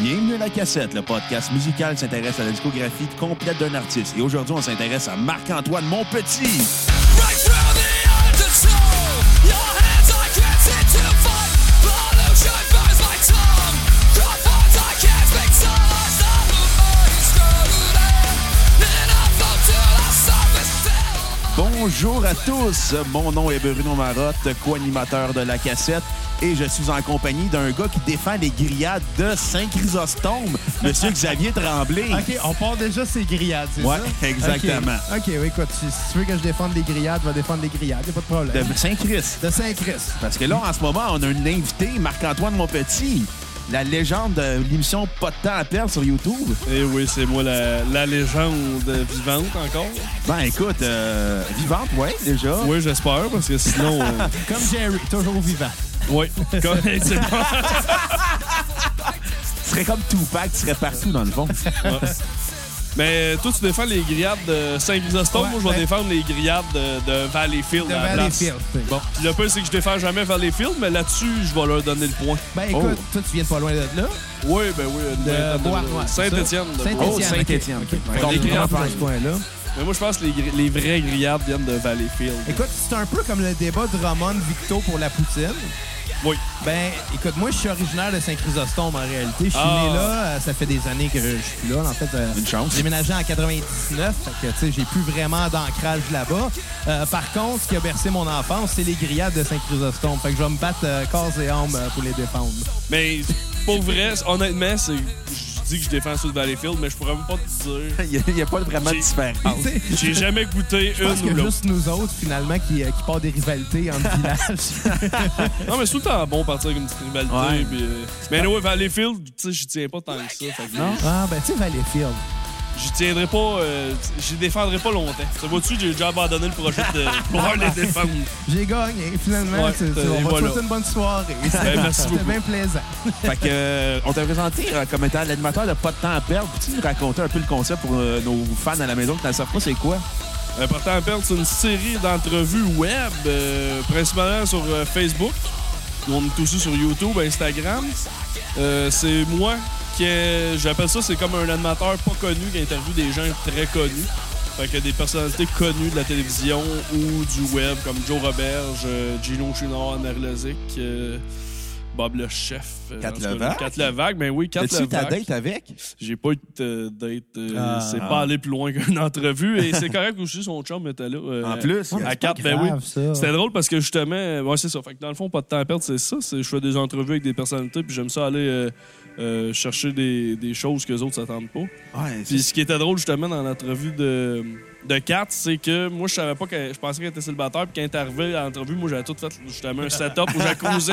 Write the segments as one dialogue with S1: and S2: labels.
S1: Bienvenue à la cassette, le podcast musical s'intéresse à la discographie complète d'un artiste. Et aujourd'hui, on s'intéresse à Marc-Antoine Monpetit.
S2: Right from the undertow, your hands I can't seem to find. Pollution burns my tongue. Your thoughts I can't speak. Silence on the mind is screwed. Then I float to the surface. Fill my
S1: Bonjour à tous, mon nom est Bruno Marotte, co-animateur de la cassette. Et je suis en compagnie d'un gars qui défend les grillades de Saint-Chrysostome, Monsieur Xavier Tremblay.
S3: OK, on part déjà ces grillades, c'est
S1: Ouais,
S3: ça?
S1: exactement.
S3: OK, OK, oui, écoute, si, si tu veux que je défende les grillades, va défendre les grillades, y a pas de problème.
S1: De Saint-Christ.
S3: De, Saint-Christ.
S1: Parce que là, en ce moment, on a une invitée, Marc-Antoine Monpetit, la légende de l'émission Pas de temps à perdre sur YouTube.
S4: Eh oui, c'est moi la, la légende vivante encore.
S1: Ben écoute, euh, vivante, ouais, déjà.
S4: Oui, j'espère, parce que sinon. euh,
S3: Comme Jerry, toujours vivant.
S4: oui, comme- c'est bon.
S1: Tu serais comme Tupac, tu serais partout dans le fond.
S4: Mais euh, toi, tu défends les grillades de Saint-Chrysostome.
S3: Ouais,
S4: moi, je vais
S3: ben-
S4: défendre les grillades de, de Valleyfield.
S3: De
S4: à la place.
S3: Valleyfield. tu sais.
S4: Bon, puis le peu, c'est que je défends jamais Valleyfield, mais là-dessus, je vais leur donner le point.
S3: Ben écoute,
S1: Oh.
S3: toi, tu viens de pas loin de là.
S4: Oui, ben oui, une vingtaine
S3: Beauharnois, c'est ça?
S4: Saint-Étienne. de
S3: Saint-Étienne.
S4: Beauharnois.
S1: Oh, Saint-Étienne.
S3: OK.
S1: Ouais.
S3: Donc,
S4: Les
S3: on
S4: grillades.
S3: part de ce point-là.
S4: Oh, Mais moi, je pense que les, gri- les vraies grillades viennent de Valleyfield.
S3: Écoute, c'est un peu comme le débat de Drummond-Victo pour la poutine.
S4: Oui.
S3: Ben, écoute, moi, je suis originaire de Saint-Chrysostome, en réalité. Je suis
S4: Ah.
S3: né là, euh, ça fait des années que je suis là. En fait, euh,
S1: Une chance.
S3: j'ai déménagé en 99, fait que, tu sais, j'ai plus vraiment d'ancrage là-bas. Euh, par contre, ce qui a bercé mon enfance, c'est les grillades de Saint-Chrysostome. Fait que je vais me battre euh, corps et âme euh, pour les défendre.
S4: Mais pour vrai, honnêtement, c'est- je dis que je défends ceux de Valleyfield, mais je pourrais même pas te dire.
S1: Il n'y a, pas vraiment de différence.
S3: Tu sais,
S4: J'ai jamais goûté
S3: Je pense
S4: Ah. une ou
S3: que
S4: l'autre.
S3: juste nous autres, finalement, qui, euh, qui part des rivalités entre villages.
S4: Non, mais c'est tout le temps bon partir avec une petite rivalité.
S1: Ouais.
S4: puis, euh, Mais anyway, Valleyfield, tu sais, j'y tiens pas tant que ça. Fait que
S3: ah, ben, tu sais, Valleyfield.
S4: J'y tiendrai pas, euh, j'y défendrai pas longtemps. Ça va-tu, j'ai déjà abandonné le projet de pouvoir les défendre.
S3: J'ai gagné, finalement.
S4: Ouais, euh,
S3: tu- tu-
S4: et
S3: on va te
S4: voilà.
S3: souhaiter une bonne soirée.
S4: Ben, merci
S3: C'était
S4: beaucoup.
S3: bien plaisant.
S1: Fait que, euh, on t'a présenté euh, comme étant l'animateur de Pas de temps à perdre. Peux-tu nous raconter un peu le concept pour euh, nos fans à la maison qui ne savent pas c'est quoi?
S4: Euh, Portant à perdre, c'est une série d'entrevues web, euh, principalement sur euh, Facebook. On est aussi sur YouTube, Instagram. Euh, c'est moi qui ai- j'appelle ça, c'est comme un animateur pas connu qui interviewe des gens très connus. Fait que des personnalités connues de la télévision ou du web, comme Joe Roberge, euh, Gino Chouinard, Anne Erlezic, euh, Bob le Chef. euh,
S1: Kat
S4: en tout cas,
S1: Levac?
S4: Kat Levac, ben oui, Kat
S1: As-tu ta
S4: Levac.
S1: date avec?
S4: J'ai pas eu de euh, date. euh,
S3: Ah.
S4: c'est pas allé plus loin qu'une entrevue. Et c'est correct aussi, son chum était là. euh,
S1: En plus,
S4: à
S1: c'est
S4: 4, ben oui. C'était drôle parce que justement, euh, ouais, c'est ça. Fait que dans le fond, pas de temps à perdre, c'est ça. C'est- Je fais des entrevues avec des personnalités, puis j'aime ça aller euh, euh, chercher des, des choses que les autres s'attendent pas.
S1: Ouais,
S4: Puis ce qui était drôle justement dans l'entrevue de, de Kat, c'est que moi je savais pas que je pensais qu'elle était célibataire puis quand elle est arrivée à l'entrevue, moi j'avais tout fait justement un setup où j'accusais.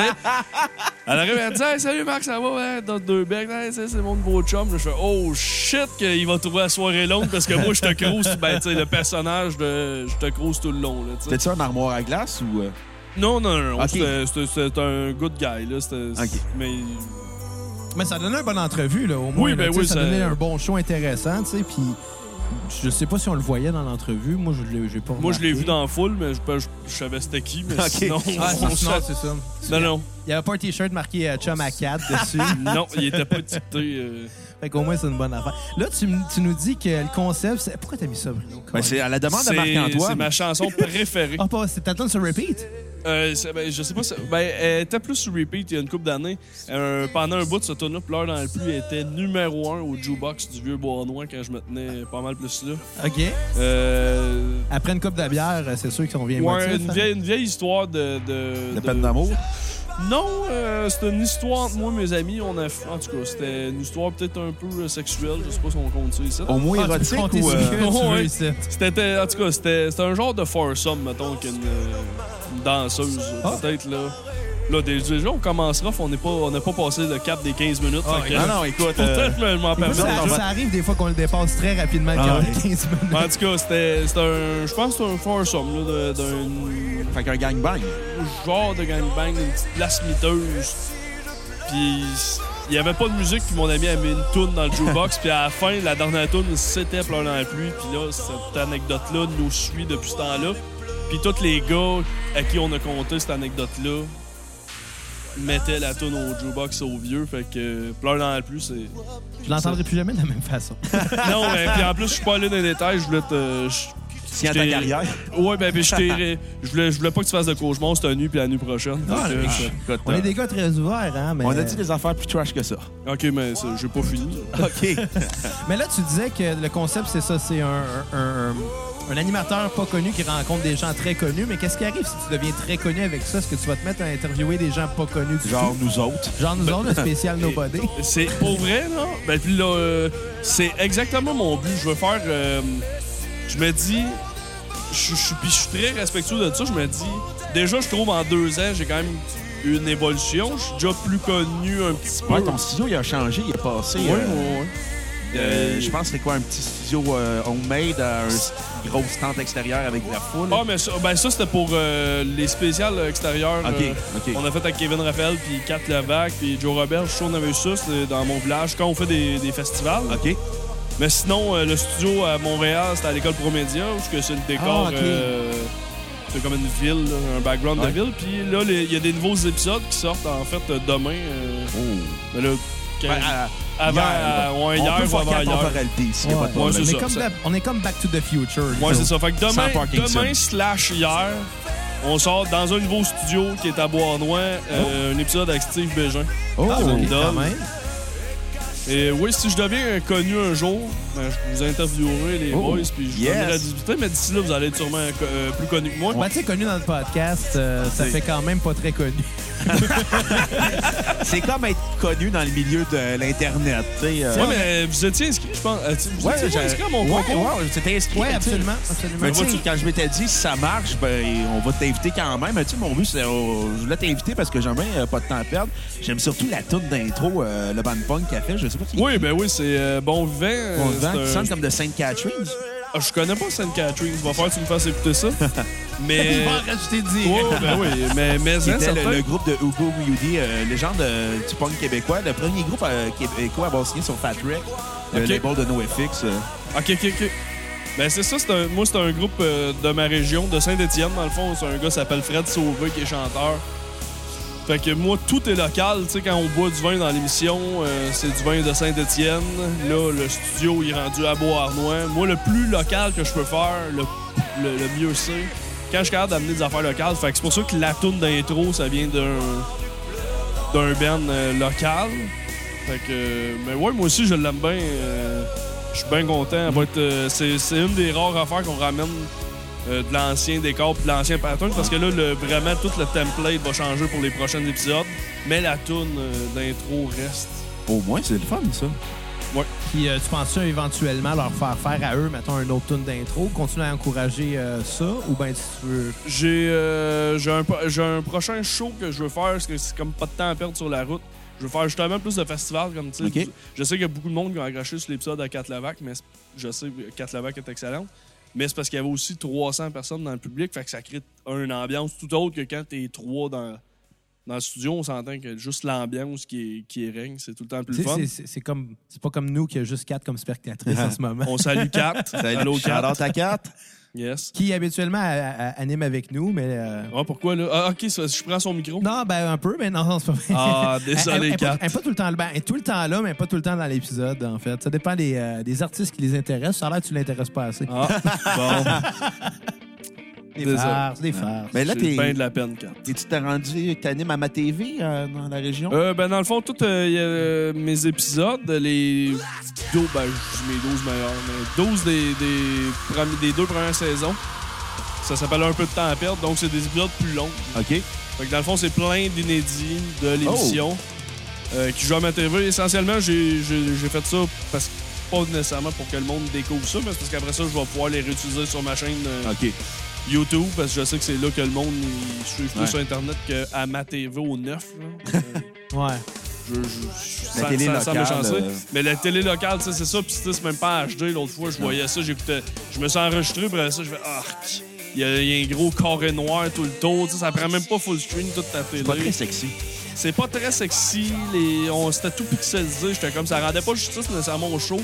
S4: Elle arrive elle dit Hey, salut Marc, ça va, hein? Dans deux becs, Hey, c'est c'est mon nouveau chum. Là, je fais Oh shit qu'il va trouver la soirée longue parce que moi je te crouse, ben tu sais, le personnage de je te crouse tout le long. Là, tu sais.
S1: T'as-tu un armoire à glace ou. euh?
S4: non, non, non, non,
S1: Ok.
S4: c'était- c'était c'était un good guy, là. c'était-
S1: Ok.
S4: Mais
S3: Mais ça donnait une bonne entrevue, là, au moins.
S4: ben
S3: là, tu sais,
S4: oui,
S3: ça,
S4: ça-
S3: donnait un bon show intéressant, tu sais, puis... Je sais pas si on le voyait dans l'entrevue. Moi, je l'ai j'ai pas
S4: moi je l'ai
S3: remarqué.
S4: vu dans la foule, mais je, je- je savais c'était qui, mais
S1: Ok.
S4: sinon.
S3: Ah,
S4: on
S3: non,
S4: s'a-
S3: c'est ça.
S4: non, non.
S3: Il y avait pas un T-shirt marqué euh, Chum à 4 dessus.
S4: Non, il était pas dicté. euh.
S3: fait qu'au moins, c'est une bonne affaire. Là, tu, m- tu nous dis que le concept... c'est- Pourquoi t'as mis ça, Bruno?
S1: Ben, c'est à la demande de
S4: C'est- C'est
S1: Marc-Antoine.
S4: ma chanson préférée.
S3: Ah, pas... C'est ta tune sur repeat?
S4: Euh, c'est- ben, je sais pas. c'est- Ben, elle était plus sur repeat il y a une couple d'années. Euh, pendant un bout, ce tournoi Pleurs dans le pluie était numéro un au jukebox du vieux Bois-Noir quand je me tenais pas mal plus là.
S3: OK.
S4: Euh,
S3: Après une coupe de bière, euh, c'est sûr qu'ils sont bien
S4: ouais,
S3: émotifs,
S4: une,
S3: hein?
S4: vieille, une vieille histoire de. De,
S1: De
S4: de-
S1: peine d'amour.
S4: Non, euh, c'était une histoire entre moi et mes amis. On a, en tout cas, c'était une histoire peut-être un peu euh, sexuelle. Je sais pas si on compte ça ici.
S1: Au moins
S3: Ah, tu peux
S1: érotique
S3: compter
S1: ou.
S3: sur
S1: euh,
S3: que tu veux,
S4: ouais.
S3: ici.
S4: C'était, en tout cas, c'était, c'était un genre de foursome, mettons, qu'une euh, une danseuse,
S3: Ah.
S4: peut-être, là. Là, des- déjà, on commence rough, on n'est pas- on n'a pas, passé le cap des 15 minutes.
S3: Ah,
S4: fait que-
S1: Non, non, écoute. euh,
S4: Peut-être, mais je m'en
S3: Moi,
S4: permets.
S3: ça,
S1: non,
S3: ça arrive des fois qu'on le dépasse très rapidement
S1: Ah
S3: quand
S1: ouais.
S3: on a 15 minutes.
S4: En tout cas, c'était, c'était un, je pense que c'était un foursome, là, de- d'un
S1: Fait qu'un gangbang.
S4: genre de gangbang, une petite place miteuse. Puis, il n'y avait pas de musique, puis mon ami a mis une toune dans le jukebox, puis à la fin, la dernière toune, c'était Pleurs dans la pluie, puis là, cette anecdote-là nous suit depuis ce temps-là. Puis tous les gars à qui on a conté cette anecdote-là, mettait la toune au jukebox au vieux. Fait que euh, pleure dans la pluie, c'est.
S3: Je l'entendrai plus jamais de la même façon.
S4: Non, mais puis en plus, je suis pas allé dans les détails. Je voulais te. je-
S1: Tiens
S4: je
S1: ta
S4: t'ai-
S1: carrière.
S4: Ouais, ben, puis je t'ai- je voulais, je voulais pas que tu fasses de cauchemar cette nuit puis la nuit prochaine.
S1: Ah,
S4: euh, Fait que-
S1: Écoute,
S3: On est des gars très ouverts, hein, mais...
S4: euh,
S1: on a dit des affaires plus trash que ça.
S4: Ok, mais ça, j'ai pas fini.
S1: OK.
S3: Mais là, tu disais que le concept, c'est ça, c'est un, un- un- un animateur pas connu qui rencontre des gens très connus. Mais qu'est-ce qui arrive si tu deviens très connu avec ça? Est-ce que tu vas te mettre à interviewer des gens pas connus du
S1: Genre
S3: tout?
S1: nous autres.
S3: Genre nous autres, le spécial Nobody.
S4: C'est pour vrai, là. Ben, puis là, euh, c'est exactement mon but. Je veux faire. euh, je me dis. Je, je, puis je suis très respectueux de ça. Je me dis. Déjà, je trouve en deux ans, j'ai quand même eu une évolution. Je suis déjà plus connu un petit peu.
S1: Ouais, ton studio, il a changé, il est passé.
S4: Ouais,
S1: euh,
S4: ouais, ouais.
S1: euh, je pense que c'était quoi, un petit studio euh, homemade, euh, un gros stand extérieur avec de la foule.
S4: Ah, mais ça, ben ça c'était pour euh, les spéciales extérieures.
S1: Ok,
S4: euh,
S1: ok.
S4: On a fait avec Kevin Raphaël, puis Kat Levac, puis Joe Robert. Je suis sûr qu'on avait eu ça c'était dans mon village quand on fait des, des festivals.
S1: OK.
S4: Mais sinon, euh, le studio à Montréal, c'était à l'école Promédia, où ce que c'est le décor.
S3: Ah, ok.
S4: euh, c'est comme une ville, là, un background
S1: Ouais.
S4: de ville. Puis là, les- il y a des nouveaux épisodes qui sortent en fait euh, demain. euh,
S1: Oh.
S4: ben là, quand-
S1: Ben, à-
S4: avant,
S1: là.
S4: euh, ouais,
S1: on
S4: hier
S1: peut
S4: ou
S1: fucker la
S4: avant-hier.
S1: temporalité ici, y a
S3: Ouais,
S1: pas de
S3: on,
S1: problème.
S4: c'est
S3: est
S4: ça,
S3: comme
S4: ça.
S3: la- on est comme Back to the Future.
S4: Ouais,
S3: nous
S4: c'est
S3: autres.
S4: ça. Fait que demain,
S1: Sans Parkinson.
S4: demain slash hier, on sort dans un nouveau studio qui est à Bois-Noir, euh, un épisode avec Steve Bégin.
S3: Oh,
S4: Ah,
S3: ok,
S4: on
S3: quand
S4: donne.
S3: même.
S4: Et oui, si je deviens connu un jour, ben, je vous interviewerai les
S1: Oh,
S4: boys, puis je vous
S1: yes.
S4: donnerai la visibilité. Mais d'ici là, vous allez être sûrement euh, plus connu que moi.
S3: Ouais, Ben, tu sais, connu dans le podcast, euh, ça
S1: C'est-
S3: fait quand même pas très connu.
S1: C'est comme être connu dans le milieu de l'Internet. tu sais, euh,
S4: Ouais, mais vous étiez inscrit, je pense. Euh, tu- Vous étiez
S1: j'ai-
S4: inscrit à mon
S1: ouais,
S4: concours?
S1: ouais, c'était inscrit.
S3: Ouais,
S1: tu sais.
S3: absolument. absolument.
S1: Mais
S4: Mais
S1: tu sais,
S4: vois-tu-
S1: quand je m'étais dit, si ça marche, ben, on va t'inviter quand même. Mais tu sais, mon but, c'est oh, je voulais t'inviter parce que j'aime bien euh, pas de temps à perdre. J'aime surtout la toune d'intro, euh, le band punk qu'a fait. Je sais pas si
S4: Oui, ben oui, c'est euh, Bon Vivant. euh,
S1: on vend,
S4: c'est
S1: qui
S4: un-
S1: sonne comme de Sainte Catherine.
S4: Ah, je connais pas Sainte Catherine. Il va falloir que tu me fasses écouter ça.
S3: Il
S4: mais.
S3: va en rajouter dire.
S4: Ouais, ben oui, mais, mais
S1: Qui
S4: hein,
S1: était
S4: certain.
S1: le, le groupe de Hugo Woody, euh, légende euh, du punk québécois, le premier groupe euh, québécois à avoir signé sur Fat Wreck, le
S4: Ok.
S1: label de NoFX. euh.
S4: Ok, ok, ok. Ben c'est ça, c'est un, moi c'est un groupe euh, de ma région, de Saint-Étienne dans le fond. C'est un gars qui s'appelle Fred Sauvé qui est chanteur. Fait que moi, tout est local. Tu sais, quand on boit du vin dans l'émission, euh, c'est du vin de Saint-Étienne. Là, le studio il est rendu à Beauharnois. Moi, le plus local que je peux faire, le, le- le mieux c'est. Quand je suis capable d'amener des affaires locales, fait que c'est pour ça que la toune d'intro, ça vient d'un d'un band euh, local. Fait que, euh, mais ouais, moi aussi, je l'aime bien. euh, je suis bien content. Elle va être, euh, c'est, c'est une des rares affaires qu'on ramène euh, de l'ancien décor puis de l'ancien pattern parce que là, le, vraiment, tout le template va changer pour les prochains épisodes. Mais la toune euh, d'intro reste.
S1: Au moins, c'est le fun, ça.
S3: Puis euh, tu penses éventuellement leur faire faire à eux, mettons, un autre tune d'intro, continuer à encourager euh, ça, ou bien si tu veux...
S4: J'ai, euh, j'ai, un, po- j'ai un prochain show que je veux faire parce que c'est comme pas de temps à perdre sur la route. Je veux faire justement plus de festivals comme tu sais.
S1: Ok.
S4: Je sais qu'il y a beaucoup de monde qui ont accroché sur l'épisode à Catlavac, mais c'est- je sais que Catlavac est excellente. Mais c'est parce qu'il y avait aussi 300 personnes dans le public, fait que ça crée une ambiance tout autre que quand t'es trois dans, dans le studio. On s'entend que juste l'ambiance qui, est- qui règne, c'est tout le temps
S3: Tu
S4: plus
S3: sais,
S4: fun. Ah.
S3: c'est- c'est- C'est comme... C'est pas comme nous qui a juste quatre comme spectatrices en ce moment.
S4: On salue Kat. Allô, Kat.
S1: Shout-out à Kat.
S4: Yes.
S3: Qui habituellement a- a- anime avec nous, mais... euh,
S4: Ah, pourquoi là? Ah, ok, ça- je prends son micro.
S3: Non, ben un peu, mais non, non, c'est pas vrai.
S4: Ah, désolé,
S3: Elle- elle- elle
S4: Kat.
S3: pas- Elle est pas tout le temps, ben, elle est tout le temps là, mais pas tout le temps dans l'épisode, en fait. Ça dépend des, euh, des artistes qui les intéressent. Ça a l'air que tu l'intéresses pas assez.
S4: Ah, bon.
S3: des
S4: désolé.
S3: farces, des farces.
S1: Mais là,
S4: Ah, J'ai
S1: t'es.
S4: bien de la peine, Kat.
S1: Et tu t'es rendu, t'animes à ma TV euh, dans la région?
S4: Euh, ben, dans le fond, tous mes épisodes, les 12, ben, je dis mes 12 meilleurs, mais 12 des, des, premi- des deux premières saisons, ça s'appelle Un peu de temps à perdre, donc c'est des épisodes plus longs.
S1: Euh, OK.
S4: Fait que dans le fond, c'est plein d'inédits de l'émission euh, qui jouent à ma TV. Essentiellement, j'ai j'ai- j'ai fait ça parce que pas nécessairement pour que le monde découvre ça, mais c'est parce qu'après ça, je vais pouvoir les réutiliser sur ma chaîne euh,
S1: OK.
S4: YouTube, parce que je sais que c'est là que le monde il suit plus
S1: Ouais.
S4: sur Internet qu'à ma TV au 9. là. Euh,
S3: Ouais.
S4: je, je- je-
S1: La
S4: sans-
S1: télé
S4: sans- sans
S1: locale,
S4: méchanceté.
S1: euh.
S4: Mais la télé locale, tu sais, c'est ça. Puis tu sais, c'est même pas en HD. L'autre fois, je voyais ça, j'écoutais. Je me suis enregistré, puis après ça, je fais Ah, il y, a- il y a un gros carré noir tout le tour. Tu sais, ça prend même pas full screen toute ta
S1: C'est pas très
S4: télé.
S1: sexy.
S4: C'est pas très sexy. Les, on C'était tout pixelisé. J'étais comme ça. rendait pas justice nécessairement au show.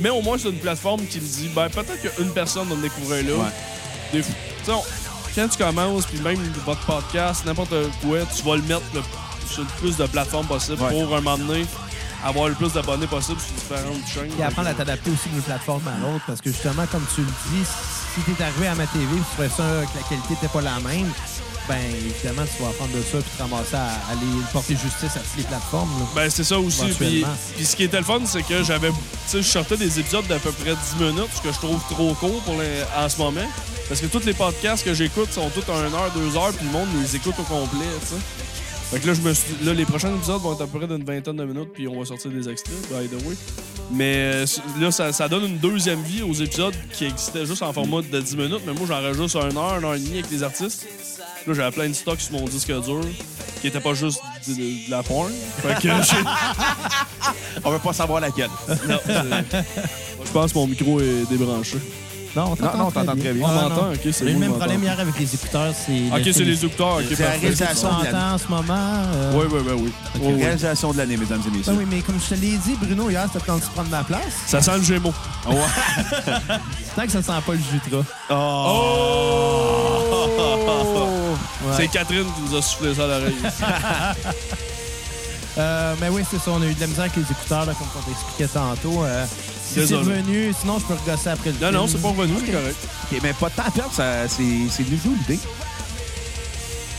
S4: Mais au moins, c'est une plateforme qui me dit ben peut-être qu'une personne va me découvrir là.
S1: Ouais.
S4: Des fois, tu sais, on- quand tu commences, puis même votre podcast, n'importe quoi, tu vas le mettre le sur le plus de plateformes possible
S1: Ouais.
S4: pour un moment donné avoir le plus d'abonnés possible sur différentes chaînes.
S3: Puis apprendre à t'adapter aussi d'une plateforme à l'autre, parce que justement, comme tu le dis, si t'es arrivé à ma TV et tu ferais ça, que la qualité n'était pas la même, ben évidemment, tu vas apprendre de ça puis te ramasser à aller porter justice à toutes les plateformes. là.
S4: Ben, c'est ça aussi. Puis,
S3: Éventuellement.
S4: puis ce qui était le fun, c'est que j'avais. Tu sais, je sortais des épisodes d'à peu près 10 minutes, ce que je trouve trop court pour les- en ce moment. Parce que tous les podcasts que j'écoute sont tous à 1 heure, 2 heures, puis le monde les écoute au complet, tu sais. Fait que là, je me suis- là, les prochains épisodes vont être à peu près d'une vingtaine de minutes, puis on va sortir des extraits, by the way. Mais euh, là, ça, ça donne une deuxième vie aux épisodes qui existaient juste en format de 10 minutes, mais moi, j'enregistre à 1 heure, 1 heure et demie avec les artistes. Là, j'avais plein de stocks sur mon disque dur, qui était pas juste de, de- de la porn. Fait que j'ai-
S1: On veut pas savoir laquelle.
S4: non, c'est- je pense que mon micro est débranché.
S3: Non, on
S1: Non, non, on t'entend très bien.
S4: On
S3: Ah,
S4: m'entend,
S3: non.
S4: ok, c'est
S3: J'ai eu le
S4: bon,
S3: même
S4: on
S3: problème
S4: m'entend.
S3: hier avec les écouteurs. c'est
S4: Ok, c'est les écouteurs. Ok,
S1: C'est la
S4: parfait.
S3: On
S1: réalisation de l'année.
S3: s'entend en ce moment. euh,
S4: Oui, oui, oui, oui. Oui, oui.
S1: Réalisation de l'année, mesdames et
S3: Ben
S1: messieurs.
S3: oui, mais comme je te l'ai dit, Bruno, hier, c'était quand tu prendre ma place.
S4: Ça sent le Gémeaux.
S3: Tant que ça sent pas le jutras.
S1: Oh,
S4: Oh!
S3: Ouais.
S4: C'est Catherine qui nous a soufflé ça à l'oreille.
S3: Euh, mais oui, c'est ça. On a eu de la misère avec les écouteurs, là, comme on t'expliquait tantôt. Euh, si c'est
S4: Désolé.
S3: revenu, sinon je peux regosser après le
S4: Non, non, c'est
S3: film.
S4: pas revenu, c'est correct.
S1: OK, mais pas de temps à perdre, ça- c'est c'est nouveau l'idée.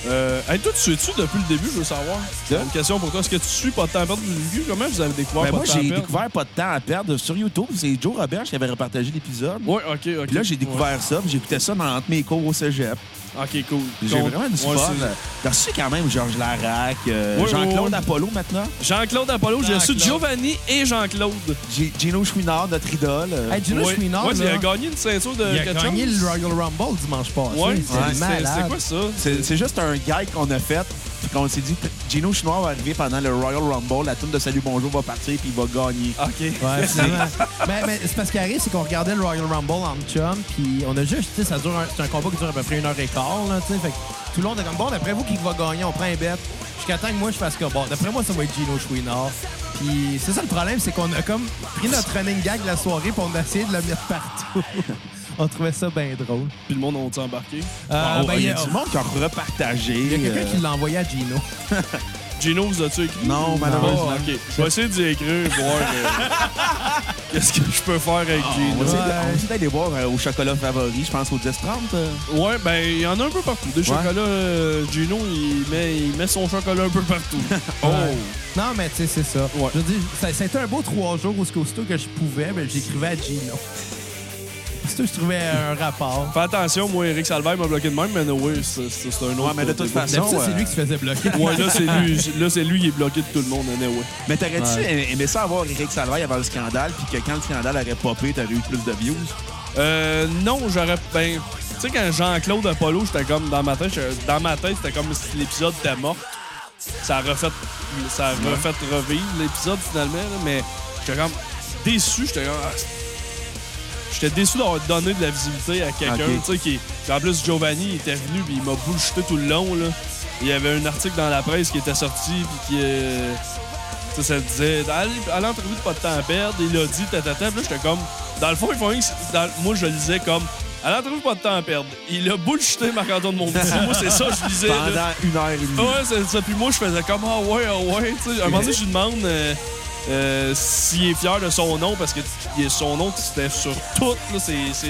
S4: Euh, hey, toi, tu suis-tu depuis le début, je veux savoir?
S1: De?
S4: Une question pour toi. Est-ce que tu suis pas de temps à perdre du début? Comment vous avez découvert
S1: Hein? Ben,
S4: pas
S1: moi,
S4: de temps à
S1: j'ai
S4: perdre?
S1: découvert pas de temps à perdre sur YouTube. C'est Joe Robert qui avait repartagé l'épisode.
S4: Ouais, ok, ok.
S1: Puis là, j'ai découvert ça, puis j'écoutais ça dans entre mes cours au cégep.
S4: Ouais. Ok, cool.
S1: J'ai
S4: Donc,
S1: vraiment du
S4: ouais,
S1: fun.
S4: c'est-
S1: T'as reçu quand même Georges Larac, euh,
S4: Ouais, ouais,
S1: Jean-Claude
S4: ouais.
S1: Apollo maintenant,
S4: Jean-Claude Apollo, j'ai reçu
S3: Jean-Claude.
S4: Giovanni et Jean-Claude.
S1: G- Gino Chouinard, notre idole. euh,
S3: Hey, Gino
S4: Ouais.
S3: Chouinard,
S4: Ouais, il
S3: là,
S4: a gagné une ceinture de
S3: il a
S4: euh, quelque
S3: gagné
S4: chose.
S3: le Royal Rumble dimanche
S1: Ah,
S3: passé.
S4: Ouais,
S3: c'est
S4: ouais, c'est
S3: malade.
S4: c'est quoi ça?
S1: C'est c'est juste un gag qu'on a fait. Puis qu'on s'est dit, Gino Chouinard va arriver pendant le Royal Rumble. La tune de Salut Bonjour va partir, puis il va gagner.
S4: OK.
S3: Ouais, finalement. mais mais ben, c'est parce qu'il arrive, c'est qu'on regardait le Royal Rumble en chum, puis on a juste, tu sais, ça dure, un- c'est un combat qui dure à peu près une heure et quart, là, tu sais. Fait que tout le monde est comme, bon, d'après vous, qui va gagner, on prend un bet. Jusqu'à temps que moi, je fasse comme, bon, d'après moi, ça va être Gino Chouinard. Puis c'est ça le problème, c'est qu'on a comme pris notre running gag la soirée, puis on a essayé de le mettre partout. on trouvait ça bien drôle.
S4: Puis le monde ont été embarqué.
S3: Euh,
S1: Oh,
S3: ben,
S1: il
S3: il
S1: y a du monde qui a repartagé.
S3: il y a quelqu'un
S1: euh,
S3: qui l'a envoyé à Gino.
S4: Gino, vous as-tu écrit?
S1: Non, malheureusement.
S4: Oh, OK. Je vais essayer d'y écrire, voir euh, qu'est-ce que je peux faire avec
S1: Ah, On
S4: Gino.
S1: essaie de-
S3: Ouais.
S1: on essaie d'aller voir euh, au chocolat favori, je pense au 10-30. euh.
S4: Ouais, ben, il y en a un peu partout. Des chocolats, euh, Gino, il met, il met son chocolat un peu partout. oh!
S3: Ouais. Non, mais tu sais, c'est ça.
S4: Ouais.
S3: Je veux dire, ça, ça a été un beau trois jours où, ce qu'aussitôt que je pouvais, ben, j'écrivais à Gino. Aussitôt que je trouvais un rapport.
S4: Fais attention, moi, Eric Salvaire m'a bloqué de même, mais oui, c'est c'est- c'est un autre.
S1: Ouais, mais de toute
S4: débat.
S1: façon,
S3: D'habitude,
S1: euh,
S3: c'est lui qui se faisait bloquer.
S4: Ouais, là, c'est lui, là, c'est lui, il est bloqué de tout le monde, anyway.
S1: Mais t'aurais-tu
S3: Ouais.
S1: aimé- aimé ça avoir Eric Salvaille avant le scandale, puis que quand le scandale aurait popé, t'aurais eu plus de views?
S4: Euh, non, j'aurais. Ben, tu sais, quand Jean-Claude Apollo, j'étais comme dans ma tête, j'étais- dans ma tête, c'était comme si l'épisode était mort. Ça a refait, ça a refait revivre l'épisode finalement, là, mais j'étais comme déçu, j'étais comme. ah, J'étais déçu d'avoir donné de la visibilité à quelqu'un,
S1: Ok.
S4: tu sais, qui. puis En plus, Giovanni, il était venu, puis il m'a bullshité tout le long, là. Il y avait un article dans la presse qui était sorti, puis qui. euh, tu sais, ça disait, à à l'entrevue de pas de temps à perdre, il a dit, tatata, puis là, j'étais comme, dans le fond, ils font rien que- dans- moi, je le disais comme, à l'entrevue pas de temps à perdre, il a bullshité Marc-Antoine Montpetit, moi, c'est ça, je disais. là.
S1: Pendant une heure et demie.
S4: Ouais, c'est ça. Puis moi, je faisais comme, ah ouais, ah ouais. Tu sais, à un moment donné, je lui demande euh, euh, s'il est fier de son nom, parce que il- son nom, c'était sur toutes là, ses, ses,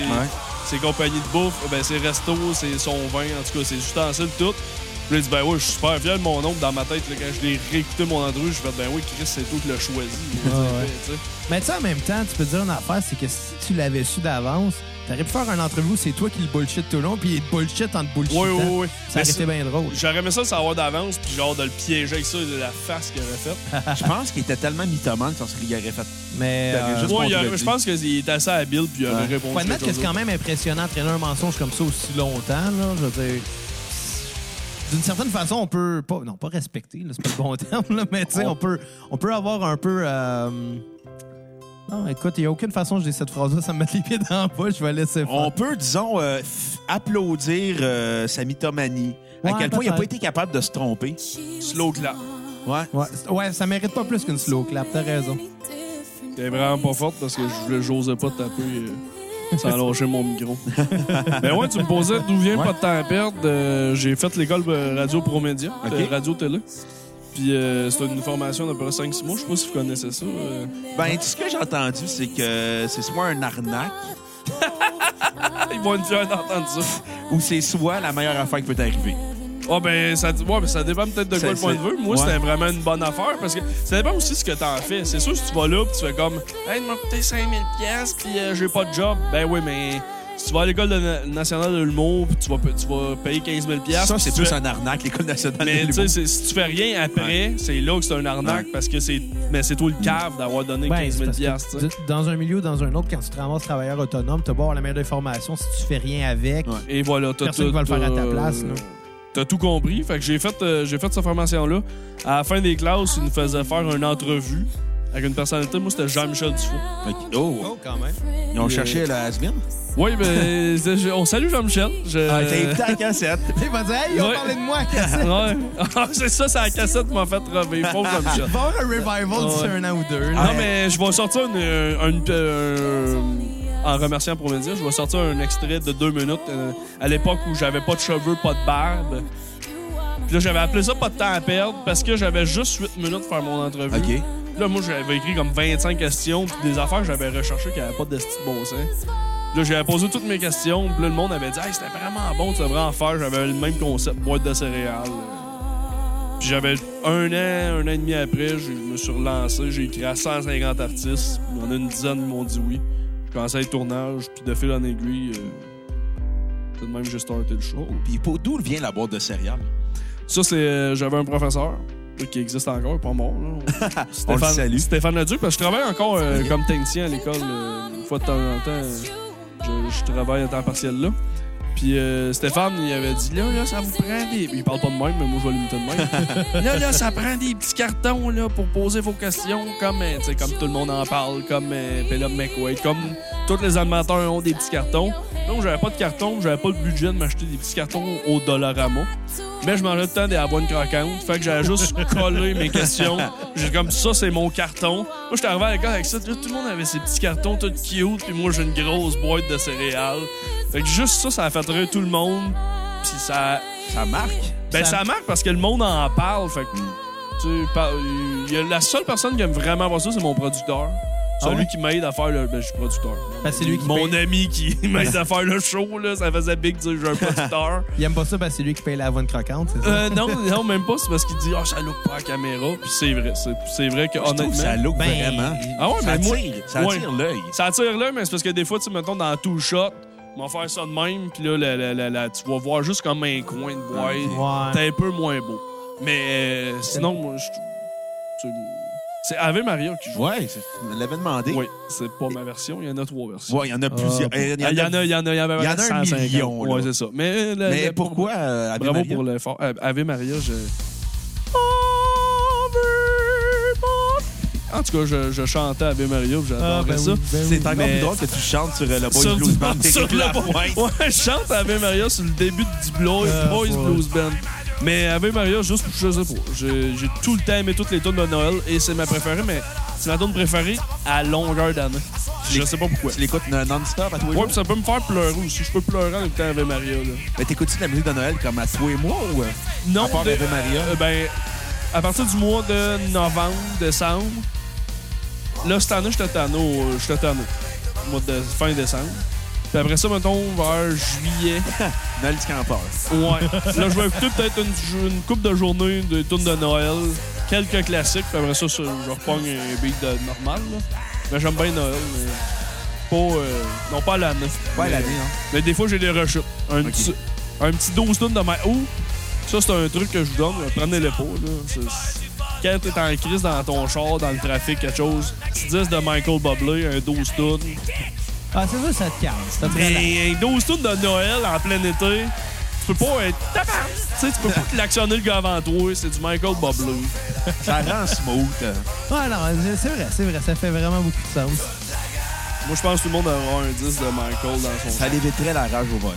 S4: ses compagnies de bouffe, ben, ses restos, ses, son vin, en tout cas, ses ustensiles, tout. Puis là, il dit, ben ouais, je suis super fier de mon nom. Puis Dans ma tête, là, quand je l'ai réécouté, mon Andrew, je fait, ben oui, Chris, c'est toi qui l'as choisi.
S3: Ah ouais. Mais tu sais, en même temps, tu peux te dire une affaire, c'est que si tu l'avais su d'avance, t'aurais pu faire un entrevue où c'est toi qui le bullshit tout le long, puis il te bullshit en te bullshitant.
S4: Oui, oui, oui.
S3: Ça aurait été bien drôle.
S4: J'aurais aimé ça le savoir d'avance, puis genre de le piéger avec ça, de la face qu'il avait faite.
S3: Ah,
S1: Je pense qu'il était tellement mythomane qu'on serait qu'il aurait fait.
S3: Mais.
S1: T'aurais
S3: euh,
S1: juste-
S4: Ouais, il
S1: contredit.
S4: a- je pense qu'il était assez habile, puis il aurait
S1: Ouais.
S4: répondu.
S3: Faut admettre que
S4: quelque
S3: c'est
S4: chose
S3: quand même impressionnant de traîner un mensonge comme ça aussi longtemps. Là, je veux dire, d'une certaine façon, on peut pas, non pas respecter, là, c'est pas le bon terme, là, mais tu sais, on peut, on peut avoir un peu. euh, Non, écoute, il n'y a aucune façon que je dis cette phrase-là, ça me met les pieds dans la bouche, je vais laisser faire.
S1: On peut, disons, euh, f- applaudir euh, sa mythomanie. à
S3: Ouais,
S1: quel point il n'a pas
S3: peut-être.
S1: été capable de se tromper.
S4: Slow clap.
S1: Ouais.
S3: Ouais, c'est- ouais, ça mérite pas plus qu'une slow clap, t'as raison.
S4: T'es vraiment pas forte parce que je voulais- j'osais pas taper euh, sans lâcher mon micro. Mais ouais, tu me posais d'où vient pas de temps à perdre. Euh, j'ai fait l'école euh, radio promédia,
S1: Ok.
S4: radio télé. Puis euh, c'est une formation d'à peu près 5-6 mois. Je sais pas si vous connaissez ça. euh.
S1: Ben, tout ce que j'ai entendu, c'est que c'est soit un arnaque
S4: Ah, Ils vont être fiers d'entendre ça.
S1: ou c'est soit la meilleure affaire qui peut t'arriver.
S4: Ah, ben, ça, ouais, mais ça dépend peut-être de
S1: Ça-
S4: quoi le point de
S1: ça-
S4: vue. Moi,
S1: ouais.
S4: c'était vraiment une bonne affaire parce que ça dépend aussi de ce que t'en fais. C'est sûr, si tu vas là pis tu fais comme, hey, il m'a coûté 5000 pièces puis euh, j'ai pas de job. Ben oui, mais si tu vas à l'école de na- nationale de l'humour pis tu vas, pa- tu vas payer 15 000 pièces,
S1: Ça,
S4: pis
S1: c'est
S4: tu
S1: plus
S4: fais-
S1: un arnaque, l'École nationale
S4: Mais
S1: de
S4: tu sais,
S1: l'humour.
S4: c'est- si tu fais rien après, c'est là que c'est un arnaque parce que c'est. Mais c'est toi le cave d'avoir donné
S3: Ben,
S4: 15
S3: c'est
S4: 000
S3: parce que
S4: piastres, tu sais.
S3: d- Dans un milieu ou dans un autre, quand tu te ramasses travailleur autonome, t'as beau avoir la meilleure des formations, si tu fais rien avec,
S1: Ouais.
S4: Et voilà, t'as
S3: personne
S4: tout- euh,
S3: qui va le faire à ta
S4: t'as-
S3: place. là.
S4: T'as tout compris. Fait que j'ai fait, euh, j'ai fait cette formation-là. À la fin des classes, ils nous faisaient faire une entrevue avec une personnalité. Moi, c'était Jean-Michel Dufault.
S1: Fait que- Oh,
S3: quand même.
S1: ils ont cherché la Asmine.
S4: Oui, ben, c'est- je- on salue Jean-Michel. Je-
S1: Ah, t'as évité la cassette.
S3: Il va dire, hey, ils ont
S4: Ouais.
S3: parlé de moi, qu'est-ce que c'est?
S4: Ouais. Ah, c'est ça, c'est la cassette qui m'a fait rêver. Pauvre Jean-Michel.
S3: Il va y avoir un revival d'ici
S4: Ouais.
S3: un an ou deux. là.
S4: Non, mais je vais sortir une, une- euh, en remerciant pour me dire, je vais sortir un extrait de deux minutes euh, à l'époque où j'avais pas de cheveux, pas de barbe. Puis là, j'avais appelé ça pas de temps à perdre parce que j'avais juste 8 minutes pour faire mon entrevue.
S1: OK.
S4: Là, moi, j'avais écrit comme 25 questions, puis des affaires que j'avais recherchées qui n'avaient pas de style bon sens. Là, j'avais posé toutes mes questions, puis là, le monde avait dit, hey, c'était vraiment bon, tu devrais en faire. J'avais le même concept, boîte de céréales. Puis j'avais un an, un an et demi après, je me suis relancé, j'ai écrit à 150 artistes, il y en a une dizaine qui m'ont dit oui. Je commençais le tournage, puis de fil en aiguille, euh, tout de même, j'ai starté le show.
S1: Puis pour- d'où vient la boîte de céréales?
S4: Ça, c'est. euh, J'avais un professeur euh, qui existe encore, pas mort. Là. Stéphane,
S1: salue.
S4: Stéphane Leduc, parce que je travaille encore euh, comme technicien à l'école. euh, une fois de temps en temps, euh, je, je travaille à temps partiel là. Puis euh, Stéphane, il avait dit là, là, ça vous prend des. Il parle pas de même, mais moi, je vais l'imiter de même. là, là, ça prend des petits cartons là, pour poser vos questions, comme, euh, tu sais, comme tout le monde en parle, comme euh, Pelob McWade, comme tous les animateurs ont des petits cartons. Donc, j'avais pas de carton, j'avais pas le budget de m'acheter des petits cartons au Dollarama. Mais je mangeais tout le temps des avoines croquantes. Fait que j'avais juste collé mes questions. J'ai comme ça, c'est mon carton. Moi, j'étais arrivé à l'école avec ça. Là, tout le monde avait ses petits cartons, tout cute. Puis moi, j'ai une grosse boîte de céréales. Fait que juste ça, ça a fait rire tout le monde. Puis ça.
S1: Ça marque.
S4: Ben, ça,
S3: Ça-
S4: marque parce que le monde en parle. Fait que. Tu sais, par- il y a la seule personne qui aime vraiment voir ça, c'est mon producteur. Celui
S3: Ah ouais?
S4: qui m'aide à faire le. Ben, je suis producteur.
S3: Ben, c'est lui qui
S4: Mon
S3: paye- Ben,
S4: ami qui m'aide à faire le show, là, ça faisait big dire j'ai un producteur.
S3: Il aime pas ça, ben c'est lui qui paye la avoine croquante, c'est ça?
S4: Euh, non, non, même pas. C'est parce qu'il dit, ah, ça look pas à la caméra. Puis c'est vrai. C'est, c'est vrai que,
S1: Je trouve
S4: honnêtement.
S1: que ça look
S3: Ben,
S1: vraiment.
S4: Ah ouais,
S1: Ça
S4: mais moi.
S1: attire, ça
S4: ouais.
S1: attire l'œil.
S4: Ça attire là, mais c'est parce que des fois, tu sais, mettons, dans tout shot, ils vont faire ça de même. Puis là, la- la- la- la- tu vas voir juste comme un coin de boîte.
S3: Ouais.
S4: T'es un peu moins beau. Mais euh, sinon, moi, je. tu- C'est Ave Maria qui joue.
S1: Ouais, c'est- je me l'avais demandé.
S4: Oui, c'est pas ma version. Il y en a trois versions.
S1: Ouais, il y en a plusieurs. Eh,
S4: Ah. Il y en a, il y en a, il y en a,
S1: Il y en a un
S4: 150.
S1: million, là.
S4: Ouais, c'est ça. Mais, la-
S1: Mais
S4: la-
S1: pourquoi euh, Ave
S4: Bravo
S1: Maria?
S4: pour l'effort. Euh, Ave Maria, je. En tout cas, je, je chantais Ave Maria, puis j'adorais
S3: Ah, ben
S4: ça.
S3: oui, ben oui.
S1: C'est encore
S4: Mais-
S1: plus drôle que tu chantes sur euh, le Boys
S4: Sur,
S1: Blues Band.
S4: sur
S1: d'Éric
S4: le
S1: Lapointe.
S4: Ouais, je chante Ave Maria sur le début du Boys,
S3: Euh,
S4: Boys
S3: ouais.
S4: Blues Band. Mais Ave Maria, juste pour je sais pas. J'ai j'ai tout le temps aimé toutes les tunes de Noël et c'est ma préférée, mais c'est ma tune préférée à longueur d'année. Je sais pas pourquoi.
S1: Tu l'écoutes euh, non-stop à toi et
S4: Ouais,
S1: moi?
S4: puis ça peut me faire pleurer aussi. Je peux pleurer en écoutant Ave Maria. Là.
S1: Mais t'écoutes-tu de la musique de Noël comme à toi et moi ou... euh?
S4: Non,
S1: À part
S4: de-
S1: Ave Maria.
S4: euh, ben, à partir du mois de novembre, décembre, là, cette année, j'étais tanné au- j'étais tanné. au mois de fin décembre. Puis après ça, mettons, vers juillet,
S1: Noël du campeur.
S4: ouais. là, je vais écouter peut-être une, une coupe de journées de tunes de Noël, quelques classiques, puis après ça, ça, je repogne un beat de normal, là. Mais j'aime bien Noël, mais pas... euh, non, pas à l'année.
S1: Ouais,
S4: Mais-
S1: l'année, hein.
S4: mais des fois, j'ai des rechutes. Un,
S1: Ok.
S4: petit, un petit 12 tonnes de ma ou Ça, c'est un truc que je vous donne. euh, Prenez-le pas. Là. C'est- c'est- Quand t'es en crise dans ton char, dans le trafic, quelque chose, petit 10 de Michael Bublé, un 12 tonnes.
S3: Ah, c'est ça, ça te calme. Ça te relaxe.
S4: Mais un 12 tonnes de Noël en plein été, tu peux pas être... tabarnak, Tu sais, tu peux pas klaxonner le gars avant toi. C'est du Michael Bublé.
S1: Ça rend smooth. euh.
S3: Ouais, non, c'est- c'est vrai, c'est vrai, ça fait vraiment beaucoup de sens.
S4: Moi, je pense que tout le monde aura un 10 de Michael dans son
S1: Ça l'éviterait la rage au volant.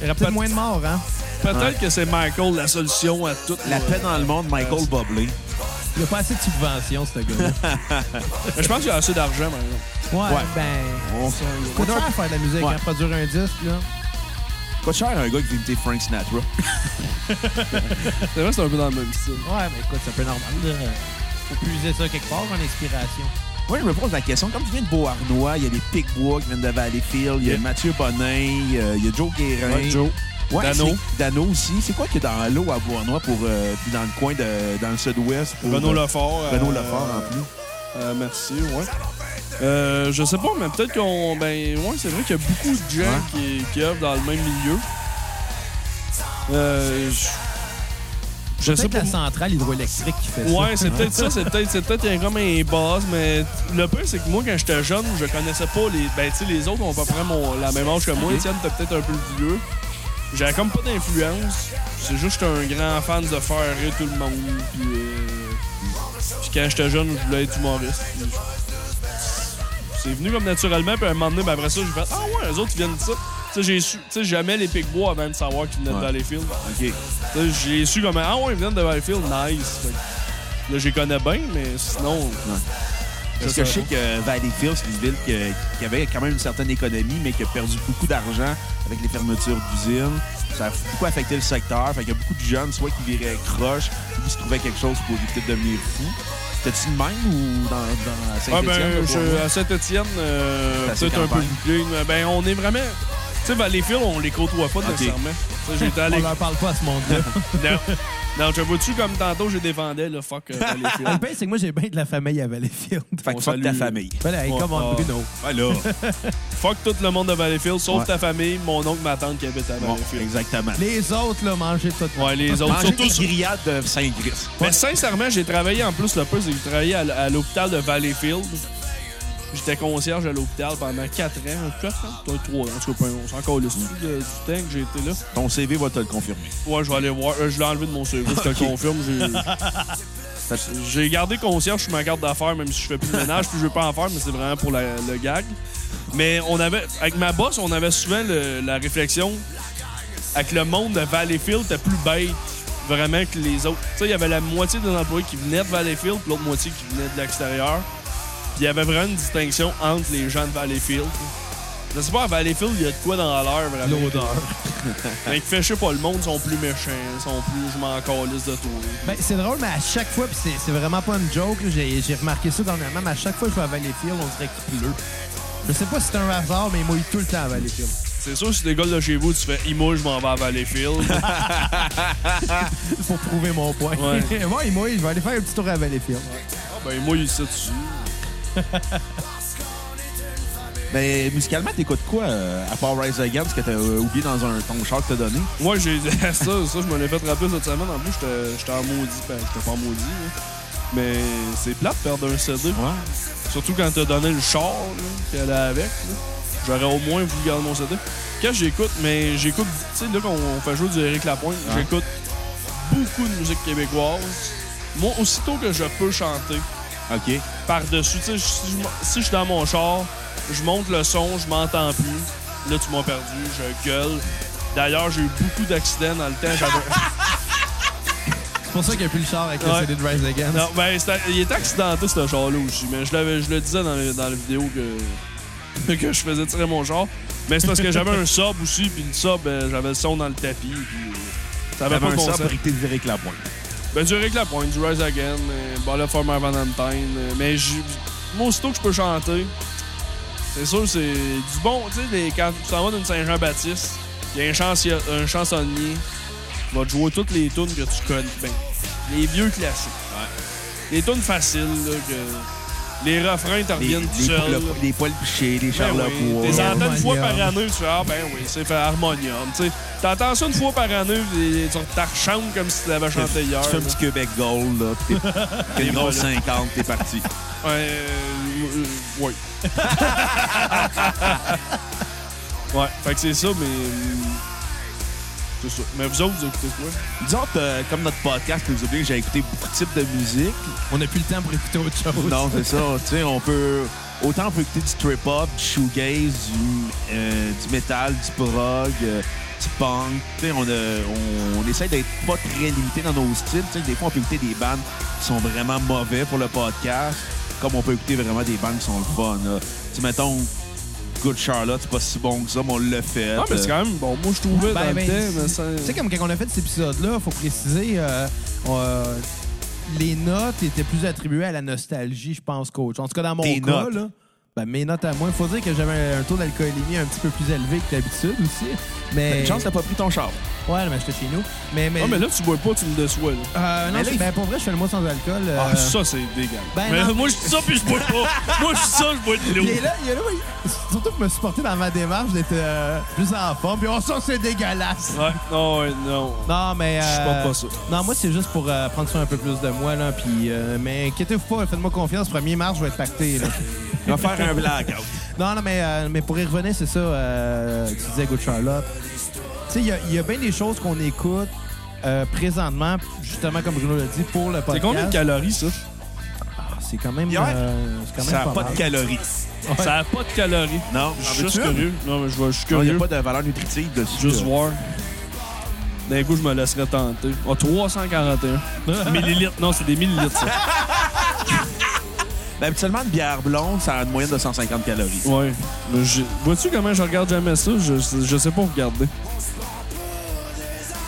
S3: Il y aurait peut-être moins de morts, hein?
S4: Peut-être que c'est Michael la solution à tout.
S1: La
S4: là.
S1: paix dans le monde, Michael Bublé.
S3: Il n'y a pas assez de subventions, ce gars-là.
S4: Mais Je pense qu'il a assez d'argent, par exemple.
S3: Ouais,
S1: Ouais.
S3: ben.
S1: On-
S3: C'est pas cher faire de la musique,
S1: Ouais.
S3: hein, produire un disque, là.
S1: Coûte cher un gars qui veut imiter Frank Sinatra.
S4: C'est vrai, c'est un peu dans le même style.
S3: Ouais, mais écoute, c'est un peu normal. là. Faut puiser ça quelque part en inspiration.
S1: Moi, je me pose la question. Comme tu viens de Beauharnois, il y a des Picbois qui viennent de Valleyfield, il y a
S4: Yeah.
S1: Mathieu Bonin, euh, il y a Joe Guérin.
S4: Ouais, Joe.
S1: Ouais,
S4: Dano.
S1: c'est- Dano aussi. C'est quoi qui est dans l'eau à Beauharnois pour euh, puis dans le coin de dans le sud-ouest pour
S4: Renaud
S1: euh,
S4: Lefort.
S1: Renaud
S4: euh,
S1: Lefort en plus.
S4: Euh, merci, ouais. Euh, je sais pas, mais peut-être qu'on. Ben, ouais, c'est vrai qu'il y a beaucoup de gens
S1: Ouais.
S4: qui, qui œuvrent dans le même milieu. Euh, je- je sais
S3: Peut-être
S4: pas.
S3: la centrale hydroélectrique qui fait ça.
S4: Ouais, c'est peut-être ça, c'est peut-être c'est peut-être comme un buzz, mais le pire c'est que moi quand j'étais jeune, je connaissais pas les ben tu sais les autres ont pas près mon la même âge que moi, Étienne t'as peut-être un peu le vieux. J'avais comme pas d'influence, c'est juste que j'étais un grand fan de faire rire tout le monde puis, euh, puis quand j'étais jeune, je voulais être humoriste. puis je- C'est venu comme naturellement puis à un moment donné, ben après ça, j'ai fait ah ouais, les autres ils viennent de ça. Tu sais, j'ai su, tu sais, jamais les Picbois avant de savoir qu'ils venaient
S1: Ouais.
S4: de Valleyfield.
S1: OK.
S4: Là, J'ai su comme ah ouais, ils viennent de Valleyfield, nice. Fait que, Là, j'y connais bien, mais sinon.
S1: Parce que je sais que Valleyfield, c'est une ville que- qui avait quand même une certaine économie, mais qui a perdu beaucoup d'argent avec les fermetures d'usines. Ça a beaucoup affecté le secteur. Fait qu'il y a beaucoup de jeunes, soit qui viraient croche, ou qui se trouvaient quelque chose pour éviter de devenir fou. C'était-tu de même ou dans, dans
S4: Ah,
S1: Saint-Étienne? là,
S4: ben,
S1: pour
S4: je-
S1: vous?
S4: à Saint-Etienne,
S1: C'est assez
S4: peut-être un peu
S1: campagne.
S4: bouclé. mais Ben, on est vraiment. Tu sais, Valleyfield, on les côtoie pas nécessairement. Tu sais, J'étais allé.
S3: On leur parle pas à ce monde-là.
S4: non. Non, tu vois-tu comme tantôt, je défendais, le fuck euh,
S3: le
S4: Valleyfield.
S3: pire, c'est que moi, j'ai bien de la famille à Valleyfield.
S1: Fait
S4: on
S1: que fuck
S4: salue-
S1: ta famille.
S3: Voilà, hey,
S4: Ouais,
S3: come on,
S4: ah.
S3: Bruno.
S1: Voilà.
S4: fuck tout le monde de Valleyfield, sauf
S1: Ouais.
S4: ta famille, mon oncle, ma tante qui habite à
S1: Bon,
S4: Valleyfield.
S1: exactement.
S3: Les autres, là, mangez tout.
S4: Ouais, les autres.
S1: Manger
S4: Surtout
S1: des grillades de Saint-Gris.
S4: Mais sincèrement, j'ai travaillé en plus le peu, c'est que j'ai travaillé à, l- à l'hôpital de Valleyfield. J'étais concierge à l'hôpital pendant 4 ans, 4 ans, 3 ans, en tout cas, peu- on s'en encore le du temps que j'ai été là.
S1: Ton CV va te le confirmer.
S4: Ouais, je vais aller voir. Euh, je l'ai enlevé de mon CV, je te le confirme. j'ai- J'ai gardé concierge sur ma carte d'affaires, même si je fais plus le ménage, puis je veux pas en faire, mais c'est vraiment pour la- le gag. Mais on avait, avec ma boss, on avait souvent le- la réflexion avec le monde de Valleyfield, t'es plus bête vraiment que les autres. Tu sais, il y avait la moitié des employés qui venaient de Valleyfield, puis l'autre moitié qui venait de l'extérieur. Puis il y avait vraiment une distinction entre les gens de Valleyfield. Je sais pas, à Valleyfield, il y a de quoi dans l'air, vraiment.
S3: L'odeur.
S4: Mais que fais chier pas le monde, sont plus méchants, sont plus je m'en calisse de toi.
S3: Ben, c'est drôle, mais à chaque fois, puis c'est- c'est vraiment pas une joke, là, j'ai j'ai remarqué ça dernièrement, mais à chaque fois que je vais à Valleyfield, on dirait qu'il pleut. Je sais pas si c'est un hasard, mais il mouille tout le temps à Valleyfield.
S4: C'est sûr, si t'es gars de chez vous, tu fais Imo, je m'en vais à Valleyfield. Ah,
S3: Pour prouver mon point.
S4: Ouais.
S3: Moi, il mouille, je vais aller faire un petit tour à Valleyfield.
S4: Ah, ben, moi, il sait dessus.
S1: Mais musicalement, t'écoutes quoi, euh, à part Rise Against, que t'as euh, oublié dans un ton char que t'as donné?
S4: Moi, j'ai. ça, ça, je me l'ai fait rappeler cette semaine. En plus, j'étais- j'étais en maudit. Ben, j'étais pas en maudit, là. Mais c'est plate de perdre un CD. Surtout quand t'as donné le char, là, qu'elle a avec. là. J'aurais au moins voulu garder mon CD. Quand j'écoute, mais j'écoute, tu sais, là, qu'on on fait jouer du Eric Lapointe, j'écoute beaucoup de musique québécoise. Moi, aussitôt que je peux chanter,
S1: OK.
S4: par-dessus. Tu sais, si je m- si je suis dans mon char, je monte le son, je m'entends plus. Là, tu m'as perdu, je gueule. D'ailleurs, j'ai eu beaucoup d'accidents dans le temps. J'avais-
S3: C'est pour ça qu'il n'y a plus le char avec le
S4: Ouais.
S3: CD de Rise Against.
S4: non, ben, c'était- il était accidenté, ce char-là aussi. Mais je, l'avais- je le disais dans, le- dans la vidéo que, que je faisais tirer mon char. Mais c'est parce que j'avais un sub aussi, puis le sub, ben, j'avais le son dans le tapis. Puis, euh, ça avait
S1: T'avais
S4: pas
S1: un
S4: de bon
S1: sort
S4: sens.
S1: briqueté de Eric Lapointe.
S4: Ben, du Rick Lapointe, du Rise Again, euh, Ball of Former Valentine. euh, mais j'ai- moi, aussitôt que je peux chanter, c'est sûr, c'est du bon. Tu sais, les- quand tu t'en vas d'une Saint-Jean-Baptiste, il y a un, chancio- un chansonnier qui va te jouer toutes les tunes que tu connais. Ben, les vieux classiques. Les tunes faciles, là, que les refrains te
S1: Les,
S4: reviennent tout
S1: les,
S4: seul. là.
S1: le- les poils pichés, les
S4: Ben
S1: charlots
S4: oui, Des
S3: ouais.
S4: centaines de fois par
S3: Harmonium.
S4: année, tu fais Ah, ben oui, c'est fait harmonium. Tu sais, t'entends ça une fois par année, puis tu rechantes comme si tu l'avais
S1: Tu
S4: chanté
S1: fais
S4: hier.
S1: un
S4: là.
S1: petit Québec Gold, là. pis t'es- T'es une grosse 50, t'es parti.
S4: Ouais, euh, euh, ouais. ouais, fait que c'est ça, mais. euh, C'est ça. Mais vous autres, vous écoutez quoi?
S1: Disons, euh, comme notre podcast, vous oubliez que j'ai écouté beaucoup de types de musique.
S3: On n'a plus le temps pour écouter autre chose.
S1: Non, c'est ça. Tu sais, on peut. Autant on peut écouter du trip-hop, du shoegaze, du, euh, du metal, du prog, euh, du punk. Tu sais, on, a- on, on essaie d'être pas très limité dans nos styles. Tu sais, des fois, on peut écouter des bandes qui sont vraiment mauvais pour le podcast, comme on peut écouter vraiment des bandes qui sont le fun. là. Tu sais, mettons, Good Charlotte, c'est pas si bon que ça, mais on l'a fait. euh,
S4: Ah, mais c'est quand même bon. Moi, je trouvais
S3: Ben,
S4: dans
S3: ben,
S4: le temps, mais ça.
S3: Tu sais, comme quand on a fait cet épisode-là, faut préciser, euh, euh, les notes étaient plus attribuées à la nostalgie, je pense, coach. En tout cas, dans mon
S1: Tes
S3: cas,
S1: notes.
S3: là, ben, mes notes à moi, il faut dire que j'avais un taux d'alcoolémie un petit peu plus élevé que d'habitude aussi.
S1: T'as
S3: Mais.
S1: Ben, une chance, t'as pas pris ton char.
S3: Ouais, mais j'étais chez nous. Mais, mais,
S4: Ah, mais là, tu bois pas, tu me déçois. Là.
S3: Euh, non,
S1: Mais là,
S3: je-
S1: il-
S3: ben, pour vrai, je fais le mois sans alcool. euh,
S4: Ah, ça, c'est dégueulasse.
S3: ben
S4: mais
S3: non.
S4: moi, je dis ça, puis je bois pas. moi, je dis ça, je bois de l'eau.
S3: Il est là, il est là, oui. Surtout pour me supporter dans ma démarche d'être euh, plus en forme. Puis, oh, ça, c'est dégueulasse.
S4: Ouais, non, ouais, non.
S3: Non, mais.
S4: Je supporte
S3: euh,
S4: pas ça.
S3: Non, moi, c'est juste pour euh, prendre soin un peu plus de moi, là. Puis, euh, mais inquiétez-vous pas, faites-moi confiance. 1er mars, je vais être pacté, là.
S1: On va faire un blackout.
S3: non, non, mais, euh, mais pour y revenir, c'est ça. euh, tu disais Good Charlotte. Tu sais, il y a- il y a, bien des choses qu'on écoute euh, présentement, justement, comme Bruno l'a dit, pour le podcast.
S4: C'est combien de calories, ça?
S3: Ah, C'est quand même.
S1: Hier,
S3: euh, c'est quand même
S1: Ça n'a pas
S3: mal.
S1: de calories.
S4: Ça a pas de calories.
S1: Non,
S4: Je
S1: j'en
S4: suis
S1: veux-tu
S4: juste
S1: une?
S4: curieux. Non, mais je vois- je
S1: Non,
S4: suis
S1: il n'y
S4: curieux.
S1: a pas de valeur nutritive dessus.
S4: Juste
S1: là.
S4: voir. D'un coup, je me laisserais tenter. Ah, 341 millilitres. Non, c'est des millilitres, ça.
S1: Ben, habituellement, une bière blonde, ça a une moyenne de 150 calories.
S4: Ouais. Mais j'ai- Vois-tu comment je regarde jamais ça? Je, je sais pas regarder.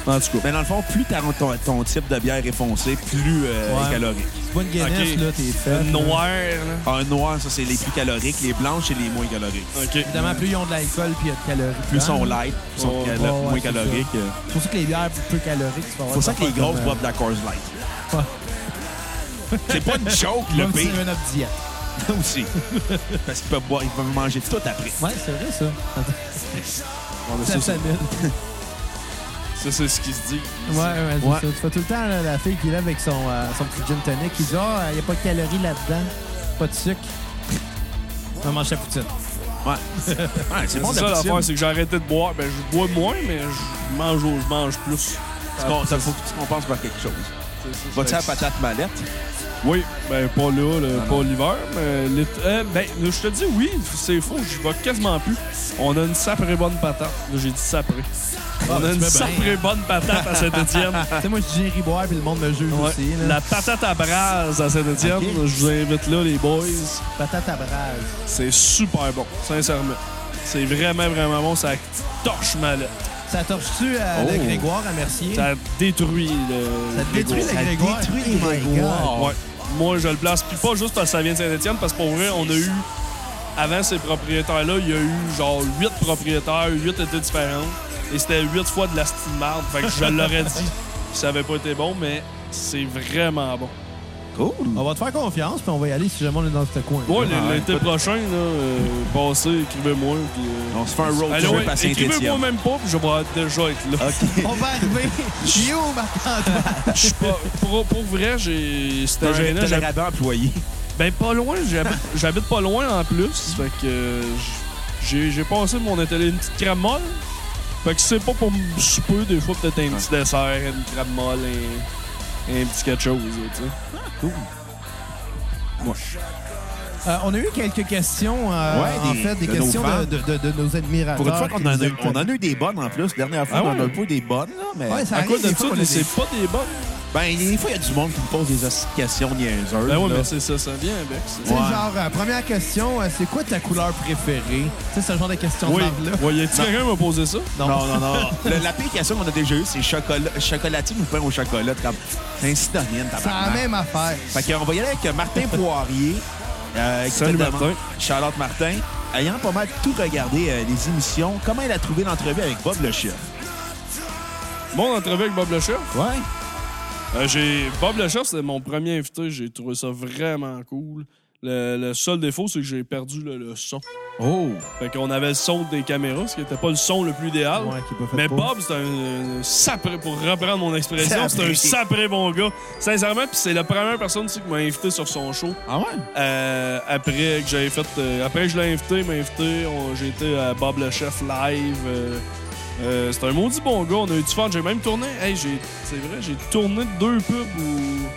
S4: En tout cas.
S1: Mais dans le fond, plus ta- ton, ton type de bière est foncé, plus euh,
S3: Ouais.
S1: est calorique. Ah,
S3: C'est pas une Guinness,
S4: Ok.
S3: là, t'es fait.
S4: Ben, Le noir, là.
S1: Un noir, ça, c'est les plus caloriques. Les blanches, c'est les moins caloriques.
S4: OK.
S3: Évidemment, plus ils ont de l'alcool, puis il y a de calories.
S1: Plus ils
S3: dedans,
S1: sont
S3: là.
S1: light, plus ils sont
S4: Ouais,
S1: calo-
S3: Ah. ouais,
S1: moins
S3: c'est ça.
S1: caloriques. euh.
S3: C'est pour ça que les bières peu caloriques, tu vas avoir
S1: C'est pour ça
S3: des
S1: que les
S3: affaires
S1: grosses
S3: comme, euh,
S1: boivent de la Coors Light.
S3: Ouais.
S1: C'est pas une joke,
S3: euh,
S1: le
S3: comme si
S1: pire.
S3: il y avait notre diète.
S1: aussi. Parce qu'ils peuvent boire, ils peuvent manger tout après.
S3: Ouais, c'est vrai, ça.
S4: Non, mais
S3: Ça,
S4: ça,
S3: ça
S4: c'est-
S3: mène.
S4: ça, c'est ce qui se dit.
S3: Ouais, ouais, c'est
S1: Ouais.
S3: ça. Tu fais tout le temps là, la fille qui est là avec son, euh, son petit gin tonic. qui dit Ah, il n'y a pas de calories là-dedans. Pas de sucre. On mange sa poutine.
S1: Ah. Ouais. Ouais, c'est
S4: C'est
S1: bon hein. de
S4: ça
S1: la
S4: l'affaire,
S1: poutine.
S4: c'est que j'ai arrêté de boire. Ben, je bois moins, mais je mange, je mange plus.
S1: Parce qu'on- ça, faut que tu compenses par quelque chose. Vas-tu à la patate mallette?
S4: Oui, ben pas là, là, pas l'hiver, mais l'été- euh, ben je te dis oui, c'est faux, j'y vais quasiment plus. On a une saprée bonne patate. Là, J'ai dit saprée. On
S3: ben,
S4: a
S3: tu
S4: une
S3: fais
S4: saprée bonne patate à Saint-Étienne.
S3: Tu sais, moi, je dis riboire, puis le monde me juge
S4: Ouais.
S3: aussi. Là.
S4: La patate à brase à Saint-Étienne,
S3: Ok.
S4: je vous invite là les boys.
S3: patate à brase.
S4: C'est super bon, sincèrement. C'est vraiment vraiment bon, ça torche ma lettre.
S3: Ça torche-tu à
S1: Oh.
S3: le Grégoire à Mercier
S4: Ça détruit le
S3: Ça détruit
S4: le
S3: la
S1: Ça
S3: Grégoire.
S1: détruit les
S3: Oh my
S1: Grégoires.
S4: Ouais. Moi, je le place. Puis pas juste parce que ça vient de Saint-Etienne, parce que pour vrai, on a eu. Avant ces propriétaires-là, il y a eu genre 8 propriétaires, 8 étés différents. Et c'était 8 fois de la style marde. Fait que je l'aurais dit si ça avait pas été bon, mais c'est vraiment bon.
S1: Cool.
S3: On va te faire confiance, puis on va y aller si jamais on est dans ce coin.
S4: Moi,
S1: Ah,
S4: l'été prochain, là, euh, passez, écrivez-moi. Puis, euh,
S1: On se fait un road
S4: allez,
S1: trip
S4: ouais,
S1: à
S4: écrivez-moi
S1: Saint-Étienne.
S4: même pas, puis je vais déjà être là.
S1: OK.
S3: On va arriver. You, Marc-Antoine.
S1: Ah,
S4: Je suis pas- pour, pour vrai, j'ai. C'était gênant.
S1: T'as
S4: J'avais-
S1: le rabais employé.
S4: Ben pas loin, j'habite- j'habite pas loin en plus. Fait que euh, j- j'ai j'ai passé mon atelier une petite crème molle. Fait que c'est pas pour me souper, des fois peut-être un petit dessert, une crème molle, un, un petit quelque chose, là, tu sais.
S3: Euh, on a eu quelques questions, euh,
S1: Ouais, des-
S3: en fait, des
S1: de
S3: questions
S1: nos fans.
S3: de, de- de- de nos admirateurs.
S1: Pour une fois qu'on en a,
S3: qui nous
S1: on en a eu des bonnes en plus. Dernière fois,
S4: Ah
S1: on en
S4: ouais?
S1: a un peu des bonnes, là, mais.
S3: Ouais, ça
S4: À quoi
S3: arrive, des fois, qu'on a
S4: d'habitude,
S3: des-
S4: c'est pas des bonnes.
S1: Ben, des fois, il y a du monde qui me pose des questions niaiseuses.
S4: Ben ouais,
S1: là.
S4: mais c'est ça, ça vient avec.
S3: Tu sais,
S1: Ouais.
S3: genre, euh, première question, euh, c'est quoi ta couleur préférée? Tu sais, ce genre de questions
S4: Oui,
S3: de là
S4: voyez tu quelqu'un m'a posé ça?
S1: Non, non, non. Le- la pire question qu'on a déjà eue, c'est chocolat, chocolatine ou pain au chocolat. Comme- C'est un synonyme,
S3: C'est la
S1: tabarnak.
S3: même affaire.
S1: Fait qu'on va y aller avec Martin Poirier. euh, qui
S4: Salut,
S1: te
S4: Martin.
S1: demande- Charlotte Martin. Ayant pas mal tout regardé euh, les émissions, comment elle a trouvé l'entrevue avec Bob le Chef?
S4: Mon entrevue avec Bob Le Chef.
S1: Ouais.
S4: Euh, j'ai Bob Le Chef, c'était mon premier invité. J'ai trouvé ça vraiment cool. Le, le seul défaut, c'est que j'ai perdu le- le son.
S1: Oh.
S4: Fait qu'on avait le son des caméras, ce qui n'était pas le son le plus idéal.
S3: Ouais, qui est pas fait
S4: Mais
S3: pour.
S4: Bob, c'est un, euh, sapré, pour reprendre mon expression, c'est
S1: Sapré.
S4: un sapré bon gars. Sincèrement, puis c'est la première personne aussi qui m'a invité sur son show.
S1: Ah ouais?
S4: Euh, après que j'avais fait. euh, après que je l'ai invité, il m'a invité. on- J'ai été à Bob le Chef live. euh, euh, c'est un maudit bon gars, on a eu du fun. J'ai même tourné. Hey, j'ai- c'est vrai, j'ai tourné deux pubs ou.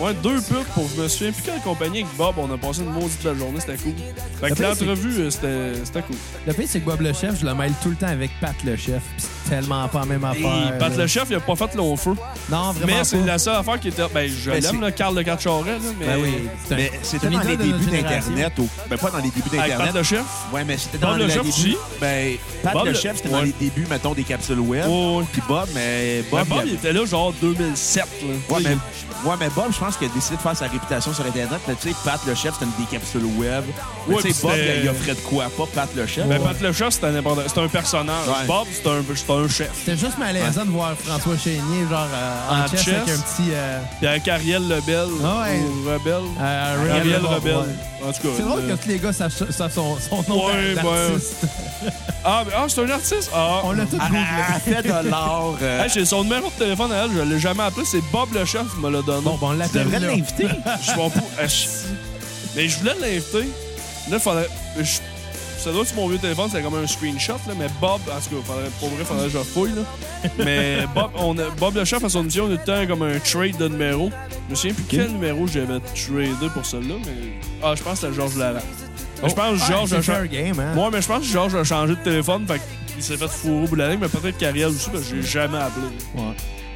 S4: Ouais, deux pubs pour. Je me souviens plus quelle compagnie avec Bob, on a passé une maudite belle journée, c'était cool. Fait
S3: Le
S4: que
S3: pire, c'est-
S4: l'entrevue, euh, c'était c'était cool.
S3: Le pire, c'est que Bob le chef, je le mêle tout le temps avec Pat le chef. Puis tellement pas la même
S4: Et
S3: affaire.
S4: Pat
S3: là.
S4: le chef, il a pas fait long feu.
S3: Non, vraiment
S4: Mais c'est
S3: pas.
S4: la seule affaire qui était. Ben, je
S1: Ben,
S4: l'aime,
S1: c'est-
S4: le Carl de Carcharet, là, mais.
S3: Ben oui. c'est un-
S1: Mais
S3: c'est
S1: c'était
S3: une
S1: dans les
S3: idole de notre
S1: débuts
S3: génération. Ah,
S1: d'Internet. au- Ben, pas dans les débuts
S4: Avec Pat
S1: d'Internet.
S4: le chef.
S1: Ouais, mais c'était dans
S4: Bob
S1: les
S4: le chef
S1: débuts.
S4: aussi.
S1: Ben, Pat
S4: Bob
S1: le
S4: le-
S1: chef, c'était
S4: ouais.
S1: dans les débuts, mettons, des capsules web.
S4: Oh,
S1: Puis Bob, mais Bob.
S4: Ben, Bob,
S1: il-
S4: il était là genre 2007. Là.
S1: Ouais,
S4: Tu sais,
S1: mais, ouais, mais Bob, je pense qu'il a décidé de faire sa réputation sur Internet. Mais tu sais, Pat le chef, c'était une des capsules web. Mais
S4: Ouais,
S1: tu
S4: puis
S1: sais, Bob,
S4: c'était-
S1: il, il offrait de quoi pas Pat le chef.
S4: Ben, Pat le chef, c'est un, indépendant- c'est un personnage.
S1: Ouais.
S4: Bob, c'est un, c'est un chef.
S3: C'était juste malaisant de voir François Chénier, genre, euh, en,
S4: En
S3: chess,
S4: chess.
S3: avec un petit... euh,
S4: Puis avec Ariel Lebel.
S3: Ah ouais.
S4: Ou Rebelle.
S3: euh,
S4: Ariel
S3: Rebel,
S4: Rebelle.
S3: ouais.
S4: En tout cas.
S3: C'est drôle
S4: euh,
S3: que tous les gars savent, savent son, son nom
S4: Ouais,
S3: d'artiste.
S4: Ah, ben, ah, c'est un artiste? Ah.
S3: On l'a tous
S1: Ah,
S3: googlé.
S1: ah, ah, fait de l'art. euh,
S4: Hey, j'ai son numéro de téléphone à elle, je l'ai jamais appelé, c'est Bob le chef qui me l'a donné.
S3: Bon, ben, on
S1: tu
S3: l'appelle
S1: devrais
S3: là.
S1: l'inviter.
S4: Je m'en fous. Ah, je- Mais je voulais l'inviter. Là, faudrait. je- Ça doit être sur mon vieux téléphone, c'est comme un screenshot, là, mais Bob, en tout cas, faudrait, pour vrai, faudrait que je fouille. Là. Mais Bob, on a- Bob le chef à son émission, on a tout le temps comme un trade de numéros. Je me souviens plus quel numéro j'avais tradé pour celle-là, mais. Ah, je pense que c'était Georges Lalanne. Mais je pense que
S3: Ah,
S4: Georges
S3: c'est
S4: a
S3: fair
S4: changé.
S3: game, hein?
S4: Moi, mais je pense que Georges a changé de téléphone, fait qu'il s'est fait fourrer au bout de la ligne, mais peut-être qu'Ariel aussi, parce que j'ai jamais appelé.
S3: Ouais.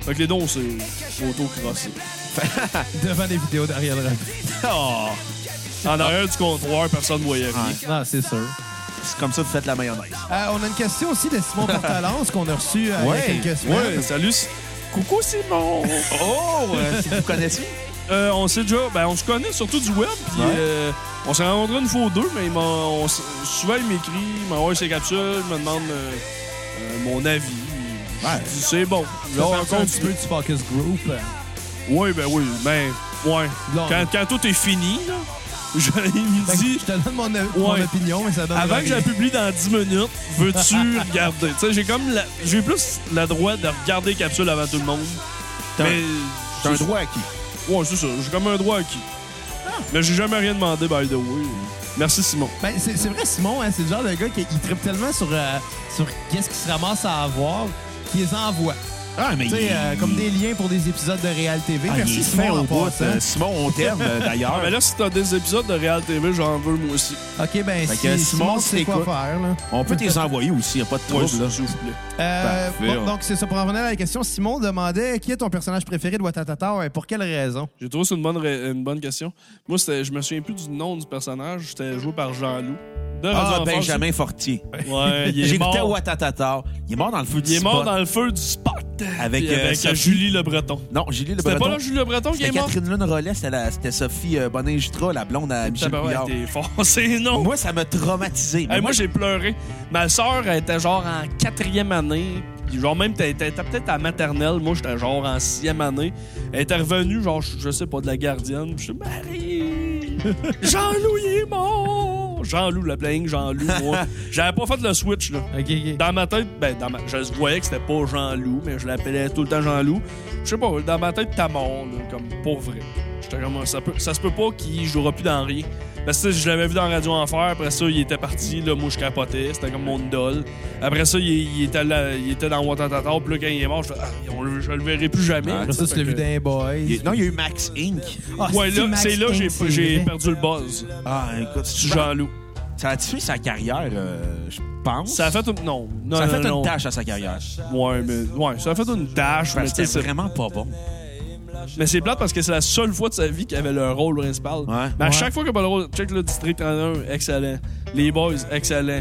S4: Fait que les dons, c'est autocrossé.
S3: Devant des vidéos d'Ariel Rebel.
S1: Oh,
S4: En
S3: Ah.
S4: arrière du comptoir, personne ne voyait rien.
S3: Non, c'est sûr.
S1: c'est comme ça que vous faites la mayonnaise.
S3: Euh, on a une question aussi de Simon Portalance qu'on a reçue euh,
S1: Ouais,
S3: il y a quelques semaines.
S4: Ouais, salut. S- Coucou Simon.
S1: Oh, euh, si vous connaissez.
S4: Euh, on sait déjà, ben on se connaît surtout du web. Puis
S1: Ouais.
S4: euh, on s'est rencontrés une fois ou deux, mais il m'a- on s- souvent il m'écrit, il m'envoie ses capsules, il me demande euh, euh, mon avis.
S1: Ouais.
S4: Je dis, C'est bon. Là,
S3: Ça
S4: on
S3: fait un petit peu
S4: continue.
S3: du focus group.
S4: Oui, ben oui, ben ouais.
S3: Non.
S4: Quand, quand tout est fini, là, je lui
S3: Fait que Ben,
S4: dis.
S3: je te donne mon, euh, mon
S4: Ouais.
S3: opinion, mais ça donne
S4: Avant
S3: rien.
S4: que je la publie dans 10 minutes, veux-tu regarder? Tu sais, j'ai comme la- j'ai plus le droit de regarder capsule avant tout le monde.
S1: T'as un-
S4: Mais
S1: T'as un droit acquis.
S4: Ouais, c'est ça. J'ai comme un droit acquis.
S1: Ah.
S4: Mais j'ai jamais rien demandé, by the way. Merci, Simon.
S3: Ben, c'est c'est vrai, Simon, hein, c'est le genre de gars qui il tripe tellement sur, euh, sur qu'est-ce qu'il se ramasse à avoir qu'il les envoie.
S1: Ah, mais
S3: Tu sais, euh, comme des liens pour des épisodes de Real TV.
S1: Ah, il
S3: Merci,
S1: est fin
S3: Simon, en
S1: au bout.
S3: passant.
S1: euh, Simon, on t'aime, euh, d'ailleurs.
S4: Ah, mais là, si t'as des épisodes de Real TV, j'en veux moi aussi.
S3: OK, ben,
S1: Fait
S3: si,
S1: que
S3: Simon,
S1: Simon,
S3: tu sais
S1: c'est
S3: quoi
S1: quoi?
S3: faire, là.
S1: On peut les envoyer aussi, y a pas de
S4: Ouais,
S1: trouble. là.
S4: s'il vous plaît.
S3: Euh,
S1: Parfait,
S3: bon,
S1: on-
S3: donc, c'est ça. Pour en revenir à la question, Simon demandait qui est ton personnage préféré de Watatata et pour quelle raison?
S4: J'ai trouvé c'est une bonne, ra- une bonne question. Moi, c'était- je me souviens plus du nom du personnage. J'étais joué par Jean-Loup. De Radio
S1: Ah,
S4: Enfance.
S1: Benjamin Fortier.
S4: Ouais, il est
S1: J'écoutais
S4: mort.
S1: Ouattatatar. Il est mort dans le feu du
S4: Il est mort
S1: spot.
S4: dans le feu du spot.
S1: Avec,
S4: Puis
S1: euh,
S4: avec
S1: Sophie.
S4: Julie Le Breton.
S1: Non, j'ai lu le
S4: C'était
S1: breton.
S4: pas là Julie Le Breton qui est
S1: C'était
S4: mort?
S1: Catherine Lune Rollet, c'était la- c'était Sophie euh, Bonin-Jutra, la blonde à Michel
S4: Tabarouette,
S1: Bouillard.
S4: t'es fort. C'est non.
S1: Moi, ça m'a traumatisé. Mais
S4: Hey, moi, j'ai pleuré. Ma sœur elle était genre en quatrième année. Puis Genre, même, t'étais t'étais peut-être à la maternelle. Moi, j'étais genre en sixième année. Elle était revenue, genre, je je sais pas, de la gardienne. Puis je suis Marie! Jean-Loup, il est mort! Jean-Loup, le playing Jean-Loup, moi. J'avais pas fait le switch, là.
S3: OK, OK.
S4: Dans ma tête, ben, dans ma... je voyais que c'était pas Jean-Loup, mais je l'appelais tout le temps Jean-Loup. Je sais pas, dans ma tête, t'as mort, là, comme pour vrai. J'étais comme, ça, peut... ça se peut pas qu'il jouera plus dans rien. Parce que tu sais, je l'avais vu dans Radio Enfer, après ça, il était parti, là, moi, je capotais, c'était comme mon idole. Après ça, il, il était, là, il était dans Watatata, puis là, quand il est mort, je fais, ah, on le- je le verrai plus jamais.
S1: Ah,
S3: Après ça, tu l'as vu dans les boys.
S1: il y a- Non, il y a eu Max Inc.
S3: Ah,
S4: Ouais,
S3: c'est-tu
S4: là,
S3: Max
S4: c'est là que j'ai-
S3: Inc, c'est
S4: j'ai
S3: vrai.
S4: perdu le buzz.
S1: Ah, écoute,
S4: C'est
S1: c'est
S4: Jean-Loup.
S1: Ça a tué sa carrière, euh, je pense.
S4: Ça a fait une. Non, non,
S1: Ça a fait
S4: non,
S1: une
S4: non.
S1: tâche à sa carrière.
S4: Ouais, mais. Ouais, ça a fait une tâche,
S1: Parce
S4: mais tu
S1: que
S4: sais, c'est-
S1: c'était vraiment pas bon.
S4: Mais c'est plate parce que c'est la seule fois de sa vie qu'il avait le rôle principal.
S1: Ouais.
S4: Mais à
S3: Ouais.
S4: chaque fois qu'il a pas le rôle, check le District 31, excellent. Les Boys, excellent.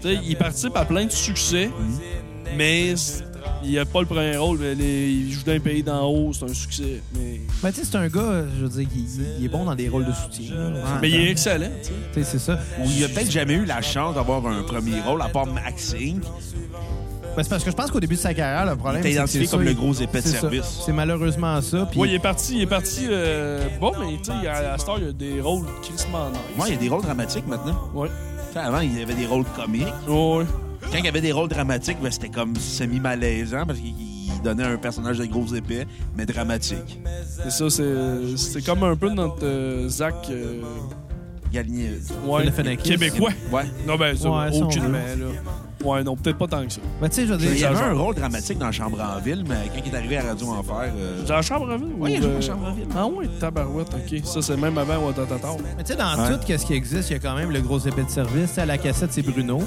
S4: Tu sais, il participe à plein de succès, mais c- il a pas le premier rôle. mais les- il joue dans un pays d'en haut, c'est un succès. Mais,
S3: Ben, tu sais, c'est un gars, je veux dire, il, il est bon dans des rôles de soutien. là.
S4: mais il est excellent. tu sais.
S3: Tu sais, c'est ça. Ben,
S1: Ou il a peut-être jamais eu la chance d'avoir un premier rôle, à part Max Inc.
S3: Ben, c'est parce que je pense qu'au début de sa carrière, le problème.
S1: Il était
S3: c'est que
S1: identifié
S3: c'est
S1: comme
S3: ça,
S1: le
S3: il-
S1: gros épais de
S3: c'est ça.
S1: service.
S3: C'est malheureusement ça. Puis
S4: Ouais, il est parti, il est parti. euh, bon, mais tu sais, à la star, il y a des rôles crissement
S1: Moi, il y
S4: nice.
S1: a des rôles dramatiques maintenant.
S4: Ouais.
S1: Tu sais, Avant, il y avait des rôles comiques.
S4: Ouais.
S1: Quand il y avait des rôles dramatiques, ben, c'était comme semi-malaisant parce qu'il il donnait un personnage de gros épais, mais dramatique.
S4: C'est ça, c'est- c'est comme un peu notre euh, Zach euh,
S1: Gagné.
S4: ouais,
S3: Funakis.
S4: québécois.
S1: Ouais.
S4: Non, ben, ça,
S3: Ouais, ça, on
S4: aucune,
S3: veut.
S4: mais là. Ouais, non, peut-être pas tant que ça.
S3: Ben, tu sais, je veux dire.
S1: Il y avait
S4: Genre-
S1: un rôle dramatique dans Chambre en Ville, mais quand il est arrivé à Radio Enfer. euh,
S4: Dans la chambre à ville?
S1: Ouais,
S4: ou,
S1: il joue dans la
S4: euh,
S1: chambre à ville.
S4: Ah ouais, tabarouette, ok. Ça, c'est même avant Ouattatata.
S3: Mais tu sais, dans
S1: Ouais.
S3: tout quest ce qui existe, il y a quand même le gros épais de service. Tu sais, À la cassette, c'est Bruno.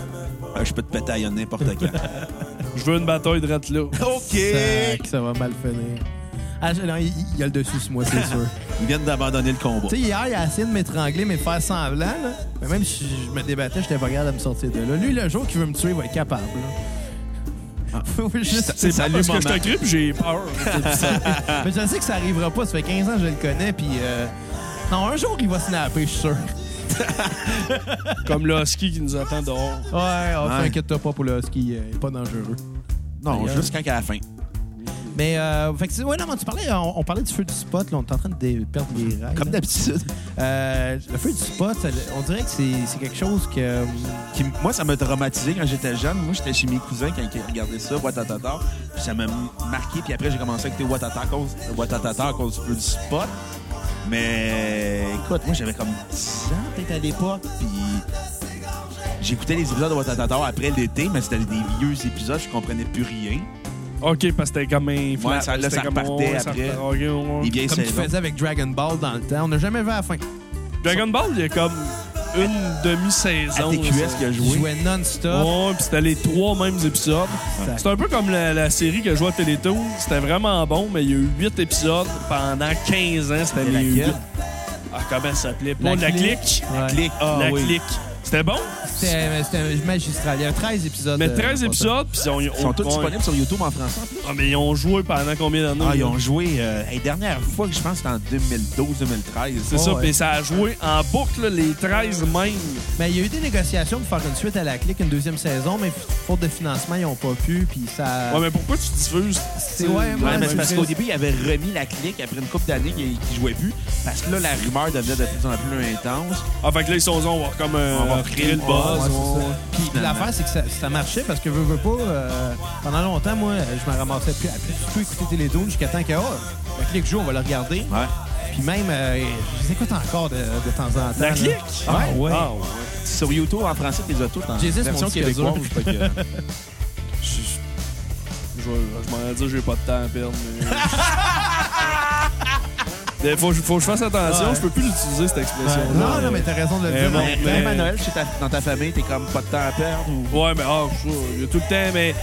S1: euh, je peux te péter à n'importe quand.
S4: Je veux une bataille de ratelas.
S1: OK!
S3: Tac, ça va mal finir. Ah, je- non, il, il y a le dessus sur moi, c'est sûr.
S1: Ils viennent d'abandonner le combat.
S3: tu sais, hier, il a essayé de m'étrangler, mais de faire semblant. Là. Mais même si je me débattais, j'étais pas capable de me sortir de là. Lui, le jour qu'il veut me tuer, il va être capable. là. Faut juste-
S4: C'est pas
S1: Salut,
S4: parce que
S1: maman.
S4: je t'agrée puis j'ai peur.
S3: mais je sais que ça arrivera pas. Ça fait 15 ans que je le connais, puis... euh, Non, un jour, il va snapper, je suis sûr.
S4: Comme le husky qui nous attend dehors.
S3: Ouais, oh,
S1: Ouais.
S3: t'inquiète pas pour le ski, il est pas dangereux.
S1: Non,
S3: D'ailleurs.
S1: juste quand qu'à la fin.
S3: Mais, euh, fait que, c'est- ouais, non, mais tu parlais, on, on parlait du feu du spot, là, on est en train de dé- perdre les rails.
S1: Comme
S3: là.
S1: d'habitude.
S3: Euh, le feu du spot, ça- on dirait que c'est c'est quelque chose que. euh,
S1: Qui- moi, ça m'a traumatisé quand j'étais jeune. Moi, j'étais chez mes cousins quand ils regardaient ça, Watatata. Puis ça m'a marqué. Puis après, j'ai commencé à écouter Watatata à cause, Watatata à cause du peu du spot. Mais écoute, moi, j'avais comme 10 ans peut-être à l'époque. Puis j'écoutais les épisodes de Watatata après l'été, mais c'était des vieux épisodes. Je comprenais plus rien.
S4: OK, parce que c'était comme un flat,
S1: ça- là,
S4: c'était
S1: ça
S4: comme,
S1: repartait
S4: ouais, ça
S1: après.
S4: repart- ok, ouais.
S1: Les vieilles
S3: Comme tu
S1: saisons.
S3: faisais avec Dragon Ball dans le temps. On n'a jamais vu à la fin.
S4: Dragon Ball, il y a comme une demi-saison. là,
S1: ATQS
S4: ça.
S1: qui a
S3: Tu
S1: joué.
S3: jouais non-stop.
S4: Ouais, puis c'était les trois mêmes épisodes.
S3: Ça-
S4: C'est un peu comme la, la série que je vois à Télétoon. C'était vraiment bon, mais il y a eu huit épisodes pendant 15 ans. C'était
S1: C'était
S4: les
S1: laquelle?
S4: huit. Ah, comment ça s'appelait? Pas la,
S3: clique.
S4: clique.
S3: Ouais.
S1: Click. Ah,
S4: la
S1: oui.
S4: clique. C'était bon,
S3: C'était c'était magistral. Il y a 13 épisodes.
S4: mais
S3: euh,
S4: 13
S3: pour
S4: épisodes, puis ils ont,
S1: Ils sont tous
S4: on-
S1: disponibles sur YouTube en français. en plus.
S4: Ah, mais ils ont joué pendant combien d'années?
S1: Ah, ils
S4: là?
S1: ont joué. Euh, hey, dernière fois que je pense, c'était en 2012-2013.
S4: C'est ça,
S3: Ouais.
S4: puis ça a joué en boucle là, les 13 mêmes.
S3: ça. Mais il y a eu des négociations pour faire une suite à la clique, une deuxième saison, mais faute de financement, ils n'ont pas pu. Puis ça.
S4: Ouais, mais pourquoi tu diffuses?
S3: C'est- ouais,
S1: Ouais,
S3: ouais,
S1: mais
S3: c'est
S1: c'est parce
S3: triste.
S1: qu'au début, il avait remis la clique après une couple d'années qu'il qu'il jouait plus. Parce que là, la rumeur devenait de plus en plus intense.
S4: Ah, fait que là, ils sont on va comme euh,
S1: On va
S4: créer
S1: recréer
S4: le
S1: le
S3: Ouais,
S4: buzz.
S3: c'est ça.
S1: ouais.
S3: Puis l'affaire, c'est que ça, ça marchait parce que veux, veux pas. euh, pendant longtemps, moi, je me ramassais plus à plus du tout écouter Télétoon jusqu'à temps que, oh, la clique joue, on va la regarder.
S1: Ouais.
S3: Puis même, euh, je les écoute encore de, de temps en temps.
S4: La
S3: là.
S4: clique?
S3: Ah ouais.
S4: Ah,
S1: Sur YouTube, en français, t'es autos en
S3: Jesus,
S1: version
S3: mon petit
S1: québécoise.
S3: Kazoo.
S1: fait que-
S4: Je, je- je- je m'en vais dire j'ai pas de temps à perdre. Mais... Mais faut, faut que je fasse attention,
S3: Ouais.
S4: je peux plus l'utiliser cette expression.
S3: Non, non, mais t'as raison de le
S4: Eh
S3: dire.
S4: bon,
S3: mais-
S1: Mais
S4: mais-
S1: même à Noël, chez ta- dans ta famille, t'es comme pas de temps à perdre ou.
S4: Ouais, mais ah, je sais pas, il y a tout le temps, mais.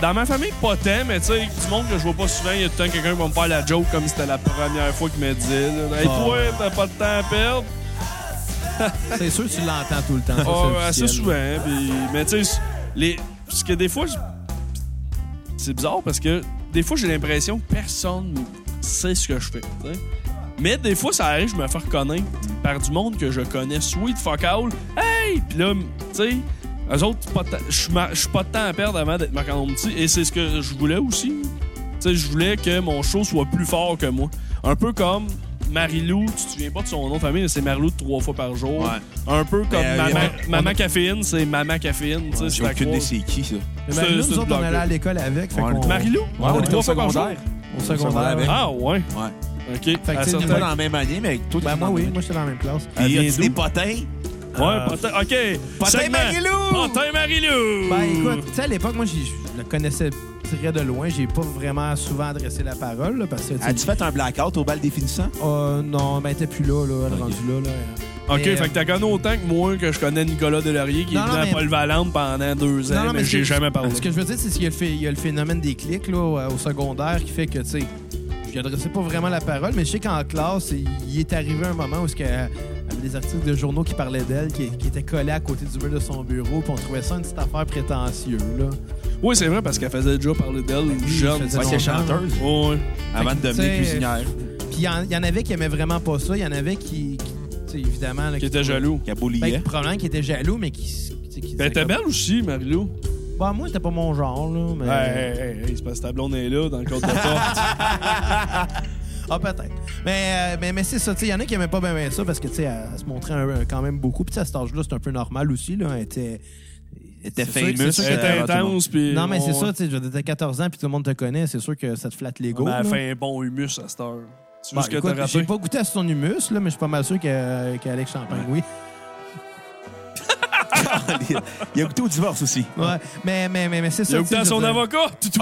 S4: Dans ma famille, pas tant, mais tu sais, du monde que je vois pas souvent, il y a tout le temps quelqu'un qui va me faire la joke comme c'était la première fois qu'il me dit. Là. Hey,
S3: Ah.
S4: toi, t'as pas de temps à perdre?
S3: C'est sûr, tu l'entends tout le temps. ça, c'est
S4: Ah, assez
S3: officiel.
S4: souvent. hein, puis- mais tu sais, les... parce que des fois, je- c'est bizarre parce que des fois, j'ai l'impression que personne sait ce que je fais. tu sais. Mais des fois, ça arrive, je me fais reconnaître par du monde que je connais. Sweet fuck all. Hey! Puis là, tu sais, eux autres, pas de temps- je suis ma- je suis pas de temps à perdre avant d'être Marc-André Petit. Et c'est ce que je voulais aussi. Tu sais, je voulais que mon show soit plus fort que moi. Un peu comme Marilou, tu te souviens pas de son nom de famille, mais c'est Marilou de trois fois par jour.
S1: Ouais.
S4: Un peu comme
S1: euh,
S4: Maman,
S1: y a-
S4: Maman Caféine, c'est Maman Caféine. tu sais,
S1: J'ai
S4: c'est à
S1: aucune
S4: croire.
S1: idée c'est qui, ça.
S3: Mais
S4: C'est-
S3: Marie-Lou,
S4: c'est
S3: nous
S4: une
S3: autres, on
S4: blague.
S3: allait à l'école avec. Fait
S1: Ouais,
S3: qu'on-
S4: Marilou?
S1: Ouais,
S4: On est
S1: on était
S4: trois
S1: au
S4: fois par jour?
S1: secondaire.
S3: Au secondaire.
S1: avec.
S3: ouais.
S4: Ah ouais,
S1: Ouais.
S4: ok.
S3: Fait que
S4: À
S1: T'es
S3: tu sais,
S4: certains-
S1: pas dans la même année, mais toi, t'es
S3: Ben,
S1: dans
S3: moi,
S1: la
S3: oui.
S1: même
S3: Moi, j'étais dans la même classe.
S1: année.
S4: Elle
S1: Et
S4: vient
S1: tu
S4: d'où?
S1: des potins?
S4: Ouais, Potin, ok.
S1: Ah, Potin
S4: Segment.
S1: Marilou!
S4: Potin Marilou!
S3: Ben écoute, tu sais, à l'époque, moi, j'ai- je le connaissais très de loin. J'ai pas vraiment souvent adressé la parole, là, parce que... tu sais,
S1: As-tu fait un blackout au bal définissant?
S3: Euh, non, ben, elle était plus là, là, elle est rendue là, là.
S4: Ok,
S3: Mais, euh,
S4: fait que t'as connu autant que moi que je connais Nicolas Delaurier qui
S3: Non,
S4: est venu
S3: non,
S4: à
S3: mais-
S4: Paul Valente pendant deux ans,
S3: Non, non,
S4: mais,
S3: ce
S4: j'ai
S3: que-
S4: jamais parlé.
S3: Ce que je veux dire, c'est qu'il y, a le phé- il y a le phénomène des clics là, au au secondaire qui fait que, tu sais, je lui adressais pas vraiment la parole, mais je sais qu'en classe, il il est arrivé un moment où ce que, euh, il y avait des articles de journaux qui parlaient d'elle, qui, qui étaient collés à côté du mur de son bureau, puis on trouvait ça une petite affaire prétentieuse, là.
S4: Oui, c'est vrai parce qu'elle faisait déjà parler d'elle
S3: Ben oui,
S4: jeune.
S3: elle faisait
S1: Ouais, c'est
S3: longtemps.
S1: chanteuse.
S4: Ouais.
S1: Avant de
S3: que,
S1: devenir
S3: tu sais,
S1: cuisinière.
S3: Puis il y, en- il y en avait qui aimaient vraiment pas ça, il y en avait qui, qui, tu sais, évidemment... Là,
S4: Qui était jaloux. hein?
S1: Qui a
S3: Ben, qui,
S1: boulié.
S3: probablement qui était jaloux, mais qui... s- tu sais, qui
S4: Ben,
S3: disait
S4: t'es
S3: comme-
S4: belle aussi, Marilou.
S3: Bah, moi, c'était pas mon genre, là, mais...
S4: Hey, hey, hey, c'est parce que ta blonde est là dans le code de porte.
S3: Ah, peut-être. Mais, euh, mais, mais c'est ça, tu sais, il y en a qui aimaient pas bien ça parce que, tu sais, elle, elle se montrait un- un- quand même beaucoup. Puis, tu sais, à cet âge-là, c'est un peu normal aussi, là. Elle était.
S1: était
S3: c'est sûr que-
S1: famous,
S3: c'est sûr
S4: Elle hein.
S3: que-
S4: était
S1: avant tout le monde.
S4: intense. Puis
S3: Non, mais c'est
S4: on-
S3: ça, tu sais, je veux dire, t'as 14 ans puis tout le monde te connaît, c'est sûr que ça te flatte l'ego.
S4: Mais elle
S3: là.
S4: fait un bon humus à cette heure. C'est
S1: Ben,
S3: Bah,
S4: juste que
S3: écoute,
S4: t'as
S3: J'ai
S4: rappelé.
S3: pas goûté à son humus, là, mais je suis pas mal sûr que- euh, qu'Alex Champagne, oui.
S1: Il a goûté au divorce aussi.
S3: Ouais, mais, mais, mais, mais c'est ça.
S4: Il a
S3: tu sais,
S4: goûté
S3: je
S4: à
S3: veux
S4: son
S3: dire-
S4: avocat. Tout, tout,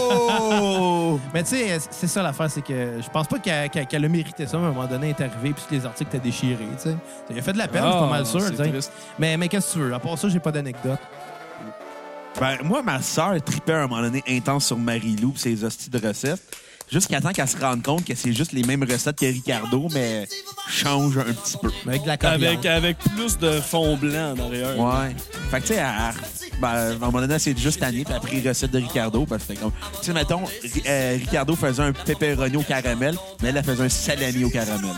S1: Oh!
S3: Mais tu sais, c'est ça l'affaire, c'est que je pense pas qu'elle qu'elle- qu'elle a mérité ça, mais à un moment donné, elle est arrivée puis tous les articles étaient déchirés, tu sais. Il a fait de la peine, je suis pas mal sûr,
S4: Ah, c'est
S3: tu sais.
S4: triste.
S3: Mais, mais qu'est-ce que tu veux? À part ça, j'ai pas d'anecdote.
S1: Ben, moi, ma soeur tripait à un moment donné intense sur Marie-Lou pis ses hosties de recettes. Jusqu'à temps qu'elle se rende compte que c'est juste les mêmes recettes que Ricardo, mais change un petit peu.
S3: Avec de la
S4: Avec,
S3: coriandre.
S4: avec plus de fond blanc derrière.
S1: Ouais. Fait que, tu sais, elle- ben, à un moment donné, c'est juste année, puis elle a pris recette de Ricardo. Parce que, c'était comme, tu sais, mettons, Ri- euh, Ricardo faisait un pepperoni au caramel, mais elle, elle faisait un salami au caramel. Mais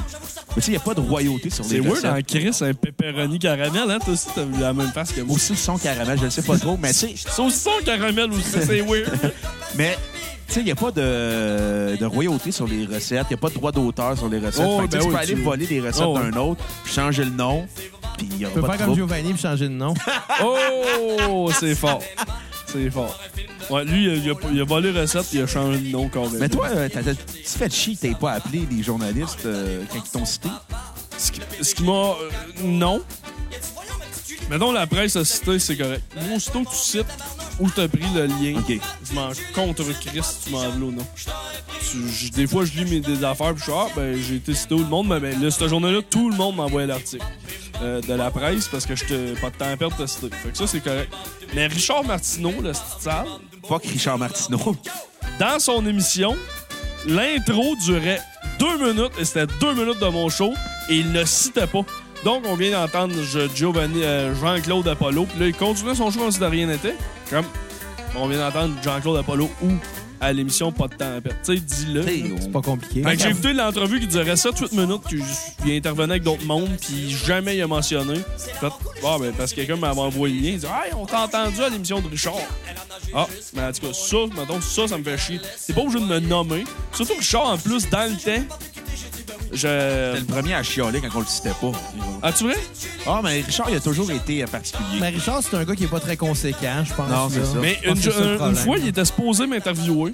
S1: tu sais, il n'y a pas de royauté sur
S4: C'est
S1: les
S4: weird hein.
S1: recettes.
S4: en Chris, un pepperoni caramel, hein? Toi aussi, t'as vu la même face que moi.
S1: Aussi, son caramel, je ne sais pas trop, mais tu sais,
S4: Saucisson caramel aussi, c'est weird.
S1: Mais, tu sais, il n'y a pas de, de royauté sur les recettes. Il n'y a pas de droit d'auteur sur les recettes.
S4: Oh,
S1: Fait que, tu sais, tu
S4: ben
S1: peux
S4: oui,
S1: aller
S4: tu-
S1: voler des recettes
S4: Oh,
S1: d'un autre, puis changer le nom, puis il n'y
S3: Tu peux
S1: aura pas
S3: faire
S1: de
S3: comme
S1: trouble.
S3: Giovanni et changer de nom.
S4: Oh, c'est fort. C'est fort. Ouais, lui, il a, il a- il a volé recette, il a changé de nom carrément.
S1: Mais toi, euh, t'as- t'as- tu te fais de chier que t'aies pas appelé les journalistes euh, quand ils t'ont cité.
S4: ce qui, ce qui m'a... euh, non. Mettons, la presse a cité, c'est correct. Moi, aussitôt que tu cites où t'as pris le lien,
S1: OK.
S4: je m'en contre Chris si tu m'en veux ou non. Tu- je- des fois, je lis mes des affaires, puis je suis ah, ben, j'ai été cité où le monde, mais ben, là, cette journée-là, tout le monde m'envoyait l'article euh, de la presse parce que je pas de temps à perdre de citer. Fait que ça, c'est correct. Mais Richard Martineau, le petit sale,
S1: Fuck Richard Martineau.
S4: dans son émission, l'intro durait deux minutes et c'était deux minutes de mon show et il ne citait pas. Donc, on vient d'entendre Je- Giovanni, euh, Jean-Claude Apollo. Puis là, il continuait son show comme si de rien n'était. Comme, on vient d'entendre Jean-Claude Apollo ou à l'émission Pas de temps à perdre. Tu sais, dis-le.
S1: T'sais,
S3: C'est
S1: on-
S3: pas compliqué.
S4: Fait que j'ai écouté l'entrevue qui durait 7-8 minutes, que je- il intervenait avec d'autres mondes, puis jamais il a mentionné. J'ai Fait, ah, ben, parce que quelqu'un m'avait envoyé le lien, il dit, hey, on t'a entendu à l'émission de Richard. Ah, mais en tout cas, ça, mettons, ça, ça me fait chier. T'es pas obligé de me nommer. Surtout que Richard, en plus, dans le temps,
S1: T'es
S4: je.
S1: le premier à chialer quand on le citait pas.
S4: Ah, tu vrai?
S1: Ah, mais Richard, il a toujours été euh, particulier.
S3: Mais Richard, c'est un gars qui est pas très conséquent, je pense.
S1: Non, c'est
S3: là.
S1: ça.
S4: Mais
S3: Je pense
S4: une,
S3: que c'est ça le
S4: une
S3: problème.
S4: fois, il était supposé m'interviewer.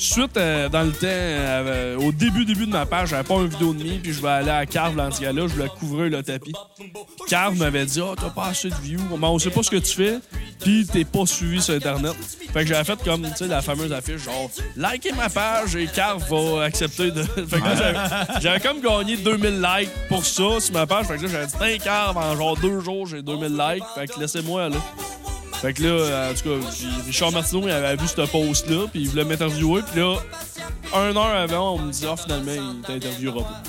S4: Suite, euh, dans le temps, euh, au début, début de ma page, j'avais pas une vidéo de mie, puis je vais aller à Carve, l'antigala, je voulais couvrir le tapis. Carve m'avait dit, ah, t'as pas assez de views, mais on sait pas ce que tu fais, puis t'es pas suivi sur Internet. Fait que j'avais fait comme, tu sais, la fameuse affiche, genre, likez ma page et Carve va accepter de. Fait que là, j'avais- j'avais comme gagné 2000 likes pour ça sur ma page. Fait que là, j'avais dit, tiens, Carve, en genre deux jours, j'ai 2000 likes, fait que laissez-moi, là. Fait que là, euh, en tout cas, j'ai- Richard Martineau, il avait vu ce post-là, puis il voulait m'interviewer, puis là, un heure avant, on me dit, ah, finalement, il t'interviewera pas.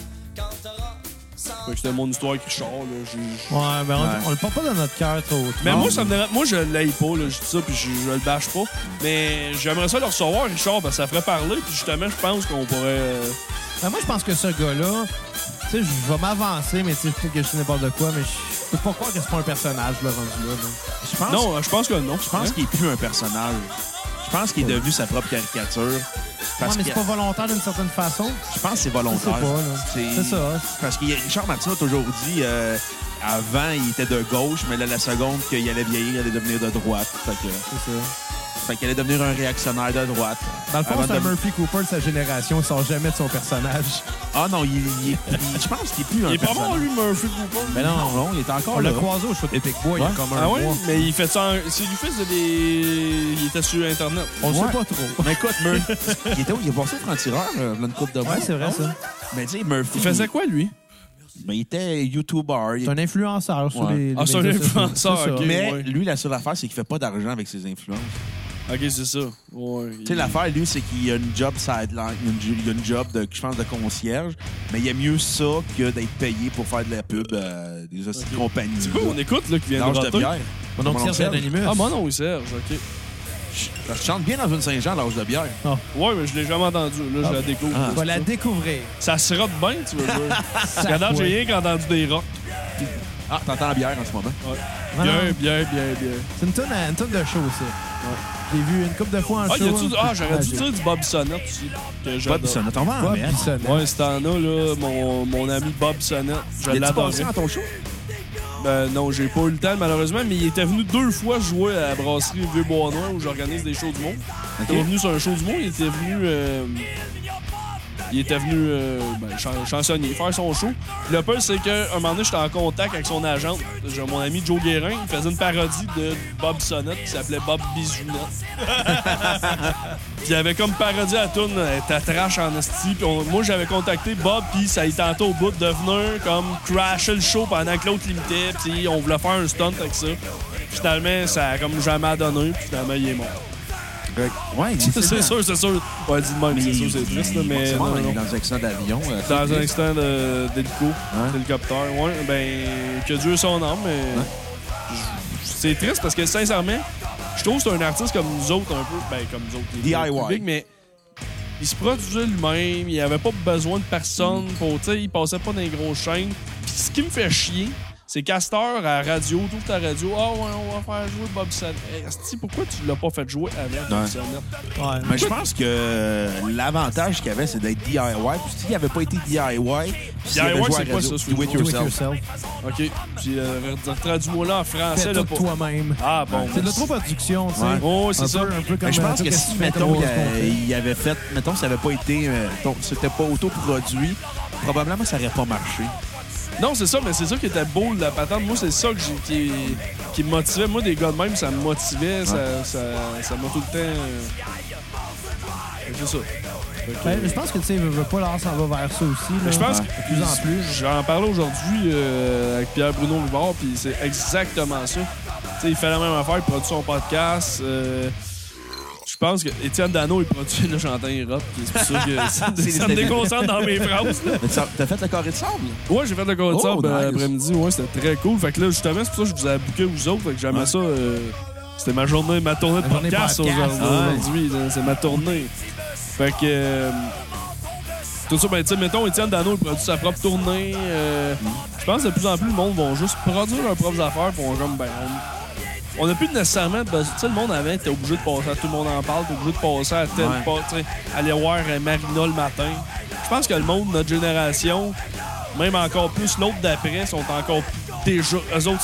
S4: Fait que c'était mon histoire avec Richard, là. j'ai-
S3: Ouais, ben on,
S1: Ouais.
S3: on le porte pas dans notre cœur trop.
S4: Mais
S3: Non.
S4: moi, ça me dérange. Moi, je l'aille pas, là. Je dis ça, puis je, je le bâche pas. Mais j'aimerais ça le recevoir, Richard, parce que ça ferait parler, puis justement, je pense qu'on pourrait. euh,
S3: Ben, moi, je pense que ce gars-là, tu sais, je vais m'avancer, mais tu sais, peut-être que je sais n'importe quoi, mais je peux pas croire que c'est pas un personnage, le rendu là. là.
S1: Je pense,
S4: Non, euh, je pense que non.
S1: je pense qu'il est plus un personnage. Je pense qu'il est devenu sa propre caricature. Parce
S3: Ouais, mais
S1: que
S3: c'est pas volontaire d'une certaine façon.
S1: je pense que c'est
S3: Je sais
S1: volontaire.
S3: pas, là. C'est ça.
S1: Parce que Richard Martin a toujours dit, euh, avant, il était de gauche, mais là, la seconde qu'il allait vieillir, il allait devenir de droite. Fait que-
S3: C'est ça.
S1: fait qu'il allait devenir un réactionnaire de droite.
S3: Dans le fond,
S1: Avant
S3: c'est un
S1: de-
S3: Murphy Cooper de sa génération, il sort jamais de son personnage.
S1: Ah non, il, il est- il- je pense qu'il est plus un
S4: Il est pas
S1: personnage.
S4: mort, lui, Murphy Cooper.
S1: Mais non, non, il est encore
S3: On
S1: là.
S3: l'a croisé au show de Epic Boy, il y
S1: Ouais.
S3: a comme un
S4: Ah oui?
S3: mois.
S4: Mais il fait ça. en- C'est du fils de des. Il était sur Internet.
S3: On le
S1: Ouais.
S3: sait pas trop.
S1: Mais écoute, Murphy, il était où? Il est passé au franc-tireur, euh, v'là une coupe de mois.
S3: Ouais, c'est vrai, ça.
S1: Mais tu sais, Murphy,
S4: Il faisait quoi, lui?
S1: mais il était YouTuber. il-
S3: C'est un influenceur sur
S1: Ouais.
S3: les. les
S4: Ah, c'est un
S3: médias sociaux.
S4: influenceur,
S3: C'est ça.
S4: ok.
S1: Mais
S4: ouais.
S1: lui, la seule affaire, c'est qu'il fait pas d'argent avec ses influences.
S4: Ok, c'est ça. Ouais.
S1: Tu sais, l'affaire, lui, c'est qu'il a une job sideline, il a une, il a une job, de, je pense, de concierge, mais il y a mieux ça que d'être payé pour faire de la pub euh, des hosties de compagnie.
S4: C'est quoi, on écoute, là, qui vient de
S1: L'ange de
S4: rater?
S1: bière.
S3: Mon oncle Serge Anonymous.
S4: Ah, mon nom, oui, Serge, ok.
S1: Je chante bien dans une Saint-Jean, l'âge de bière.
S4: Ouais, mais je l'ai jamais entendu. Là, je la découvre.
S1: Ah.
S3: On va la découvrir.
S4: Ça se rote bien, tu veux dire. Parce qu'à date,
S3: Ouais.
S4: j'ai rien qu'entendu des rocks.
S1: Ah, t'entends la bière en ce moment. Ah,
S3: Non, non,
S4: Bien, bien, bien, bien.
S3: C'est une tonne, une tonne de show, ça. J'ai vu une couple de fois en
S4: Ah, y
S3: show.
S4: a-tu... du- Ah, j'aurais dû
S3: j'ai-
S4: dire du Bob Sonnette aussi. que j'adore.
S1: Bob Bissonnette, on va en
S3: Bob
S1: mettre.
S3: Bissonnette.
S4: Ouais, c'est en a, là, mon, mon ami Bob Sonnette. Je
S1: Y a-tu
S4: l'adore.
S1: passé à ton show?
S4: Ben non, j'ai pas eu le temps, malheureusement, mais il était venu deux fois jouer à la brasserie Vieux Bois Noir où j'organise des shows du monde. Il était venu sur un show du monde, il était venu. euh, il était venu euh, ben, chan- chansonnier, faire son show. Puis Le peur, c'est qu'à un moment donné, j'étais en contact avec son agent, J'ai mon ami Joe Guérin. Il faisait une parodie de Bob Sonnette qui s'appelait Bob Bisounette. Puis il avait comme parodie à tune, euh, ta trash en esti. Puis on- moi, j'avais contacté Bob, puis ça a été tenté au bout de venir comme crasher le show pendant que l'autre limitait, puis on voulait faire un stunt avec ça. Finalement, ça a comme jamais donné, puis finalement, il est mort.
S1: Ouais,
S4: C'est sûr, c'est sûr. Ouais, dis de même, c'est sûr, c'est triste, là, mais.
S1: C'est mort
S4: non, non, non.
S1: dans un accident d'avion. euh,
S4: Dans un instant de- d'hélico,
S1: Hein?
S4: d'hélicoptère, ouais, ben, que Dieu ait son âme, mais. je- C'est triste parce que, sincèrement, je trouve que c'est un artiste comme nous autres, un peu. Ben, comme nous autres. les
S1: DIY.
S4: publics, mais il se produisait lui-même, il avait pas besoin de personne pour. Tu sais, il passait pas dans les grosses chaînes. Puis ce qui me fait chier, c'est Castor à la radio, t'ouvres ta radio, ah ouais, on va faire jouer Bob Sanet. Hey, asti, pourquoi tu l'as pas fait jouer avant Bob
S1: Ouais.
S4: Sanet?
S3: Ouais.
S1: Mais je pense que euh, l'avantage qu'il y avait, c'est d'être DIY. Puis s'il n'avait pas été DIY, s'il avait
S4: DIY,
S1: joué à
S4: c'est
S1: la
S4: quoi
S1: radio,
S4: ça,
S1: Do it
S4: sweet?
S3: Do it
S1: yourself.
S3: yourself.
S4: Ok, puis euh, traduis-moi là en français,
S3: Fais
S4: là,
S3: tout
S4: pour.
S3: toi-même.
S4: Ah bon.
S3: C'est de l'autoproduction, tu sais.
S1: Ouais.
S4: Oh, c'est
S3: Un
S4: ça.
S3: peu- un peu comme,
S1: Mais je
S3: euh,
S1: pense
S3: tout
S1: que
S3: ce
S1: si,
S3: qu'on fait,
S1: mettons,
S3: tout
S1: il,
S3: ce qu'on fait.
S1: il avait fait, mettons, ça n'avait pas été, euh, mettons, c'était pas autoproduit, probablement ça n'aurait pas marché.
S4: Non, c'est ça, mais c'est ça qui était beau de la patente. Moi, c'est ça que j'ai- qui, qui me motivait. Moi, des gars de même, ça me motivait. Ça, ça, ça m'a tout le temps. euh, fait que C'est ça. Fait que,
S3: Ouais, mais Ben, je pense que tu sais, veux, veux pas, l'art s'en va vers ça aussi. là.
S4: mais je pense
S1: Ouais.
S4: que
S3: De plus en plus, là.
S4: J'en parlais aujourd'hui euh, avec Pierre Bruno Rivard, puis c'est exactement ça. Tu sais, il fait la même affaire, il produit son podcast. euh, je pense que Étienne Dano, il produit le chantin Europe. puis C'est pour ça que ça,
S1: C'est
S4: ça me déconcentre dans mes phrases. là.
S1: Mais ça- t'as fait le carré de sable?
S4: Ouais, j'ai fait le code
S1: Oh,
S4: ça
S1: nice.
S4: après-midi. Ouais, c'était très cool. Fait que là, justement, c'est pour ça que je vous ai booké vous autres. Fait que j'aimais
S1: Ouais.
S4: ça. euh, C'était ma journée, ma tournée de
S3: La journée
S4: podcast,
S3: podcast,
S4: aujourd'hui.
S1: ouais.
S4: aujourd'hui, là. C'est ma tournée. Fait que. euh, tout ça, ben, tu sais, mettons, Étienne Dano, il produit sa propre tournée. euh, Je pense que de plus en plus, le monde vont juste produire leurs propres affaires. Puis on, comme, ben, on- on n'a plus nécessairement. de besoin- Tu sais, le monde avant, t'es obligé de passer à tout le monde en parle, t'es obligé de passer à tel
S1: Ouais.
S4: pas, tu sais, aller voir euh, Marina le matin. Je pense que le monde, notre génération, même encore plus l'autre d'après sont encore plus- déjà eux autres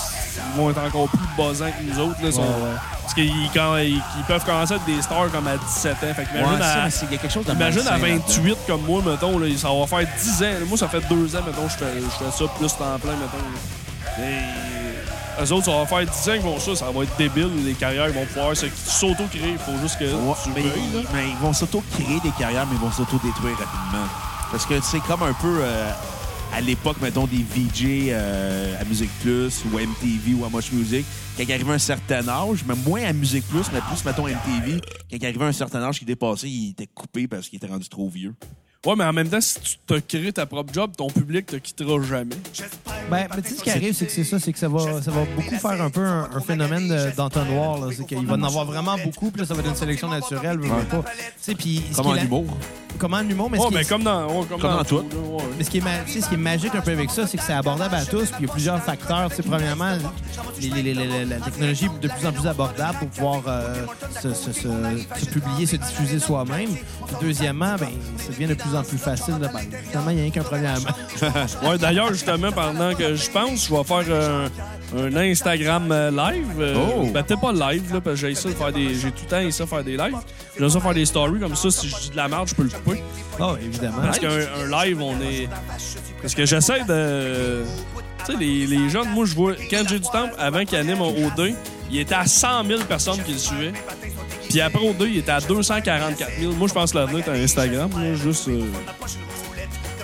S4: vont être encore plus buzzants que nous autres là, sont-
S3: Ouais, ouais.
S4: parce qu'ils quand- ils- ils peuvent commencer à être des stars comme à 17 ans fait que imagine, à,
S1: il y a quelque chose de
S4: imagine à
S1: malsain là-dedans.
S4: 28 comme moi mettons là, ça va faire 10 ans moi ça fait 2 ans mettons je fais, je fais ça plus temps plein mettons là. Et eux autres ça va faire 10 ans qu'ils vont ça ça va être débile les carrières ils vont pouvoir se- s'auto-créer il faut juste que
S1: Ouais,
S4: tu
S1: mais,
S4: veuilles, là.
S1: mais ils vont s'auto-créer des carrières, mais ils vont s'auto-détruire rapidement. Parce que c'est comme un peu euh, à l'époque, mettons, des VJ euh, à Musique Plus ou MTV ou à Much Music, quand ils arrivaient à un certain âge, mais moins à Musique Plus, mais plus, mettons, MTV, quand ils arrivaient à un certain âge qui dépassait, ils étaient coupés parce qu'ils étaient rendus trop vieux.
S4: ouais mais en même temps si tu te crées ta propre job ton public te quittera jamais
S3: Ben, mais tu sais, ce qui arrive, c'est que c'est ça, c'est que ça va, ça va beaucoup faire un peu un, un phénomène de- d'entonnoir. là. C'est qu'il va en avoir vraiment beaucoup, puis là, ça va être une sélection naturelle. veux, veux pas. Tu sais, puis ce
S1: Comme
S3: qui
S1: en
S3: est la-
S1: humour.
S3: Comment en humour, mais,
S4: Ouais,
S3: ce, qui
S4: mais
S3: est,
S4: comme dans, ouais, comme
S1: Comme
S4: dans
S1: dans
S4: tout.
S1: tout.
S4: là, ouais.
S3: mais ce, qui est ma- tu sais, ce qui est magique un peu avec ça, c'est que c'est abordable à tous, puis il y a plusieurs facteurs. Tu sais, premièrement, les- les- les- les- la technologie est de plus en plus abordable pour pouvoir euh, se, se- se- se publier, se diffuser soi-même. Puis deuxièmement, ben, ça devient de plus en plus facile. là. Ben, finalement, il n'y a rien qu'un premier à
S4: Ouais, d'ailleurs, justement, pendant que je pense, je vais faire euh, un, Instagram euh, live. euh,
S1: Oh!
S4: Ben, peut-être pas live, là, parce que j'ai ça de faire des. J'ai tout le temps essayé ça faire des lives. J'aime ça faire des stories, comme ça, si je dis de la merde, je peux le couper.
S3: Oh, évidemment.
S4: Ah, Parce qu'un un live, on est. Parce que j'essaie de. Tu sais, les, les jeunes, moi, je vois. Quand j'ai du temps, avant qu'il anime au 2, il était à 100 000 personnes qui le suivaient. Puis après au 2, il était à 244 000. Moi, je pense que l'avenir est à Instagram, là, juste. euh,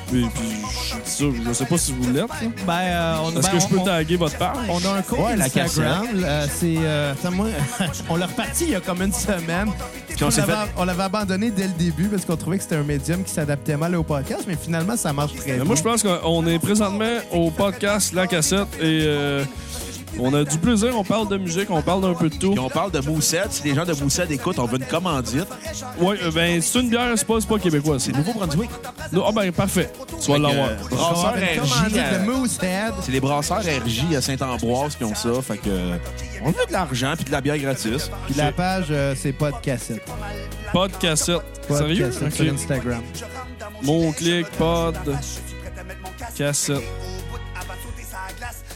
S4: Puis, puis je dis ça, je sais pas si vous l'êtes. là.
S3: Ben, euh, on,
S4: Est-ce
S3: ben,
S4: que je
S3: on-
S4: peux
S3: on-
S4: taguer votre page?
S3: On a un compte
S1: Ouais, la
S3: Instagram. euh, c'est, euh, attends, moi, on l'a reparti il y a comme une semaine.
S1: on
S3: on,
S1: s'est
S3: l'avait, on l'avait abandonné dès le début parce qu'on trouvait que c'était un médium qui s'adaptait mal au podcast, mais finalement, ça marche très
S4: Mais
S3: bien.
S4: moi, je pense qu'on est présentement au podcast La Cassette et euh, on a du plaisir, on parle de musique, on parle d'un peu de tout.
S1: Puis on parle de Moussette. Si les gens de Moussette écoutent, on veut une commandite.
S4: Ouais, euh, ben, c'est une bière, c'est pas, c'est pas québécois. c'est-
S1: Nouveau-Brunswick.
S4: Non, Ah, ben, parfait. Tu vas
S1: Fait que,
S4: l'avoir.
S1: euh,
S3: On va
S1: Brasseur
S3: avoir une
S1: RJ.
S3: commandite
S1: euh,
S3: de Moosehead.
S1: C'est les brasseurs RJ à Saint-Ambroise qui ont ça. Fait que euh, on veut de l'argent puis de la bière gratis.
S3: Puis la page, euh, c'est pas de cassette.
S4: Pod Cassette.
S3: Pas de
S4: Sérieux?
S3: cassette
S4: Ok.
S3: sur Instagram.
S4: Mon clic, pod Cassette.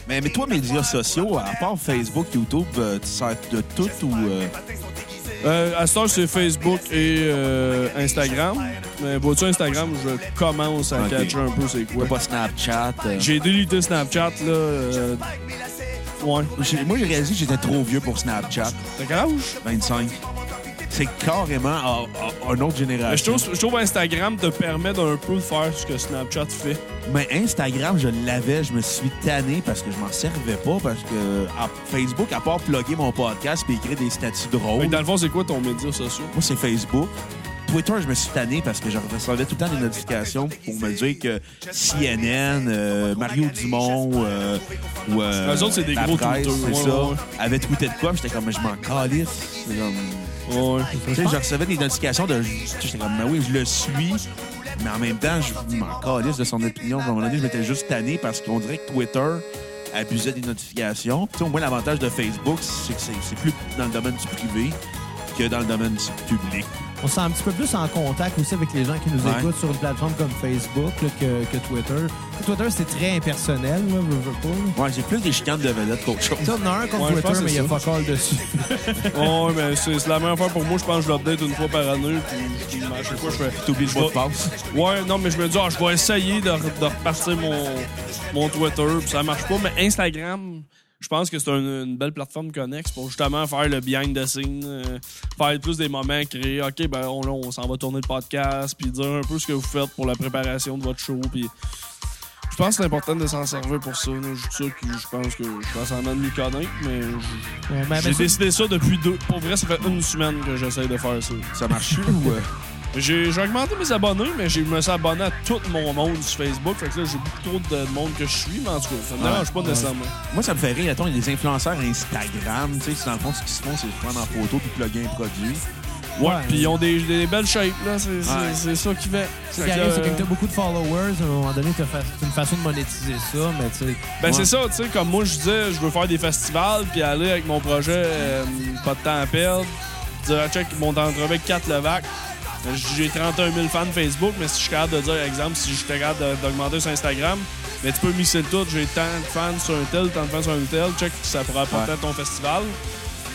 S1: Mais, mais toi, médias sociaux, à part Facebook, YouTube, euh, tu sers de tout ou. euh,
S4: Euh, à ce temps, c'est Facebook et euh, Instagram. Mais vois-tu Instagram, je commence à
S1: Ok.
S4: catcher un peu c'est quoi.
S1: T'as pas Snapchat. euh.
S4: J'ai délité Snapchat, là. euh, Ouais.
S1: J'ai- Moi, j'ai réalisé que j'étais trop vieux pour Snapchat.
S4: T'as quel âge?
S1: 25. C'est carrément à, à- à une autre
S4: Mais je
S3: Ah,
S1: génération.
S4: trouve, je trouve Instagram te permet d'un peu de faire ce que Snapchat fait.
S1: Mais Instagram, je l'avais, je me suis tanné parce que je m'en servais pas parce que à Facebook, à part plugger mon podcast et écrire des statuts
S4: Fait
S1: drôles,
S3: Oh.
S4: que dans le fond, c'est quoi ton média social?
S1: moi c'est Facebook. Twitter, je me suis tanné parce que je recevais tout le temps des notifications pour me dire que CNN, euh, Mario Dumont euh, ou euh,
S4: Eux autres, c'est des
S1: la
S4: gros
S1: presse,
S4: tweeters,
S1: c'est
S4: ouais,
S1: ça,
S4: ouais, ouais.
S1: avaient tweeté de quoi. puis J'étais comme, mais je m'en calisse. C'est comme-
S4: Ouais.
S1: tu sais, je recevais des notifications de. J'étais comme, mais oui, je le suis. Mais en même temps, je m'en calisse de son opinion. À un moment donné, je m'étais juste tanné parce qu'on dirait que Twitter abusait des notifications. Tu sais, au moins, l'avantage de Facebook, c'est que c'est c'est plus dans le domaine du privé que dans le domaine du public.
S3: On se sent un petit peu plus en contact aussi avec les gens qui nous
S1: Ouais.
S3: écoutent sur une plateforme comme Facebook là, que, que Twitter. Twitter, c'est très impersonnel, là, veux, veux pas. là.
S1: Ouais, j'ai plus des chicanes de vedettes qu'autre chose.
S3: Tu sais, on en a un contre
S4: Ouais, je
S3: Twitter,
S4: pense que
S3: mais il y a
S4: c'est ça.
S3: fuck all dessus.
S4: Ouais, mais c'est c'est la meilleure affaire pour moi. Je pense que je l'update une fois par année. Puis, à chaque fois, je fais.
S1: T'oublies le
S4: je
S1: mot de
S4: vais-
S1: passe.
S4: Ouais, non, mais je me dis, ah, je vais essayer de, re- de repartir mon, mon Twitter, puis ça marche pas. Mais Instagram, je pense que c'est un- une belle plateforme connexe pour justement faire le behind the scenes, euh, faire plus des moments créés. OK, ben, on, là, on s'en va tourner le podcast, puis dire un peu ce que vous faites pour la préparation de votre show, puis. Je pense que c'est important de s'en servir pour ça. là. Je dis ça, puis je pense que je pense en a de m'y connaître, mais j-
S3: Ouais, mais-
S4: j'ai
S3: mais ça-
S4: décidé ça depuis deux. Pour vrai, ça fait une semaine que j'essaie de faire ça.
S1: Ça marche ou. euh,
S4: J'ai j'ai augmenté mes abonnés, mais j'ai- je me suis abonné à tout mon monde sur Facebook. Fait que là, j'ai beaucoup trop de monde que je suis, mais en tout cas, ça me
S1: Ouais.
S4: dérange pas nécessairement.
S1: Moi, ça me fait rire. Attends, il y a des influenceurs Instagram. Tu sais, c'est dans le fond, ce qu'ils se font, c'est se prendre en photo puis plugger un produit.
S4: Ouais,
S3: Ouais.
S4: puis ils ont des, des belles shapes, là. C'est c'est-
S1: Ouais.
S4: c'est ça qui fait.
S3: Ce
S4: Fait
S3: qui
S4: que,
S3: arrive, c'est que
S4: euh,
S3: t'as beaucoup de followers. À un moment donné, t'as fa- c'est une façon de monétiser ça, mais tu sais.
S4: Ben,
S1: Ouais.
S4: c'est ça, tu sais, comme moi, je disais, je veux faire des festivals, puis aller avec mon projet euh, Pas de temps à perdre. Dire, ah, check, mon entrevue avec 4 Levac. J'ai 31 000 fans Facebook, mais si je suis capable de dire, exemple, si je suis capable de- d'augmenter sur Instagram, mais tu peux mixer le tout, j'ai tant de fans sur un tel, tant de fans sur un tel, check, ça pourrait
S1: Ouais.
S4: apporter à ton festival.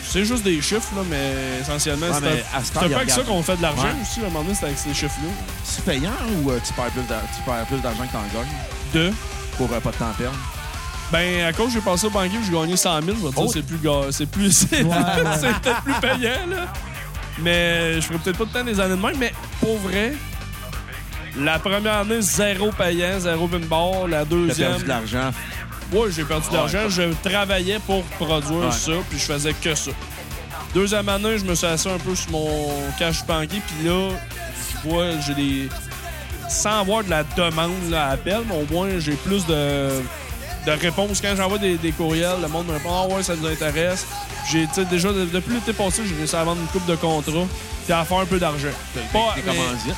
S4: C'est juste des chiffres, là, mais essentiellement,
S1: Ouais,
S4: c'est
S1: mais
S4: un-
S1: à ce
S4: c'est
S1: temps,
S4: un
S1: ils
S4: peu avec ça
S1: regardent.
S4: qu'on fait de l'argent
S1: Ouais.
S4: aussi, à un moment donné, c'est avec ces chiffres-là.
S1: C'est payant ou euh, tu perds plus d'ar- tu perds plus d'argent que t'en gagnes?
S4: De.
S1: pour euh, pas de temps perdre.
S4: Ben, à cause que j'ai passé au banquier, j'ai gagné 100 000. Je vais te dire,
S1: Oh.
S4: c'est plus. ga- C'est plus. C'est
S3: Ouais, ouais.
S4: c'est peut-être plus payant, là. Mais je ferai peut-être pas de temps des années de même, mais pour vrai, la première année, zéro payant, zéro bin bar. La
S1: T'as perdu de
S4: deuxième,
S1: l'argent.
S4: ouais, j'ai perdu de l'argent. Je travaillais pour produire
S1: Ouais.
S4: ça, puis je faisais que ça. Deuxième année, je me suis assis un peu sur mon cash banquier, puis là, je vois, j'ai des. Sans avoir de la demande là, à appel, mais au moins, j'ai plus de, de réponses. Quand j'envoie des, des courriels, le monde me répond Ah ouais, ça nous intéresse. J'ai, tu sais, déjà, de- depuis l'été passé, j'ai réussi à vendre une coupe de contrats, puis à faire un peu d'argent. Pas,
S1: Des
S4: mais-
S1: commandites.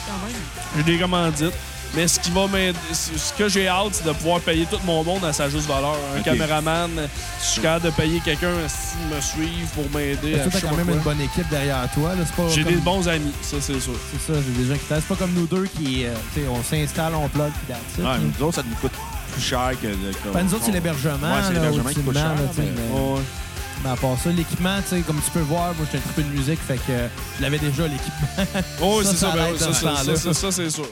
S4: j'ai des commandites. Mais ce qui va m'aider- ce ce que j'ai hâte, c'est de pouvoir payer tout mon monde à sa juste valeur. Un
S1: Ok.
S4: caméraman, si je suis capable de payer quelqu'un s'il me suivre pour m'aider. à
S3: Toi, t'as
S4: je sais
S3: quand
S4: pas
S3: même
S4: quoi.
S3: une bonne équipe derrière toi. là, c'est pas
S4: J'ai
S3: comme-
S4: des bons amis, ça c'est sûr.
S3: C'est ça, j'ai des gens qui t'aident. C'est pas comme nous deux qui, euh, tu sais, on s'installe, on plug, puis that's it.
S1: Ouais, nous autres, ça nous coûte plus cher que. de- que-
S3: Ben, nous autres, c'est l'hébergement.
S1: Ouais, c'est
S3: là,
S1: l'hébergement qui coûte cher.
S4: hein,
S3: ultimement, là, tu sais,
S1: mais-
S3: mais-
S4: Ouais.
S3: Mais à part ça, l'équipement, tu sais, comme tu peux voir, moi, j'étais un petit peu de musique, fait que euh, je l'avais déjà, l'équipement.
S4: Oh,
S3: Ça,
S4: c'est
S3: ça
S4: ça, ben,
S3: l'aide
S4: ça,
S3: dans
S4: ça,
S3: ce temps-là.
S4: ça, ça, ça, c'est sûr.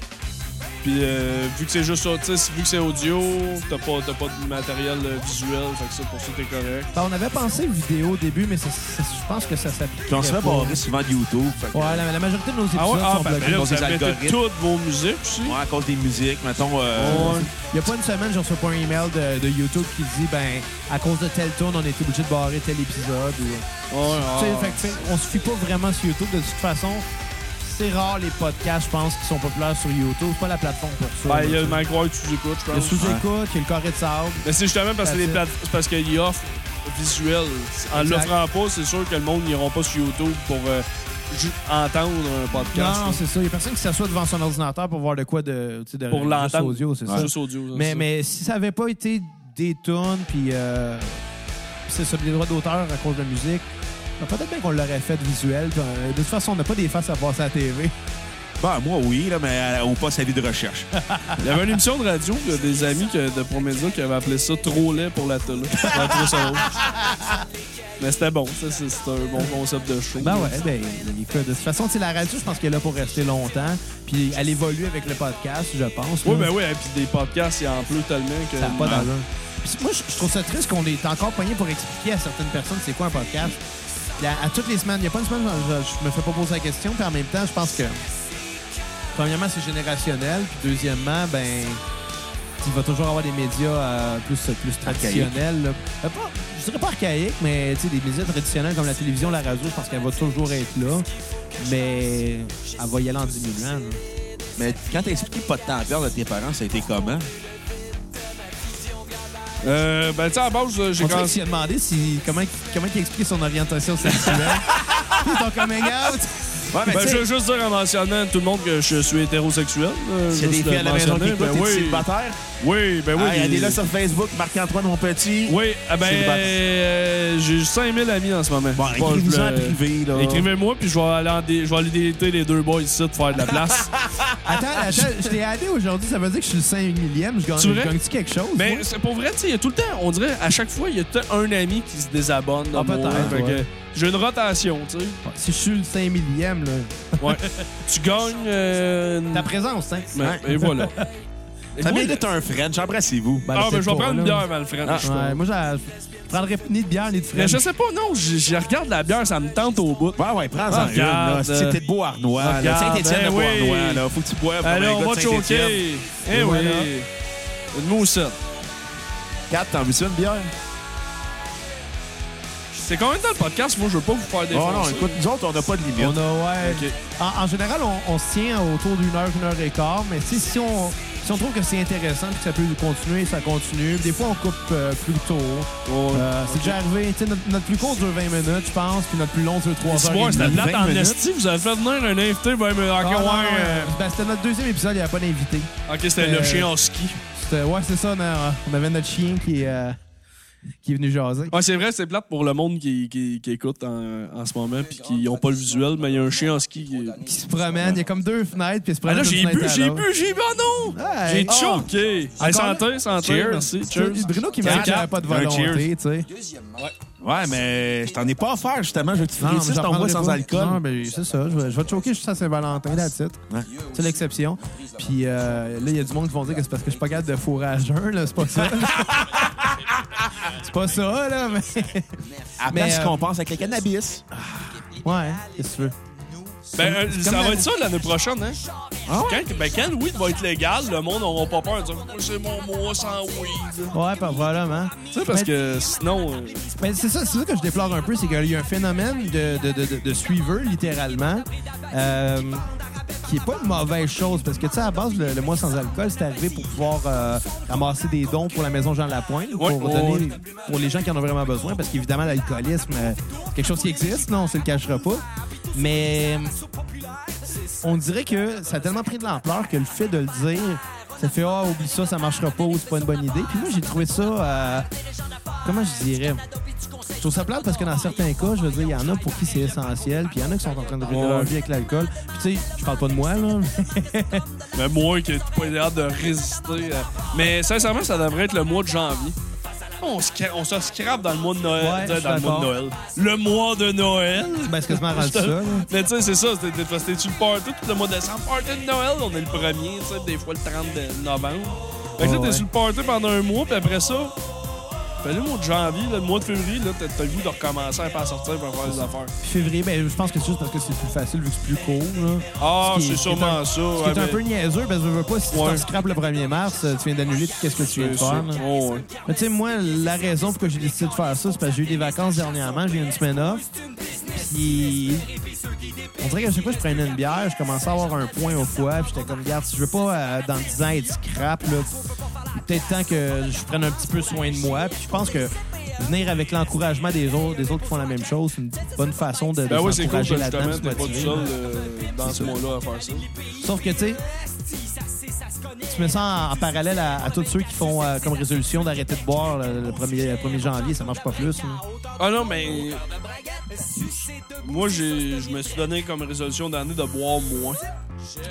S4: Puis euh, vu que c'est juste autiste, vu que c'est audio, t'as pas, t'as pas de matériel euh, visuel, fait que ça pour ça t'es correct.
S3: Ben, on avait pensé vidéo au début, mais ça- ça- je pense que ça s'applique.
S1: Puis on se fait barrer souvent de YouTube. fait que-
S3: Ouais, la, la majorité de nos épisodes
S4: Ah ouais, ah,
S3: sont
S4: ben,
S3: bloqués.
S4: là,
S1: dans
S4: vous
S1: des
S4: avez
S1: algorithmes.
S4: toutes vos musiques aussi.
S1: Ouais, à cause des musiques, mettons. euh,
S4: Ouais.
S3: Il n'y a pas une semaine, je reçois pas un email de, de YouTube qui dit, ben, à cause de tel tourne, on était obligé de barrer tel épisode. Ou...
S4: Ouais,
S3: Tu
S4: ah.
S3: sais, fait que, tu sais, on se fie pas vraiment sur YouTube. De toute façon, c'est rare les podcasts, je pense, qui sont populaires sur YouTube. C'est pas la plateforme pour ça.
S4: Ben, il y
S3: là,
S4: a le
S3: tu sais.
S4: micro que tu écoutes, je
S3: Il y a
S4: pense.
S3: sous-écoute, il y a le carré de sable.
S4: Mais c'est justement parce que les
S3: Facile.
S4: plate- c'est parce qu'ils offrent visuel. En
S3: Exact.
S4: l'offrant pas, c'est sûr que le monde n'ira pas sur YouTube pour euh, ju- entendre un podcast.
S3: Non,
S4: là.
S3: non, c'est ça. Il y a personne qui s'assoit devant son ordinateur pour voir de quoi de, tu sais, de
S4: Pour
S3: juste
S4: l'entendre.
S3: audio, c'est
S4: C'est
S3: ça.
S4: juste audio. là,
S3: Mais,
S4: ça.
S3: mais si ça avait pas été des tunes, puis euh, c'est ça, des droits d'auteur à cause de la musique, ben, peut-être bien qu'on l'aurait fait visuel. puis, euh, de toute façon, on n'a pas des faces à passer à la TV.
S1: Ben, moi, oui, là, mais euh, on passe la vie de recherche.
S4: Il y avait une émission de radio de des amis que- de Promédia qui avaient appelé ça Trop lait pour la télé. J'avais trouvé ça drôle. Mais c'était bon, ça, c'est c'est un bon concept de show.
S3: Ben ouais, ben, écoute, de toute façon, tu sais, la radio, je pense qu'elle est là pour rester longtemps, puis elle évolue avec le podcast, je pense.
S4: Oui,
S3: là.
S4: ben oui, et puis des podcasts, il en pleut tellement que.
S3: Ça n'a pas d'allure. Puis Moi, je je trouve ça triste qu'on est encore pogné pour expliquer à certaines personnes c'est quoi un podcast. Puis À, à toutes les semaines, il n'y a pas une semaine où je, je me fais pas poser la question. Puis en même temps, je pense que, premièrement, c'est générationnel. Puis deuxièmement, ben, il va toujours avoir des médias euh, plus, plus traditionnels. là. Euh, pas- je dirais pas archaïques, mais tu sais, des médias traditionnels comme la télévision, la radio, je pense qu'elle va toujours être là. Mais elle va y aller en diminuant. là.
S1: Mais quand t'as expliqué pas de temps à perdre à tes parents, ça a été comment?
S4: Euh, ben, tu sais, à la base, euh, j'ai
S3: On dirait que
S4: commencé.
S3: tu lui as demandé si, comment, comment il explique son orientation sexuelle. Puis ton coming out.
S1: Ouais, mais
S4: Ben,
S1: tu
S4: je
S1: sais,
S4: veux juste dire en mentionnant tout le monde que je suis hétérosexuel. euh,
S1: s'il y a des
S4: juste
S1: filles à la maison qui
S4: mentionner, Ben
S1: écoutent, t'es
S4: oui,
S1: célibataire?
S4: oui, ben oui.
S1: Ah, Il y a des
S4: des-
S1: là sur Facebook, Marc-Antoine, mon petit.
S4: Oui, ah ben,
S1: Célibataire.
S4: euh, j'ai 5000 amis en ce moment.
S1: Bon,
S4: Je sais pas,
S1: écrivez-nous
S4: je
S1: en
S4: voulais-
S1: privé, là.
S4: Écrivez-moi, puis je vais aller, en dé- je vais aller déliter les deux boys ici pour faire de la place.
S3: Attends, attends, je t'ai aidé aujourd'hui, ça veut dire que je suis le 5 millième. Je gagne-
S4: C'est vrai?
S3: je gagne-tu quelque chose?
S1: Ben,
S4: Mais
S3: moi?
S4: c'est pour vrai, tu sais, il y a tout le temps, on dirait, à chaque fois, il y a tout le temps un ami qui se désabonne.
S3: Ah,
S4: de moi,
S3: peut-être,
S4: fait que
S3: ouais.
S4: J'ai une rotation, tu sais.
S3: si je suis le 5 millième, là.
S4: Ouais. tu gagnes. euh, une-
S3: Ta présence, hein?
S4: Ben, Et voilà. Et
S1: Ça
S4: moi,
S1: mérite un French, embrassez-vous.
S3: Ben,
S4: Ah,
S3: c'est
S4: ben, je vais
S3: pas,
S4: prendre une
S3: là.
S4: bière, Malfred.
S1: Ah,
S4: je pense.
S3: Ouais, moi, j'a- je prendrais ni de bière ni de
S4: Mais
S3: fraise.
S4: je sais pas, non, je je regarde la bière, ça me tente au bout.
S1: Ouais, ouais, prends-en
S4: Ah,
S1: une, là.
S4: regarde, euh,
S1: C'était de beau Arnois, là.
S4: regarde,
S1: Saint-Étienne de
S4: eh
S1: beau
S4: oui.
S1: Arnois, là. Faut que tu boives.
S4: Allez,
S1: comme un
S4: on
S1: gars
S4: va
S1: de
S4: te
S1: Saint-Étienne.
S4: choquer. Eh oui.
S3: voilà.
S4: Une moussette.
S1: Kat, t'en veux ça, une bière?
S4: C'est combien de temps le podcast? Moi, je veux pas vous faire des
S1: Oh non, écoute, nous autres, on n'a pas de limite.
S3: On a, ouais. En, en général, on, on se tient autour d'une heure, une heure et quart, mais tu sais, si on, si on trouve que c'est intéressant puis que ça peut continuer, ça continue. Des fois, on coupe euh, plus tôt.
S4: Oh,
S3: Euh, C'est déjà arrivé. Tu sais, notre, notre plus court dure 20 minutes, je pense, puis notre plus long dure 3 heures.
S4: Dis-moi,
S3: et
S4: c'était
S3: demie.
S4: plate en
S3: 20 minutes.
S4: esti, vous avez fait venir un invité, ben, mais
S3: Ah,
S4: ok,
S3: non, non,
S4: ouais,
S3: euh, ben, c'était notre deuxième épisode, il n'y avait pas d'invité.
S4: euh, ok, c'était le
S3: euh,
S4: chien en ski.
S3: C'était- Ouais, c'est ça, non, on avait notre chien qui, euh, qui est venu jaser.
S4: Ah, c'est vrai, c'est plate pour le monde qui, qui, qui écoute en, en ce moment puis qui n'ont pas le visuel, mais il y a un chien en ski. Qui...
S3: Qui se promène, il y a comme deux fenêtres, puis il se
S4: Ah
S3: promène.
S4: là,
S3: d'une
S4: j'ai
S3: fenêtre
S4: bu,
S3: à
S4: j'ai
S3: l'autre.
S4: bu, j'ai bu, oh non!
S3: Hey,
S4: J'ai
S3: oh.
S4: choqué! Hey,
S3: Encore là?
S4: santé, santé,
S1: Cheers.
S4: merci, cheers.
S3: C'est Bruno qui m'a
S1: Cheers.
S3: dit qu'il n'y avait pas de
S1: Un
S3: volonté, tu sais.
S1: Ouais, mais je t'en ai pas offert, justement. Je veux que tu
S3: Non, mais
S1: finisses
S3: j'en
S1: ton bois
S3: prendrai
S1: sans
S3: pas.
S1: alcool.
S3: Non, ben, c'est ça. Je vais, je vais te choquer juste à Saint-Valentin, là, titre.
S1: Ouais.
S3: C'est l'exception. Puis euh, là, il y a du monde qui vont dire que c'est parce que je suis pas capable de fourrage à jeun, là. C'est pas ça. c'est pas ça, là, mais.
S1: Après,
S3: Mais,
S1: ce
S3: euh,
S1: qu'on pense avec le cannabis.
S3: Ouais, hein, qu'est-ce que tu veux?
S4: Ben, euh,
S3: c'est
S4: ça
S3: comme
S4: va
S3: la-
S4: être ça l'année prochaine, hein? Quand, ben, quand le weed va être légal, le monde n'aura pas peur de dire Moi, c'est mon mois sans weed.
S3: Ouais, pas probablement.
S4: Tu sais, parce que sinon. euh,
S3: Mais c'est ça, c'est ça que je déplore un peu, c'est qu'il y a un phénomène de, de, de, de- de suiveurs, littéralement, euh, qui est pas une mauvaise chose, parce que, tu sais, à la base, le, le mois sans alcool, c'est arrivé pour pouvoir euh, ramasser des dons pour la maison Jean Lapointe,
S4: Ouais,
S3: pour,
S4: ouais,
S3: donner, pour les gens qui en ont vraiment besoin, parce qu'évidemment, l'alcoolisme, euh, c'est quelque chose qui existe, non, on se le cachera pas. Mais on dirait que ça a tellement pris de l'ampleur que le fait de le dire, ça fait Ah, oublie ça, ça marchera pas ou c'est pas une bonne idée. Puis moi, j'ai trouvé ça. euh, comment je dirais Je trouve ça plate parce que dans certains cas, je veux dire, il y en a pour qui c'est essentiel, puis il y en a qui sont en train de ruiner
S4: Ouais.
S3: leur vie avec l'alcool. Puis tu sais, je parle pas de moi, là.
S4: Mais moi qui n'ai pas hâte de résister. euh. Mais sincèrement, ça devrait être le mois de janvier. On se, cra- on se scrape dans le mois de
S3: Ouais,
S4: Noël.
S3: je suis
S4: dans le mois de
S3: d'accord.
S4: Noël. Le mois de Noël.
S3: ben, c'est quasiment rendu ça, là.
S4: Mais tu sais, c'est ça. C'était parce que t'es-tu le party tout le mois de décembre. Party de Noël, on est le premier, tu sais, des fois le 30 de novembre. Fait que là,
S3: Ouais,
S4: t'es
S3: ouais.
S4: sur le party pendant un mois, puis après ça, ben, le mois de janvier, là, le mois de février, là, t'as t'as le goût de recommencer à pas sortir pour faire des affaires.
S3: Puis février, ben, je pense que c'est juste parce que c'est plus facile vu que c'est plus court, là.
S4: Ah,
S3: Ce qui est- ce
S4: c'est
S3: qui est
S4: sûrement
S3: un-
S4: ça.
S3: Ce qui
S4: ouais,
S3: est un
S4: mais-
S3: peu niaiseux, parce que je veux pas, si tu
S4: Ouais.
S3: t'en scrapes le 1er mars, euh, tu viens d'annuler tout ce que tu viens de
S4: C'est
S3: faire, là.
S4: sûr. Oh, ouais.
S3: Mais tu sais, moi, la raison pour que j'ai décidé de faire ça, c'est parce que j'ai eu des vacances dernièrement, j'ai eu une semaine off. Puis, on dirait qu'à chaque fois que je prenais une bière, je commençais à avoir un point au foie. Puis j'étais comme, regarde, si je veux pas, euh, dans 10 ans, être scrap, là, il est peut-être temps que je prenne un petit peu soin de moi. Puis je pense que venir avec l'encouragement des autres, des autres qui font la même chose, c'est une bonne façon de, de
S4: Ben oui, c'est cool,
S3: s'encourager
S4: justement, t'es
S3: là-dedans,
S4: pas
S3: se
S4: tout
S3: motiver.
S4: seul euh, dans ce mois-là à faire ça.
S3: Sauf que, tu sais, tu me sens en, en parallèle à, à tous ceux qui font euh, comme résolution d'arrêter de boire le, le 1er, le 1er janvier. Ça marche pas plus. hein.
S4: Ah non, mais. Moi, j'ai- je me suis donné comme résolution d'année de boire moins.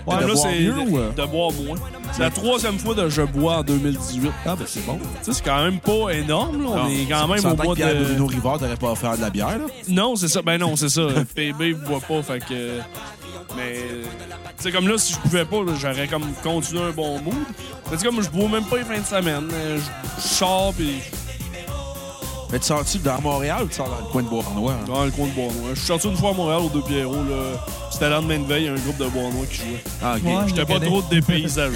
S3: Ouais,
S4: Là,
S1: de boire
S4: c'est-
S1: mieux ou, euh?
S4: De boire moins. C'est la troisième fois que je bois en 2018.
S3: Ah, ben c'est bon.
S4: Tu sais, c'est quand même pas énorme, là. On
S1: Non,
S4: est quand même
S1: s'entend
S4: au
S1: que
S4: mois
S1: Pierre
S4: de.
S1: Bruno Rivard, t'aurais pas offert de la bière, là.
S4: Non, c'est ça. Ben non, c'est ça. PB boit pas, fait que. Mais. Tu sais, comme là, si je pouvais pas, là, j'aurais comme continué un bon mood. Mais tu sais, comme je bois même pas les fins de semaine. euh, Je je sors, puis
S1: Mais tu sors-tu dans Montréal ou tu sors dans le coin de hein? Bois-Noir?
S4: Dans le coin de Bois-Noir. Je suis sorti une fois à Montréal au Deux Pierrots. là. C'était le lendemain de veille, il y a un groupe de Bois-Noir qui jouait.
S1: Ah, OK.
S3: Ouais.
S4: J'étais pas
S3: Regardez.
S4: trop dépaysagé.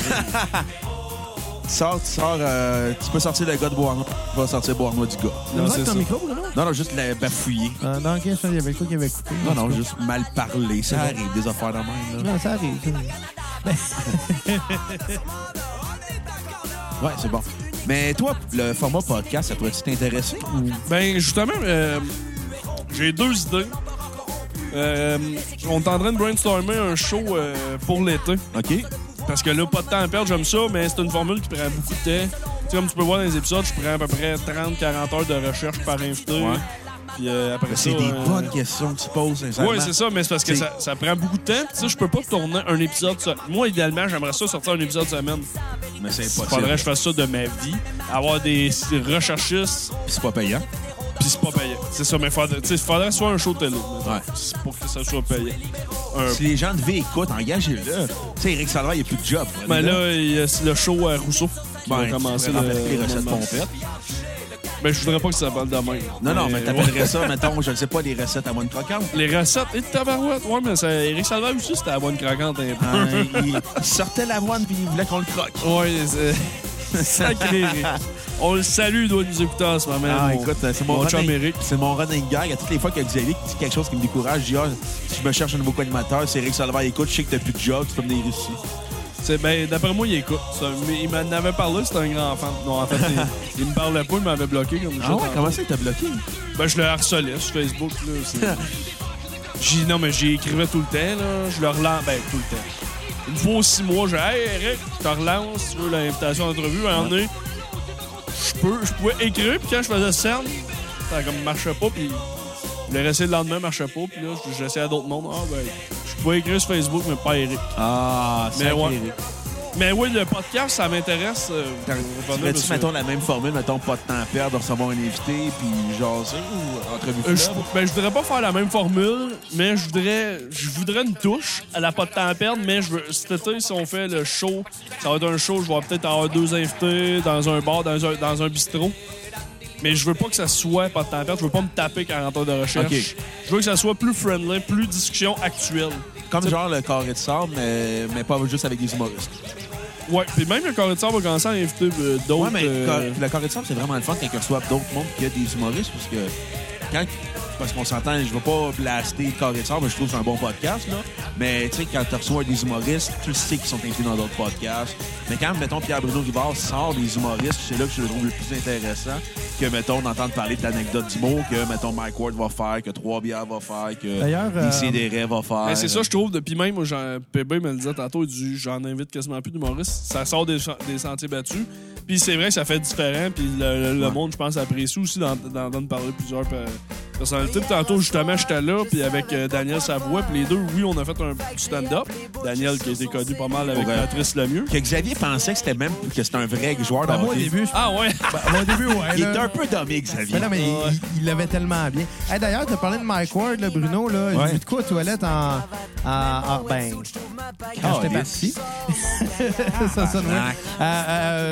S1: Tu sors, tu sors, euh, tu peux sortir le gars de Bois-Noir, tu vas sortir Bois-Noir du gars.
S3: Non,
S4: c'est
S3: c'est ton
S4: ça.
S3: micro, là?
S1: Non, non, juste la bafouiller.
S3: Euh, non, ok, je sais, il y avait quoi qui avait coupé.
S1: Non, non, juste mal parler. Ça arrive, des affaires de même. là.
S3: Non, ça arrive. ça arrive.
S1: Ouais, c'est bon. Mais toi, le format podcast, ça pourrait-tu t'intéresser?
S4: Ben, justement, euh, j'ai deux idées. Euh, on est en train de brainstormer un show euh, pour l'été.
S1: OK?
S4: Parce que là, pas de temps à perdre, j'aime ça, mais c'est une formule qui prend beaucoup de temps. Tu sais, comme tu peux voir dans les épisodes, je prends à peu près 30-40 heures de recherche par invité.
S1: Ouais.
S4: Puis euh, après ça.
S1: C'est des
S4: euh,
S1: bonnes questions que tu poses, sincèrement.
S4: Oui, c'est ça, mais c'est parce que
S1: C'est-
S4: ça, ça prend beaucoup de temps. Puis, tu sais, je peux pas tourner un épisode. se- Moi, idéalement, j'aimerais ça sortir un épisode semaine.
S1: Mais c'est
S4: Il
S1: impossible.
S4: faudrait que je fasse ça de ma vie. Avoir des recherchistes,
S1: Puis c'est pas payant.
S4: puis c'est pas payant. C'est ça, mais faudrait, tu sais, faudrait soit un show télé. mais
S1: Ouais.
S4: C'est pour que ça soit payant. Un-
S1: Si les gens de V écoutent, engagez-le. Tu sais, Eric Salvaire, il n'y a plus de job.
S4: Mais là, il y a le show à Rousseau qui
S1: Ben,
S4: va
S1: tu
S4: commencer
S1: pourrais remplacer les
S4: le
S1: recettes
S4: moment.
S1: pompettes.
S4: Ben, je voudrais pas que ça parle de même.
S1: Non, non, mais
S4: ouais.
S1: t'appellerais ça, mettons, je ne sais pas, des recettes à moine croquante.
S4: Les recettes et de tabarouette. Ouais, mais ça, Eric Salvaire aussi, c'était à la bonne craquante un peu.
S1: Hein, il il sortait l'avoine puis il voulait qu'on le croque.
S4: Ouais, c'est. Sacré Eric. On le salue, il doit nous écouter en ce moment.
S1: Ah,
S4: mon-
S1: écoute, c'est mon,
S4: mon chum
S1: running,
S4: Eric.
S1: c'est mon running gag. À toutes les fois que Xavier qui dit quelque chose qui me décourage, je dis ah, si je me cherche un nouveau co-animateur, c'est Eric Salvaire. Écoute, je sais que t'as plus de job, tu peux venir ici.
S4: C'est ben, d'après moi, il écoute. Ça, mais il m'en avait parlé, c'était un grand fan. Non, en fait, il, il me parlait pas, il m'avait bloqué comme
S1: Ah
S4: je disais.
S1: ça, il t'a bloqué?
S4: Ben, je le harcelais sur Facebook, là. c'est- J'y- non, mais j'y écrivais tout le temps, là. Je le relance, ben, tout le temps. Une fois aux six mois, j'ai Hey, Eric, je te relance, tu veux l'invitation d'entrevue, un moment donné, je peux, je pouvais écrire, puis quand je faisais scène, ça comme marchait pas, puis le reste le lendemain marchait pas, puis là, j'essayais à d'autres mondes. Ah, ben, je pouvais écrire sur Facebook, mais pas à Eric.
S1: Ah, c'est
S4: Mais ouais.
S1: Eric.
S4: Mais oui, le podcast, ça m'intéresse. euh,
S1: Tu
S4: revenir
S1: ferais-tu,
S4: dessus.
S1: mettons, la même formule, mettons, pas de temps à perdre, recevoir un invité, puis jaser ou entrevue
S4: Euh, je,
S1: fleuve?
S4: ben, je voudrais pas faire la même formule, mais je voudrais, je voudrais une touche à la pas de temps à perdre, mais je veux, cet été, si on fait le show, ça va être un show, je vais peut-être avoir deux invités dans un bar, dans un, dans un bistrot. Mais je veux pas que ça soit pas de temps à perdre, je veux pas me taper 40 heures de recherche.
S1: Ok.
S4: Je veux que ça soit plus friendly, plus discussion actuelle.
S1: Comme genre le carré de sable, mais, mais pas juste avec des humoristes.
S4: Ouais, puis même le corps de sable va commencer à inviter euh, d'autres.
S1: Ouais, mais le
S4: euh,
S1: cor- le carré de sable, c'est vraiment le fun quand ils reçoivent d'autres mondes que des humoristes, parce que quand. Parce qu'on s'entend, je veux pas blaster le carré de sable, mais je trouve que c'est un bon podcast, là. Mais tu sais, quand tu reçois des humoristes, tu le sais qu'ils sont invités dans d'autres podcasts. Mais quand, mettons, Pierre-Bruno Rivard sort des humoristes, c'est là que je le trouve le plus intéressant que, mettons, d'entendre parler de l'anecdote du mot que, mettons, Mike Ward va faire, que Trois Bières va faire,
S3: D'ailleurs,
S1: que
S3: euh,
S1: ICDR va faire.
S4: Mais Ben, c'est ça, je trouve. Depuis même, moi, j'en- PB me le disait tantôt, il dit, j'en invite quasiment plus d'humoristes. Ça sort des, ch- des sentiers battus. Puis c'est vrai que ça fait différent. Puis le, le- le
S1: Ouais.
S4: monde, je pense, apprécie aussi d'en- d'en d'en parler plusieurs euh, personnalités. Puis tantôt, justement, j'étais là, puis avec euh, Daniel Savoie. Puis les deux, oui, on a fait un petit stand-up. Daniel, qui a été connu pas mal avec
S1: Ouais.
S4: Patrice Lemieux.
S1: Que Xavier pensait que c'était même que c'était un vrai joueur de
S3: Ben, moi, au
S1: hockey.
S3: début, je...
S4: Ah ouais!
S3: ben, moi, au début, ouais.
S1: Il
S3: là.
S1: était un peu dommé, Xavier. Ah,
S3: Mais Ben, non, mais il-
S4: Ouais.
S3: il il l'avait tellement bien. Hey, D'ailleurs, t'as parlé de Mike Ward, là, Bruno. Là,
S1: Ouais.
S3: J'ai vu de quoi aux toilettes en. en, en- ben, quand j'étais parti. ça sonne ouais.
S1: Ah, Tabarnak.
S3: Euh,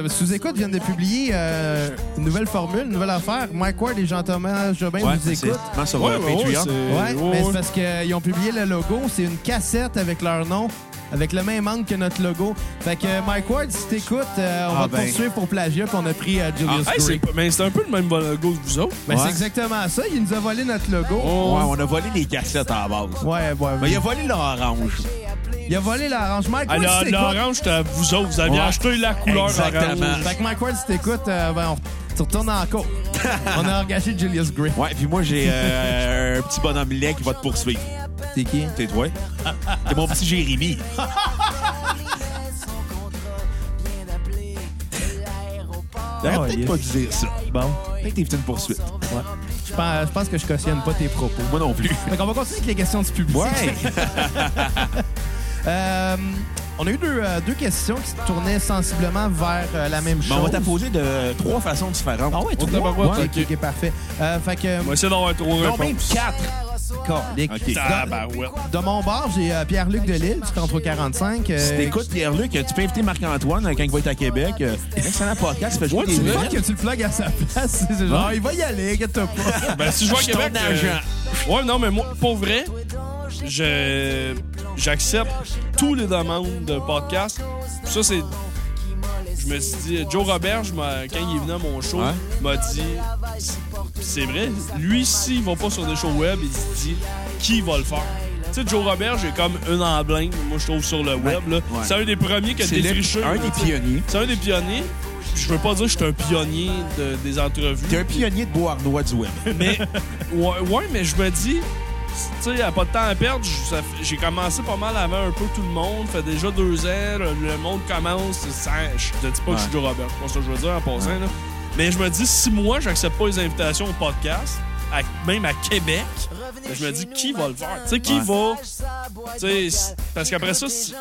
S3: euh, Sous-écoute vient de publier euh, une nouvelle formule, une nouvelle affaire. Mike Ward et Jean-Thomas Jobin
S1: Ouais,
S3: nous
S1: c'est-
S3: écoutent.
S1: Comment ça va, Patreon?
S3: Ouais,
S4: c'est- ouais,
S3: mais
S4: ouais.
S3: c'est parce qu'ils ont publié le logo. C'est une cassette avec leur nom, avec le même angle que notre logo. Fait que euh, Mike Ward, si t'écoutes, euh, on
S1: Ah
S3: va te
S1: ben. Ah,
S3: poursuivre pour plagiat qu'on a pris à Julius
S4: Ah, Hey, c'est
S3: Gray.
S4: pas- mais c'est un peu le même logo que vous autres.
S3: Ben,
S1: Ouais.
S3: c'est exactement ça. Il nous a volé notre logo.
S1: Ouais, on a volé les cassettes à la base.
S3: Ouais, ouais.
S1: Mais Ben, il a volé l'orange.
S3: Il a volé l'orange. Mike
S4: Ah,
S3: Ward,
S4: la-
S3: si t'écoutes.
S4: L'orange, c'était à vous autres. Vous aviez
S1: Ouais.
S4: acheté la couleur
S1: Exactement.
S4: orange.
S3: Fait que Mike Ward, si t'écoutes, euh, ben, on- tu retournes en cours. on a engagé Julius Gray.
S1: Ouais, puis moi, j'ai euh, un petit bonhomme laid qui va te poursuivre.
S3: T'es qui?
S1: T'es toi? T'es mon petit Jérémy. T'aurais peut-être
S3: yes.
S1: pas dû dire ça.
S3: Bon.
S1: Peut-être que t'évites une poursuite.
S3: Je pense, je pense que je cautionne pas tes propos.
S1: Moi non plus.
S3: Fait qu'on va continuer avec les questions du public.
S1: Ouais.
S3: Euh, on a eu deux, euh, deux questions qui se tournaient sensiblement vers euh, la même
S1: Mais
S3: chose.
S1: on va t'apposer de trois façons différentes.
S3: Ah ouais,
S4: On
S3: toi?
S4: tabarouette,
S3: ouais,
S4: ok.
S3: ok, ok, parfait. Euh, fait que...
S4: On va essayer d'avoir trois
S1: Non, même
S4: réponses.
S1: quatre.
S3: Calique.
S1: Ok.
S4: Tabarouette.
S3: De mon bord, j'ai euh, Pierre-Luc Delille du Contre 45. euh,
S1: Si t'écoutes Pierre-Luc, tu peux inviter Marc-Antoine euh, quand il va être à Québec. Euh, Excellent podcast, tu fais jouer
S4: Ouais,
S1: des
S4: tu
S3: Je
S1: nouvelles.
S3: pense que tu le plugues à sa place. C'est genre, il va y aller, inquiète-toi pas.
S4: Ben, si je vois
S1: Je suis
S4: Québec.
S1: ton
S4: euh, Ouais, non, mais moi, pour vrai, je j'accepte tous les demandes de podcast. Ça, c'est je me suis dit, Joe Robert, je m'a- quand il est venu à mon show,
S1: Ouais.
S4: m'a dit, c'est vrai, lui, s'il va pas sur des shows web, il se dit, qui va le faire? Tu sais, Joe Robert, j'ai comme une en bling, moi, je trouve, sur le web. là.
S1: Ouais.
S4: C'est un des premiers qui a
S1: C'est le-
S4: défriché.
S1: un
S4: là,
S1: des
S4: tu sais.
S1: pionniers.
S4: C'est un des pionniers. Je veux pas dire que je suis un pionnier de- des entrevues.
S1: T'es un pionnier de Beauharnois du web.
S4: Mais, ouais, ouais, mais je me dis, tu sais, à pas de temps à perdre, je- ça fait- j'ai commencé pas mal avant un peu tout le monde. fait déjà deux ans, le, le monde commence, c'est ça- Je te dis pas que je suis Joe Robert, c'est pas ça que je veux dire en passant. là. Mais je me dis, si moi, j'accepte pas les invitations au podcast, à- même à Québec, ben, je me dis, qui va le faire? Tu sais, qui va. Tu sais, c'est- parce qu'après ça, c'est-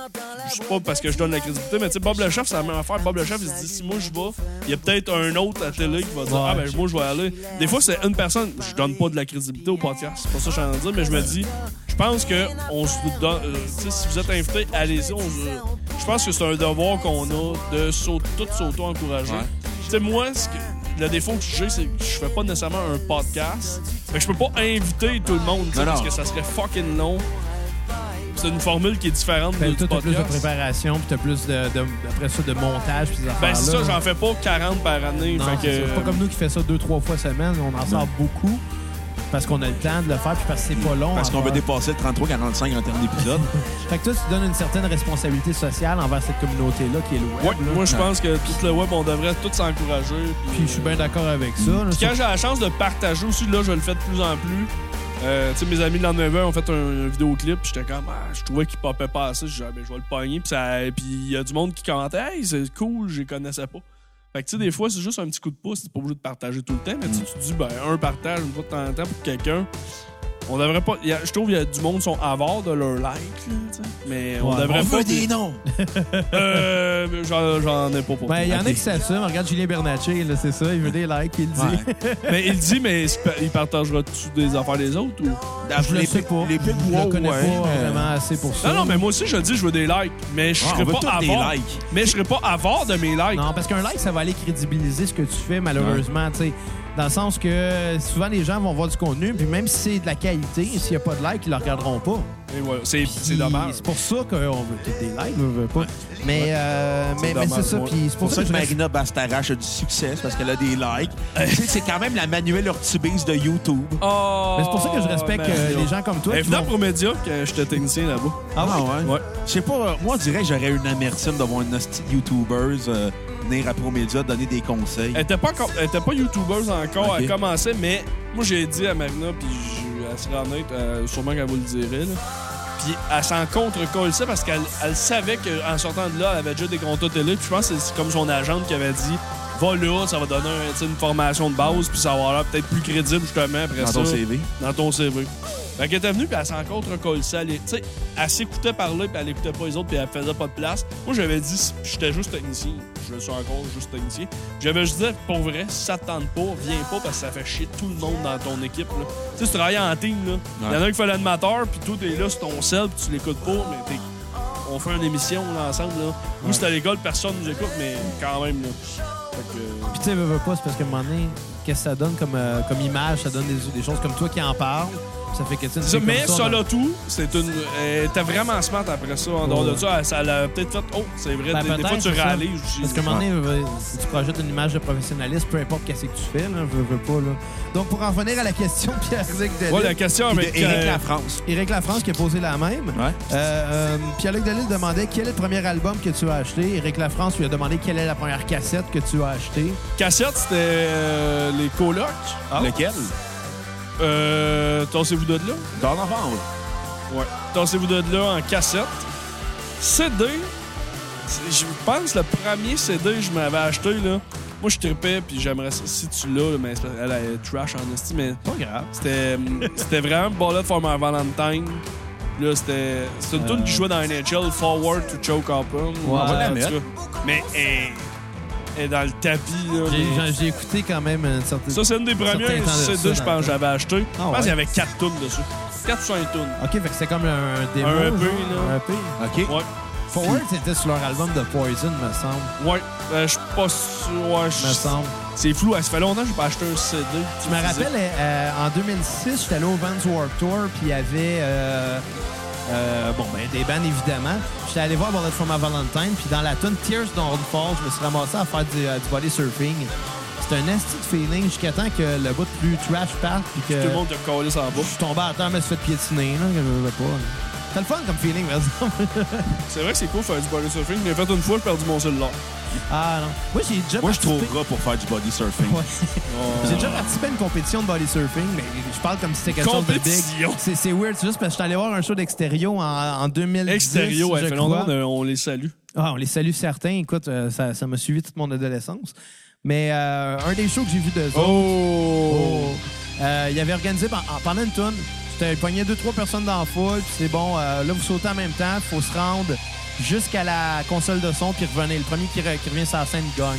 S4: je sais pas parce que je donne la crédibilité, mais tu sais, Bob le Chef, c'est la même affaire. Bob le Chef, il se dit, si moi je vais, il y a peut-être un autre à télé qui va dire, ah ben moi je vais aller. Des fois, c'est une personne, je donne pas de la crédibilité au podcast, c'est pas ça que je suis en train de dire, mais je me dis, je pense que on se donne. euh, tu sais, si vous êtes invité, allez-y. on se- Je pense que c'est un devoir qu'on a de s'au- tout s'auto-encourager. Tu sais, moi, ce que- Le défaut que j'ai, c'est que je fais pas nécessairement un podcast. Fait que je peux pas inviter tout le monde, tu sais,
S1: Non,
S4: parce
S1: non.
S4: que ça serait fucking long. C'est une formule qui est différente de
S3: Fait que
S4: du
S3: Ben, toi, t'as plus de
S4: podcast.
S3: préparation, puis t'as plus de, de- après ça, de montage, puis des affaires
S4: Ben, c'est ça, j'en fais pas 40 par année.
S3: Ah, Non,
S4: fait
S3: c'est
S4: que,
S3: pas comme nous qui fait ça deux, trois fois semaine. On en sort beaucoup parce qu'on a le temps de le faire puis parce que c'est pas long.
S1: Parce
S3: à
S1: qu'on veut
S3: faire.
S1: dépasser le 33-45 en termes d'épisodes.
S3: Fait que toi, tu donnes une certaine responsabilité sociale envers cette communauté-là qui est le web.
S4: euh, Ouais,
S3: là.
S4: moi, je pense que tout le web, on devrait tous s'encourager. euh,
S3: Puis je suis bien d'accord avec ça. là.
S4: Puis quand j'ai la chance de partager aussi, là, je le fais de plus en plus. Euh, tu sais, mes amis de l'an 9 ont fait un, un vidéoclip, puis j'étais comme, ah, je trouvais qu'il popait pas assez, je disais, Ah, ben, je vais le pogner, puis ça- puis il y a du monde qui commentait, hey, c'est cool, je les connaissais pas. Fait que, tu sais, des fois, c'est juste un petit coup de pouce, c'est pas obligé de partager tout le temps, mais tu tu te dis, ben, un partage une fois de temps en temps pour quelqu'un. On devrait pas. il y a- Je trouve qu'il y a du monde qui sont avares de leur like, là, tu sais. mais on
S3: Ouais,
S4: devrait
S1: On
S4: pas.
S1: veut des noms!
S4: Euh, j'en, j'en ai pas pour
S3: Ben,
S4: toi.
S3: il y en
S1: Ok.
S3: a qui s'assument. Regarde Julien Bernatchez, là, c'est ça. Il veut des likes, il le dit.
S4: Mais il dit, mais c'est pas- il partagera-tu des affaires des autres ou.
S3: Je le sais pas.
S1: Les pubs,
S3: je
S1: wow,
S3: le connais
S1: ouais,
S3: pas
S1: mais-
S3: vraiment assez pour ça.
S4: Non, non, mais moi aussi, je dis, je veux des likes. Mais je
S1: Ah, on
S4: serais
S1: veut
S4: pas
S1: tous des
S4: avare.
S1: likes.
S4: Mais je serais pas avare de mes likes.
S3: Non, parce qu'un like, ça va aller crédibiliser ce que tu fais, malheureusement. tu sais. Dans le sens que souvent, les gens vont voir du contenu, puis même si c'est de la qualité, s'il n'y a pas de like, ils ne le regarderont pas.
S4: Et voilà, c'est, c'est
S3: Puis
S4: dommage.
S3: C'est pour ça qu'on veut tous des likes, on veut pas. Mais euh, mais- mais c'est
S4: dommage,
S3: ça,
S4: ouais.
S3: puis c'est
S1: C'est
S3: pour
S1: pour ça que
S3: je me-
S1: Marina Bastarache a du succès, c'est parce qu'elle a des likes. tu sais, c'est quand même la Manuel Ortubise de YouTube.
S4: Oh,
S3: Mais c'est pour ça que je respecte euh,
S4: Mario.
S3: les gens comme toi.
S4: Elle est
S3: qui
S4: venue
S3: vont-
S4: pour me dire que j'étais technicien là-bas.
S1: Ah ouais?
S4: Ouais.
S1: Je sais pas, euh, moi, on dirait que j'aurais une amertume d'avoir une hostie de YouTubers euh, venir à Promédia donner des conseils.
S4: Elle était pas, encore- elle était pas YouTubeuse encore,
S1: Ok.
S4: elle commençait, mais moi j'ai dit à Marina, puis je- elle serait honnête, euh, sûrement qu'elle vous le dirait. là. Puis elle s'en contre ça parce qu'elle elle savait qu'en sortant de là, elle avait déjà des contrats télé. Puis je pense que c'est comme son agente qui avait dit Va là, ça va donner un- tu sais, une formation de base, puis ça va avoir l'air peut-être plus crédible justement après
S1: Dans
S4: ça.
S1: ton CV.
S4: Dans ton CV. Fait qu'elle était venue, puis elle s'en contre ça. Tu sais, elle s'écoutait parler, puis elle écoutait pas les autres, puis elle faisait pas de place. Moi, j'avais dit, si- j'étais juste technicien. Je suis encore juste technicien. J'avais juste dit, pour vrai, si ça te tente pas, viens pas, parce que ça fait chier tout le monde dans ton équipe. là. Tu sais, tu travailles en team, là. Il y en a un qui fait l'animateur, puis toi, t'es là sur ton sel, puis tu l'écoutes pas, mais t'es on fait une émission là, ensemble. Là. Nous, c'est à l'école, personne nous écoute, mais quand même. Là. Fait que,
S3: Puis tu sais, veux, veux pas, c'est parce qu'à un moment donné, qu'est-ce que ça donne comme, euh, comme image? Ça donne des, des choses comme toi qui en parles. Ça fait que tu sais, une
S4: Ça,
S3: fille
S4: mais
S3: comme
S4: ça,
S3: toi,
S4: là, tout, c'est une. euh, T'es vraiment smart après ça. En dehors de
S3: Ouais.
S4: ça, elle- ça l'a peut-être fait. Oh, c'est vrai.
S3: Ben,
S4: des, des fois,
S3: peut-être,
S4: tu
S3: c'est ça.
S4: râles. aussi.
S3: Parce qu'à un moment donné, euh, si tu projettes une image de professionnaliste, peu importe qu'est-ce que tu fais, là, veux, veux pas. Là. Donc, pour en venir à la question de Pierre-Luc Delisle,
S4: Ouais, la question
S1: Et de
S4: avec.
S1: Éric
S4: euh,
S1: Lafrance.
S3: Éric Lafrance qui a posé la même.
S1: Ouais.
S3: Euh, euh, Pierre-Luc Delisle demandait quel est le premier album que tu as acheté. Éric Lafrance lui a demandé quelle est la première cassette que tu as achetée.
S4: cassette, c'était euh, les colocs.
S3: Ah.
S1: Lequel?
S4: Euh, Tassez-vous de là.
S1: Dans novembre.
S4: Ouais. Tassez-vous de là en cassette. CD. c'est- Je pense le premier CD que je m'avais acheté, là. Moi, je tripais, puis j'aimerais ça. Si tu l'as, là, mais c'est parce qu'elle elle est trash en esti, mais
S3: Pas grave.
S4: C'était, euh, c'était vraiment Bullet for my Valentine. Là, c'était, c'était une tune qui jouait dans NHL, Forward to Choke Open.
S3: Ouais.
S4: En tout cas,
S1: mettre.
S4: Mais elle elle est dans le tapis. Là, mais-
S3: J'ai- J'ai écouté quand même une certaine.
S4: Ça, c'est une des premières
S3: Certains temps de
S4: CD,
S3: ça,
S4: je
S3: dans
S4: pense,
S3: le
S4: que j'avais acheté.
S3: Ah
S4: je pense
S3: ouais.
S4: qu'il y avait 4 tunes dessus. 4 ou 5 tunes.
S3: OK, fait que c'est comme un, un démo.
S4: Un EP,
S3: genre,
S4: là.
S3: Un E EP.
S1: OK.
S4: Ouais.
S3: Forward, c'était sur leur album de Poison, me semble.
S4: Ouais. Euh, je suis pas sûr. Ouais, je-
S3: Me semble.
S4: c'est flou. Ça fait longtemps que j'ai pas acheté un CD.
S3: Je me rappelle, euh, euh, en 2006, j'étais allé au Vans Warped Tour, puis il y avait euh, Euh, bon, ben, des bands, évidemment. J'étais allé voir Bullet for My Valentine, puis dans la tune Tears Don't Fall, je me suis ramassé à faire du, euh, du body surfing. C'est un nasty de feeling jusqu'à temps que le bout plus trash parte, puis que
S4: Tout le monde te collé sur la
S3: je
S4: bouche.
S3: suis tombé à terre, mais je me suis fait piétiner, là, que je veux pas. là. C'est le fun comme feeling, par exemple.
S4: C'est vrai que c'est cool faire du body surfing. J'ai fait une fois, j'ai perdu mon cellulaire.
S3: ah non. Moi, j'ai déjà
S1: Moi, je suis trop
S3: participé-
S1: gras pour faire du body surfing.
S3: Ouais. J'ai déjà participé à une compétition de body surfing, mais je parle comme si c'était quelque chose de big.
S4: Compétition.
S3: C'est c'est weird, c'est juste parce que je suis allé voir un show d'extérieur en, en 2010.
S4: Extérieur, ouais,
S3: je
S4: fait
S3: crois.
S4: longtemps, on, on les salue.
S3: Ah, on les salue certains. Écoute, euh, ça ça m'a suivi toute mon adolescence. Mais euh, un des shows que j'ai vu de
S4: Oh!
S3: Oh. Euh, il avait organisé pen- en- pendant une tourne. C'était pogné deux, trois personnes dans la foule. Puis c'est bon, euh, là, vous sautez en même temps. faut se rendre jusqu'à la console de son puis revenez. Le premier qui, re- qui revient sur la scène gagne.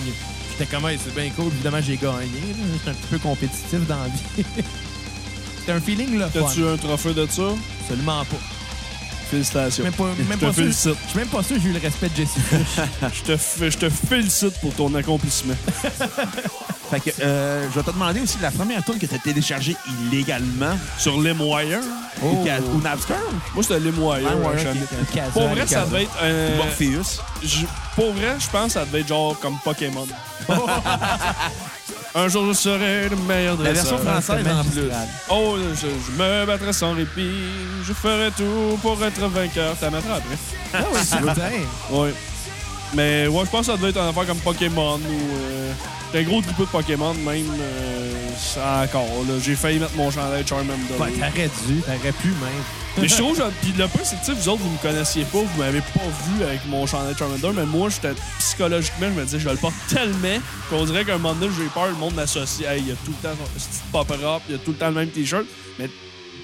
S3: J'étais comme, Hey, c'est bien cool. Évidemment, j'ai gagné. là. J'étais un petit peu compétitif dans la vie. C'était un feeling, là, fun.
S4: T'as-tu un trophée de ça?
S3: Absolument pas.
S4: Félicitations.
S3: Même pas, même
S4: Je te
S3: pas sûr-
S4: félicite.
S3: je suis même pas sûr que j'ai eu le respect de Jesse Bush.
S4: Ah, Je te, fé- je te félicite pour ton accomplissement.
S1: Fait que euh, je vais te demander aussi la première tune que tu as téléchargée illégalement.
S4: Sur les moyens.
S1: Ou qu'à- Ou Napster?
S4: Moi, c'était les moyens.
S1: Ah, ouais,
S3: hein,
S4: ouais,
S1: ok.
S4: jamais.
S3: Casa,
S4: Pour vrai,
S3: les
S4: ça
S3: Casa.
S4: devait être. euh,
S1: Morpheus.
S4: je- pour vrai, je pense que ça devait être genre comme Pokémon. Un jour, je serai le meilleur de
S1: La version française, en plus.
S4: Oh, je, je me battrai sans répit. Je ferai tout pour être vainqueur. Ça m'attend après.
S3: Ah oui, c'est vrai.
S4: Ouais. Mais ouais, je pense que ça devait être un affaire comme Pokémon ou. euh, t'as un gros tripot de Pokémon, même. euh, ça encore, là. J'ai failli mettre mon chandail Charmander.
S3: Ouais, T'aurais dû, t'aurais pu même.
S4: mais je trouve, genre, pis le point, c'est que, tu sais, vous autres, vous me connaissiez pas, vous m'avez pas vu avec mon chandail Charmander, mais moi, j'étais psychologiquement, je me disais, je le porte tellement qu'on dirait qu'à un moment donné, j'ai peur, le monde m'associe. Hey, il y a tout le temps ce petit pop-up, il y a tout le temps le même t-shirt, mais. Tu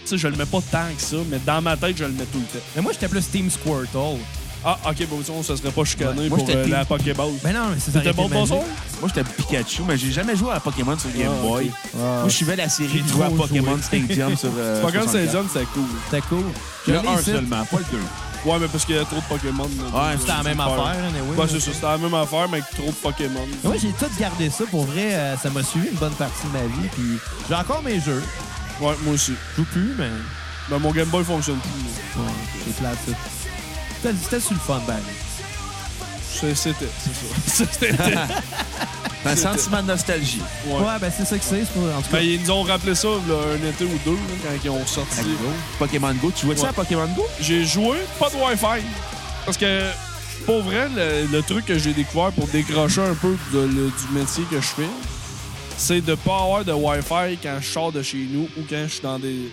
S4: sais, je le mets pas tant que ça, mais dans ma tête, je le mets tout le temps.
S3: Mais moi, j'étais plus Team Squirtle.
S4: Ah, ok, bon, on se serait pas chicané
S1: Ouais, moi,
S4: pour
S1: j'étais
S4: euh,
S1: team-
S4: la Pokéball.
S3: Ben non, mais c'est ça.
S4: C'était bon, bonsoir?
S1: Moi, j'étais Pikachu, mais j'ai jamais joué à Pokémon sur Game
S4: Ah,
S1: Boy.
S4: ok.
S1: Moi, je suivais la série
S3: J'ai
S1: de jouer à
S3: trop
S1: Pokémon
S3: joué.
S1: Stadium sur. euh,
S4: Pokémon
S1: 64.
S4: Stadium, c'est cool.
S3: C'était cool. Je
S1: Le
S3: l'ai
S1: 1
S3: ici.
S1: seulement, pas le 2.
S4: Ouais, mais parce qu'il y a trop de Pokémon. euh,
S1: Ouais,
S3: C'était la même affaire, hein, anyway,
S4: Ouais,
S3: là.
S4: c'est ça. C'était la même affaire, mais avec trop de Pokémon.
S3: Mais Moi, j'ai tout gardé ça. Pour vrai, euh, ça m'a suivi une bonne partie de ma vie. Puis j'ai encore mes jeux.
S4: Ouais, moi aussi.
S3: Je joue plus, mais
S4: Mais mon Game Boy fonctionne plus.
S3: ouais, c'est plate, ça. C'était- C'était sur le fun, ben.
S4: C'est- C'était, c'est ça. C'était.
S1: Un sentiment de nostalgie.
S4: Ouais. Ben,
S3: Ouais, ben c'est ça que c'est. c'est pour- En tout cas,
S4: Mais ils nous ont rappelé ça là, un été ou deux là, quand ils ont sorti.
S1: Pokémon Go, tu jouais-tu
S4: Ouais.
S1: à Pokémon Go?
S4: J'ai joué, pas de Wi-Fi. Parce que, pour vrai, le, le truc que j'ai découvert pour décrocher un peu de- le- du métier que je fais, c'est de pas avoir de Wi-Fi quand je sors de chez nous ou quand je suis dans des.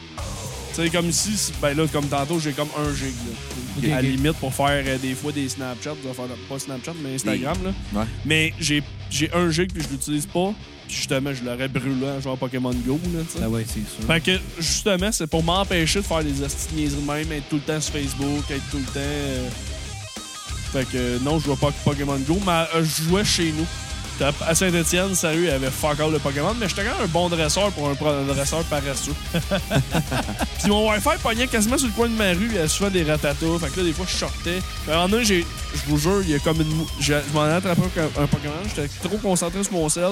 S4: Tu sais, comme ici, c'est- ben là, comme tantôt, j'ai comme un gig. Là,
S3: Ok,
S4: à la
S3: ok.
S4: limite, pour faire euh, des fois des Snapchat, des affaires de- pas Snapchat, mais Instagram. Là.
S1: Ouais.
S4: Mais j'ai j'ai un gig puis je l'utilise pas. Puis justement, je l'aurais brûlé en jouant à Pokémon Go. Là, tu sais.
S3: Ben ouais, c'est sûr.
S4: Fait que, justement, c'est pour m'empêcher de faire des hosties de niaiseries de même, être tout le temps sur Facebook, être tout le temps... euh, Fait que, euh, non, je jouais pas à Pokémon Go, mais euh, je jouais chez nous. T'as- À Saint-Etienne, sérieux, il y avait fuck all de Pokémon, mais j'étais quand même un bon dresseur pour un pro- dresseur paresseux. Puis mon Wi-Fi pognait quasiment sur le coin de ma rue, il y avait souvent des ratatas. Fait que là, des fois, je sortais. Puis à un moment donné, j'ai- je vous jure, il y a comme une. mou- Je, je m'en attrapais un, un Pokémon, j'étais trop concentré sur mon sel.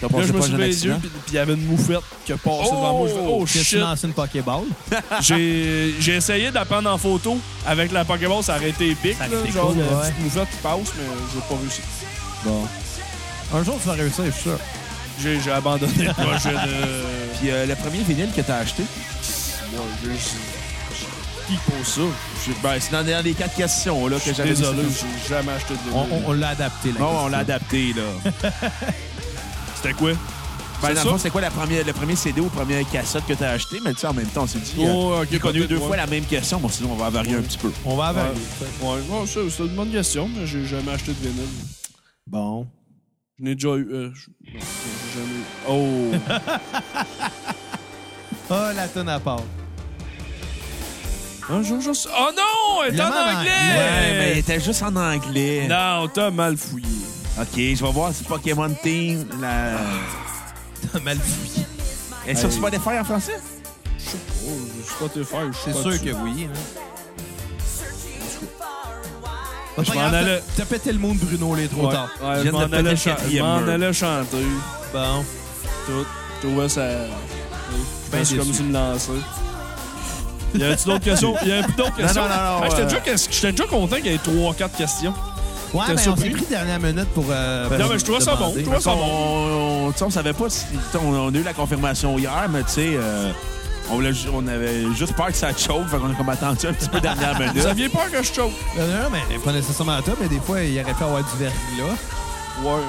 S1: T'as
S4: Là,
S1: pensé
S4: je me
S1: pas à
S4: suis
S1: un
S4: levé les yeux,
S1: accident?
S4: puis puis il y avait une moufette qui a passé devant moi. Je fais, oh
S3: Qu'est-ce que
S4: shit!
S3: tu lances une Pokéball?
S4: J'ai j'ai essayé de la prendre en photo avec la Pokéball, ça aurait été épique.
S3: Ça aurait
S4: là,
S3: été
S4: genre,
S3: cool,
S4: la
S3: ouais.
S4: petite moufette qui passe, mais j'ai pas réussi.
S1: Bon.
S3: Un jour, tu vas réussir, je suis sûr.
S4: J'ai j'ai abandonné le projet de.
S1: Puis euh, le premier vinyle que t'as acheté,
S4: Moi, j'ai- j'ai- Qui pose ça?
S1: j'ai- ben, c'est dans les- dans les quatre questions là, que
S4: Je suis
S1: j'avais.
S4: désolé, j'ai jamais acheté de
S3: On,
S4: DVD.
S3: on- on l'a adapté, là.
S1: Non, on l'a adapté. là.
S4: C'était quoi?
S1: Ben, dans
S4: ça?
S1: le fond, c'est quoi la première, le premier CD ou première cassette que t'as acheté? Mais tu sais, en même temps, on s'est dit. euh,
S4: Oh, ok,
S1: qu'on a eu
S4: peut-être,
S1: deux
S4: ouais.
S1: fois la même question, bon, sinon on va varier un petit peu.
S3: On va
S4: Ouais,
S3: avec.
S4: ouais, ouais, ça, c'est une bonne question, mais j'ai jamais acheté de vinyle.
S3: Bon.
S4: Je n'ai déjà eu. euh, je- non, j'ai jamais eu. Oh!
S3: Ah, la tonne à part.
S4: Un jour, je suis- Oh non! Elle est en
S3: Évidemment, dans-
S4: anglais!
S1: Ouais, mais il était juste en anglais.
S4: Non, t'as mal fouillé.
S1: Ok, je vais voir si Pokémon Team. La...
S3: T'as mal fouillé.
S1: Est-ce sur Spotify en français?
S4: Oh, je sais pas te faire, je suis
S3: C'est
S4: pas
S3: sûr
S4: dessus.
S3: que oui. Hein. Pas
S4: Je m'en
S3: grave, t'as-
S4: allais.
S3: T'as pété le monde, Bruno, les trop
S4: Ouais.
S3: tard.
S4: Ouais,
S1: Je
S4: je
S1: viens
S4: m'en
S1: de
S4: allais,
S1: péter le
S4: chan- je
S1: quatrième
S4: m'en
S1: mur.
S4: allais chanter.
S3: Bon.
S4: Tout. Tu vois, ça.
S3: Ben
S4: c'est comme
S3: déçu.
S4: une lancée. Y avait-tu d'autres questions? Y avait plus d'autres questions?
S3: non, non, non,
S4: Ah, J'étais
S3: euh,
S4: déjà, qu'est-ce- j'étais déjà content qu'il y ait 3-4 questions.
S3: Ouais,
S4: T'es
S3: mais on
S4: surpris?
S3: s'est pris dernière minute pour. euh,
S4: Non, mais je trouvais ça bon,
S3: demander.
S4: je trouvais ça
S1: On, on, tu sais, on savait pas si. tu sais, On, on a eu la confirmation hier, mais tu sais, euh, on, voulait ju- on avait juste peur que ça choque, fait qu'on a comme attendu un petit peu dernière minute.
S4: Vous aviez peur que je choque?
S3: Euh, Non, mais pas nécessairement à toi, mais des fois, il aurait pu avoir du verglas.
S4: Ouais, ouais.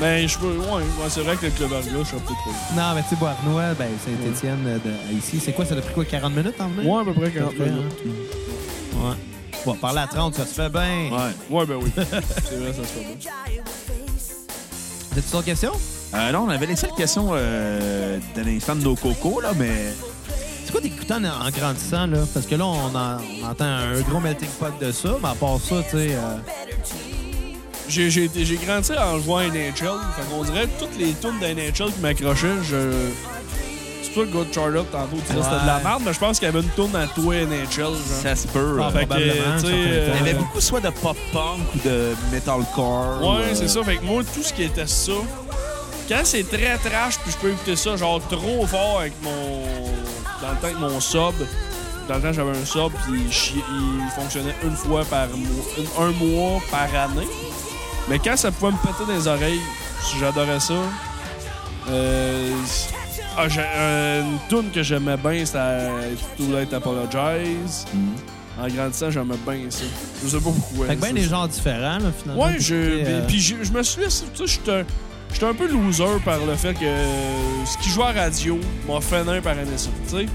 S4: Ben, je peux. Ouais, ouais, c'est vrai que le club Arga, je suis un peu trop.
S3: Non, mais tu sais, Bois-Arnois, ben, Saint-Étienne, euh, de- ici, c'est quoi? Ça a pris quoi, 40 minutes en venir?
S4: Ouais, à peu près 40
S3: Ouais.
S4: minutes.
S3: Ouais. On va parler à 30, ça se fait bien.
S1: Ouais.
S4: Ouais, ben oui. c'est vrai, ça se fait bien.
S3: T'as-tu d'autres questions?
S1: Euh, non, on avait laissé la question euh, de l'instant de nos cocos, là, mais.
S3: C'est quoi d'écouter en, en grandissant, là? Parce que là, on, en- on entend un gros melting pot de ça, mais à part ça, tu sais... euh,
S4: J'ai- J'ai été- j'ai grandi en jouant à NHL. Fait qu'on dirait que toutes les tunes d'NHL qui m'accrochaient, je. C'est toi, Good Charlotte, tantôt, tu disais que c'était de la
S3: Ouais.
S4: merde, mais je pense qu'il y avait une tune à toi, NHL. Genre.
S1: Ça se peut.
S3: Ah,
S1: euh,
S4: Fait que,
S3: probablement, ça
S4: tu sais, euh,
S3: fait
S1: Il y
S3: longtemps.
S1: avait beaucoup soit de pop-punk ou de metalcore.
S4: Ouais,
S1: ou, euh,
S4: c'est ça. Fait que moi, tout ce qui était ça, quand c'est très trash, puis je peux écouter ça, genre trop fort avec mon. Dans le temps, avec mon sub. Dans le temps, j'avais un sub, puis il, chi- il fonctionnait une fois par mois. une- un mois par année. Mais quand ça pouvait me péter dans les oreilles, j'adorais ça. Euh. ah, j'ai- euh, une tune que j'aimais bien, c'était Tout Light Apologize. En grandissant, j'aimais bien ça. Je sais pas pourquoi.
S3: Mm. Fait que ben bien
S4: C'est-
S3: des genres différents, là, finalement.
S4: Ouais,
S3: pour
S4: je.
S3: écouter, euh,
S4: Puis je, je me suis laissé. Tu sais, j'étais un- j'étais un peu loser par le fait que euh, ce qui jouait à radio m'a fait un par année ça. Tu sais,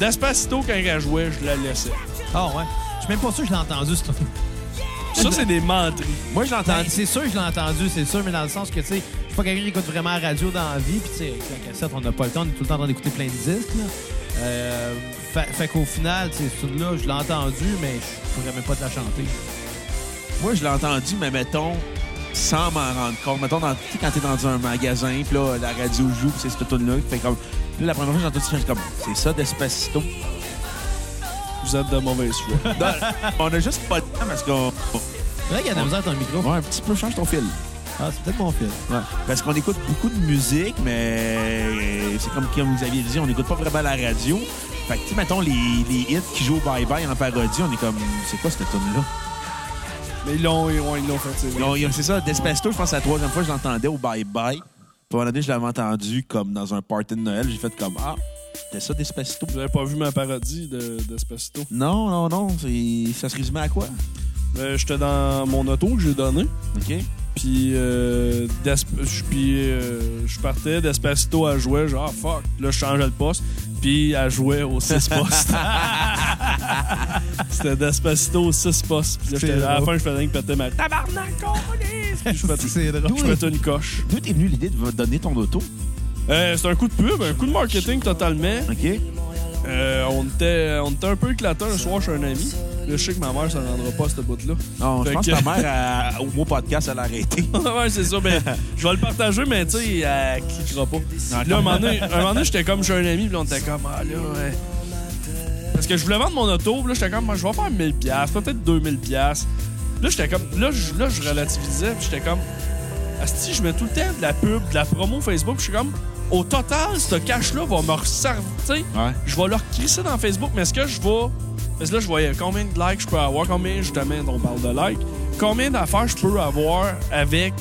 S4: Despacito, quand elle jouait, je la laissais.
S3: Ah ouais. Je suis même pas sûr que je l'ai entendu, ce truc.
S4: Ça, c'est des mentries.
S1: Moi, je l'entends.
S3: Ben, c'est sûr que je l'ai entendu, c'est sûr, mais dans le sens que, tu sais, je suis pas quelqu'un qui écoute vraiment la radio dans la vie, puis tu sais, avec la cassette, on n'a pas le temps, on est tout le temps en train d'écouter plein de disques, là. Euh, fait fait qu'au final, tu sais, ce là je l'ai entendu, mais je pourrais même pas te la chanter.
S1: Moi, je l'ai entendu, mais mettons, sans m'en rendre compte. Mettons, dans, tu sais, quand t'es dans un magasin, puis là, la radio joue, puis c'est cette tune-là. Fait comme, là, la première fois que j'ai entendu ça, j'étais comme, c'est ça, Despacito.
S4: Vous êtes de mauvais choix.
S1: Non, on a juste pas de temps parce qu'on.
S3: C'est vrai qu'il y a de la misère dans le micro.
S1: Ouais, un petit peu, change ton fil.
S3: Ah, c'est peut-être mon fils.
S1: Ouais. Parce qu'on écoute beaucoup de musique, mais c'est comme comme vous aviez dit, on n'écoute pas vraiment la radio. Fait que, tu sais, mettons, les, les hits qui jouent au Bye Bye en parodie, on est comme, c'est quoi cette tune-là?
S4: Mais ils l'ont ils l'ont- ils l'ont fait, c'est vrai.
S1: Non, il y a- c'est ça, Despacito, je pense que c'est la troisième fois que je l'entendais au Bye Bye. Puis à un moment donné, je l'avais entendu comme dans un party de Noël. J'ai fait comme Ah, c'était ça Despacito?
S4: Vous avez pas vu ma parodie de Despacito?
S1: Non, non, non, c'est- ça se résumait à quoi?
S4: Euh, J'étais dans mon auto que j'ai donné.
S1: OK?
S4: Puis, euh, Desp- je- puis euh, je partais, Despacito, elle jouait, genre, Ah, fuck. Là, je changeais de poste. Puis, elle jouait au 6 postes. C'était Despacito au 6 postes. Puis là, j'étais- à la
S3: drôle.
S4: fin, je faisais rien que péter ma tabarnak, câlisse! Puis je pétais-
S3: C'est drôle.
S4: Je pétais une coche.
S1: D'où t'es venue l'idée de donner ton auto?
S4: Euh, C'est un coup de pub, un coup de marketing totalement.
S1: OK?
S4: Euh, on, était, on était un peu éclatés un soir chez un ami. Là, je sais que ma mère, ça ne rendra pas à ce bout-là.
S1: Non, je
S4: Fait
S1: pense que
S4: que-
S1: ta mère, elle- au mot podcast, elle a arrêté.
S4: ouais, c'est ça. Ben, je vais le partager, mais tu sais, elle cliquera pas. là, un moment donné, un moment donné, j'étais comme chez un ami, puis là, on était comme, ah là, ouais. Parce que je voulais vendre mon auto, puis là, j'étais comme, Moi, je vais faire 1000$, piastres, peut-être 2000$. piastres. Là, j'étais comme, là, je, là, je relativisais, puis j'étais comme, Asti, je mets tout le temps de la pub, de la promo Facebook, puis je suis comme, au total, ce cash-là va me resservir, tu sais
S1: Ouais.
S4: je vais leur crisser dans Facebook, mais est-ce que je vais. Parce que là, je voyais combien de likes je peux avoir, combien, justement, on parle de likes, combien d'affaires je peux avoir avec.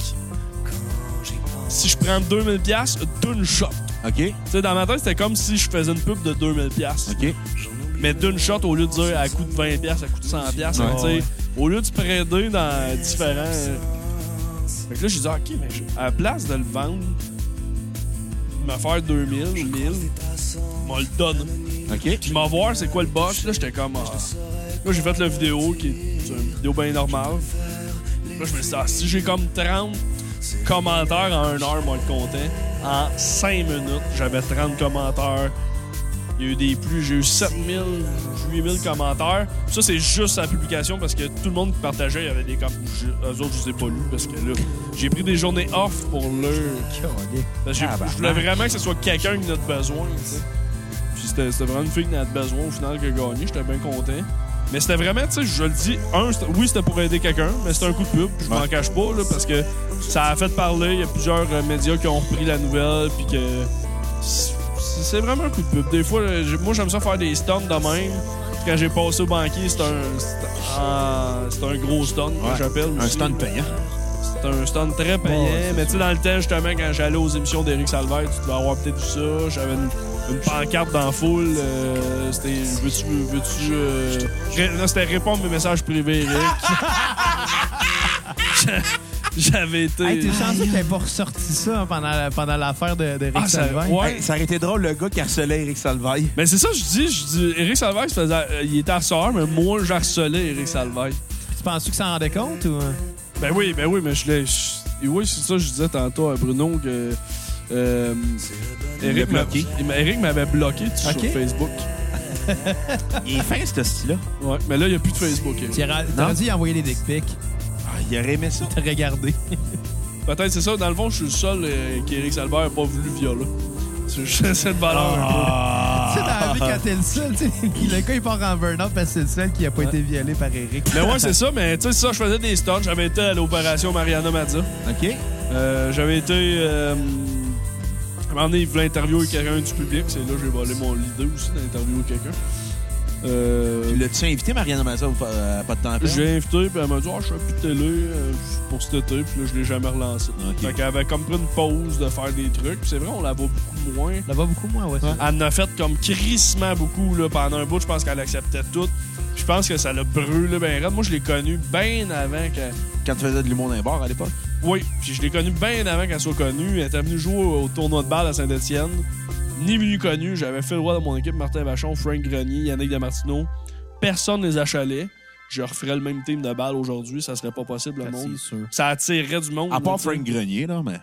S4: Si je prends 2000$ d'une shot.
S1: OK?
S4: Tu sais, dans ma tête, c'était comme si je faisais une pub de 2000$.
S1: OK?
S4: Mais d'une shot, au lieu de dire à coût de 20$, à coût de 100$, hein,
S1: Ouais,
S4: tu sais,
S3: ouais.
S4: au lieu de spreader dans différents. Fait que là, j'ai dit, OK, mais je- à la place de le vendre, me faire 2000, 1000, m'a le donne.
S1: OK?
S4: Puis m'en voir c'est quoi le boss. Là, j'étais comme. ah. Là, j'ai fait la vidéo, qui est c'est une vidéo bien normale. Là, je me suis dit, ah, si j'ai comme 30 commentaires en 1 heure, moi, le content, en 5 minutes, j'avais 30 commentaires. Il y a eu des plus, j'ai eu 7000, 8000 commentaires. Ça, c'est juste la publication parce que tout le monde qui partageait, il y avait des comme. je- Eux autres, je les ai pas lus parce que là, j'ai pris des journées off pour leur. Parce que j'ai-
S1: Tabarnak.
S4: je voulais vraiment que ce soit quelqu'un qui en a de besoin. tu sais. Puis c'était c'était vraiment une fille qui en a de besoin au final qui a gagné. J'étais bien content. Mais c'était vraiment, tu sais, je le dis, un, c'était- oui, c'était pour aider quelqu'un, mais c'était un coup de pub. Je m'en
S1: Ouais.
S4: cache pas, là, parce que ça a fait parler. Il y a plusieurs euh, médias qui ont repris la nouvelle, puis que. C'est c'est vraiment un coup de pub. Des fois, euh, j'ai- moi, j'aime ça faire des stunts de même. Quand j'ai passé au banquier, c'est un, c'est un- c'est un gros stun que j'appelle.
S1: Un
S4: aussi.
S1: stand payant.
S4: C'est un stand très payant.
S3: Ouais, c'est
S4: mais tu sais, dans le temps, justement, quand j'allais aux émissions d'Éric Salvaire, tu devais avoir peut-être vu ça. J'avais une, une pancarte dans la foule. euh, c'était Veux-tu. Veux-tu. euh, ré- non, c'était répondre mes messages privés, Eric. J'avais été.
S3: Hey, t'es chanceux que t'aies pas ressorti ça pendant, la- pendant l'affaire de, de Rick
S4: Ah, ça-
S3: Salvaille.
S4: ouais.
S1: Hey, ça aurait été drôle, le gars qui harcelait Eric Salvaille.
S4: Mais c'est ça que je dis, je dis, Eric Salvaire, se faisait- euh, il était harceleur, mais moi, j'harcelais Eric Salvaire.
S3: Tu penses-tu que ça en rendait compte ou...
S4: Ben oui, ben oui, mais je l'ai... je- et Oui, c'est ça que je disais tantôt à Bruno, que... euh, Eric
S1: l'a
S4: m'a-
S1: bloqué.
S4: il m'a- Eric m'avait bloqué tu sais,
S3: Ok.
S4: sur Facebook.
S1: Il est fin, ce style-là.
S4: Ouais, mais là, il n'y a plus de Facebook. Eric.
S3: T'aurais t'aurais dû y envoyer les dick pics.
S1: Ah, il aurait aimé ça.
S3: T'as regardé.
S4: Peut-être c'est ça. Dans le fond, je suis le seul euh, qu'Éric Salvaire n'a pas voulu violer. C'est juste cette valeur.
S1: Ah.
S3: Tu sais, dans la vie, quand t'es le seul, tu sais, le gars, il part en burn-out parce que c'est le seul qui a pas été violé par Eric.
S4: Mais ouais, c'est ça. Mais tu sais, ça, je faisais des stunts. J'avais été à l'opération Mariana Mazza.
S1: OK.
S4: Euh, J'avais été... Euh, à un moment donné, il voulait interviewer quelqu'un du public. C'est là que j'ai volé mon leader aussi d'interviewer quelqu'un. Euh,
S1: L'as-tu invité, Marianne Mazza, ou pas, euh, pas de temps à perdre?
S4: Je l'ai invité, puis elle m'a dit Ah, je suis plus de télé euh, pour cet été, puis là, je l'ai jamais relancé.
S1: Ok.
S4: Fait qu'elle avait comme pris une pause de faire des trucs, puis c'est vrai, on la voit beaucoup moins.
S3: Ça va beaucoup moins, ouais. ça.
S4: Elle en a fait comme crissement beaucoup là, pendant un bout. Je pense qu'elle acceptait tout. Je pense que ça l'a brûlé bien raide. Moi, je l'ai connue bien avant qu'elle.
S1: Quand tu faisais de l'humour d'un bar à l'époque?
S4: Oui, puis je l'ai connue bien avant qu'elle soit connue. Elle était venue jouer au tournoi de balle à Saint-Etienne. Ni venu connu. J'avais fait le roi de mon équipe Martin Vachon, Frank Grenier, Yannick Damartino. Personne ne les achalait. Je referais le même team de balle aujourd'hui. Ça serait pas possible, le monde.
S3: sûr.
S4: Ça attirerait du monde.
S1: À part
S4: là, tu sais.
S1: Frank Grenier, là, mais...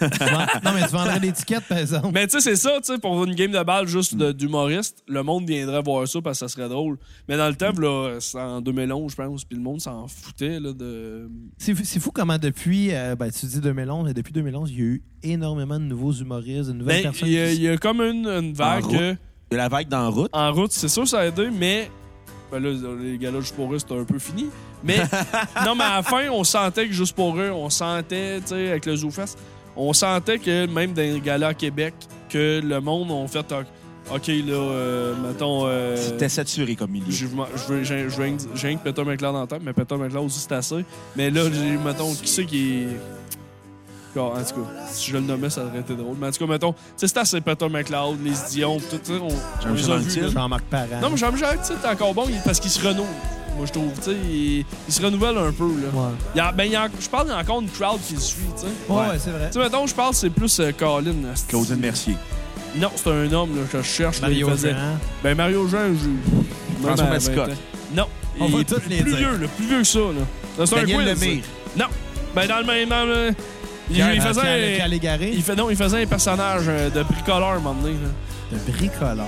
S3: Ah, non, mais tu vendrais l'étiquette, par exemple.
S4: Mais tu sais, c'est ça, tu sais, pour une game de balle juste
S1: Mm.
S4: de- d'humoriste, le monde viendrait voir ça parce que ça serait drôle. Mais dans le temps, là, c'est en 2011, je pense, puis le monde s'en foutait là, de.
S3: C'est fou- c'est fou comment depuis, euh, ben, tu dis 2011, mais depuis 2011, il y a eu énormément de nouveaux humoristes, de nouvelles
S4: Ben,
S3: personnes.
S4: il y, a-
S3: qui-
S4: il y a comme une, une vague
S1: En
S4: en
S1: route.
S4: route.
S1: De la vague d'en route.
S4: en route, c'est sûr, ça a aidé, mais. Ben là, les galas Juste pour eux, c'était un peu fini. Mais non, mais à la fin, on sentait que Juste pour eux, on sentait, tu sais, avec le ZooFest, on sentait que même dans les galas à Québec, que le monde, on fait. ah, OK, là, euh, mettons. euh,
S1: C'était saturé comme milieu.
S4: Je veux- je veux- j'ai- j'ai rien que- j'ai rien que Peter McLeod en tête, mais Peter McLeod aussi, c'est assez. Mais là, j'ai- mettons, qui c'est qui est. Ah, en tout cas, si je le nommais, ça aurait été drôle. Mais en tout cas, mettons, tu sais, c'est assez Peter McLeod, les Dion, tout ça. On, on les a
S1: Jean-Michel
S4: vus.
S1: Anctil.
S4: là.
S3: Jean-Marc Parent.
S4: Non, mais Jean-Michel, tu sais, t'es encore bon il- parce qu'il se renouvelle. Moi, je trouve, tu sais, il, il se renouvelle un peu, là.
S3: Ouais,
S4: Il y a- ben, il y a- je parle, il y a encore une crowd qui le suit, tu sais.
S3: ouais,
S4: Tu
S3: ouais, c'est vrai.
S4: sais, mettons, je parle, c'est plus euh, Colin. là, c'est-
S1: Claudine Mercier.
S4: Non, c'est un homme là, que je cherche. là, il
S3: Mario
S4: faisait-
S3: Jean.
S4: ben Mario Jean, je...
S1: François
S4: Même à
S1: Mascotte.
S4: 20 ans. ben. Non.
S3: On
S4: Il
S3: va
S4: est
S3: tous
S4: plus,
S3: les
S4: plus
S3: dire.
S4: vieux, là, plus vieux que ça. Là. Là, C'est un
S1: Daniel
S4: quiz.
S1: Lemire.
S4: Non. Ben dans le même... dans le- Il, il
S3: Pierre- Pierre-
S4: faisait...
S3: Pierre
S4: un-
S3: Légaré.
S4: Il fait, non, il faisait un personnage euh, de bricoleur, à un moment donné. là.
S3: De bricoleur.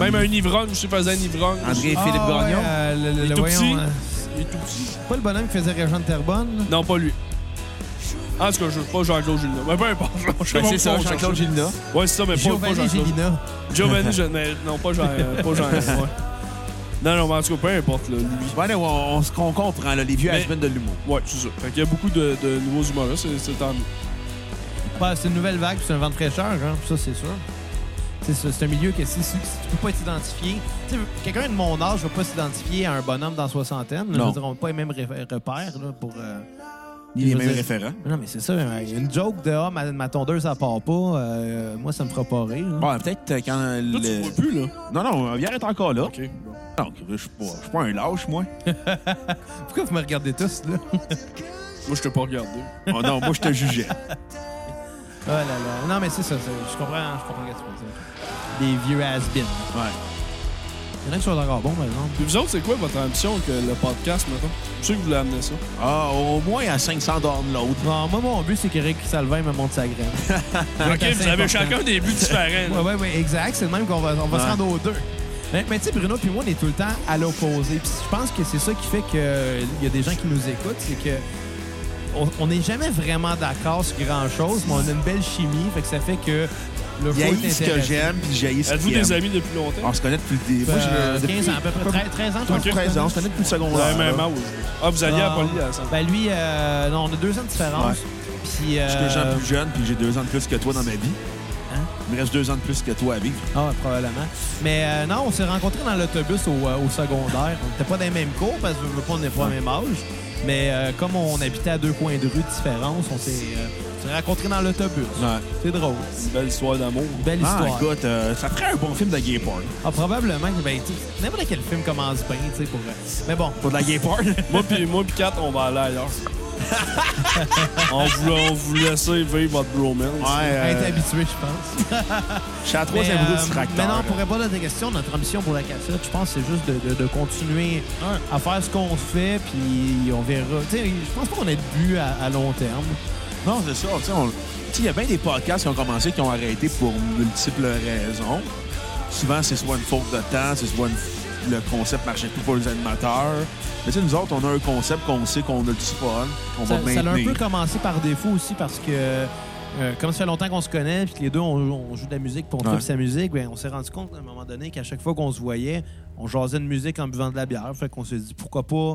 S4: Même
S1: Ben,
S4: un ivrogne, je sais, faisait un ivrogne.
S1: André
S3: Ah,
S1: Philippe
S3: ouais,
S1: Gagnon.
S3: euh, le- le-
S4: Il est
S3: le-
S4: tout
S3: voyons,
S4: petit.
S3: hein.
S4: Il est tout petit.
S3: Pas le bonhomme qui faisait Régent de Terrebonne. là?
S4: Non, pas lui. En tout cas, je pas Jean-Claude Gilna. Mais peu importe. je sais
S1: Ben,
S4: pas
S1: c'est ça,
S4: pourquoi on
S1: Jean-Claude
S4: cherche.
S1: Gilna.
S4: Ouais, c'est ça, mais pas- pas
S3: Giovanni
S4: Jean-Claude.
S3: Gélina.
S4: Giovanni Gilna. Non, pas Jean. euh, Pas Jean. ouais. Non, non, mais en tout cas, peu importe. Là, lui.
S1: Ouais, là, on, on se on comprend, là, les vieux
S4: Mais-
S1: has de l'humour.
S4: Ouais, c'est ça. Fait qu'il y a beaucoup de, de nouveaux humoristes, c'est- c'est tant mieux.
S3: Ouais, c'est une nouvelle vague, puis c'est un vent de fraîcheur, genre, puis ça, c'est sûr. C'est ça, c'est un milieu que si, si- si tu peux pas t'identifier. Tu sais, quelqu'un de mon âge va pas s'identifier à un bonhomme dans la soixantaine. là.
S1: Non.
S3: Je veux dire, on n'a pas les mêmes ré- repères là, pour. euh,
S1: Ni les
S3: je veux
S1: mêmes
S3: dire-
S1: référents.
S3: Non, mais c'est ça. euh, Une joke de Ah, ma, ma tondeuse, ça part pas. euh, moi, ça me fera pas rire. hein.
S1: Bon, peut-être euh, quand
S4: Là, tu
S1: le...
S4: vois plus, là.
S1: Non, non, Vière est encore là.
S4: OK.
S1: Non, je suis pas, je suis pas un lâche, moi.
S3: Pourquoi vous me regardez tous, là?
S4: Moi, je t'ai pas regardé.
S1: Oh, non, moi, je te jugeais.
S3: oh là là. Non, mais c'est ça. c'est- Je comprends, je comprends ce que tu veux dire. Des vieux has-been.
S1: Ouais.
S3: Il y en a qui sont encore bons, par exemple.
S4: Puis vous autres, c'est quoi votre ambition que le podcast, maintenant? Je sais que vous voulez amener ça.
S1: Ah, au moins à 500 downloads.
S3: Non, moi, mon but, c'est qu'Éric Salvin me montre sa graine.
S4: OK, vous avez chacun des buts
S3: Ouais,
S4: différents.
S3: ouais, ouais, exact. C'est le même qu'on va, on va se
S1: Ouais.
S3: rendre aux deux. Mais, mais tu sais, Bruno puis moi, on est tout le temps à l'opposé. Puis je pense que c'est ça qui fait qu'il y a des gens qui nous écoutent, c'est que on- on n'est jamais vraiment d'accord sur grand-chose, mais on a une belle chimie, fait que ça fait que le show
S1: J'ai
S3: est
S1: ce que
S3: intéressant.
S1: j'aime, puis j'ai ce
S4: Êtes-vous
S1: qu'il aime.
S4: des amis depuis longtemps?
S1: On se connaît depuis le début. Moi, j'ai-
S3: Euh,
S1: depuis-
S3: 15 ans, à peu près 13, 13 ans, je pense.
S1: depuis 13 ans. On se connaît depuis le
S4: Vous avez
S1: secondaire.
S4: même
S1: là.
S4: âge. Ah, vous alliez à
S3: Ah.
S4: Poly à ça.
S3: Ben lui, euh, non, on a deux ans de différence.
S1: Ouais.
S3: Puis,
S1: Je suis des gens
S3: euh,
S1: plus jeunes, puis j'ai deux ans de plus que toi dans ma vie.
S3: Hein?
S1: Il me reste deux ans de plus que toi à vivre.
S3: Ah, ouais, probablement. Mais euh, non, on s'est rencontrés dans l'autobus au, euh, au secondaire. On n'était pas dans les mêmes cours parce que je veux pas, on n'est pas au même âge. Mais euh, comme on habitait à deux coins de rue différents, on s'est euh, on s'est rencontrés dans l'autobus.
S1: Ouais.
S3: C'est drôle.
S4: Une belle histoire d'amour.
S3: Belle
S1: Ah,
S3: histoire.
S1: écoute, euh, ça ferait un bon film de gay porn.
S3: Ah, probablement que ben, tu sais, n'importe quel film commence bien, tu sais, pour. euh, Mais bon.
S1: Pas de la gay porn.
S4: Moi puis moi pis Kat, on va aller ailleurs. on, vous, on vous laisse vivre votre bromance.
S3: Être habitué, je pense.
S1: je suis à la
S3: Mais,
S1: Euh, troisième roue
S3: euh,
S1: du tracteur.
S3: mais non, pour répondre à ta question, notre ambition pour la cassette, je pense, c'est juste de, de- de continuer à faire ce qu'on fait, puis on verra. Tu sais, je pense pas qu'on ait de but à, à long terme.
S1: Non, c'est ça. tu sais, on- tu sais, Il y a bien des podcasts qui ont commencé qui ont arrêté pour multiples raisons. Souvent, c'est soit une faute de temps, c'est soit une- le concept marchait plus pour les animateurs. Mais tu sais, nous autres, on a un concept qu'on sait qu'on a du fun, qu'on va
S3: Ça, ça a un peu
S1: maintenir.
S3: commencé par défaut aussi parce que, euh, comme ça fait longtemps qu'on se connaît, puis que les deux, on, on joue de la musique, pour on
S1: Ouais.
S3: tripe sa musique, ben, on s'est rendu compte à un moment donné qu'à chaque fois qu'on se voyait, on jasait de musique en buvant de la bière. Fait qu'on s'est dit pourquoi pas.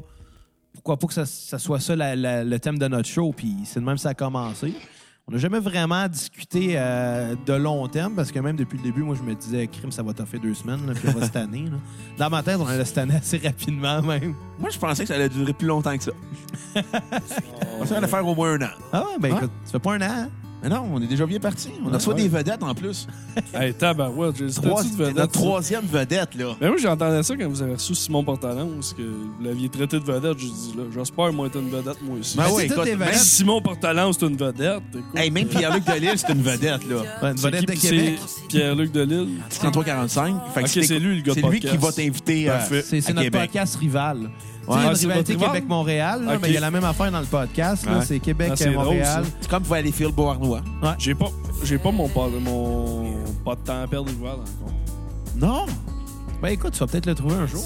S3: Pourquoi pas que ça, ça soit ça la- la- le thème de notre show, puis c'est de même que ça a commencé. On n'a jamais vraiment discuté euh, de long terme, parce que même depuis le début, moi, je me disais, crime, ça va toffer deux semaines, là, puis on va se tanner. là. Dans ma tête, on allait se tanner assez rapidement, même.
S1: Moi, je pensais que ça allait durer plus longtemps que ça. On pensait allait faire au moins un an.
S3: Ah, ben
S1: Hein?
S3: écoute, ça fait pas un an, hein?
S1: Mais non, on est déjà bien parti. On a soit
S3: ouais.
S1: des vedettes en plus.
S4: Hey, tabarouette, j'ai
S1: Trois-
S4: statut de
S1: Notre
S4: vedette. ça.
S1: troisième vedette, là.
S4: Mais moi, j'entendais ça quand vous avez reçu Simon Portalance, que vous l'aviez traité de vedette. J'ai dit, là, j'espère, moi, être une vedette, moi aussi.
S1: Ben
S3: Mais
S1: oui,
S3: c'est toutes
S1: écoute,
S3: des
S1: même-
S4: Même
S3: vedettes.
S4: si Simon Portalance, c'est une vedette. écoute.
S1: Hey, même Pierre-Luc Delisle, c'est une vedette, là.
S3: Ouais, une
S4: C'est
S3: vedette
S4: qui,
S3: de
S4: puis
S3: Québec.
S4: c'est Pierre-Luc Delisle.
S1: 33-45. Fait que
S4: Ok,
S1: si t'écoutes-
S4: c'est lui, le gars de
S1: C'est lui
S4: podcast.
S1: qui va t'inviter. euh,
S4: Parfait.
S3: C'est c'est
S1: à
S3: notre
S1: Québec.
S3: podcast rival. Tu sais, il
S4: Ouais.
S3: y a
S4: Ah,
S3: une
S4: c'est
S3: rivalité
S4: votre rival?
S3: Québec-Montréal, là,
S4: Ok.
S3: mais il y a la même affaire dans le podcast. là.
S1: Ouais.
S3: C'est
S4: Ah, c'est
S3: Québec-Montréal.
S4: drôle,
S1: C'est comme Valleyfield Beauharnois.
S4: J'ai pas, j'ai pas mon, pas, mon pas de temps à perdre ouvert encore.
S1: Non!
S3: ben écoute, tu vas peut-être le trouver un jour.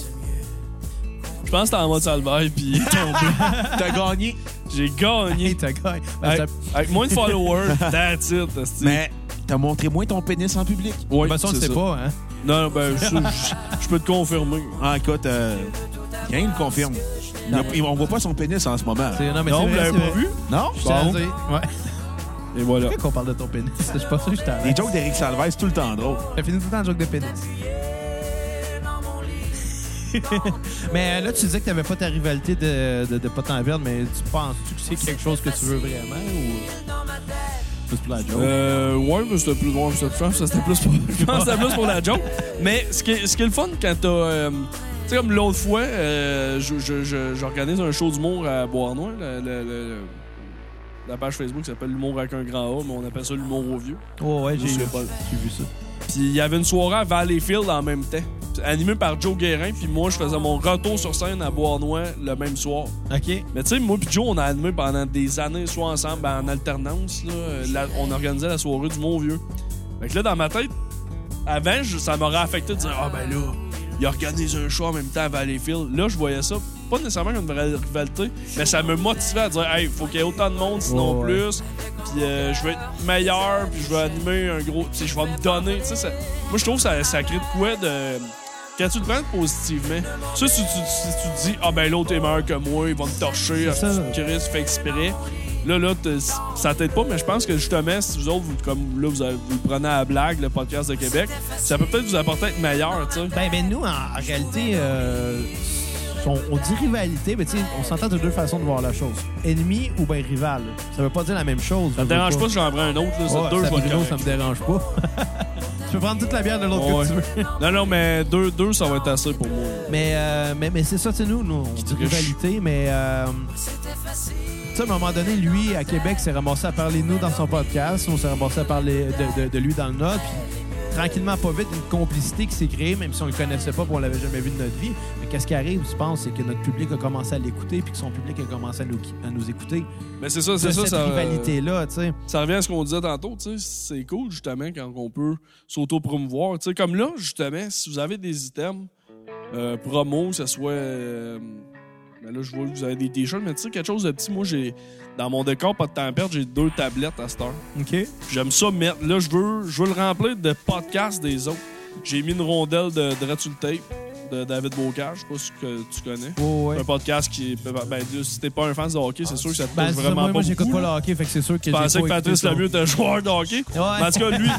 S4: Je pense que t'es en mode salvaille, puis il est tombé.
S1: T'as gagné!
S4: j'ai gagné.
S3: Hey, t'as gagné. Ben,
S4: Avec,
S3: ça-
S4: avec moins de followers, that's it. esti.
S1: Mais t'as montré moins ton pénis en public.
S4: Ouais,
S3: ben, ça, on le
S4: c'est
S3: sait
S4: ça.
S3: pas. Hein?
S4: Non, ben, je, je- je peux te confirmer.
S1: Ah, écoute, euh, rien ne confirme. Il a- il- on voit pas son pénis en ce moment.
S3: C'est- Non, mais
S4: non,
S3: c'est
S4: vous
S3: vrai,
S4: l'avez
S3: c'est
S4: pas
S3: vrai.
S4: vu?
S1: Non?
S3: Je tiens à
S4: Bon.
S3: dire, Ouais.
S4: Et voilà.
S3: Pourquoi qu'on parle de ton pénis? Je suis pas sûr que je
S1: Les
S3: t'arrête.
S1: jokes d'Éric Salvaire, c'est tout le temps drôle.
S3: T'as fini tout le temps le joke de pénis. mais euh, là, tu disais que t'avais pas ta rivalité de, de, de pas t'en perdre, mais tu penses-tu que c'est quelque chose que tu veux vraiment ou. Juste pour la joke.
S4: Euh, ouais, mais c'était plus drôle, c'était plus, c'était plus pour, je pense que c'était plus pour la joke. Mais ce qui est, ce qui est le fun quand t'as. euh, tu sais, comme l'autre fois, euh, je- je- je- j'organise un show d'humour à Bois-Noir. La, la- la- la page Facebook s'appelle L'humour avec un grand A, mais on appelle ça l'humour au vieux.
S3: Oh, ouais, j'ai
S4: je sais pas.
S3: j'ai vu ça.
S4: Puis il y avait une soirée à Valleyfield en même temps, animée par Joe Guérin. Puis moi, je faisais mon retour sur scène à Bois-Noir le même soir.
S3: OK.
S4: Mais tu sais, moi et Joe, on a animé pendant des années, soit ensemble, ben, en alternance. Là, Euh, la- on organisait la soirée du Mont-Vieux. Fait que là, dans ma tête, avant, je- ça m'aurait affecté de dire Ah, ben là, il organise un show en même temps à Valleyfield. Là, je voyais ça, pas nécessairement comme une vraie rivalité, mais ça me motivait à dire Hey, faut qu'il y ait autant de monde, sinon
S3: Ouais, ouais.
S4: plus. Puis euh, je veux être meilleur, puis je veux animer un gros. Puis je vais me donner. Tu sais, ça- moi, je trouve que ça, ça crée de quoi de. Quand tu te prends positivement, ça, si tu, si tu dis, ah ben l'autre est meilleur que moi, il va me torcher, euh,
S3: C'est ça.
S4: Chris fait exprès. Là, là, t'es- ça t'aide pas, mais je pense que justement, si vous autres, vous- comme là, vous, avez- vous le prenez à la blague, le podcast de Québec, ça peut peut-être vous apporter à être meilleur, tu sais.
S3: Ben, ben nous, en, en réalité, euh, on, on dit rivalité, mais tu sais, on s'entend de deux façons de voir la chose. Ennemi ou ben rival. Ça veut pas dire la même chose.
S4: Ça me dérange pas si j'en prends un autre, là, c'est deux, je vais le
S3: ça me
S4: correct.
S3: dérange pas. tu peux prendre toute la bière de l'autre que tu veux.
S4: Ouais. Non, non, mais deux, deux, ça va être assez pour moi.
S3: Mais, euh, mais, mais c'est ça, tu sais, nous, nous, on dit
S4: dirait
S3: rivalité, mais... euh, tu sais, à un moment donné, lui, à Québec, s'est ramassé à parler de nous dans son podcast. On s'est ramassé à parler de, de- de lui dans le nôtre. Puis, tranquillement, pas vite, une complicité qui s'est créée, même si on le connaissait pas et on l'avait jamais vu de notre vie. Mais qu'est-ce qui arrive, je pense, c'est que notre public a commencé à l'écouter puis que son public a commencé à nous, à nous écouter.
S4: Mais c'est ça,
S3: C'est
S4: c'est ça, euh,
S3: cette
S4: ça.
S3: rivalité-là, tu sais.
S4: ça revient à ce qu'on disait tantôt, tu sais, c'est cool justement quand on peut s'auto-promouvoir. Tu sais, comme là, justement, si vous avez des items euh, promo, que ce soit. euh, ben là, je vois que vous avez des t-shirts, mais tu sais, quelque chose de petit, moi, j'ai. Dans mon décor, pas de temps à perdre, j'ai deux tablettes à cette heure.
S3: OK.
S4: J'aime ça mettre. Là, je veux, je veux le remplir de podcasts des autres. J'ai mis une rondelle de Dratul Tape, de David Bocage. Je sais pas si que tu connais.
S3: Oh, ouais.
S4: Un podcast qui. Ben, si t'es pas un fan de hockey, c'est sûr que ça te touche
S3: Ben, c'est ça,
S4: vraiment
S3: moi,
S4: pas.
S3: moi j'écoute
S4: beaucoup,
S3: pas le hockey, fait que c'est sûr que
S4: Je pensais
S3: j'ai
S4: que
S3: pas écouté
S4: Patrice
S3: ça.
S4: Lemieux était joueur de hockey.
S3: Ouais.
S4: Mais en tout cas, lui,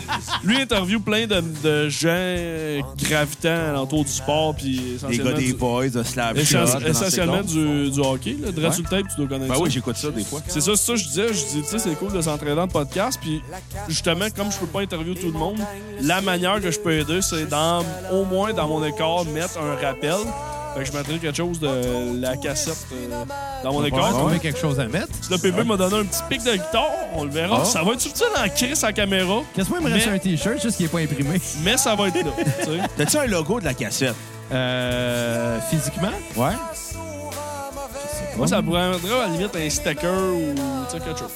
S4: lui interview plein de, de gens gravitants alentour du sport. Puis
S1: Les
S4: essentiellement,
S1: gars des
S4: du,
S1: boys, de Slap
S4: essen-
S1: Shot, de
S4: essentiellement
S1: Nancy Clone.
S4: du, du hockey. Là, Drette
S1: Ouais.
S4: sur le tape, tu dois connaître
S1: Ben
S4: ça.
S1: oui, j'écoute ça des fois.
S4: C'est ça, c'est ça, que je disais. Je dis, tu sais, c'est cool de s'entraîner dans le podcast. Puis, justement, comme je peux pas interviewer tout le monde, la manière que je peux aider, c'est dans, au moins dans mon écart, mettre un rappel. Fait que je mettrai quelque chose de la cassette euh, dans mon
S3: On va
S4: écart.
S3: trouver quelque chose à mettre.
S4: Si le PB m'a donné un petit pic de guitare, on le verra.
S1: Ah.
S4: Ça va être subtil en crise en caméra,
S3: Qu'est-ce que moi, il me reste
S4: Mais-
S3: un t-shirt, juste qu'il est pas imprimé.
S4: mais ça va être là. tu sais.
S1: T'as-tu un logo de la cassette?
S3: Euh, physiquement?
S1: Ouais.
S4: Moi, ça prendrait à la limite un sticker ou tu sais, quelque chose.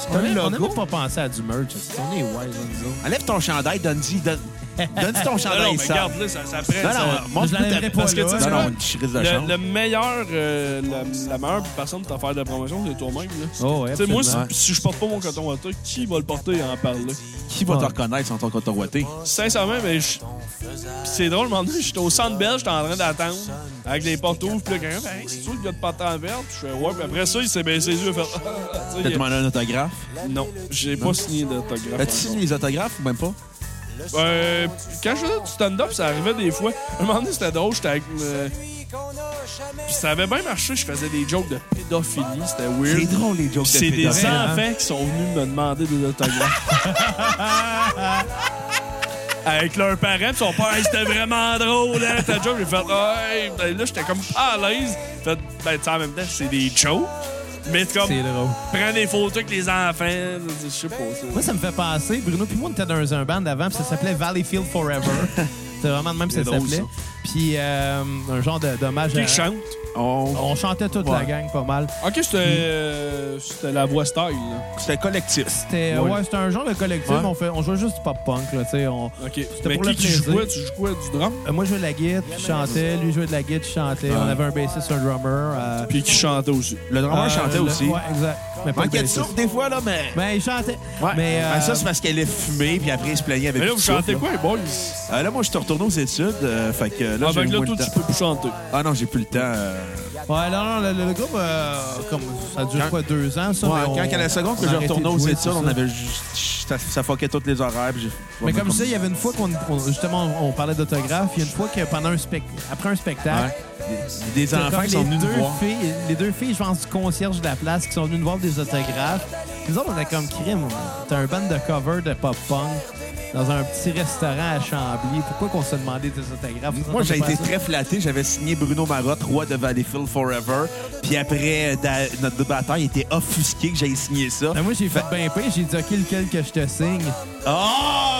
S1: C'est
S3: On a
S1: un
S3: on a
S1: logo.
S3: même pas pensé à du merch. On est wild, on
S1: Enlève ton chandail, donne-y. Donne donne-y ton
S4: Non, non,
S1: chandail
S4: mais
S1: sale.
S4: regarde, là, ça, ça
S1: Non,
S4: prend. ça-
S1: non,
S3: Je
S1: montre-nous
S3: l'enlèverai
S1: ta-
S3: pas,
S1: parce que
S3: là.
S1: tu- Non,
S3: Ouais.
S1: non, une crise de
S4: Le,
S1: chambre.
S4: le meilleur, euh, la, la meilleure personne pour t'en faire de la promotion, c'est toi-même. là.
S3: Oh, ouais,
S4: Tu sais, moi, si,
S1: absolument.
S4: si je porte pas mon coton toi, qui va le porter et en parler?
S1: Qui va te reconnaître sans ton coton ouaté?
S4: Sincèrement, mais je- Puis c'est drôle, mon j'étais au centre belge, j'étais en train d'attendre avec les portes ouvertes, puis là, quelqu'un fait Hey, c'est toi le gars de pantalon vert? Puis je fais Ouais, puis après ça, il s'est baissé les yeux, il a fait Tu sais,
S1: T'as
S4: il-
S1: demandé un autographe?
S4: Non, j'ai pas signé d'autographe.
S1: As-tu
S4: encore.
S1: signé les autographes ou même pas?
S4: Euh, quand je faisais du stand-up, ça arrivait des fois. Un moment donné, c'était drôle, j'étais avec. euh, puis ça avait bien marché, je faisais des jokes de pédophilie, c'était weird.
S1: C'est drôle, les jokes
S4: Puis
S1: de
S4: c'est des
S1: pédophile.
S4: enfants qui sont venus me demander des autographes. Avec leurs parents, pis son père, Hey, c'était vraiment drôle, hein, ta joke. J'ai fait, hey, ben là, j'étais comme pas à l'aise. Fait, ben, tu sais, en même temps, c'est des jokes. Mais c'est comme,
S3: C'est drôle.
S4: prends des photos avec les enfants, je sais pas.
S3: Moi, ça me fait penser, Bruno, puis moi, on était dans un band avant, puis ça s'appelait Valleyfield Forever. C'était vraiment de même que ça
S4: C'est drôle,
S3: s'appelait. Puis euh, un genre de dommage.
S4: Qui chante?
S1: On-
S3: On chantait toute la
S1: Ouais.
S3: gang pas mal.
S4: Ok, c'était euh, c'était la voix style. là.
S1: C'était collectif.
S3: C'était euh,
S4: Ouais.
S3: ouais, c'était un genre de collectif.
S1: Ouais.
S3: On, fait, on jouait juste du pop-punk. Là, tu sais, on...
S4: Ok.
S3: C'était
S4: Mais
S3: pour
S4: qui
S3: le
S4: qui joue
S3: plaisir.
S4: quoi? Tu joues quoi? Du drum?
S3: Euh, Moi, je jouais de la guitare, puis je chantais. Lui jouait de la guitare, je chantais. On avait un bassiste, un drummer. euh,
S4: Puis qui chantait aussi.
S1: Le drummer
S3: euh,
S1: chantait
S3: le-
S1: aussi.
S3: Ouais, exact. Mais pas le
S1: Manquait de
S3: bassiste.
S1: souffle des fois, là, mais.
S3: Mais Ben, il chantait.
S1: Ouais.
S3: Mais euh,
S1: Ah, ça, c'est parce qu'elle est fumée, puis après, il se plaignait avec
S4: Mais là,
S1: le
S4: vous
S1: souffle,
S4: chantez
S1: là.
S4: quoi, les boys?
S1: Euh, Là, moi, je suis retourné aux études. euh, fait que là,
S4: Ah,
S1: j'ai
S4: ben là,
S1: moins
S4: toi,
S1: le temps.
S4: tu peux plus chanter.
S1: Ah non, j'ai plus le temps. euh.
S3: ouais, non, non, le, le- le groupe, euh, comme, ça dure
S1: Quand-
S3: quoi, deux ans, ça?
S1: Ouais,
S3: mais on-
S1: quand à la seconde
S3: on
S1: que
S3: a
S1: j'ai
S3: arrêté
S1: retourné
S3: de
S1: aux
S3: jouer,
S1: études,
S3: c'est
S1: on
S3: ça.
S1: avait juste. Ça, ça fuckait tous les horaires. puis j'ai-
S3: Mais comme ça, il y avait une fois qu'on, on- justement, on on parlait d'autographe, il y a une fois que pendant un spec- après un spectacle,
S1: Ouais. Des, des
S3: c'est
S1: enfants
S3: comme
S1: qui sont
S3: les
S1: venus nous
S3: deux
S1: voir.
S3: filles, les deux filles, je pense, du concierge de la place, qui sont venues nous voir des autographes. Puis Nous autres, on était comme crime. T'as un band de cover de pop-punk dans un petit restaurant à Chambly. Pourquoi qu'on se demandait des autographes?
S1: Moi, j'ai été
S3: Ça.
S1: très flatté. J'avais signé Bruno Marotte, roi de Valleyfield Forever. Puis après, euh, da- notre débatteur, il était offusqué que j'avais signé ça.
S3: Ben, moi, j'ai fait bien pire. J'ai dit, OK, lequel que je te signe?
S1: Oh!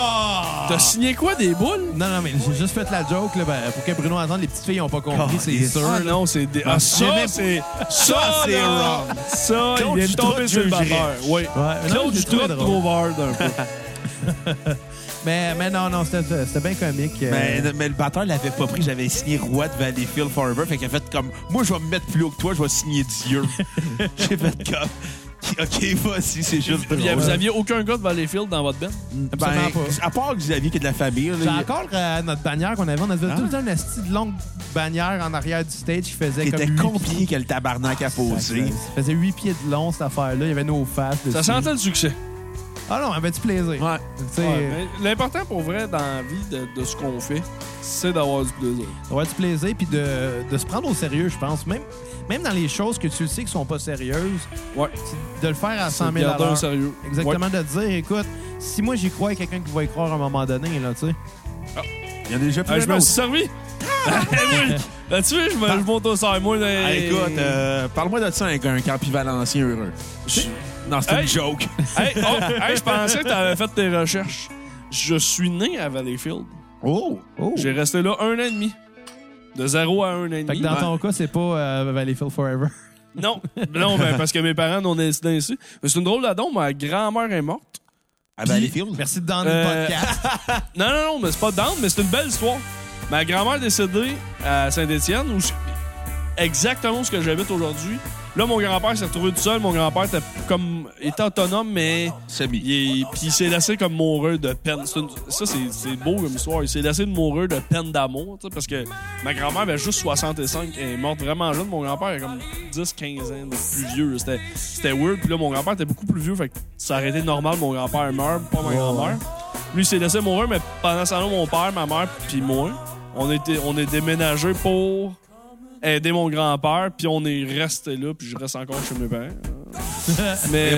S4: T'as signé quoi, des boules?
S3: Non, non, mais j'ai juste fait la joke là, ben, pour que Bruno entende. Les petites filles n'ont pas compris,
S1: Oh,
S3: c'est
S1: yes.
S3: sûr.
S4: Ah
S3: là.
S4: non, c'est des... Ah,
S3: Il y
S4: ça,
S3: avait-
S4: c'est... Ça,
S1: c'est
S4: là,
S1: wrong.
S4: Ça,
S1: Claude
S4: il est
S1: Dutroux,
S4: tombé sur le
S1: jugerait.
S4: baveur. Oui.
S3: Ouais, non,
S4: Claude,
S3: j'ai
S4: je
S3: trouvé
S4: trotte
S3: drôle.
S4: trop hard un peu.
S3: Mais, mais non, non, c'était c'était bien comique. euh.
S1: Mais, mais le batteur l'avait pas pris. J'avais signé roi de Valleyfield Forever. Fait qu'il a fait comme, moi, je vais me mettre plus haut que toi. Je vais signer Dieu. J'ai fait comme, OK, vas-y, c'est juste drôle.
S4: Puis, Vous aviez aucun gars de Valleyfield dans votre band?
S1: Ben,
S3: Absolument pas.
S1: à part Xavier qui est de la famille. là,
S3: J'ai
S1: il-
S3: encore euh, notre bannière qu'on avait. On avait
S1: Ah.
S3: tout le temps une esti de longue bannière en arrière du stage qui faisait
S1: qui
S3: comme Ah,
S1: était
S3: huit
S1: compliqué que le tabarnak a
S3: pieds.
S1: posé.
S3: Ça faisait 8 pieds de long, cette affaire-là. Il y avait nos faces. dessus.
S4: Ça sentait le succès.
S3: Ah non, on avait du plaisir.
S1: Ouais.
S3: Tu sais,
S4: Ouais, mais L'important pour vrai dans la vie de, de ce qu'on fait, c'est d'avoir du plaisir.
S3: d'avoir du plaisir puis de, de se prendre au sérieux, je pense. Même, même dans les choses que tu sais qui sont pas sérieuses,
S4: Ouais.
S3: de le faire à 100 000 à
S4: Garder un
S3: l'heure.
S4: sérieux.
S3: Exactement, de dire, écoute, si moi j'y crois, il y a quelqu'un qui va y croire à un moment donné, là, tu sais.
S1: Il y en a déjà plus
S4: Ah, je
S1: un
S4: me
S1: autre.
S4: suis servi. Ah, Là-dessus, je me je monte au sort. Moi, là,
S1: Ah, écoute, euh, parle-moi de ça avec un campi valencien heureux.
S4: je-
S1: Non, c'était
S4: Hey!
S1: une joke.
S4: Hey, oh, hey, je pensais que t'avais fait tes recherches. Je suis né à Valleyfield.
S1: Oh!
S3: Oh.
S4: J'ai resté là un an et demi. De zéro à un an
S3: Fait
S4: et demi.
S3: que dans ton cas, c'est pas euh, Valleyfield Forever.
S4: Non, non ben, parce que mes parents n'ont décidé ainsi. Mais c'est une drôle d'adon, ma grand-mère est morte.
S1: À
S3: ben,
S1: Valleyfield?
S3: Merci de donner
S4: Euh,
S3: le podcast.
S4: Non, non, non, mais c'est pas down, mais c'est une belle histoire. Ma grand-mère est décédée à Saint-Étienne, où je- exactement où ce que j'habite aujourd'hui. Là, mon grand-père s'est retrouvé tout seul. Mon grand-père était comme était autonome, mais
S1: Semi.
S4: il est- puis il s'est laissé comme moureux de peine. C'est une- ça, c'est c'est beau comme histoire. Il s'est laissé de moureux de peine d'amour, tu sais, parce que ma grand-mère avait juste 65. Elle est morte vraiment jeune. Mon grand-père est comme 10-15 ans de plus vieux. C'était- C'était weird. Puis là, mon grand-père était beaucoup plus vieux. Fait que ça aurait été normal. Mon grand-père meurt, pas ma
S3: Ouais,
S4: grand-mère.
S3: ouais.
S4: Lui, il s'est laissé mourir, mais pendant ce temps-là, mon père, ma mère, puis moi, on, était, on est déménagé pour aider mon grand-père, puis on est resté là, puis je reste encore chez mes parents. Mais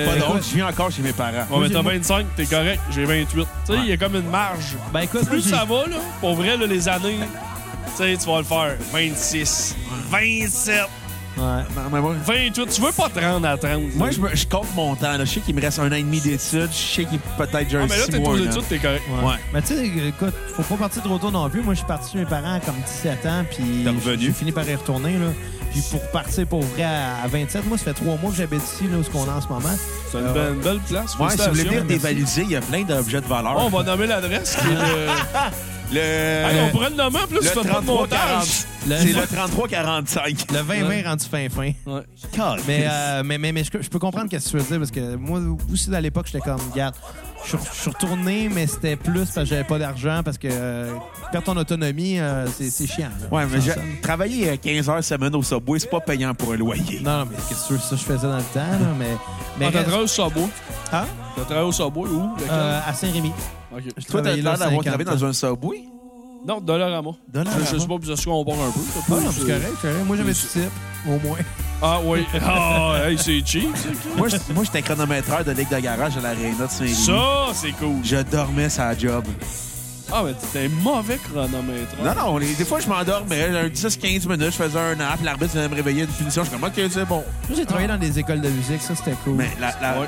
S1: Pas
S3: Écoute.
S1: drôle, Euh, je viens encore chez mes parents.
S4: Ouais, mais t'as
S3: Moi,
S4: 25, t'es correct, j'ai 28. Tu sais, il y a comme une marge.
S3: Ben écoute, moi,
S4: Plus
S3: j'ai-
S4: ça va, là, pour vrai, là, les années, tu sais, tu vas le faire. 26, 27,
S3: Ouais.
S1: Non, mais moi,
S4: 28. Tu veux pas te rendre à 30.
S1: moi
S4: là.
S1: je, me- je compte mon temps. là. Je sais qu'il me reste un an et demi d'études. Je sais qu'il peut-être j'ai
S4: Ah,
S1: un
S4: mais là,
S1: six
S4: t'es
S1: mois.
S4: aux
S1: un an.
S4: études, t'es correct.
S3: Ouais.
S1: Ouais.
S3: Mais tu sais, écoute, faut pas partir trop tôt non plus. Moi, je suis parti chez mes parents à comme 17 ans, puis
S1: T'es revenu.
S3: j'ai fini par y retourner. Là. Puis pour partir pour vrai à à 27, moi, ça fait trois mois que j'habite ici, là, où ce qu'on est en ce moment.
S4: C'est une, belle- une belle place.
S1: Ouais, si vous voulez
S4: Félicitations.
S1: venir dévaliser, il y a plein d'objets de valeur.
S4: On va nommer l'adresse. qui est le-
S1: Le,
S4: Hey, on pourrait le nommer en plus, tu
S1: le
S4: fais pas de
S1: 33
S4: montage.
S1: 40.
S3: Le-
S1: C'est le 33-45.
S3: Le 20-20
S4: Ouais.
S3: rendu fin fin.
S4: Ouais.
S3: Mais, euh, mais, mais, mais je, je peux comprendre ce que tu veux dire parce que moi aussi, à l'époque, j'étais comme, regarde, je, suis- je suis retourné, mais c'était plus parce que j'avais pas d'argent parce que euh, perdre ton autonomie, euh, c'est c'est chiant. là.
S1: Ouais, mais
S3: Sans
S1: j'ai-
S3: ça.
S1: travailler euh, 15 heures semaine au Subway, c'est pas payant pour un loyer.
S3: Non, non, mais qu'est-ce que tu veux, ça, je faisais dans le temps, là, mais. mais
S4: Ah, T'as
S3: reste-
S4: travaillé au Subway.
S3: Hein?
S4: T'as travaillé au Subway où? lequel?
S3: Euh, à Saint-Rémy.
S4: Ok.
S3: Je
S1: Toi, t'as
S3: travaillais là
S1: l'air d'avoir
S3: 50
S1: travaillé
S3: ans.
S1: dans un Subway?
S4: Non, Dollarama.
S1: Dollarama.
S4: Je, je sais pas, puis ça on part un peu. ça,
S3: Ah, non,
S4: plus,
S3: c'est
S4: euh,
S3: correct, c'est correct. Moi, j'avais du
S4: c'est-
S3: type, au moins.
S4: Ah, oui. Ah, hey, c'est cheap, ça.
S1: moi, je- moi, j'étais chronométreur de Ligue de garage à l'aréna de Saint-Rémy.
S4: Ça, c'est cool.
S1: Je dormais sa job.
S4: Ah, mais t'es un mauvais chronomètre. hein?
S1: Non, non, les- des fois, je m'endormais. un 10-15 minutes, je faisais un an, puis l'arbitre venait me réveiller à une punition. Je suis comme, OK, c'est bon.
S3: Moi, j'ai travaillé dans des écoles de musique, ça, c'était cool.
S1: Mais la- la-
S4: Ouais.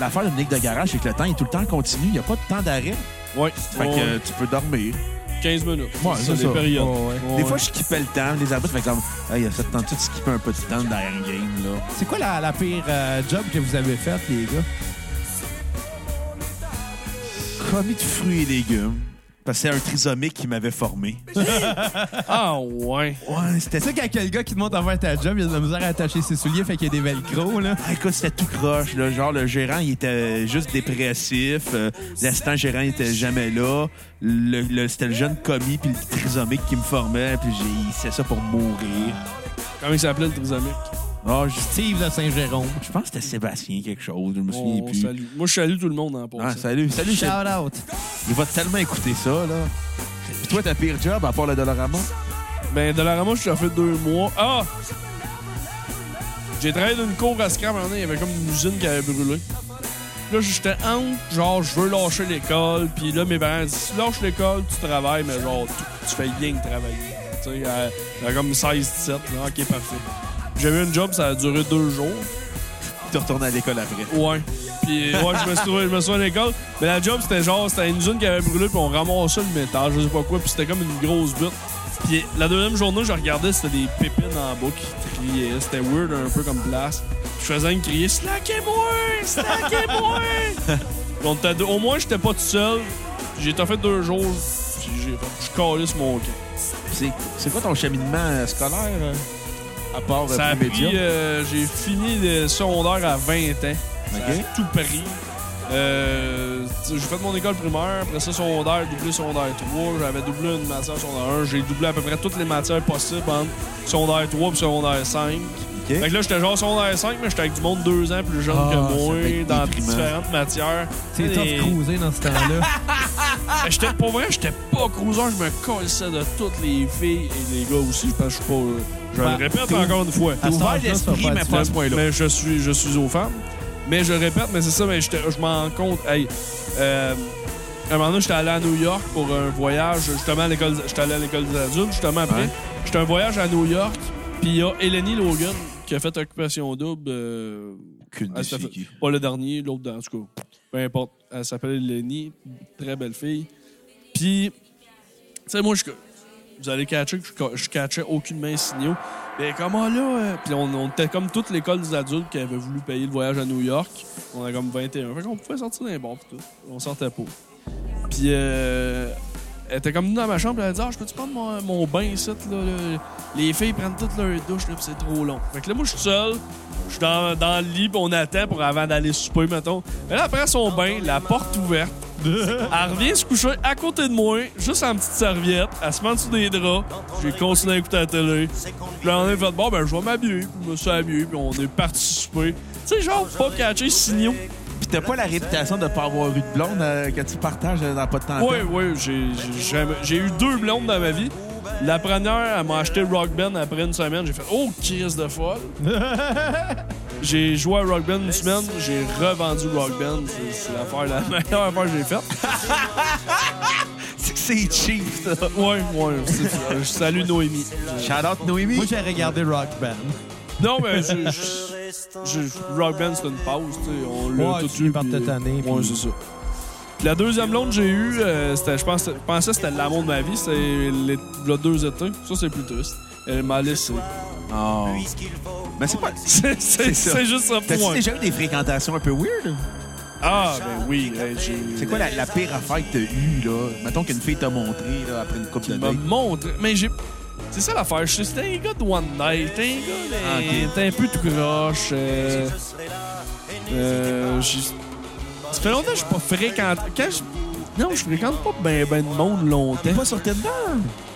S1: l'affaire d'une ligue de garage, c'est que le temps est tout le temps continu. Il n'y a pas de temps d'arrêt.
S4: Ouais.
S1: Fait que euh, tu peux dormir.
S4: 15 minutes.
S1: Ouais,
S4: c'est
S1: c'est
S4: des
S1: ça.
S4: périodes.
S3: Oh, ouais.
S4: Ouais.
S1: Des fois, je kippais le temps. Les arbitres, fait comme, Hey, il y a cette tentative de skipper un peu de temps dans un game, là.
S3: C'est quoi la, la pire euh, job que vous avez faite, les gars?
S1: commis de fruits et légumes. Parce que c'est un trisomique qui m'avait formé.
S4: Ah, ouais.
S1: Ouais, c'était
S3: Tu sais, quand quel gars qui te montre à faire ta job, il a de la misère à attacher ses souliers, fait qu'il y a des velcro, là.
S1: Ah, écoute, c'était tout croche. Là. Genre, le gérant, il était euh, juste dépressif. Euh, L'assistant gérant, il était jamais là. Le, le- c'était le jeune commis puis le trisomique qui me formait. Puis j'ai c'est ça pour mourir.
S4: Comment il s'appelait le trisomique?
S1: Ah, je,
S3: Steve de Saint-Jérôme.
S1: je pense que c'était Sébastien quelque chose. Je me souviens
S4: On
S1: plus.
S4: salue. Moi, je salue tout le monde en
S1: Ah,
S4: passant.
S1: salut. Salut,
S3: Shout
S1: Seb.
S3: out.
S1: Il va tellement écouter ça, là. Puis toi, ta pire job, à part le Dollarama?
S4: Ben, Dollarama, je l'ai fait deux mois. Ah! J'ai travaillé dans une cour à Scrap, à un moment donné, il y avait comme une usine qui avait brûlé. Là, j'étais entre, genre, je veux lâcher l'école. Puis là, mes parents disent, tu lâches l'école, tu travailles, mais genre, tu, tu fais rien que travailler. Tu sais, euh, j'avais comme 16-17, là, ok, parfait. J'ai eu une job, ça a duré deux jours.
S1: Tu retournes à l'école après.
S4: Ouais. Puis ouais, je me suis trouvé, je me suis trouvé à l'école. Mais la job, c'était genre, c'était une usine qui avait brûlé, puis on ramassait le métal, je sais pas quoi, puis c'était comme une grosse butte. Puis la deuxième journée, je regardais, c'était des pépines en bas qui criaient. C'était weird un peu comme place. Je faisais une crier Slackez-moi! Slackez-moi! Donc, t'as deux- au moins, j'étais pas tout seul. J'ai t'as fait deux jours, puis j'ai fait, je calisse mon camp.
S1: C'est c'est quoi ton cheminement euh, scolaire, euh, à part euh,
S4: Ça a
S1: premier
S4: pris,
S1: job?
S4: euh, j'ai fini le secondaire à 20 ans. Ça a
S1: Ok.
S4: tout pris. Euh, tu sais, j'ai fait mon école primaire, après ça secondaire, doublé secondaire 3, j'avais doublé une matière secondaire 1, j'ai doublé à peu près toutes les matières possibles entre secondaire 3 et secondaire 5.
S1: Ok.
S4: Fait que là, j'étais genre secondaire 5, mais j'étais avec du monde deux ans plus jeune
S1: Ah,
S4: que
S1: ça peut
S4: moi,
S1: être
S4: dans
S1: déprimant.
S4: différentes matières.
S3: C'est
S4: Et-
S3: tough de cruiser dans ce temps-là.
S4: J'étais pour vrai, j'étais pas cruiseur, je me colissais de toutes les filles et les gars aussi, parce que je suis pas... euh, Je
S3: Bah,
S4: le répète
S3: t'es-
S4: encore une fois.
S3: À cet
S1: Ben, ouvert
S3: âge-là,
S1: d'esprit,
S3: ça va
S1: mais
S3: être
S1: pas à
S3: dur.
S1: ce point-là.
S4: Mais je suis, je suis aux femmes. Mais je répète, mais c'est ça, mais j'étais- je m'en rends compte. Hey, euh, à un moment donné, j'étais allé à New York pour un voyage, justement, à l'école, j'étais allé à l'école des adultes, justement, après.
S1: Ouais.
S4: J'étais un voyage à New York, puis il y a Eleni Logan qui a fait Occupation Double. euh,
S1: Qu'une
S4: elle s'appelle- pas le dernier, l'autre, dans- en tout cas, peu importe. Elle s'appelle Eleni, très belle fille. Puis, tu sais, moi, je, vous allez catcher que je, ca- je catchais aucunement signaux. Mais comment là? euh? Puis on, on était comme toute l'école des adultes qui avait voulu payer le voyage à New York. On avait comme 21. Fait qu'on pouvait sortir d'un bar pis tout. On sortait pas. Puis euh, elle était comme dans ma chambre, elle a dit Ah, je peux-tu prendre mon, mon bain ici là, là? Les filles prennent toutes leurs douches, là, pis c'est trop long. Fait que là, moi, je suis seul. Je suis dans, dans le lit, pis on attend pour avant d'aller souper, mettons. Elle après son bain, la porte ouverte. Elle revient se coucher à côté de moi, juste en petite serviette. Elle se met en dessous des draps. J'ai continué à écouter la télé. Puis là, on a fait Bon, ben, je vais m'habiller. Puis je me suis habillé, puis on est parti souper. Tu sais, genre, pas catché, signaux.
S1: Puis t'as pas la réputation de pas avoir eu de blonde euh, que tu partages euh, dans pas de temps. en
S4: Oui,
S1: temps.
S4: oui, j'ai- j'ai jamais- j'ai eu deux blondes dans ma vie. La première, elle m'a acheté Rock Band après une semaine. J'ai fait Oh, Chris de folle! j'ai joué à Rock Band une semaine, j'ai revendu Rock Band. C'est- C'est l'affaire, la meilleure affaire que j'ai faite.
S1: C'est que c'est cheap, ça.
S4: Ouais, ouais, c'est ça. Je salue Noémie.
S1: Shout out Noémie.
S3: Moi, j'ai regardé Rock Band.
S4: Non, mais je. je- je- Rock Band, c'est une pause, tu sais. On l'a
S3: Ouais, tu
S4: tout
S3: finis
S4: eu.
S3: par
S4: puis-
S3: te tanner,
S4: Ouais,
S3: puis-
S4: c'est ça. Puis La deuxième blonde que j'ai eue, euh, c'était- je pense- je pensais que c'était l'amour de ma vie. C'est les le deux étés. Ça, c'est plus triste. Elle m'a laissé.
S1: Oh. Mais c'est pas.
S4: C'est- C'est
S1: ça.
S4: c'est juste ça pour
S1: T'as-tu
S4: moi.
S1: déjà eu des fréquentations un peu weird?
S4: Ah, ben oui. hey, j'ai-
S1: C'est quoi la, la pire affaire que t'as eue, là? Mettons qu'une fille t'a montré, là, après une couple de
S4: Il m'a
S1: dates.
S4: montré. Mais j'ai. C'est ça l'affaire. Je- C'était un gars de One Night. T'es un gars.
S1: Ah, ok.
S4: mais T'es un peu tout croche. euh, euh, j'ai- Ça fait longtemps que je suis pas fréquente. Quand je. Non, je fréquente pas ben, ben de monde longtemps.
S1: Pas sur Tinder?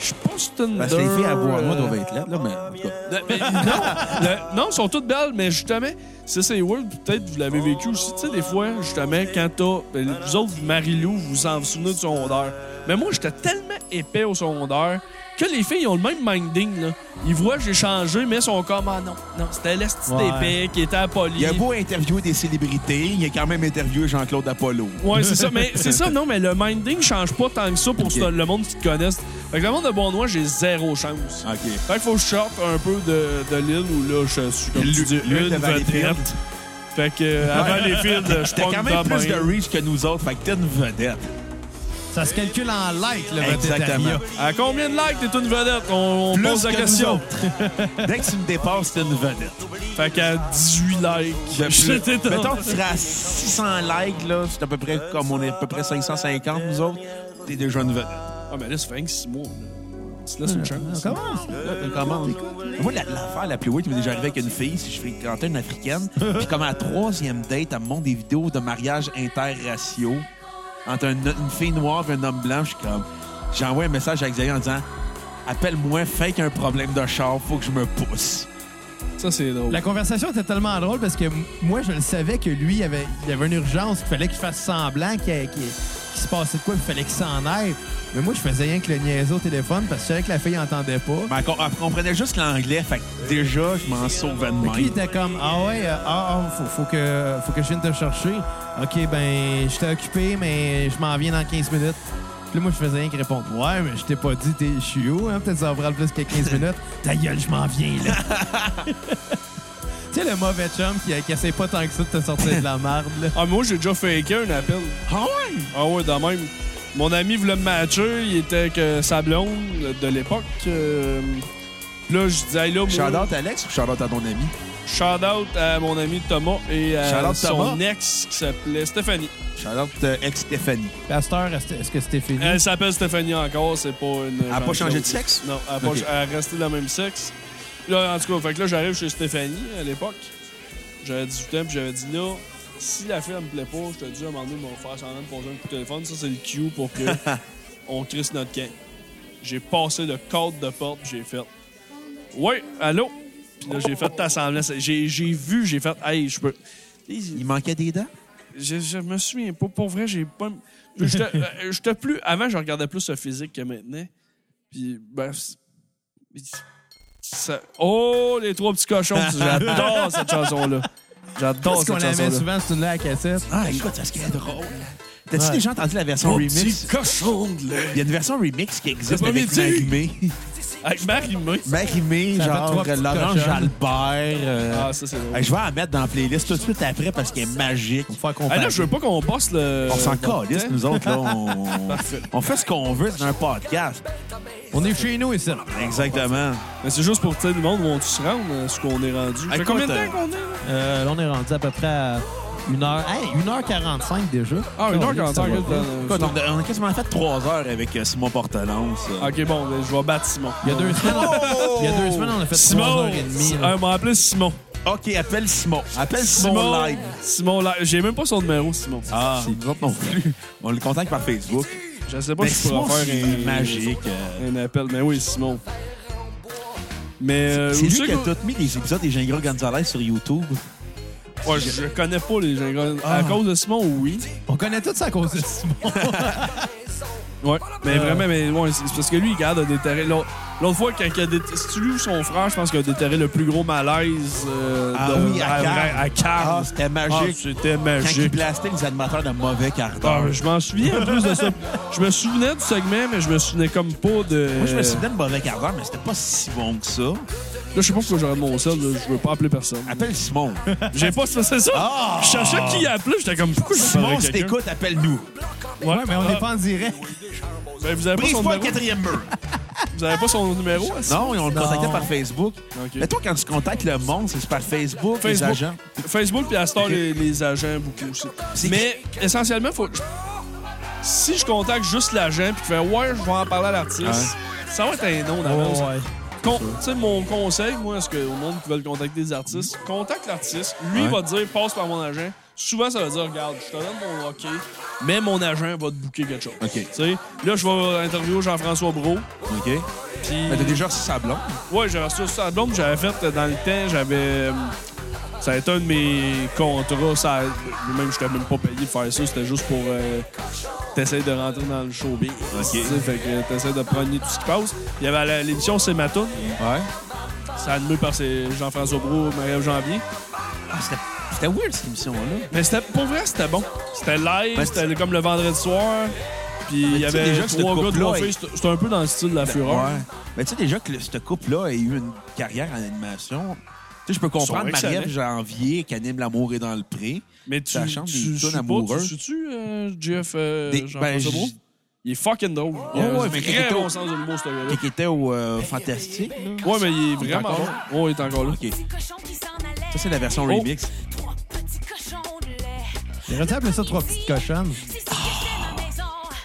S4: Je suis pas sur Tinder.
S1: Parce que les filles à boire, moi,
S4: euh,
S1: doivent être là, là, mais. en tout cas.
S4: Non, mais- non, le- non, elles sont toutes belles, mais justement, ça c'est World, peut-être vous l'avez vécu aussi. Tu sais, des fois, justement, quand t'as. ben, vous autres, Marie-Lou, vous vous en souvenez du secondaire. Mais moi, j'étais tellement épais au secondaire que les filles ont le même minding, là. Ils voient, j'ai changé, mais ils sont comme, ah non, non, c'était l'esti
S3: Ouais.
S4: d'épais qui était à la police.
S1: Il a beau interviewer des célébrités, il a quand même interviewé Jean-Claude Apollo.
S4: Ouais, c'est ça. Mais c'est ça, non, mais le minding change pas tant que ça pour
S1: Ok.
S4: ce- le monde qui te connaisse. Fait que le monde de Bonnois, j'ai zéro chance.
S1: OK.
S4: Fait qu'il faut que je sorte un peu de, de l'île où là, je suis comme tu
S1: L'île-
S4: dis,
S1: l'île
S4: une
S1: de Valleyfield.
S4: vedette. Fait que euh, avant les fils, je
S1: T'as
S4: prends
S1: quand
S4: de
S1: même plus de
S4: main.
S1: reach que nous autres, fait que t'es une vedette.
S3: Ça se calcule en likes, le
S1: Exactement.
S3: Exactement.
S4: À combien de likes t'es une vedette? On, on
S1: Plus
S4: pose la
S1: que nous
S4: question.
S1: autres. Dès que tu me dépasses, t'es une vedette.
S4: Fait qu'à 18 likes, j'étais dans-
S1: Mettons que tu seras à 600 likes, là, c'est à peu près comme on est à peu près 550, nous autres, t'es déjà une vedette.
S4: Ah, mais là, ça fait 6 mois. là. Tu te laisses une chance.
S3: Comment?
S1: Euh, comment? Moi, la- l'affaire la plus weird qui m'est déjà arrivée avec une fille, si je fréquentais une africaine, puis comme à la troisième date, elle me montre des vidéos de mariage interraciaux entre un- une fille noire et un homme blanc. Je suis comme... J'envoie un message à Xavier en disant « Appelle-moi, fake un problème de char, faut que je me pousse.
S4: Ça, c'est drôle.
S3: La conversation était tellement drôle parce que m- moi, je le savais que lui, il avait, il avait une urgence, qu'il fallait qu'il fasse semblant, qu'il qu'il- qu'il se passait de quoi, puis il fallait qu'il s'en aille. Mais moi, je faisais rien que le niaiser au téléphone parce que je savais que la fille n'entendait pas. »
S1: Mais elle com- elle comprenait juste l'anglais, fait que déjà, je m'en sauvais de
S3: Fait que lui, il
S1: même.
S3: était comme Ah ouais, euh, ah, ah, faut, faut que, faut que je vienne te chercher. Ok, ben, j'étais occupé, mais je m'en viens dans 15 minutes. Puis là, moi, je faisais rien que répondre Ouais, mais je t'ai pas dit, t'es- je suis où, hein? Peut-être ça va prendre plus que 15 minutes. Ta gueule, je m'en viens, là. tu sais, le mauvais chum qui, qui essaie pas tant que ça de te sortir de la merde, là.
S4: Ah, moi, j'ai déjà faké un appel.
S1: Ah ouais?
S4: Ah ouais, de même. Mon ami voulait me matcher, il était que sa blonde de l'époque. euh, Là, je disais, hey, là, moi,
S1: Shout-out à Alex ou shout-out à ton ami?
S4: shout out à mon ami Thomas et à
S1: Shout-out
S4: son
S1: Thomas.
S4: ex qui s'appelait Stéphanie.
S1: Shout-out euh, ex-Stéphanie.
S3: Pasteur, est-ce que c'était fini?
S4: Elle s'appelle Stéphanie encore, c'est pas une.
S1: Elle a pas changé de sexe?
S4: Non, elle a, pas-
S1: Ok.
S4: elle a resté dans le même sexe. Là, en tout cas, fait que là, j'arrive chez Stéphanie à l'époque. J'avais 18 ans, puis j'avais dit là, si la fille, elle me plaît pas, je te dis, à un moment donné, ils vont faire semblant de poser un coup de téléphone. Ça, c'est le cue pour que on crisse notre camp. J'ai passé le code de porte, puis j'ai fait. Ouais, allô? Puis là, j'ai fait ta semblance. J'ai j'ai vu, j'ai fait, hey, je peux.
S1: Il manquait des dents?
S4: Je, je me souviens pas. Pour vrai, j'ai pas. J'étais euh, j'étais plus. Avant, je regardais plus le physique que maintenant. Puis, ben. c'est- ça- Oh, les trois petits cochons. J'adore cette chanson-là. J'adore
S3: Parce qu'on
S4: cette
S3: la met
S4: chanson-là.
S3: souvent, c'est une là à cassette.
S1: Ah, écoute, ça serait drôle. T'as-tu
S3: Ouais.
S1: déjà entendu la version remix?
S4: cochon de
S1: Il y a une version remix qui existe
S4: Le premier
S1: avec Marimé.
S4: Avec Marie-Mé.
S1: Ben, Marimé,
S3: Ça fait
S1: genre
S3: trois petites
S1: Laurent
S3: cochonnes.
S1: Jalbert. euh,
S4: Ah, ça, c'est drôle.
S1: hey, je vais la mettre dans la playlist tout de suite après parce qu'elle est magique.
S3: Faut faire
S4: Ah,
S3: comprendre.
S4: là, je veux pas qu'on bosse le.
S1: On s'en
S4: le temps.
S1: calisse, nous autres. Là, on... on fait ce qu'on veut dans un podcast.
S3: On est chez nous ici.
S1: Exactement.
S4: Mais c'est juste pour, tu sais, le monde, où on se rendre, euh, ce qu'on est rendu. Ça fait
S1: Écoute,
S4: combien de
S1: euh,
S4: temps qu'on est, là?
S3: Euh, là, on est rendu à peu près à 1h. Hey, 1h45 déjà.
S4: Ah, 1h45,
S3: Ça va
S4: regarde,
S3: pas.
S4: dans-
S1: Écoute, on a, on a quasiment fait trois heures avec euh, Simon Portelance. euh.
S4: Ok, bon, ben, je vais battre Simon.
S3: Il y a deux semaines, il y a deux semaines, on a fait
S4: Oh! Simon!
S3: 3h30.
S4: Ah, il m'a appelé Simon.
S1: OK, appelle Simon. Appelle Simon, live.
S4: Simon live. J'ai même pas son numéro, Simon.
S1: Ah, nous autres non plus. On le contacte par Facebook.
S4: Je sais pas
S1: Mais
S4: si je
S1: Ben, Simon,
S4: pourrais
S1: c'est
S4: faire un,
S1: magique. euh,
S4: un appel. Mais oui, Simon. Mais euh,
S1: c'est
S4: je
S1: lui
S4: sais
S1: qui a
S4: que-
S1: tout mis les épisodes des Gingras Gonzalez sur YouTube.
S4: Ouais, je connais pas les gens. À
S1: Ah.
S4: cause de Simon, oui.
S3: On connaît tout ça à cause de Simon.
S4: Ouais, mais
S1: Euh.
S4: vraiment, mais ouais, c'est c'est parce que lui, il garde a déterré. L'autre l'autre fois, quand il a déterré, si tu lis son frère, je pense qu'il a déterré le plus gros malaise euh,
S1: Ah
S4: de-
S1: oui, à Cannes.
S4: à Cannes.
S1: Ah, c'était
S4: Ah,
S1: magique.
S4: c'était
S1: Quand il
S4: magique.
S1: blastait les animateurs de mauvais quart
S4: Ah,
S1: d'heure.
S4: je m'en souviens en plus de ça. Je me souvenais du segment, mais je me souvenais comme pas de.
S1: Moi, je me souviens de mauvais quart d'heure, mais c'était pas si bon que ça.
S4: Là, je sais pas pourquoi j'aurais mon sel, là, je veux pas appeler personne.
S1: Appelle Simon.
S4: J'ai pas c'est ça.
S1: Ah!
S4: Je cherchais qui appelait, j'étais comme pourquoi je
S1: Simon,
S4: parlerais
S1: si
S4: quelqu'un.
S1: t'écoutes, appelle-nous.
S4: Ouais, ah.
S3: Mais on n'est pas en direct.
S4: Ben, vous avez pas
S1: Brise
S4: son
S1: pas le
S4: numéro.
S1: quatrième mur.
S4: Vous avez pas son numéro hein,
S1: Non, on le contactait
S3: Non.
S1: par Facebook.
S4: Ok.
S1: Mais toi, quand tu contactes le monde, c'est par Facebook, les
S4: Facebook.
S1: agents.
S4: Facebook puis à ce temps, les, les agents beaucoup aussi.
S1: C'est-
S4: Mais essentiellement, faut. Si je contacte juste l'agent puis que je fais ouais, je vais en parler à l'artiste, ça va être un nom d'avance. Con- Tu sais, mon conseil, moi, est-ce que au monde qui veulent contacter des artistes, contacte l'artiste, lui
S1: Ouais.
S4: va te dire passe par mon agent. Souvent, ça veut dire regarde, je te donne mon OK, mais mon agent va te booker quelque chose.
S1: OK.
S4: Tu sais, là, je vais interviewer Jean-François Brault.
S1: OK.
S4: Puis,
S1: Mais t'as déjà reçu sa blonde.
S4: Ouais, j'avais reçu ça à Blom, j'avais fait euh, dans le temps, j'avais. euh, Ça a été un de mes contrats. Ça, même, je n'étais même pas payé de faire ça. C'était juste pour. euh, T'essayes de rentrer dans le showbiz. Tu sais, Fait que t'essayes de prendre tout ce qui passe. Il y avait la- l'émission C'est ma toune.
S1: Ouais.
S4: C'est animé par ces- Jean-François Brault, Marie-Ève Janvier.
S1: Ah, c'était- c'était weird, cette émission-là.
S4: Mais c'était pour vrai, c'était bon. C'était live,
S1: Ben, c'est-
S4: c'était comme le vendredi soir. Puis il y
S1: tu sais,
S4: avait
S1: déjà que ce
S4: trois gars,
S1: couple-là
S4: trois
S1: est-
S4: filles. C'était- C'était un peu dans le style de la fureur.
S1: Ouais. Mais tu sais déjà que le- ce couple-là a eu une carrière en animation. Tu sais, je peux comprendre
S4: Ils sont
S1: Marie-Ève Janvier qui anime L'amour est dans le pré.
S4: Mais tu,
S1: Ça chante des
S4: tu,
S1: tunes
S4: suis pas,
S1: amoureuses.
S4: tu suis-tu, euh, Jeff euh,
S1: Des- ben,
S4: Jean-François
S1: j-
S4: Brault? Il est fucking drôle. Il
S1: ouais,
S4: a un
S1: mais
S4: vrai
S1: quelqu'un-
S4: bon sens de l'humour, ce gars-là.
S1: Qui était au
S4: Ben,
S1: euh, Fantastique. là.
S4: Ouais, mais il est
S1: Il est
S4: vraiment
S1: encore
S4: bon.
S1: là?
S4: Ouais, il est encore là.
S1: OK. Ça,
S2: Ça,
S1: c'est la version
S4: ben, Oh.
S1: remix.
S3: J'aurais dû appeler ça trois petites cochonnes.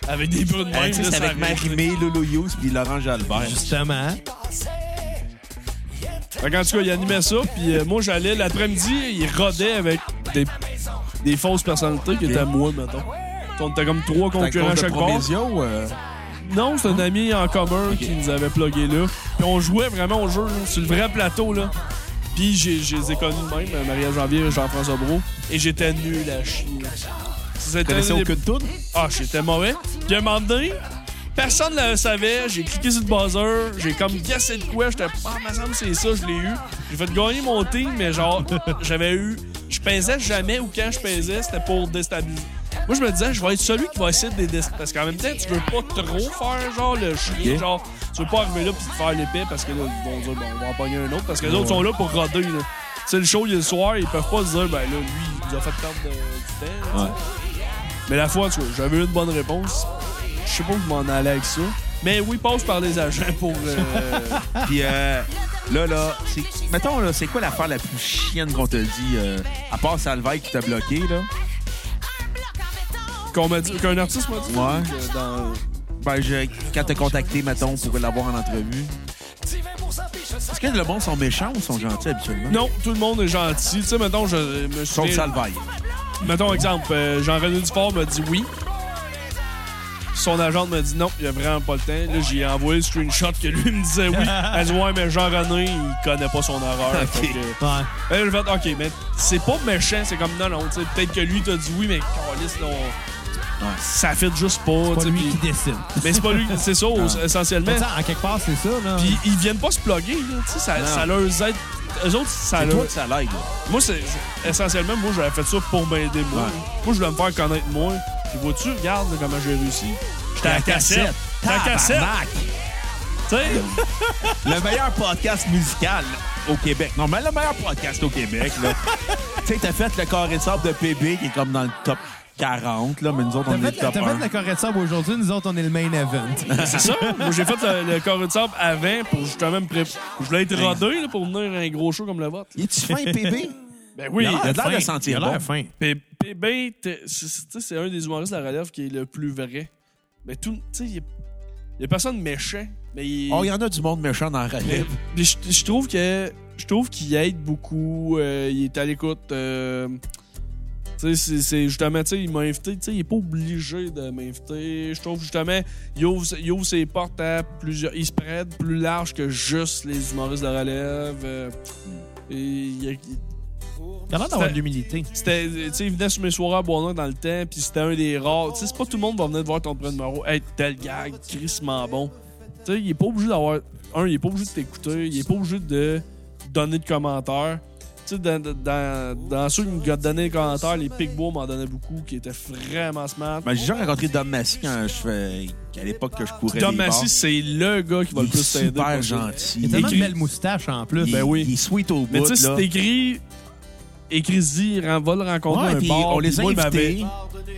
S4: Avec des bruits de
S1: Euh,
S4: même,
S1: tu sais,
S4: là,
S1: c'est
S4: ça
S1: avec
S4: arrive.
S1: Marie-Mé, Lolo Yous puis Laurent Jalbert.
S4: hein.
S3: Justement.
S4: Fait qu'en tout cas, il animait ça, puis euh, moi, j'allais l'après-midi, il rodait avec des, des fausses personnalités qui étaient à moi, mettons. On était comme trois concurrents à
S1: T'as le
S4: chaque
S1: compte de
S4: bord.
S1: Promésio, euh,
S4: Non, c'est un ami en commun qui nous avait plugué là. Puis on jouait vraiment au jeu, là, sur le vrai plateau, là. Puis j'ai- je les ai connus de même, euh, Maria Janvier et Jean-François Brault. Et j'étais nul à chier. C'était
S1: connaissais
S4: les-
S1: aucune toune?
S4: Ah, j'étais mauvais. Puis à un moment donné, personne ne le savait. J'ai cliqué sur le buzzer. J'ai comme gassé de quoi. J'étais, ah, ma semble, c'est ça, je l'ai eu. J'ai fait gagner mon team, mais genre, j'avais eu. Je pesais jamais ou quand je pesais, c'était pour déstabiliser. Moi, je me disais, je vais être celui qui va essayer de les déstabiliser. Parce qu'en même temps, tu veux pas trop faire genre le chien.
S1: Ok.
S4: Genre, tu veux pas arriver là puis te faire l'épée parce que là, ils vont dire, bon, on va en pogner un autre. Parce que les autres sont là pour roder, là. Tu sais, le show, il est le soir, ils peuvent pas se dire, ben là, lui, il nous a fait perdre de- du temps. là, tu sais.
S1: Ouais.
S4: Mais la fois, tu vois, j'avais eu une bonne réponse. Je sais pas où je m'en allais avec ça. Mais oui, passe par les agents pour. euh,
S1: Puis euh, là, là, c'est- mettons, là, c'est quoi l'affaire la plus chienne qu'on te dit, euh, à part Salvaille qui t'a bloqué, là?
S4: qu'on m'a dit- Qu'un artiste m'a dit.
S1: Ouais.
S4: que dans-
S1: Ben, je, quand t'as contacté, mettons, pour l'avoir en entrevue. Est-ce que le monde sont méchants ou sont gentils habituellement?
S4: Non, tout le monde est gentil. Tu sais, mettons, je me
S1: Sauf
S4: suis.
S1: Salvaille.
S4: Mettons, exemple, euh, Jean-René Dufort m'a dit oui. Son agent m'a dit non, il a vraiment pas le temps. Là, j'ai envoyé le screenshot que lui me disait oui. Elle dit ouais, mais Jean-René, il connaît pas son erreur.
S1: Ok.
S4: Fait que-
S3: Ouais.
S4: Là, j'ai fait, OK, mais c'est pas méchant, c'est comme non, non, tu sais, peut-être que lui t'a dit oui, mais Carlis, non. Ça fit juste pas, tu
S3: Pas
S4: sais,
S3: lui
S4: puis-
S3: qui décide.
S4: Mais c'est pas lui, c'est ça, essentiellement.
S3: Mais ça, en quelque part, c'est ça, là.
S4: Puis ils viennent pas se plugger, là, tu sais, ça,
S1: Non.
S4: ça leur aide. Eux autres, ça
S1: C'est
S4: leur.
S1: toi que ça l'aide, là.
S4: Moi, c'est c'est- essentiellement, moi, j'avais fait ça pour m'aider, moi.
S1: Ouais.
S4: Moi, je voulais me faire connaître, moi. Puis vois-tu, regarde là, comment j'ai réussi. J'étais à la cassette. J'étais à la cassette,
S3: Tabarnak!
S4: tu sais.
S1: Le meilleur podcast musical au Québec. Non, mais le meilleur podcast au Québec, là. tu sais, t'as fait le carré de sable de PB qui est comme dans le top 40, là, mais nous autres,
S3: T'as
S1: on est
S3: fait,
S1: le top
S3: t'as fait
S1: 1.
S3: la correcte sable aujourd'hui, nous autres, on est le main event.
S4: C'est ça. Moi, j'ai fait le, le carré de sable avant pour justement me préparer. Je voulais être rodé là, pour venir à un gros show comme le vôtre.
S1: Es-tu fin, PB?
S4: Ben oui.
S1: Il a l'air de
S3: fin.
S1: sentir
S3: Il a l'air
S1: bon.
S3: fin.
S4: Pé- Pébé, ben, t'es- c'est c'est- c'est un des humoristes de la relève qui est le plus vrai. Mais tout, tu sais, il y a- il y a personne méchant. Mais il-
S1: Oh, il y en a du monde méchant dans la relève.
S4: Puis je, je trouve que je trouve qu'il aide beaucoup. euh, il est à l'écoute. euh, tu sais, c'est- c'est justement, tu sais, il m'a invité. Tu sais, il est pas obligé de m'inviter. Je trouve justement, il ouvre, il ouvre ses portes à plusieurs. Il se prête plus large que juste les humoristes de la relève. euh, et il y a-
S3: Il a l'air d'avoir
S4: C'était-
S3: de l'humilité.
S4: c'était, euh, tu sais, il venait sur mes soirées à Bois-Noir dans le temps, puis c'était un des rares. Tu sais, c'est pas tout le monde va venir te voir ton premier numéro. Hey, tel gars, crissement bon. Tu sais, il est pas obligé d'avoir. Un, il est pas obligé de t'écouter, il est pas obligé de donner de commentaires. Tu sais, dans, dans, dans ceux qui me donnaient des commentaires, les Pigbois m'en donnaient beaucoup, qui étaient vraiment smart.
S1: Ben, j'ai déjà rencontré Dom Massy quand je fais... à l'époque que je courais
S4: Tom
S1: les
S4: Massy,
S1: bars.
S4: c'est le gars qui va le
S1: il est
S4: plus t'aider.
S1: super
S4: pour ça.
S3: Il a
S1: gentil.
S3: tellement
S4: écrit-
S3: de belles moustaches en plus.
S1: Il-
S4: Ben oui.
S1: Il est sweet au bout.
S4: Mais tu sais,
S1: là.
S4: c'est écrit. Écris-y, ren- va le rencontrer
S1: Ouais,
S4: à un
S1: puis
S4: bar,
S1: on
S4: puis
S1: les a
S4: moi, il m'avait-
S1: invités.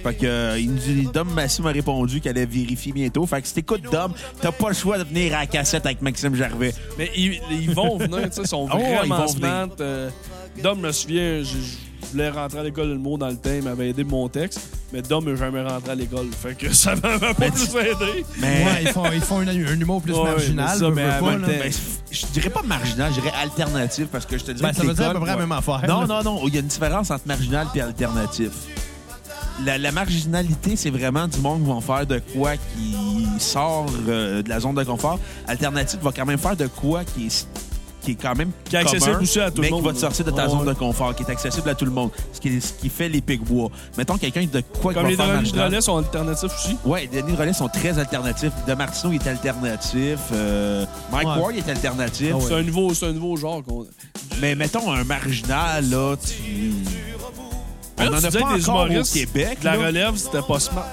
S1: Fait que euh, il nous dit- Dom Massy m'a répondu qu'elle allait vérifier bientôt. Fait que si t'écoutes Dom, t'as pas le choix de venir à la cassette avec Maxime Gervais.
S4: Mais ils, ils vont venir, tu sais, ils sont
S1: Ah ouais,
S4: vraiment
S1: ils vont
S4: smart. Euh, Dom, je me souviens, je, je voulais rentrer à l'école le mot dans le temps, il m'avait aidé pour mon texte, mais Dom n'est jamais rentré à l'école, fait que ça m'avait pas plus aidé.
S1: Mais
S3: Ouais, ils font, ils font une- un humour plus
S4: Ouais,
S3: marginal.
S4: c'est ça,
S3: veux,
S4: mais
S3: veux
S4: en
S3: pas,
S4: même
S3: là.
S4: temps-
S1: ben, je dirais pas marginal, je dirais alternatif parce que je te dirais
S3: Ben,
S1: que
S3: ça veut dire à peu
S1: l'école,
S3: près la
S1: ouais.
S3: même affaire.
S1: Non, non, non. Il y a une différence entre marginal et alternatif. La, la marginalité, c'est vraiment du monde qui vont faire de quoi qui sort euh, de la zone de confort. Alternatif va quand même faire de quoi qui est, qui est quand même
S4: Qui est accessible
S1: commun,
S4: aussi à tout le
S1: mais
S4: monde,
S1: qui va te sortir de ta
S4: là.
S1: zone de confort, qui est accessible à tout le monde. Ce qui, ce qui fait les bois. Mettons quelqu'un de quoi
S4: Comme les
S1: qui va faire
S4: Denis
S1: marginal.
S4: Drolet sont alternatifs aussi.
S1: Ouais, Denis Drolet sont très alternatifs. De Martineau il est alternatif. Euh, Mike
S3: Ouais.
S1: Ward il est alternatif.
S3: Ah ouais.
S4: C'est un nouveau, c'est un nouveau genre qu'on.
S1: Mais mettons un marginal, là, tu...
S4: Là,
S1: On en
S4: Ah, tu
S1: a
S4: disais
S1: pas
S4: des
S1: encore au
S4: humoristes
S1: Québec,
S4: De la
S1: là.
S4: relève, c'était pas smart.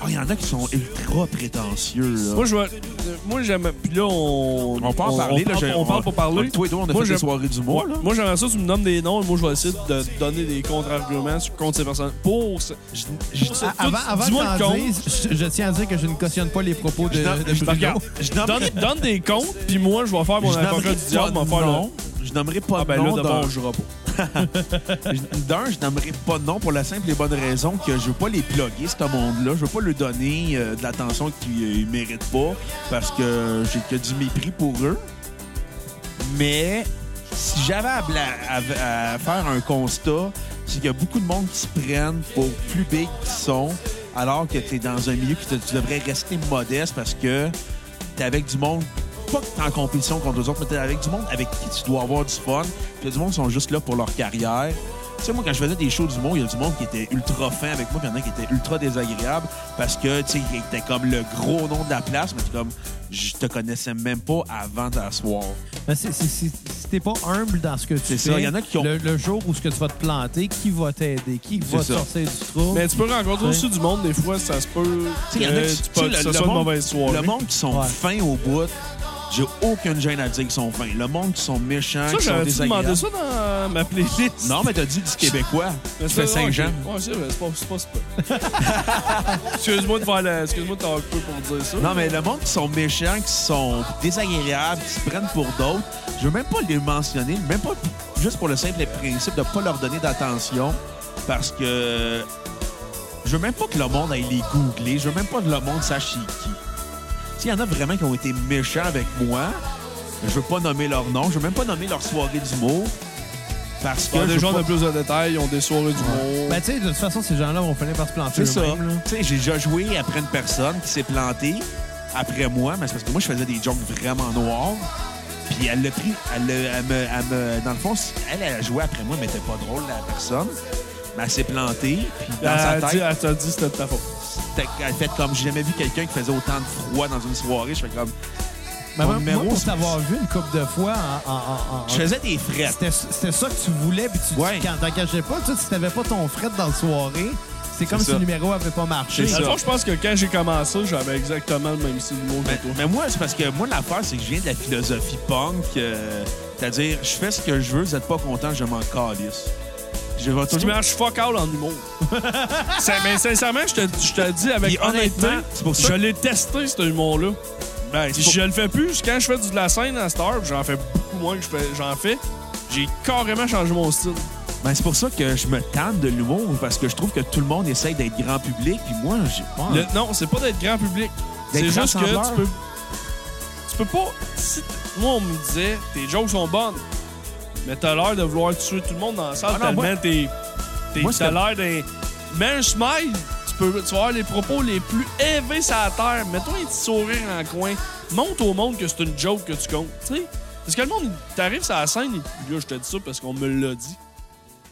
S1: Ah, Il y en a qui sont ultra prétentieux, là.
S4: Moi, je vois- euh, moi, j'aime. Puis là, on.
S1: on peut en parler, là.
S4: parle-
S1: j'ai-
S4: on parle pour parler.
S1: Toi et toi, on a
S4: Moi,
S1: fait des
S4: j'aime-
S1: soirées d'humour, là.
S4: Moi, j'aimerais ça, tu me nommes des noms et moi, je vais essayer de donner des contre-arguments sur- contre ces personnes. Pour. ce-
S1: Je- je-
S4: pour ce-
S3: Ah, Avant,
S4: tout-
S3: avant que
S4: dis-moi le
S3: t'en
S4: contre.
S3: dises, je, je tiens à dire que je ne cautionne pas les propos de,
S1: Je nomme-
S3: de
S1: je
S3: Bruno.
S1: regarde. Je nomme-
S4: Donne, donne des comptes, puis moi, je vais faire mon
S1: je
S4: avocat
S1: nommerai
S4: du diable,
S1: pas
S4: m'en
S1: de
S4: faire le...
S1: nom. Je nommerai pas
S4: Ah
S1: de
S4: ben là,
S1: nom.
S4: d'abord,
S1: d'un-
S4: on jouera pas.
S1: je- D'un, je nommerai pas de nom pour la simple et bonne raison que je veux pas les plugger, ce monde-là. Je veux pas leur donner euh, de l'attention qu'ils euh, ils méritent pas parce que j'ai que du mépris pour eux. Mais si j'avais à, bla- à- à faire un constat, c'est qu'il y a beaucoup de monde qui se prennent pour plus big qu'ils sont, alors que tu es dans un milieu que tu devrais rester modeste parce que tu avec du monde, pas que t'es en compétition contre les autres, mais t'es avec du monde avec qui tu dois avoir du fun. Puis il y a du monde qui sont juste là pour leur carrière. Tu sais, moi, quand je faisais des shows du monde, il y a du monde qui était ultra fin avec moi, puis il y en a qui étaient ultra désagréables parce que, tu sais, il était comme le gros nom de la place, mais t'es comme, je te connaissais même pas avant d'asseoir.
S3: Ben, c'est- c'est- c'est- Si t'es pas humble dans ce que tu fais,
S1: C'est ça, il y en a qui ont-
S3: le, le jour où ce que tu vas te planter, qui va t'aider, qui va te
S1: ça.
S3: sortir du trou.
S4: Mais tu peux rencontrer
S3: Ouais.
S4: aussi du monde, des fois, ça se peut que
S1: Tu sais, y en a qui-
S4: Euh, tu
S1: tu sais,
S4: peux- que ce soit une mauvaise soirée.
S1: Le monde qui sont
S3: Ouais.
S1: fins au bout, j'ai aucune gêne à dire qu'ils sont fins. Le monde qui sont méchants,
S4: ça,
S1: qui sont
S4: j'avais-tu
S1: désagréables.
S4: demandé ça dans ma playlist?
S1: Non, mais t'as dit du Québécois.
S4: Mais
S1: Tu
S4: ça,
S1: fais Saint-Jean.
S4: Ouais, ok. Ouais, c'est vrai, c'est pas... C'est pas, c'est pas. Excuse-moi de faire la... Excuse-moi de t'en occuper pour dire ça.
S1: Non, mais le monde qui sont méchants, qui sont désagréables, qui se prennent pour d'autres, je veux même pas les mentionner, même pas juste pour le simple principe de pas leur donner d'attention parce que je veux même pas que le monde aille les googler, je veux même pas que le monde sache c'est qui. S'il y en a vraiment qui ont été méchants avec moi, je veux pas nommer leur nom, je veux même pas nommer leur soirée d'humour parce que
S4: Ils ont
S1: je
S4: des
S1: veux
S4: gens
S1: pas-
S4: de plus de détails, ils ont des soirées du monde.
S3: Ben, tu sais, de toute façon, ces gens-là vont finir par se planter
S1: C'est ça.
S3: eux-mêmes. là.
S1: Tu sais, j'ai déjà joué après une personne qui s'est plantée après moi, mais c'est parce que moi, je faisais des jokes vraiment noirs. Puis elle l'a pris. Elle, l'a- elle me, elle me- dans le fond, elle, elle a joué après moi, mais elle était pas drôle, la personne. Mais elle s'est plantée. Puis dans
S4: Euh, Elle
S1: sa
S4: dit-
S1: tête,
S4: Elle t'a dit que c'était de ta faute.
S1: c'était- elle fait comme j'ai jamais vu quelqu'un qui faisait autant de froid dans une soirée. Je fais comme.
S3: Ben,
S1: Mon
S3: moi,
S1: numéro,
S3: moi, pour
S1: c'est-
S3: t'avoir vu une couple de fois en- en- en- en-
S1: Je faisais des frettes.
S3: c'était- C'était ça que tu voulais, puis tu,
S1: Ouais.
S3: tu quand t'en cachais pas, tu sais, si t'avais pas ton fret dans le soirée, c'est comme si
S1: ça.
S3: le numéro avait pas marché.
S1: C'est
S4: Dans le
S1: ça.
S4: fond, je pense que quand j'ai commencé, j'avais exactement le même style d'humour que
S1: Mais,
S4: toi.
S1: mais moi, c'est parce que moi, l'affaire, c'est que je viens de la philosophie punk. euh, C'est-à-dire, je fais ce que je veux, vous êtes pas content, je m'en calisse. Je vais
S4: Ce qui
S1: toujours
S4: marche fuck all en humour. C'est- mais sincèrement, je te, je te dis avec
S1: Puis honnêtement,
S4: honnêteté,
S1: c'est pour ça
S4: je
S1: que-
S4: l'ai testé, ce humour-là.
S1: Ben,
S4: Puis
S1: c'est
S4: je le fais plus. Quand je fais du- de la scène à Star, j'en fais beaucoup moins que je fais- j'en fais. J'ai carrément changé mon style.
S1: pas- Ben, c'est pour ça que je me tente de l'humour, parce que je trouve que tout le monde essaye d'être grand public, puis moi, j'ai pas.
S4: Le- non, c'est pas d'être grand public.
S1: D'être
S4: C'est juste que
S1: rassembleur.
S4: tu peux. Tu peux pas. si t- moi, on me disait, tes jokes sont bonnes, mais t'as l'air de vouloir tuer tout le monde dans la salle
S1: Ah non,
S4: tellement
S1: moi-
S4: t'es. t'es-
S1: moi, c'est
S4: T'as
S1: que-
S4: l'air d'un. Mais un smile, tu, peux, tu vas avoir les propos les plus élevés sur la terre. Mets-toi un petit sourire en coin. Montre au monde que c'est une joke que tu comptes. Tu sais? Parce que le monde, t'arrives sur la scène, et là, je te dis ça parce qu'on me l'a dit.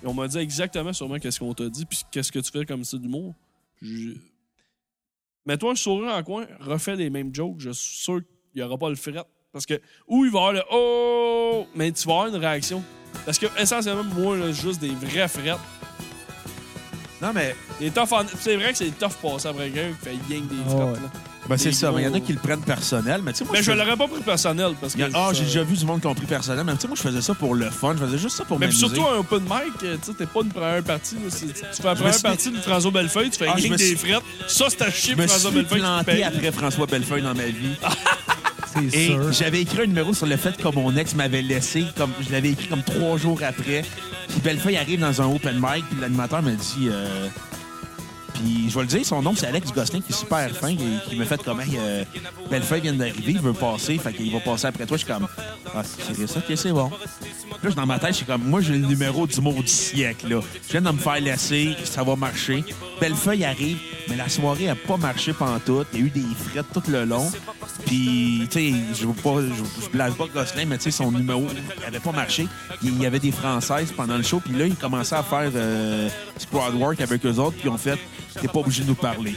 S4: Et on m'a dit exactement sûrement qu'est-ce qu'on t'a dit, puis qu'est-ce que tu fais comme ça d'humour. Je- Mets-toi un sourire en coin, refais les mêmes jokes, je suis sûr qu'il n'y aura pas le fret. Parce que, ou il va y avoir le Oh! Mais tu vas avoir une réaction. Parce que, essentiellement, moi, là, juste des vrais frettes.
S1: Non, mais
S4: Des tough en- C'est vrai que c'est tough passer après quelqu'un qui fait yang des
S3: Ah
S4: frettes.
S3: ouais.
S4: là.
S1: ben, c'est
S4: Des
S1: ça. Il y en a
S4: gros-
S1: qui le prennent personnel, mais tu sais, moi,
S4: Mais Ben, je
S1: fais-
S4: l'aurais pas pris personnel. parce que
S1: Ah,
S4: ça-
S1: j'ai déjà vu du monde qui ont pris personnel, mais tu sais, moi, je faisais ça pour le fun, je faisais juste ça pour
S4: Mais puis
S1: m'amuser.
S4: surtout, un open mic, euh, tu sais, t'es pas une première partie. là. C'est- Tu fais la
S1: me
S4: première
S1: suis-
S4: partie de François Bellefeuille, tu fais
S1: Ah, je
S4: yang
S1: me
S4: des
S1: suis-
S4: frettes. Ça, c'est à chier,
S1: je me
S4: François
S1: suis
S4: Bellefeuille, tu
S1: planté
S4: payes.
S1: après François Bellefeuille dans ma vie.
S3: C'est
S1: Et
S3: sûr.
S1: j'avais écrit un numéro sur le fait que mon ex m'avait laissé, comme je l'avais écrit comme trois jours après. Puis Bellefeuille arrive dans un open mic, puis l'animateur me dit. euh, Puis je vais le dire, son nom c'est Alex Gosselin, qui est super fin, qui, qui me fait comme hey, euh, Bellefeuille vient d'arriver, il veut passer, fait qu'il va passer après toi. Je suis comme Ah, c'est ça, ok, c'est bon. Puis Là, dans ma tête, je suis comme, moi, j'ai le numéro du mot du siècle, là. Je viens de me faire laisser, ça va marcher. Bellefeuille arrive, mais la soirée a pas marché pantoute. Il y a eu des frettes tout le long. Puis, tu sais, je veux pas, je, je blâme pas Gosselin, mais tu sais, son numéro avait pas marché. Il y avait des Françaises pendant le show, puis là, il commençait à faire euh, squad work avec eux autres, puis ils ont fait, t'es pas obligé de nous parler.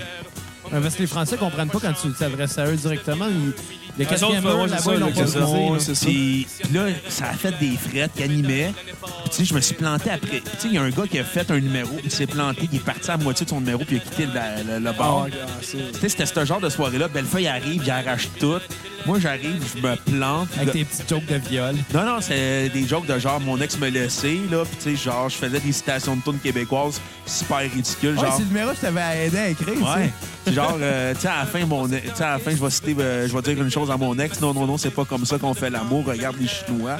S3: Ouais, Parce que les Français comprennent pas quand tu t'adresses à eux directement. Ils... Les
S4: autres,
S3: quatrième
S4: ouais,
S3: mur,
S4: c'est
S3: là-bas,
S4: ça,
S3: Ah, ils l'ont
S4: les
S3: pas
S4: quatrièmes murs,
S3: brisé.
S4: c'est
S3: là.
S4: ça.
S1: Puis puis là, ça a fait des frettes qui animaient. Puis, tu sais, je me suis planté après. Tu sais, il y a un gars qui a fait un numéro, il s'est planté, il est parti à la moitié de son numéro, puis il a quitté la- le, le
S4: Ah,
S1: bar.
S4: ouais, c'est-
S1: Tu sais, c'était ce genre de soirée-là. Bellefeuille arrive, il arrache tout. Moi, j'arrive, je me plante. puis
S3: Avec
S1: là-
S3: tes petites jokes de viol.
S1: Non, non, c'est des jokes de genre, mon ex me laissait, là. Puis, tu sais, genre, je faisais des citations de tunes québécoises super ridicules.
S3: Ouais,
S1: genre,
S3: c'est le numéro que je t'avais aidé à écrire. tu
S1: Ouais.
S3: sais.
S1: C'est genre, euh, tu sais, à la fin, mon, ex- tu sais, à la fin, je vais citer, euh, je vais dire une chose à mon ex. Non, non, non, c'est pas comme ça qu'on fait l'amour. Regarde les Chinois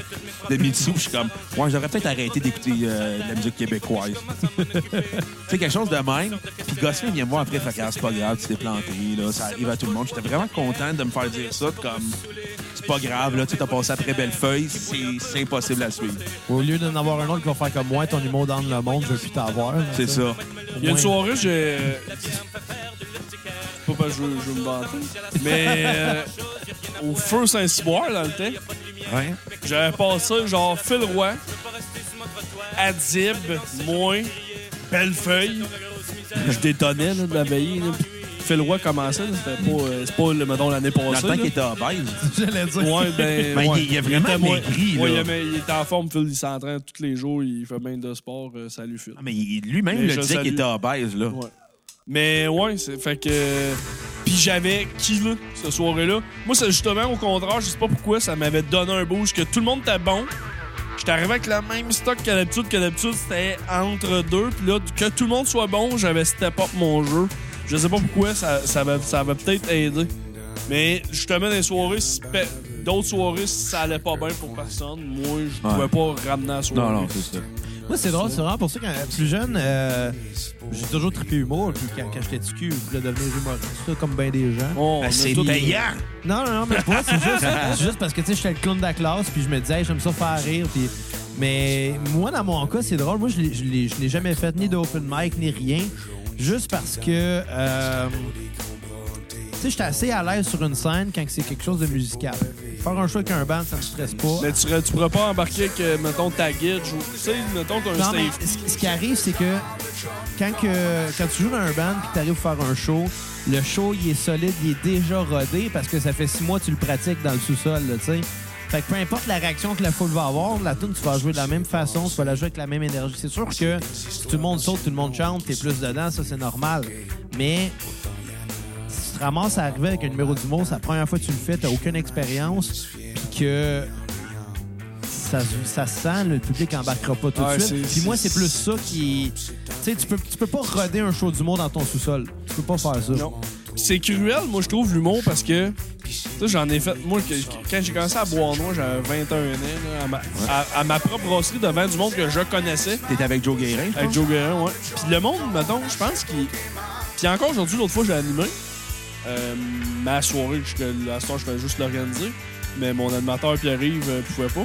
S1: de Mitsu. Je suis comme, ouais, j'aurais peut-être arrêté d'écouter euh, de la musique québécoise. c'est quelque chose de même. Puis Gosselin vient me voir après, fait que, ah, c'est pas grave, tu t'es planté, là, ça arrive à tout le monde. J'étais vraiment content de me faire dire ça, comme, c'est pas grave, là, tu sais, t'as passé après Bellefeuille, c'est c'est impossible à suivre.
S3: Au lieu d'en avoir un autre qui va faire comme moi, ton humour dans le monde, je veux plus t'avoir. là,
S1: C'est
S3: tu sais.
S1: ça.
S4: Il y a une
S3: Ouais.
S4: soirée, j'ai. Pas parce que je veux, je veux me vanter. Mais euh, au Feu Saint-Cyboire, dans le temps,
S1: Ouais.
S4: j'avais passé genre Phil Roy, Adib, moi, Bellefeuille. Je détonnais là, de la veillée. là. Phil Roy commençait, là, c'était pas, euh, c'est pas le, mettons, l'année
S1: Dans le
S4: passée.
S1: temps qu'il
S4: là.
S1: était obèse.
S3: J'allais dire.
S4: Ouais, ben,
S1: Ben, il-
S4: ouais.
S1: il a vraiment
S4: était moins-
S1: maigri,
S4: ouais,
S1: là.
S4: il, a- mais il était en forme, Phil, il s'entraîne tous les jours, il fait bien de sport, euh, ça lui file.
S1: Ah, Mais il- lui-même
S4: Mais
S1: le
S4: je
S1: disait qu'il
S4: salue.
S1: était obèse, là.
S4: Ouais. Mais ouais, c'est fait que. Puis j'avais qui là, ce soirée-là. Moi, c'est justement au contraire, je sais pas pourquoi, ça m'avait donné un boost que tout le monde était bon. J'étais arrivé avec le même stock que d'habitude, que d'habitude c'était entre deux. Puis là, que tout le monde soit bon, j'avais step up mon jeu. Je sais pas pourquoi, ça, ça va, ça va peut-être aider. Mais justement, dans les soirées, spé- d'autres soirées, ça allait pas bien pour personne. Moi, je
S1: Ouais.
S4: pouvais pas ramener la soirée.
S1: Non, non, c'est ça.
S3: Moi, c'est drôle, c'est vraiment pour ça quand plus jeune, euh, j'ai toujours trippé humour. Puis quand, quand j'étais petit cul, je voulais devenir humoriste, ça, comme bien des gens.
S4: Bon, Oh, on a
S1: Ben, c'est
S4: tout-
S1: payant!
S3: Non, non, non, mais pour moi, c'est juste, c'est juste parce que tu sais, j'étais le clown de la classe, puis je me disais, Hey, j'aime ça faire rire. Puis... Mais moi, dans mon cas, c'est drôle. Moi, je l'ai- je l'ai- je n'ai jamais fait ni d'open mic, ni rien. Juste parce que. euh, tu sais, j'étais assez à l'aise sur une scène quand c'est quelque chose de musical. Faire un show avec un band, ça me stresse pas.
S4: Mais tu, serais- tu pourrais pas embarquer avec, euh, mettons, ta guide. ou- Tu sais, mettons, t'as un
S3: Non, mais
S4: safety.
S3: ce ce qui arrive, c'est que quand, que quand tu joues dans un band et que tu arrives faire un show, le show, il est solide, il est déjà rodé parce que ça fait six mois que tu le pratiques dans le sous-sol, là, tu sais. Fait que peu importe la réaction que la foule va avoir, la tune tu vas la jouer de la même façon, tu vas la jouer avec la même énergie. C'est sûr que si tout le monde saute, tout le monde chante, t'es plus dedans, ça c'est normal. Mais si tu te ramasses à arriver avec un numéro d'humour, c'est la première fois que tu le fais, t'as aucune expérience, puis que ça, ça se sent, le public embarquera pas tout
S4: Ouais,
S3: de
S4: c'est-
S3: suite. Puis moi, c'est plus ça qui. Tu sais, tu peux, tu peux pas roder un show d'humour dans ton sous-sol. Tu peux pas faire ça.
S4: Non. c'est cruel, moi, je trouve, l'humour, parce que. Ça, j'en ai fait. Moi, que- quand j'ai commencé à boire noir, j'avais 21 ans, là, à, ma, à- à ma propre brasserie, devant du monde que je connaissais,
S1: T'étais avec Joe Guérin, je
S4: avec
S1: pense?
S4: Joe Guérin, ouais. Puis le monde, mettons, je pense qu'il. Puis encore aujourd'hui, l'autre fois, j'ai animé. euh, ma soirée, jusqu'à la soirée, je fais juste l'organiser. Mais mon animateur, Pierre-Yves, euh, pouvait pas.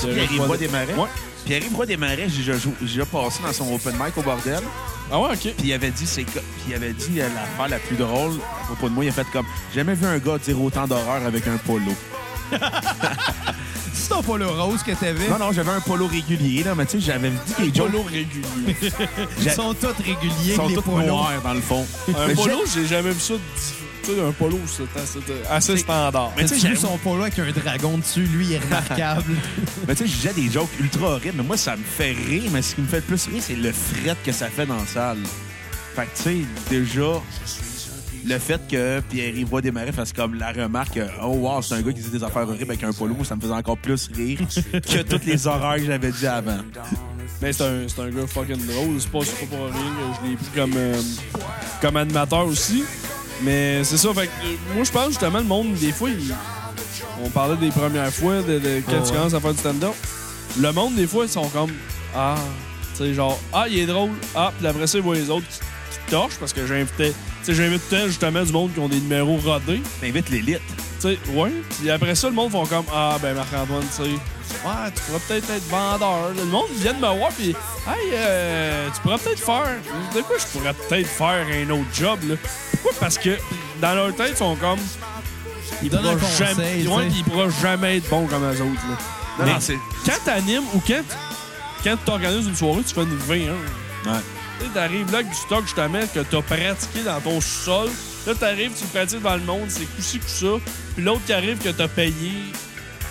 S1: Pierre-Yves Roy Desmarais.
S4: Ouais.
S1: Pierre-Yves Roy Desmarais, j'ai déjà jou- j'ai déjà passé dans son open mic au bordel.
S4: Ah ouais, ok.
S1: Puis il avait dit, c'est co- puis il avait dit euh, l'affaire la plus drôle à propos de moi. Il a fait comme J'ai jamais vu un gars dire autant d'horreur avec un polo.
S3: C'est ton polo rose que t'avais.
S1: Non, non, j'avais un polo régulier, là, mais tu sais, j'avais dit que les jokes
S4: Polo régulier.
S3: Ils sont tous réguliers,
S1: sont
S3: les
S1: tous
S3: polos.
S1: noirs, dans le fond.
S4: Un
S1: Mais
S4: polo, j'ai jamais vu ça. de- Tu sais, un polo, c'est c'est assez standard.
S1: Mais tu sais,
S3: T'as-tu vu
S1: j'aime-
S3: son polo avec un dragon dessus, lui, il est remarquable.
S1: Mais tu sais, je disais des jokes ultra horribles, mais moi, ça me fait rire. Mais ce qui me fait le plus rire, c'est le fret que ça fait dans la salle. Fait que, tu sais, déjà, le fait que Pierre-Yves Roy Desmarais fasse comme la remarque euh, Oh, wow, c'est un gars qui dit des affaires horribles avec un polo, moi, ça me faisait encore plus rire que toutes les horreurs que j'avais dit avant.
S4: Mais c'est un, c'est un gars fucking drôle. C'est pas, c'est pas pour rien que je l'ai pris comme, euh, comme animateur aussi. Mais c'est ça. Fait que, euh, moi, je pense justement, le monde, des fois, il- on parlait des premières fois, de, de- quand
S3: Ah
S4: tu
S3: ouais.
S4: commences à faire du stand-up. Le monde, des fois, ils sont comme Ah, tu sais, genre, ah, il est drôle. Ah, puis après ça, ils voient les autres qui, qui torchent parce que j'invitais, tu sais, j'invite tout le temps, justement du monde qui ont des numéros rodés.
S1: T'invites l'élite.
S4: Tu sais, ouais. Puis après ça, le monde font comme Ah, ben Marc-Antoine, tu sais, ouais, tu pourrais peut-être être vendeur. Le monde vient de me voir, puis Hey, euh, tu pourrais peut-être faire. De quoi je pourrais peut-être faire un autre job, là Pourquoi Parce que dans leur tête, ils sont comme. Ils
S3: Donne un
S4: pourront
S3: conseil,
S4: jamais,
S3: tu
S4: ouais,
S3: sais.
S4: puis ils pourront jamais être bons comme les autres, là.
S1: Non,
S4: Mais
S1: non, c'est.
S4: Quand t'animes ou quand tu quand t'organises une soirée, tu fais une V1.
S1: Ouais.
S4: Tu sais, t'arrives là avec du stock justement que t'as pratiqué dans ton sol. Là, t'arrives, tu le pratiques devant le monde, c'est coup-ci, coup-ça. Puis l'autre qui arrive que t'as payé,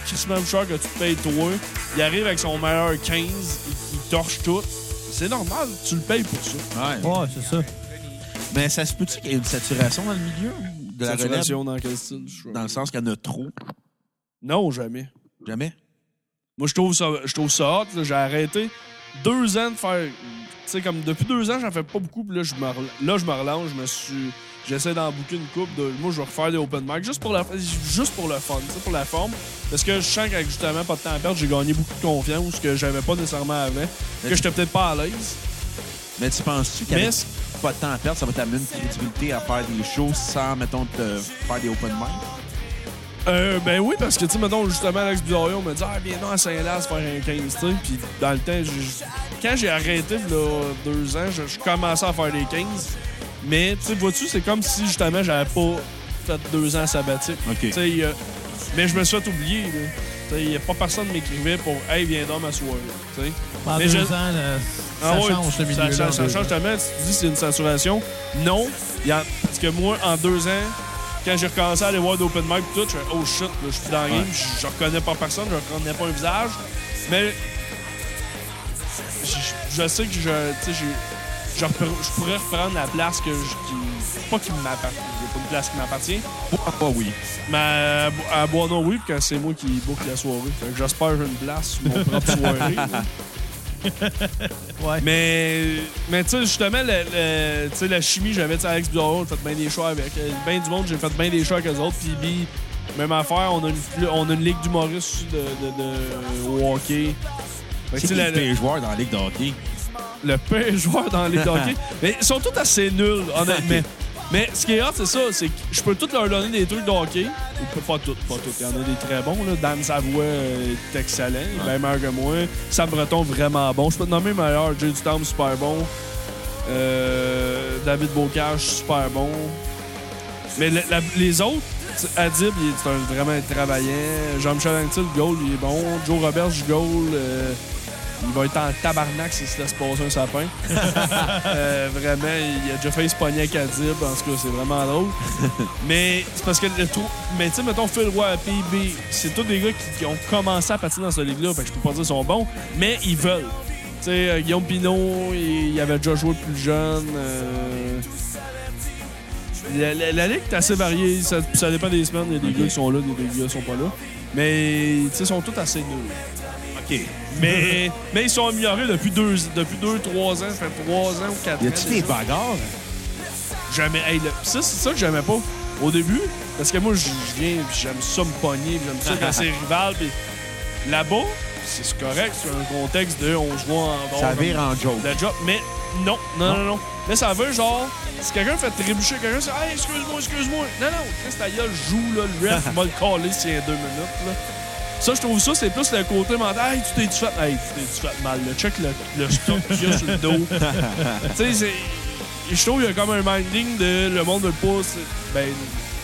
S4: Chris même cher que tu te payes toi, il arrive avec son meilleur 15, il, il torche tout. C'est normal, tu le payes pour ça.
S1: Ouais.
S3: Ouais, c'est ça.
S1: Mais ça se peut-tu qu'il y ait une saturation dans le milieu ou de la relève?
S4: dans quel style? je sais pas.
S1: Dans le sens qu'il y en a trop.
S4: Non, jamais.
S1: Jamais?
S4: Moi, je trouve ça, je trouve ça hot. là. J'ai arrêté deux ans de faire. Tu sais, comme depuis deux ans, j'en fais pas beaucoup. Puis là, je me, rel- là, je me relance. Je me suis. J'essaie d'en bouquer une coupe. De... Moi, je vais refaire des open mic juste pour, la... juste pour le fun, tu sais, pour la forme. Parce que je sens qu'avec justement pas de temps à perdre, j'ai gagné beaucoup de confiance que j'avais pas nécessairement avant. Que j'étais peut-être pas à l'aise.
S1: Mais tu penses-tu
S4: Mais
S1: qu'avec pas de temps à perdre, ça va t'amener une crédibilité à faire des shows sans, mettons, te faire des open mic?
S4: Euh, ben oui, parce que, tu sais, mettons, justement, Alex Bizarro me dit « Ah, viens donc à Saint-Laz faire un 15, tu sais. » Puis dans le temps, j'ai- j'ai- quand j'ai arrêté, là, deux ans, je, je commençais à faire des 15. Mais, tu sais, vois-tu, c'est comme si, justement, j'avais pas fait deux ans sabbatique.
S1: OK.
S4: Tu sais, euh, mais je me suis fait oublier, là. Tu sais, y a pas personne qui m'écrivait pour « Hey, viens donc ma soirée. » Tu sais.
S3: En
S4: Mais
S3: deux
S4: je-
S3: ans, là, ça
S4: Ah ouais,
S3: change le milieu.
S4: Ça, ça- ça change tellement. Si tu dis que c'est une saturation, non. Il y a- parce que moi, en deux ans, quand j'ai recommencé à aller voir d'open mic et tout, je fais oh shit, là, je suis plus dans le game, je, je reconnais pas personne, je reconnais pas un visage. Mais je, je sais que je, tu sais, j'ai- je, repre- je pourrais reprendre la place que je. qui- pas qui m'appartient, il y a pas une place qui m'appartient.
S1: Pourquoi pas, oui.
S4: Mais à, Bo- à Boisnon, oui, puis quand c'est moi qui book la soirée. Fait que j'espère que j'ai une place sur mon propre soirée. là.
S3: Ouais.
S4: Mais, mais tu sais, justement, le- le- tu sais, la chimie, j'avais tu sais, Alex Bidon, j'ai fait bien des choix avec. euh, Ben du monde, j'ai fait bien des choix avec eux autres. Puis, Bi, même affaire, on a une, on a une ligue d'humoristes aussi de, de, de, au hockey. Fait
S1: C'est
S4: que, tu sais, la-
S1: le pire joueur dans la ligue de hockey.
S4: le pire joueur dans les hockey. Mais ils sont tous assez nuls, honnêtement. Mais ce qui est hot, c'est ça, c'est que je peux tout leur donner des trucs de hockey. Ou Pas tout, pas tout. Il y en a des très bons. Là. Dan Savoie euh, est excellent, il est bien meilleur que moi. Sam Breton, vraiment bon. Je peux te nommer meilleur. Jay Dutam, super bon. Euh, David Bocage, super bon. Mais le- la- les autres, tu- Adib, il est c'est un- vraiment travaillant. Jean-Michel Anctil, goal, il est bon. Joe Roberts, goal. euh, il va être en tabarnak s'il se laisse passer un sapin. Euh, vraiment, il a déjà fait se pogner à Cadib. En tout cas, c'est vraiment drôle. Mais c'est parce que le trou. Mais tu sais, mettons Phil Roy, PB, c'est tous des gars qui, qui ont commencé à patiner dans cette ligue-là. Fait que je peux pas dire qu'ils sont bons, mais ils veulent. Tu sais, euh, Guillaume Pinot, il, il avait déjà joué plus jeune. euh, La, la- la ligue est assez variée. Ça, ça dépend des semaines. Il y a des
S1: Ok.
S4: gars qui sont là, des, des gars qui sont pas là. Mais tu sais, ils sont tous assez nuls.
S1: OK.
S4: Mais, mais ils sont améliorés depuis deux, depuis deux, trois ans, ça fait trois ans ou quatre
S1: Y
S4: ans.
S1: a-tu des bagarres?
S4: Jamais. Hey, le- ça, c'est ça que j'aimais pas au début. Parce que moi, je je viens, puis j'aime ça me pogner, puis j'aime ça quand c'est rival. Puis là-bas, c'est c'est correct, c'est un contexte de on se voit en
S1: Ça
S4: on-
S1: vire en joke.
S4: la job, mais non, non, non, non. Là, ça veut genre, si quelqu'un fait trébucher quelqu'un, c'est Hey, excuse-moi, excuse-moi. Non, non, Chris, ta gueule, joue là, le ref, va le caler s'il y a deux minutes. Là. Ça, je trouve ça, c'est plus le côté mental. Hey, tu t'es-tu fait, hey, tu t'es-tu fait mal, là. Check le, le stock qu'il y a sur le dos. tu sais, c'est- je trouve qu'il y a comme un minding de le monde veut pas. c'est- Ben,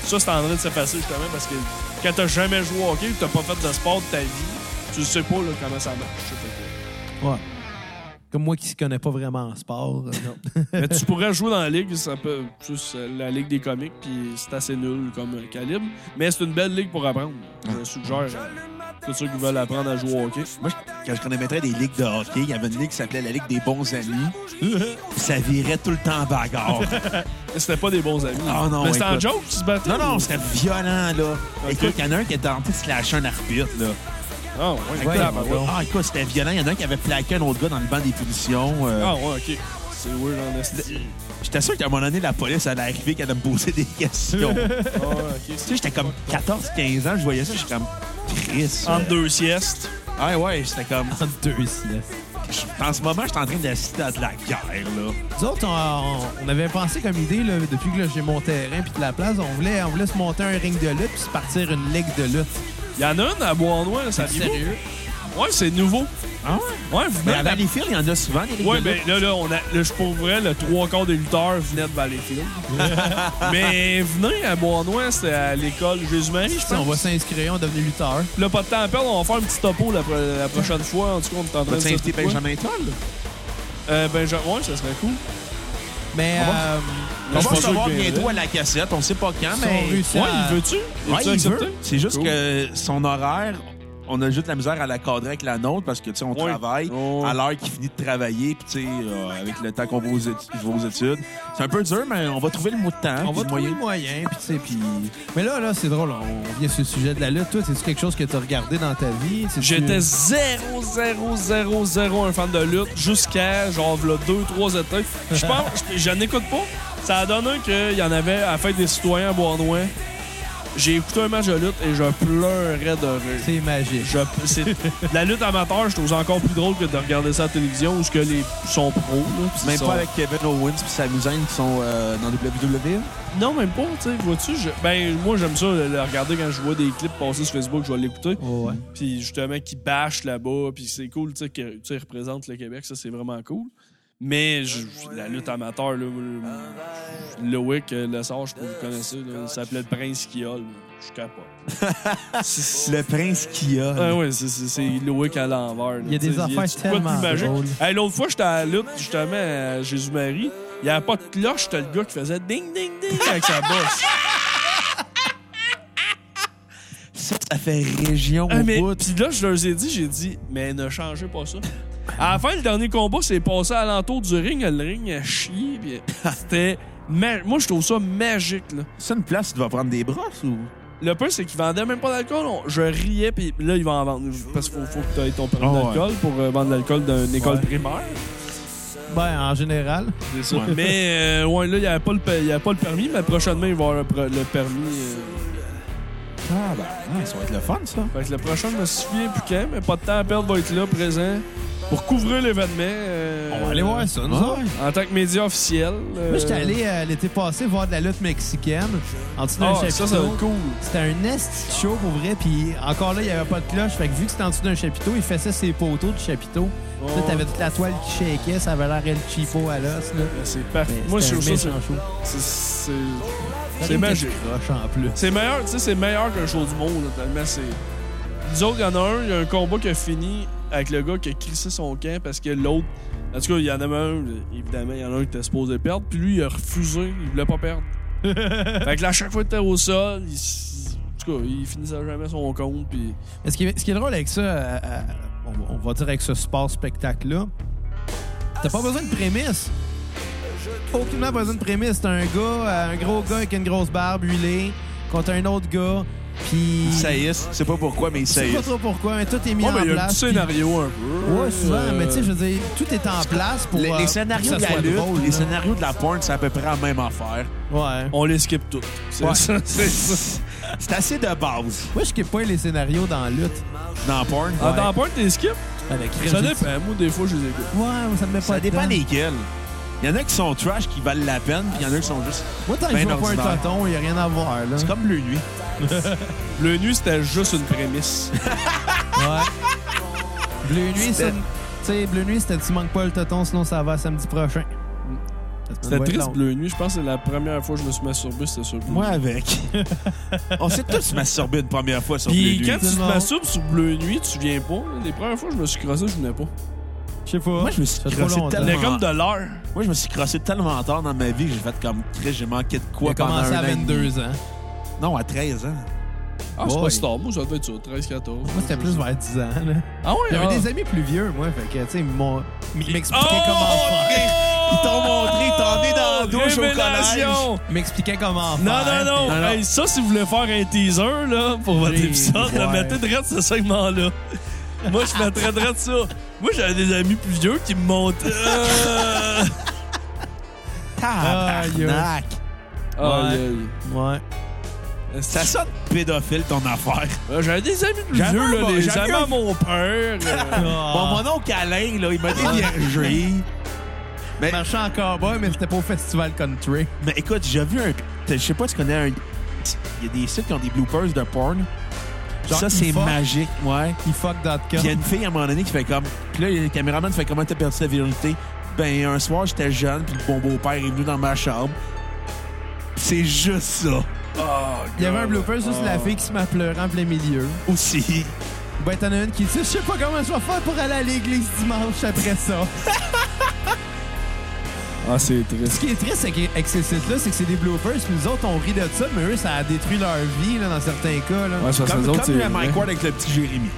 S4: ça, c'est en train de s'effacer justement parce que quand t'as jamais joué au hockey, t'as pas fait de sport de ta vie, tu sais pas là, comment ça marche. Fait que-
S3: Ouais. Comme moi qui ne connais pas vraiment en sport. euh, non.
S4: Mais tu pourrais jouer dans la ligue, ça peut, juste euh, la ligue des comics, puis c'est assez nul comme euh, calibre. Mais c'est une belle ligue pour apprendre. Je suggère à tous ceux qui veulent apprendre à jouer au hockey.
S1: Moi, je- quand je connaissais des ligues de hockey, il y avait une ligue qui s'appelait la Ligue des bons amis. Puis ça virait tout le temps en bagarre.
S4: Mais C'était pas des bons amis.
S1: Ah non,
S4: Mais c'était en
S1: écoute.
S4: joke qui se battaient.
S1: Non, non, c'était violent, là.
S4: Ok.
S1: Écoute, il y en a un qui était en train de slasher un arbitre, là.
S4: Ah, ouais,
S1: Fait que,
S4: ah, bah, ouais.
S1: Ah, écoute, c'était violent. Il y en a un qui avait plaqué un autre gars dans le banc des punitions. euh.
S4: Ah, ouais, ok. C'est weird en esti.
S1: J'étais sûr qu'à un moment donné, la police allait arriver qu'elle allait me poser des questions. tu
S4: Ah, ouais, ok.
S1: sais, j'étais comme 14-15 ans, je voyais ça, j'étais comme triste.
S4: Entre deux siestes.
S1: Ouais, ouais, j'étais comme.
S3: En deux siestes.
S1: je- En ce moment, j'étais en train d'assister à de la guerre, là.
S3: Nous autres, on, on- on avait pensé comme idée, là, depuis que là, j'ai mon terrain puis de la place, on voulait, on voulait se monter un ring de lutte puis se partir une ligue de lutte.
S4: Il y en a une à Bois-Noir, ça vit Ouais, c'est nouveau.
S1: Ah ouais?
S4: Ouais, vous
S1: Mais
S4: venez
S1: à
S4: de la-
S1: Valleyfield, il y en a souvent, des ligues
S4: Ouais,
S1: de
S4: ben
S1: lutte.
S4: là, là, on a, là, je pour vrai, le trois quarts des lutteurs venaient de Valleyfield. mais venez à Bois-Noir, c'était à l'école Jésus-Marie, je
S3: Si on va
S4: pense.
S3: s'inscrire, on devient lutteur.
S4: Là, pas de temps à perdre, on va faire un petit topo la, pro- la prochaine fois. En tout cas, on est en train de
S1: Vas-tu inviter
S4: s'occuper.
S1: Benjamin Toll?
S4: Euh, Benjamin, ouais, ça serait cool.
S3: Mais
S1: On
S3: euh,
S1: On
S4: Je
S1: va
S4: pense
S1: se voir
S4: qu'il viendrait.
S1: bientôt à la cassette, on sait pas quand,
S3: si
S1: mais.
S3: on réussit
S4: Ouais,
S3: à-
S4: il veut-tu?
S1: Ouais,
S4: tu
S1: il
S4: accepté?
S1: veut. C'est juste
S4: Cool.
S1: que son horaire, on a juste de la misère à la cadrer avec la nôtre parce que, tu sais, on
S4: Ouais.
S1: travaille
S4: Ouais.
S1: à l'heure qu'il finit de travailler, puis, tu sais, euh, avec le temps qu'on va aux, étu- je vais aux études. C'est un peu dur, mais on va trouver le mot de temps.
S3: On
S1: puis
S3: va
S1: le
S3: trouver
S1: moyen.
S3: le moyen, puis tu sais, puis... Mais là, là, c'est drôle, on vient sur le sujet de la lutte. Toi, c'est-tu quelque chose que t'as regardé dans ta vie? C'est-tu-
S4: J'étais 0, 0, 0, 0 un fan de lutte jusqu'à genre 2, 3 étés. Je pense, je- j'en écoute pas. Ça a donné qu'il y en avait à la fête des citoyens à Bois-Noir. J'ai écouté un match de lutte et je pleurais de rire.
S3: C'est magique.
S4: Je- c'est- la lutte amateur, je trouve ça encore plus drôle que de regarder ça à la télévision où ce que les sont pros. là, puis
S1: Même
S4: ils sont-
S1: pas avec Kevin Owens puis Sami Zayn qui sont euh, dans WWE.
S4: Non, même pas, tu sais, vois-tu, je- ben moi j'aime ça le, le regarder quand je vois des clips passer sur Facebook, je vais l'écouter.
S3: Ouais.
S4: Puis justement qui bâche là-bas, puis c'est cool, tu sais que tu sais, représente le Québec, ça c'est vraiment cool. Mais je- je- la lutte amateur là, le- Loïc euh, Lessard, je sais pas si vous connaissez, là, il s'appelait le Prince Kiol, je capote. C'est-
S1: Le prince qui a.
S4: Ah ouais, c'est- c'est c'est Loïc à l'envers. là.
S3: Il y a des
S4: T'sais,
S3: affaires
S4: tu quoi de
S3: tellement
S4: plus magique?
S3: drôles.
S4: Hey, L'autre fois, j'étais à la lutte, justement, à Jésus-Marie. Il n'y avait pas de cloche, c'était le gars qui faisait ding, ding, ding avec sa bosse.
S1: Ça, ça fait région
S4: Ah,
S1: au
S4: mais-
S1: bout.
S4: Puis là, je leur ai dit, j'ai dit, mais ne changez pas ça. À la fin, le dernier combat, c'est passé à l'entour du ring. Le ring a chié. puis C'était. ma- Moi, je trouve ça magique, là.
S1: C'est une place où tu vas prendre des brosses ou.
S4: Le peu, c'est qu'ils vendaient même pas d'alcool. On- Je riais, puis là, ils vont en vendre. Parce qu'il faut, faut que tu aies ton permis
S1: Ah ouais.
S4: d'alcool pour euh, vendre de l'alcool d'une école
S3: Ouais.
S4: primaire.
S3: Ben, en général,
S4: C'est ça.
S1: Ouais.
S4: Mais euh, ouais, là, il n'y avait, pas le pe- il y avait pas le permis, mais prochainement, il va y avoir le, pre- le permis.
S1: Ah, ben, ah, ça va être le fun, ça.
S4: euh. Fait que le prochain, je me souviens plus quand, mais pas de temps à perdre, va être là, présent, pour couvrir l'événement. euh,
S3: on va aller voir ça, nous
S1: ouais.
S3: autres.
S4: En tant que média officiel. euh,
S3: Moi, j'étais allé euh, l'été passé voir de la lutte mexicaine en dessous d'un
S4: Ah,
S3: chapiteau.
S4: ça, ça va être cool.
S3: C'était un esti de show pour vrai, puis encore là, il n'y avait pas de cloche. Fait que vu que c'était en dessous d'un chapiteau, il faisait ses poteaux du chapiteau. Tu sais,
S4: Ouais.
S3: T'avais toute la toile qui shakeait, ça avait l'air El Chipo à l'os. là.
S4: Ben, C'est parfait.
S3: Mais
S4: Moi, je
S3: c'était
S4: trouve
S3: un
S4: ça,
S3: méchant show.
S4: c'est- c'est.
S3: Ça
S4: C'est
S3: rime
S4: magique.
S3: que tu croches en plus.
S4: C'est meilleur, tu sais, c'est meilleur qu'un show du monde, là, tellement c'est. Nous autres, il y en a un, il y a un combat qui a fini avec le gars qui a crissé son camp parce que l'autre. En tout cas, il y en avait un, évidemment, il y en a un qui était supposé perdre, puis lui, il a refusé, il voulait pas perdre. fait que là, à chaque fois qu'il était au sol, il... s- en tout cas, il finissait jamais son compte, puis.
S3: Mais ce qui, est, ce qui est drôle avec ça, euh, euh, on, on va dire avec ce sport-spectacle-là, t'as pas besoin de prémisse. Aucunement besoin de prémisse. T'as un gars, euh, un gros gars avec une grosse barbe huilée, contre un autre gars Puis.
S1: Ils saillissent. Je sais pas pourquoi, mais ils
S3: Je sais pas
S1: saillissent.
S3: trop pourquoi, mais tout est mis
S4: Ouais, mais
S3: en
S4: Oh, Ah, ben, il y a un
S3: place.
S4: petit scénario un peu.
S3: Ouais, souvent,
S4: Euh,
S3: mais tu sais, je veux dire, tout est en place pour.
S1: Les,
S3: euh,
S1: les scénarios
S3: pour
S1: de
S3: que ça
S1: la
S3: soit
S1: lutte,
S3: drôle,
S1: les
S3: là.
S1: scénarios de la porn, c'est à peu près la même affaire.
S3: Ouais.
S4: On les skip toutes. C'est
S3: Ouais.
S4: ça, c'est ça.
S1: C'est assez de base.
S3: Moi, je kiffe pas les scénarios dans la lutte.
S1: Dans la porn,
S4: Ah, Dans la part des skips,
S1: Ah, ben,
S3: Avec
S4: ça dépend. Moi, des fois, je les écoute.
S3: Ouais, ça me met pas
S1: ça dépend
S3: dedans.
S1: desquels. Il y en a qui sont trash, qui valent la peine, puis il y en a qui sont juste.
S3: Moi, tant que
S1: ben
S3: je vois pas un
S1: ordinaire.
S3: tonton, y a rien à voir, là.
S1: C'est comme Bleu Nuit.
S4: Le nu, c'était juste une prémisse.
S3: Ouais. Bleu nuit, c'est... Tu sais, Bleu nuit, c'était tu manques pas le tonton, sinon ça va samedi prochain.
S4: C'était triste, Bleu Nuit. Je pense que c'est la première fois que je me suis masturbé, c'était sur Bleu
S3: Moi
S4: Nuit.
S3: avec.
S1: On s'est tous masturbés une première fois sur
S4: Puis
S1: Bleu
S4: quand
S1: Nuit.
S4: tu te
S3: Tellement.
S4: masturbes sur Bleu Nuit, tu viens pas. Les premières fois, je me suis crossé, je venais pas.
S3: Je sais pas.
S1: Moi, je me suis
S3: Ça fait
S1: crossé
S3: trop longtemps.
S1: tellement-
S4: Mais comme de l'heure.
S1: Moi, je me suis crossé tellement tard dans ma vie que j'ai fait comme Chris, j'ai manqué de
S3: Il
S1: quoi
S3: a
S1: pendant un
S3: commencé à
S1: an et demi.
S3: 22 ans.
S1: Non, à 13 ans.
S4: Ah, c'est pas
S3: Boy.
S4: si tard. Moi, ça devait être ça, 13, 14.
S3: Moi, c'était plus vers 10 ans, là.
S4: Ah ouais,
S3: J'avais
S4: ah.
S3: des amis plus vieux, moi, fait que, tu sais, ils m'ont- ils
S4: Oh!
S3: m'expliquaient comment faire.
S1: Ils t'ont montré, t'en es dans la douche au
S4: Révélation!
S3: Ils m'expliquaient Ah, comment faire.
S4: Non, non, non.
S1: Non, non.
S4: Hey, ça, si vous voulez faire un teaser là, pour votre
S3: Oui,
S4: épisode, là,
S3: ouais.
S4: mettez direct ce segment-là. Moi, je mettrais direct ça. Moi, j'avais des amis plus vieux qui me montent. Euh...
S1: Tabarnak! Ah,
S4: aïe,
S3: puis- Ouais.
S4: aïe.
S1: Ça sonne pédophile, ton affaire.
S4: Euh, J'avais des amis plus
S1: J'avais
S4: vieux, là,
S1: un-
S4: les
S1: j'avais
S4: amis
S1: un-
S4: à mon père.
S3: Ah.
S4: euh,
S1: Bon,
S3: Bon,
S1: mon oncle Alain, là, il m'a déviagé.
S3: on marchait en cowboy, mais c'était pas au festival country.
S1: Mais écoute, j'ai vu un... Je sais pas, tu connais un... Il y a des sites qui ont des bloopers de porn.
S3: Genre
S1: ça, c'est
S3: eFuck.
S1: magique, ouais. Puis
S3: Efuck.com.
S1: il
S4: Hein?
S1: y a une fille, à un moment donné, qui fait comme... Puis là, le caméraman fait comment t'as perdu ta virilité? Ben, un soir, j'étais jeune, puis mon beau-père est venu dans ma chambre. C'est juste ça,
S3: Il y avait un blooper sur la fille qui se met à pleurer en plein milieu.
S1: aussi.
S3: Ben, t'en as une qui dit Je sais pas comment je vais faire pour aller à l'église dimanche après ça.
S4: Ah, c'est
S3: Ce
S4: triste.
S3: qui est triste avec, avec ces sites-là, c'est que c'est des bloopers, puis nous autres, on rit de ça, mais eux, ça a détruit leur vie là, dans certains cas. Là.
S4: Ouais, ça,
S1: Comme,
S4: c'est autres,
S1: comme le
S4: c'est
S1: Mike
S4: vrai.
S1: Ward avec le petit Jérémy.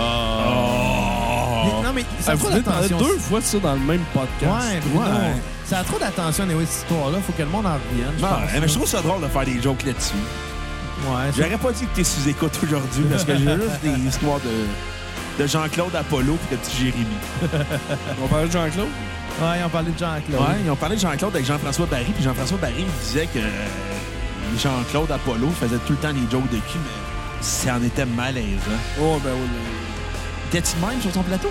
S1: Oh.
S3: Mais- non, mais ça
S4: Ah,
S3: a
S4: vous
S3: trop
S4: venez de parler
S3: d'attention.
S4: deux fois de ça dans le même podcast.
S3: Ouais,
S1: Ouais.
S3: non. Ça a trop d'attention, et cette histoire-là. Faut que le monde en
S4: Ah.
S3: revienne.
S1: Non,
S3: pense,
S1: mais
S3: là.
S1: je trouve ça drôle de faire des jokes là-dessus.
S3: Ouais, c'est-
S1: J'aurais pas dit que t'es sous écoute aujourd'hui parce que j'ai juste des histoires de, de Jean-Claude Apollo et de petit Jérémy.
S4: On parlait de Jean-Claude.
S3: ouais, on parlait de Jean-Claude.
S1: Ouais, ils ont parlé de Jean-Claude avec Jean-François Barry, puis Jean-François Barry il disait que euh, Jean-Claude Apollo faisait tout le temps des jokes de cul, mais ça en était malaisant.
S4: Oh, ben oui. mais-
S1: T'es-tu de même sur ton plateau?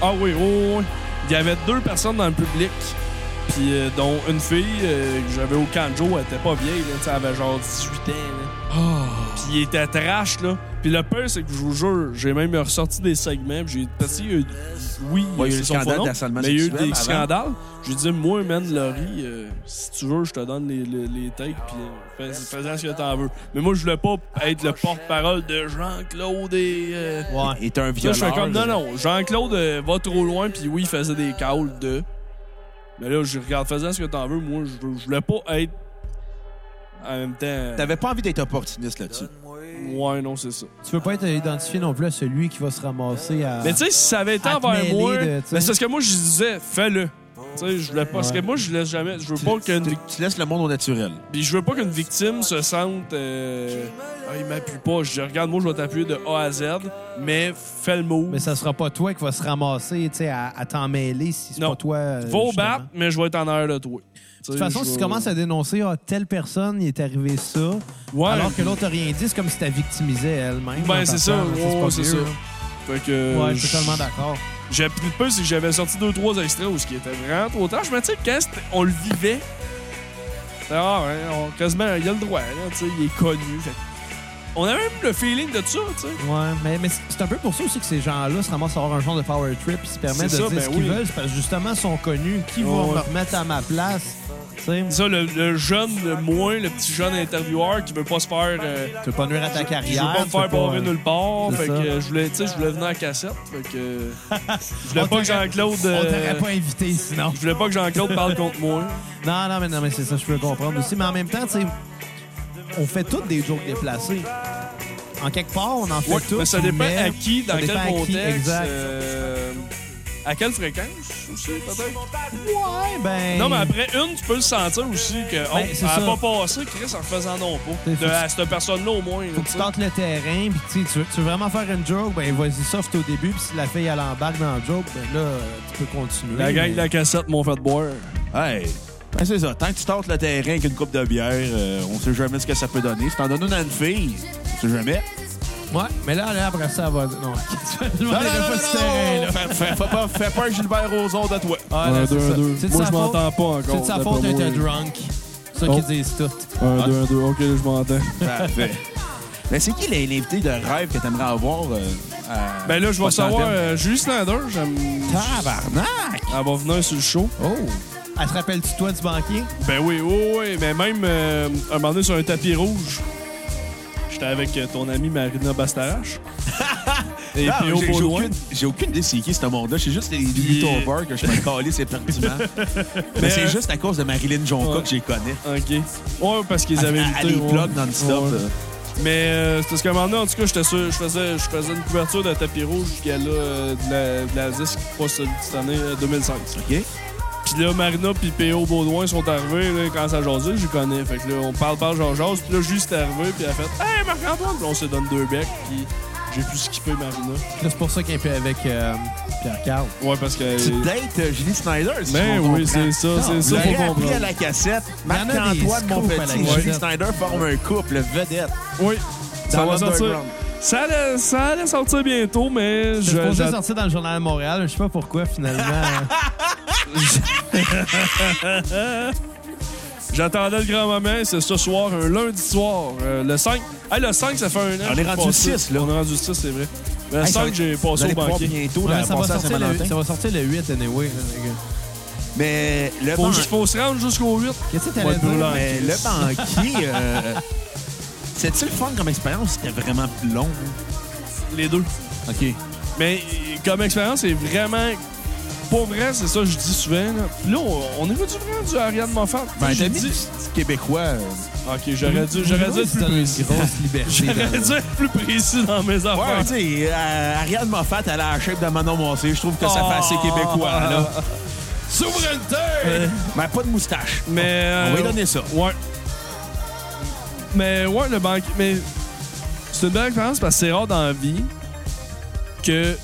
S4: Ah oui, oh, oui. Il y avait deux personnes dans le public, puis euh, dont une fille euh, que j'avais au canjo, elle était pas vieille, là, tu sais, elle avait genre 18 ans. là.
S1: Ah.
S4: Puis il était trash, là. Puis le pire, c'est que je vous jure, j'ai même ressorti des segments, puis j'ai parce qu'il y a eu- Oui,
S1: Ouais, il y a eu
S4: c'est
S1: le
S4: son
S1: scandale
S4: faux nom,
S1: d'harcèlement
S4: mais il y a eu des
S1: sexuel avant.
S4: scandales. J'ai dit, moi, man, Laurie, euh, si tu veux, je te donne les, les, les takes, puis euh, fais, fais-en ce que t'en veux. Mais moi, je voulais pas être le porte-parole de Jean-Claude et... euh,
S3: Ouais.
S1: Et t'es un
S4: Là,
S1: violeur.
S4: je fais comme, non, non, Jean-Claude euh, va trop loin, puis oui, il faisait des calls de. Mais là, je regarde, faisant ce que t'en veux, moi, je, veux- je voulais pas être. En même temps.
S1: T'avais pas envie d'être opportuniste là-dessus.
S4: Ouais, non, c'est ça.
S3: Tu veux pas être identifié non plus à celui qui va se ramasser à.
S4: Mais tu sais, si ça avait été
S3: À te
S4: envers
S3: mêler
S4: moi.
S3: Ah. de- tu
S4: Mais
S3: sais.
S4: c'est parce que moi, je disais, fais-le. Tu sais, je voulais pas. Parce que
S3: Ouais.
S4: moi, je laisse jamais. Je veux pas
S1: Tu,
S4: qu'une.
S1: tu laisses le monde au naturel.
S4: Puis je veux pas qu'une victime se sente. euh, Ah, il m'appuie pas. Je dis, regarde, moi, je vais t'appuyer de A à Z, mais fais le mot.
S3: Mais ça sera pas toi qui va se ramasser tu sais, à, à t'en mêler si c'est
S4: Non.
S3: pas toi. euh,
S4: Va au
S3: justement.
S4: bat, mais je vais être en arrière de toi.
S3: De toute façon, si tu commences à dénoncer à telle personne, il est arrivé ça,
S4: Ouais.
S3: alors que l'autre n'a rien dit, c'est comme si tu victimisé elle-même.
S4: Ben,
S3: en
S4: c'est
S3: partant,
S4: ça.
S3: là,
S4: Ouais,
S3: pas
S4: c'est
S3: mieux,
S4: ça.
S3: là.
S4: Fait que. euh,
S3: Ouais, je suis totalement d'accord.
S4: J'ai appris le peu, c'est que j'avais sorti deux, trois extraits où ce qui était vraiment trop tard. Je me dis, quand c'était- on le vivait, c'était rare, hein, on- quasiment, il a le droit, là, tu sais, il est connu. Fait que- On avait même le feeling de ça, tu sais.
S3: Ouais, mais, mais c'est- c'est un peu pour ça aussi que ces gens-là se ramassent à avoir un genre de power trip ils se permettent de
S4: C'est ça,
S3: dire
S4: ben
S3: ce qu'ils
S4: oui.
S3: veulent, c'est parce que justement, ils sont connus. Qui
S4: Ouais,
S3: va
S4: ouais.
S3: me remettre à ma place? Tu sais,
S4: C'est ça, le, le jeune, le moins, le petit jeune intervieweur qui veut pas se faire. euh,
S3: tu veux pas nuire à ta
S4: je veux
S3: carrière.
S4: pas me
S3: tu
S4: faire
S3: veux pas,
S4: barrer
S3: euh,
S4: nulle part.
S3: c'est
S4: Fait que
S3: ça.
S4: euh, je voulais, tu sais, je voulais venir à cassette. Fait que. euh, je voulais
S3: On
S4: pas que
S3: t'aurait-
S4: Jean-Claude.
S3: On
S4: euh,
S3: t'aurait pas invité sinon.
S4: je voulais pas que Jean-Claude parle contre moi.
S3: Non, non, mais, non, mais c'est ça, je peux le comprendre aussi. Mais en même temps, tu sais, on fait toutes des jokes déplacés. En quelque part, on en fait
S4: Ouais,
S3: toutes.
S4: mais ça dépend
S3: mais
S4: à qui, dans
S3: ça
S4: quel euh.
S3: dépend à qui,
S4: contexte.
S3: exact.
S4: euh, À quelle fréquence aussi, peut-être?
S3: Ouais, ben.
S4: Non, mais après une, tu peux le sentir aussi que oh,
S3: Ben, c'est
S4: ça
S3: ça.
S4: n'a pas passé, Chris, en faisant non pas.
S3: T'sais, faut
S4: De,
S3: que-
S4: à cette personne-là, au moins. là,
S3: Faut que
S4: tu
S3: tu
S4: sais.
S3: tentes le terrain, puis tu sais, tu veux, tu veux vraiment faire une joke, ben vas-y soft au début, puis si la fille elle embarque dans le joke, ben là, euh, tu peux continuer.
S4: La gang de
S3: mais-
S4: la cassette m'ont fait boire.
S1: Hey! Ben c'est ça. Tant que tu tentes le terrain avec une coupe de bière, euh, on sait jamais ce que ça peut donner. Si t'en donnes une à une fille, on sait jamais.
S3: Ouais, mais là, là, après ça, elle va dire non. Je m'en
S1: Non, non,
S3: irai
S1: non,
S3: pas
S1: non,
S3: sur ce terrain-là.
S1: non. Fais- fais- Fais pas- fais pas un Gilbert Rozon de toi.
S3: Ouais, là, c'est ça. C'est de
S4: Moi,
S3: sa
S4: je m'entends
S3: faute-
S4: pas encore.
S3: C'est de sa
S4: d'après
S3: faute,
S4: moi.
S3: elle était drunk. C'est ça
S4: Oh.
S3: qu'ils disent tout.
S4: Un,
S1: Ah.
S4: deux, un, deux. OK, là, je m'entends.
S1: Parfait. Mais c'est qui les- l'invité de rêve que t'aimerais avoir? euh, à-
S4: Ben là, je vais
S1: Pas de
S4: savoir.
S1: tandem.
S4: euh, Julie Slander, j'aime. Ben,
S1: Tabarnak!
S4: Elle va venir sur le show.
S3: Oh! Elle se rappelle-tu, toi, du banquier?
S4: Ben oui, oui, oui. Mais même, euh, un moment donné, sur un tapis rouge, j'étais avec euh, ton amie Marina Bastarache. Et
S1: Ah,
S4: puis au
S1: j'ai- J'ai
S4: Baudouin.
S1: aucune, j'ai aucune idée c'est qui ce monde-là. C'est juste les
S4: Yeah.
S1: Lutover que je peux caler c'est pertinent. Mais
S4: Mais,
S1: c'est
S4: euh,
S1: juste à cause de Marilyn Jonca
S4: ouais.
S1: que j'y connais.
S4: OK. Ouais, parce qu'ils
S1: Elle
S4: avaient
S1: à, à
S4: lutté,
S1: les
S4: ouais.
S1: plugs non-stop.
S4: Ouais.
S1: euh.
S4: Mais euh, c'est parce qu'à un moment donné, en tout cas, j'étais sûr, je faisais, je faisais une couverture de tapis rouge gala euh, de la, de la disque pas cette année euh, 2016.
S1: OK?
S4: Puis là, Marina puis P.O. Baudouin sont arrivés là, quand ça jasait, je les connais. Fait que là, on parle, parle, j'en jase. Puis là, juste arrivé, puis elle a fait Hey, Marc-Antoine! Puis on se donne deux becs, puis j'ai pu skipper Marina.
S3: Là, c'est pour ça qu'elle est avec euh, Pierre-Carl.
S4: Ouais, parce que.
S1: Tu dates euh, Julie Snyder, si
S4: Ben
S1: je comprends.
S4: oui, c'est ça, c'est
S1: Vous
S4: ça,
S1: avez
S4: faut
S1: appris à
S4: comprendre.
S1: la cassette,
S3: Il y en a des
S1: Marc-Antoine, mon
S3: scoops à la
S1: petit,
S3: cassette.
S1: Julie Snyder forment un couple vedette.
S4: Oui, ça
S1: Dans
S4: va sortir.
S1: l'underground.
S4: Ça allait, ça allait sortir bientôt, mais
S3: Je
S4: je.
S3: supposé
S4: j'attends-
S3: sortir dans le journal de Montréal, mais je sais pas pourquoi, finalement.
S4: J'attendais le grand-maman, c'est ce soir, un lundi soir, euh, le 5. Hey, le 5, ça fait un an.
S1: On
S4: que
S1: est
S4: j'ai
S1: rendu
S4: passé.
S1: six, là.
S4: On est rendu 6, c'est vrai. Mais le
S1: Hey, ça
S4: 5,
S1: va-
S4: j'ai
S1: Vous
S4: passé
S1: allez
S4: au
S1: pouvoir
S4: banquier.
S1: bientôt,
S3: Ouais,
S1: la
S3: mais ça,
S1: passer
S3: va
S1: à
S3: sortir le,
S1: Saint-Valentin.
S3: ça va sortir le 8, anyway. là, les gars.
S1: Mais le
S4: Faut,
S1: ban-
S4: juste- faut se rendre jusqu'au 8.
S3: Qu'est-ce que
S4: Ouais,
S3: t'allais
S4: brûlant.
S3: dire?
S1: mais le banquier, euh, c'était-tu le fun comme expérience? C'était vraiment plus long.
S4: Les deux.
S1: OK.
S4: Mais euh, comme expérience, c'est vraiment. Pour vrai, c'est ça que je dis souvent. Là, Puis là, on, on est rendu vraiment du Ariane Moffat.
S1: Ben,
S4: Je
S1: t'as
S4: dis-
S1: dit petit québécois. euh,
S4: Ok, j'aurais dû, j'aurais dû être
S3: C'est
S4: plus précis.
S3: une grosse liberté.
S4: J'aurais dû être plus précis dans mes
S1: Ouais,
S4: affaires.
S1: tu sais, euh, Ariane Moffat, elle a la shape de Manon Massé. Je trouve que ça fait assez
S4: Oh.
S1: québécois, là.
S4: Souveraineté!
S1: Mais pas de moustache.
S4: Mais.
S1: On va lui
S4: euh,
S1: donner ça.
S4: Ouais. Mais ouais, le banquier. Mais c'est une belle expérience parce que c'est rare dans la vie que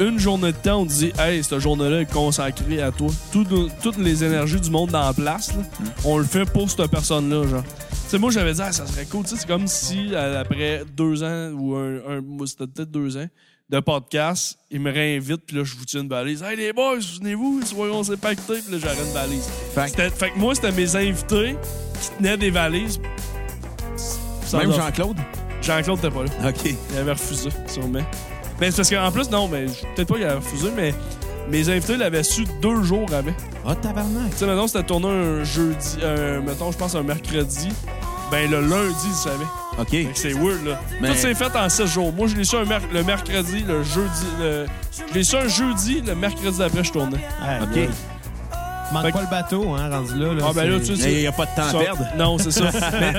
S4: une journée de temps, on dit Hey, cette journée-là est consacrée à toi. Tout le- toutes les énergies du monde dans la place, là,
S1: Mm.
S4: on le fait pour cette personne-là, genre. Tu sais, moi, j'avais dit, Ah, ça serait cool. Tu sais, c'est comme si, euh, après deux ans, ou un, un moi, c'était peut-être deux ans, de podcast, ils me réinvitent, puis là, je vous tiens une balise. Hey, les boys, souvenez-vous, soyons, on s'est pacté, puis là, j'aurais une balise.
S1: Fait que
S4: C'était- fait que moi, c'était mes invités qui tenaient des valises. Ça
S1: même
S4: leur-
S1: Jean-Claude?
S4: Jean-Claude n'était pas là.
S1: OK.
S4: Il avait refusé, sûrement. Mais c'est parce qu'en plus, non, mais je- peut-être pas qu'il avait refusé, mais mes invités l'avaient su deux jours avant. Tu
S1: Ah, tabarnak.
S4: sais, maintenant, c'était tourné un jeudi, un- mettons, je pense un mercredi. Ben, le lundi, ils savaient.
S1: OK.
S4: Fait que c'est weird, là.
S1: Mais-
S4: Tout s'est fait en six jours. Moi, je l'ai su un merc- le mercredi, le jeudi. Le... Je l'ai su un jeudi, le mercredi d'après, je tournais.
S1: OK.
S3: Manque
S4: Fait que-
S3: pas le bateau, hein, rendu là. là
S4: Ah, ben là, tu
S3: c'est-
S4: sais.
S1: Il n'y a pas de temps à
S4: ça-
S1: perdre.
S4: Non, c'est ça. Mais-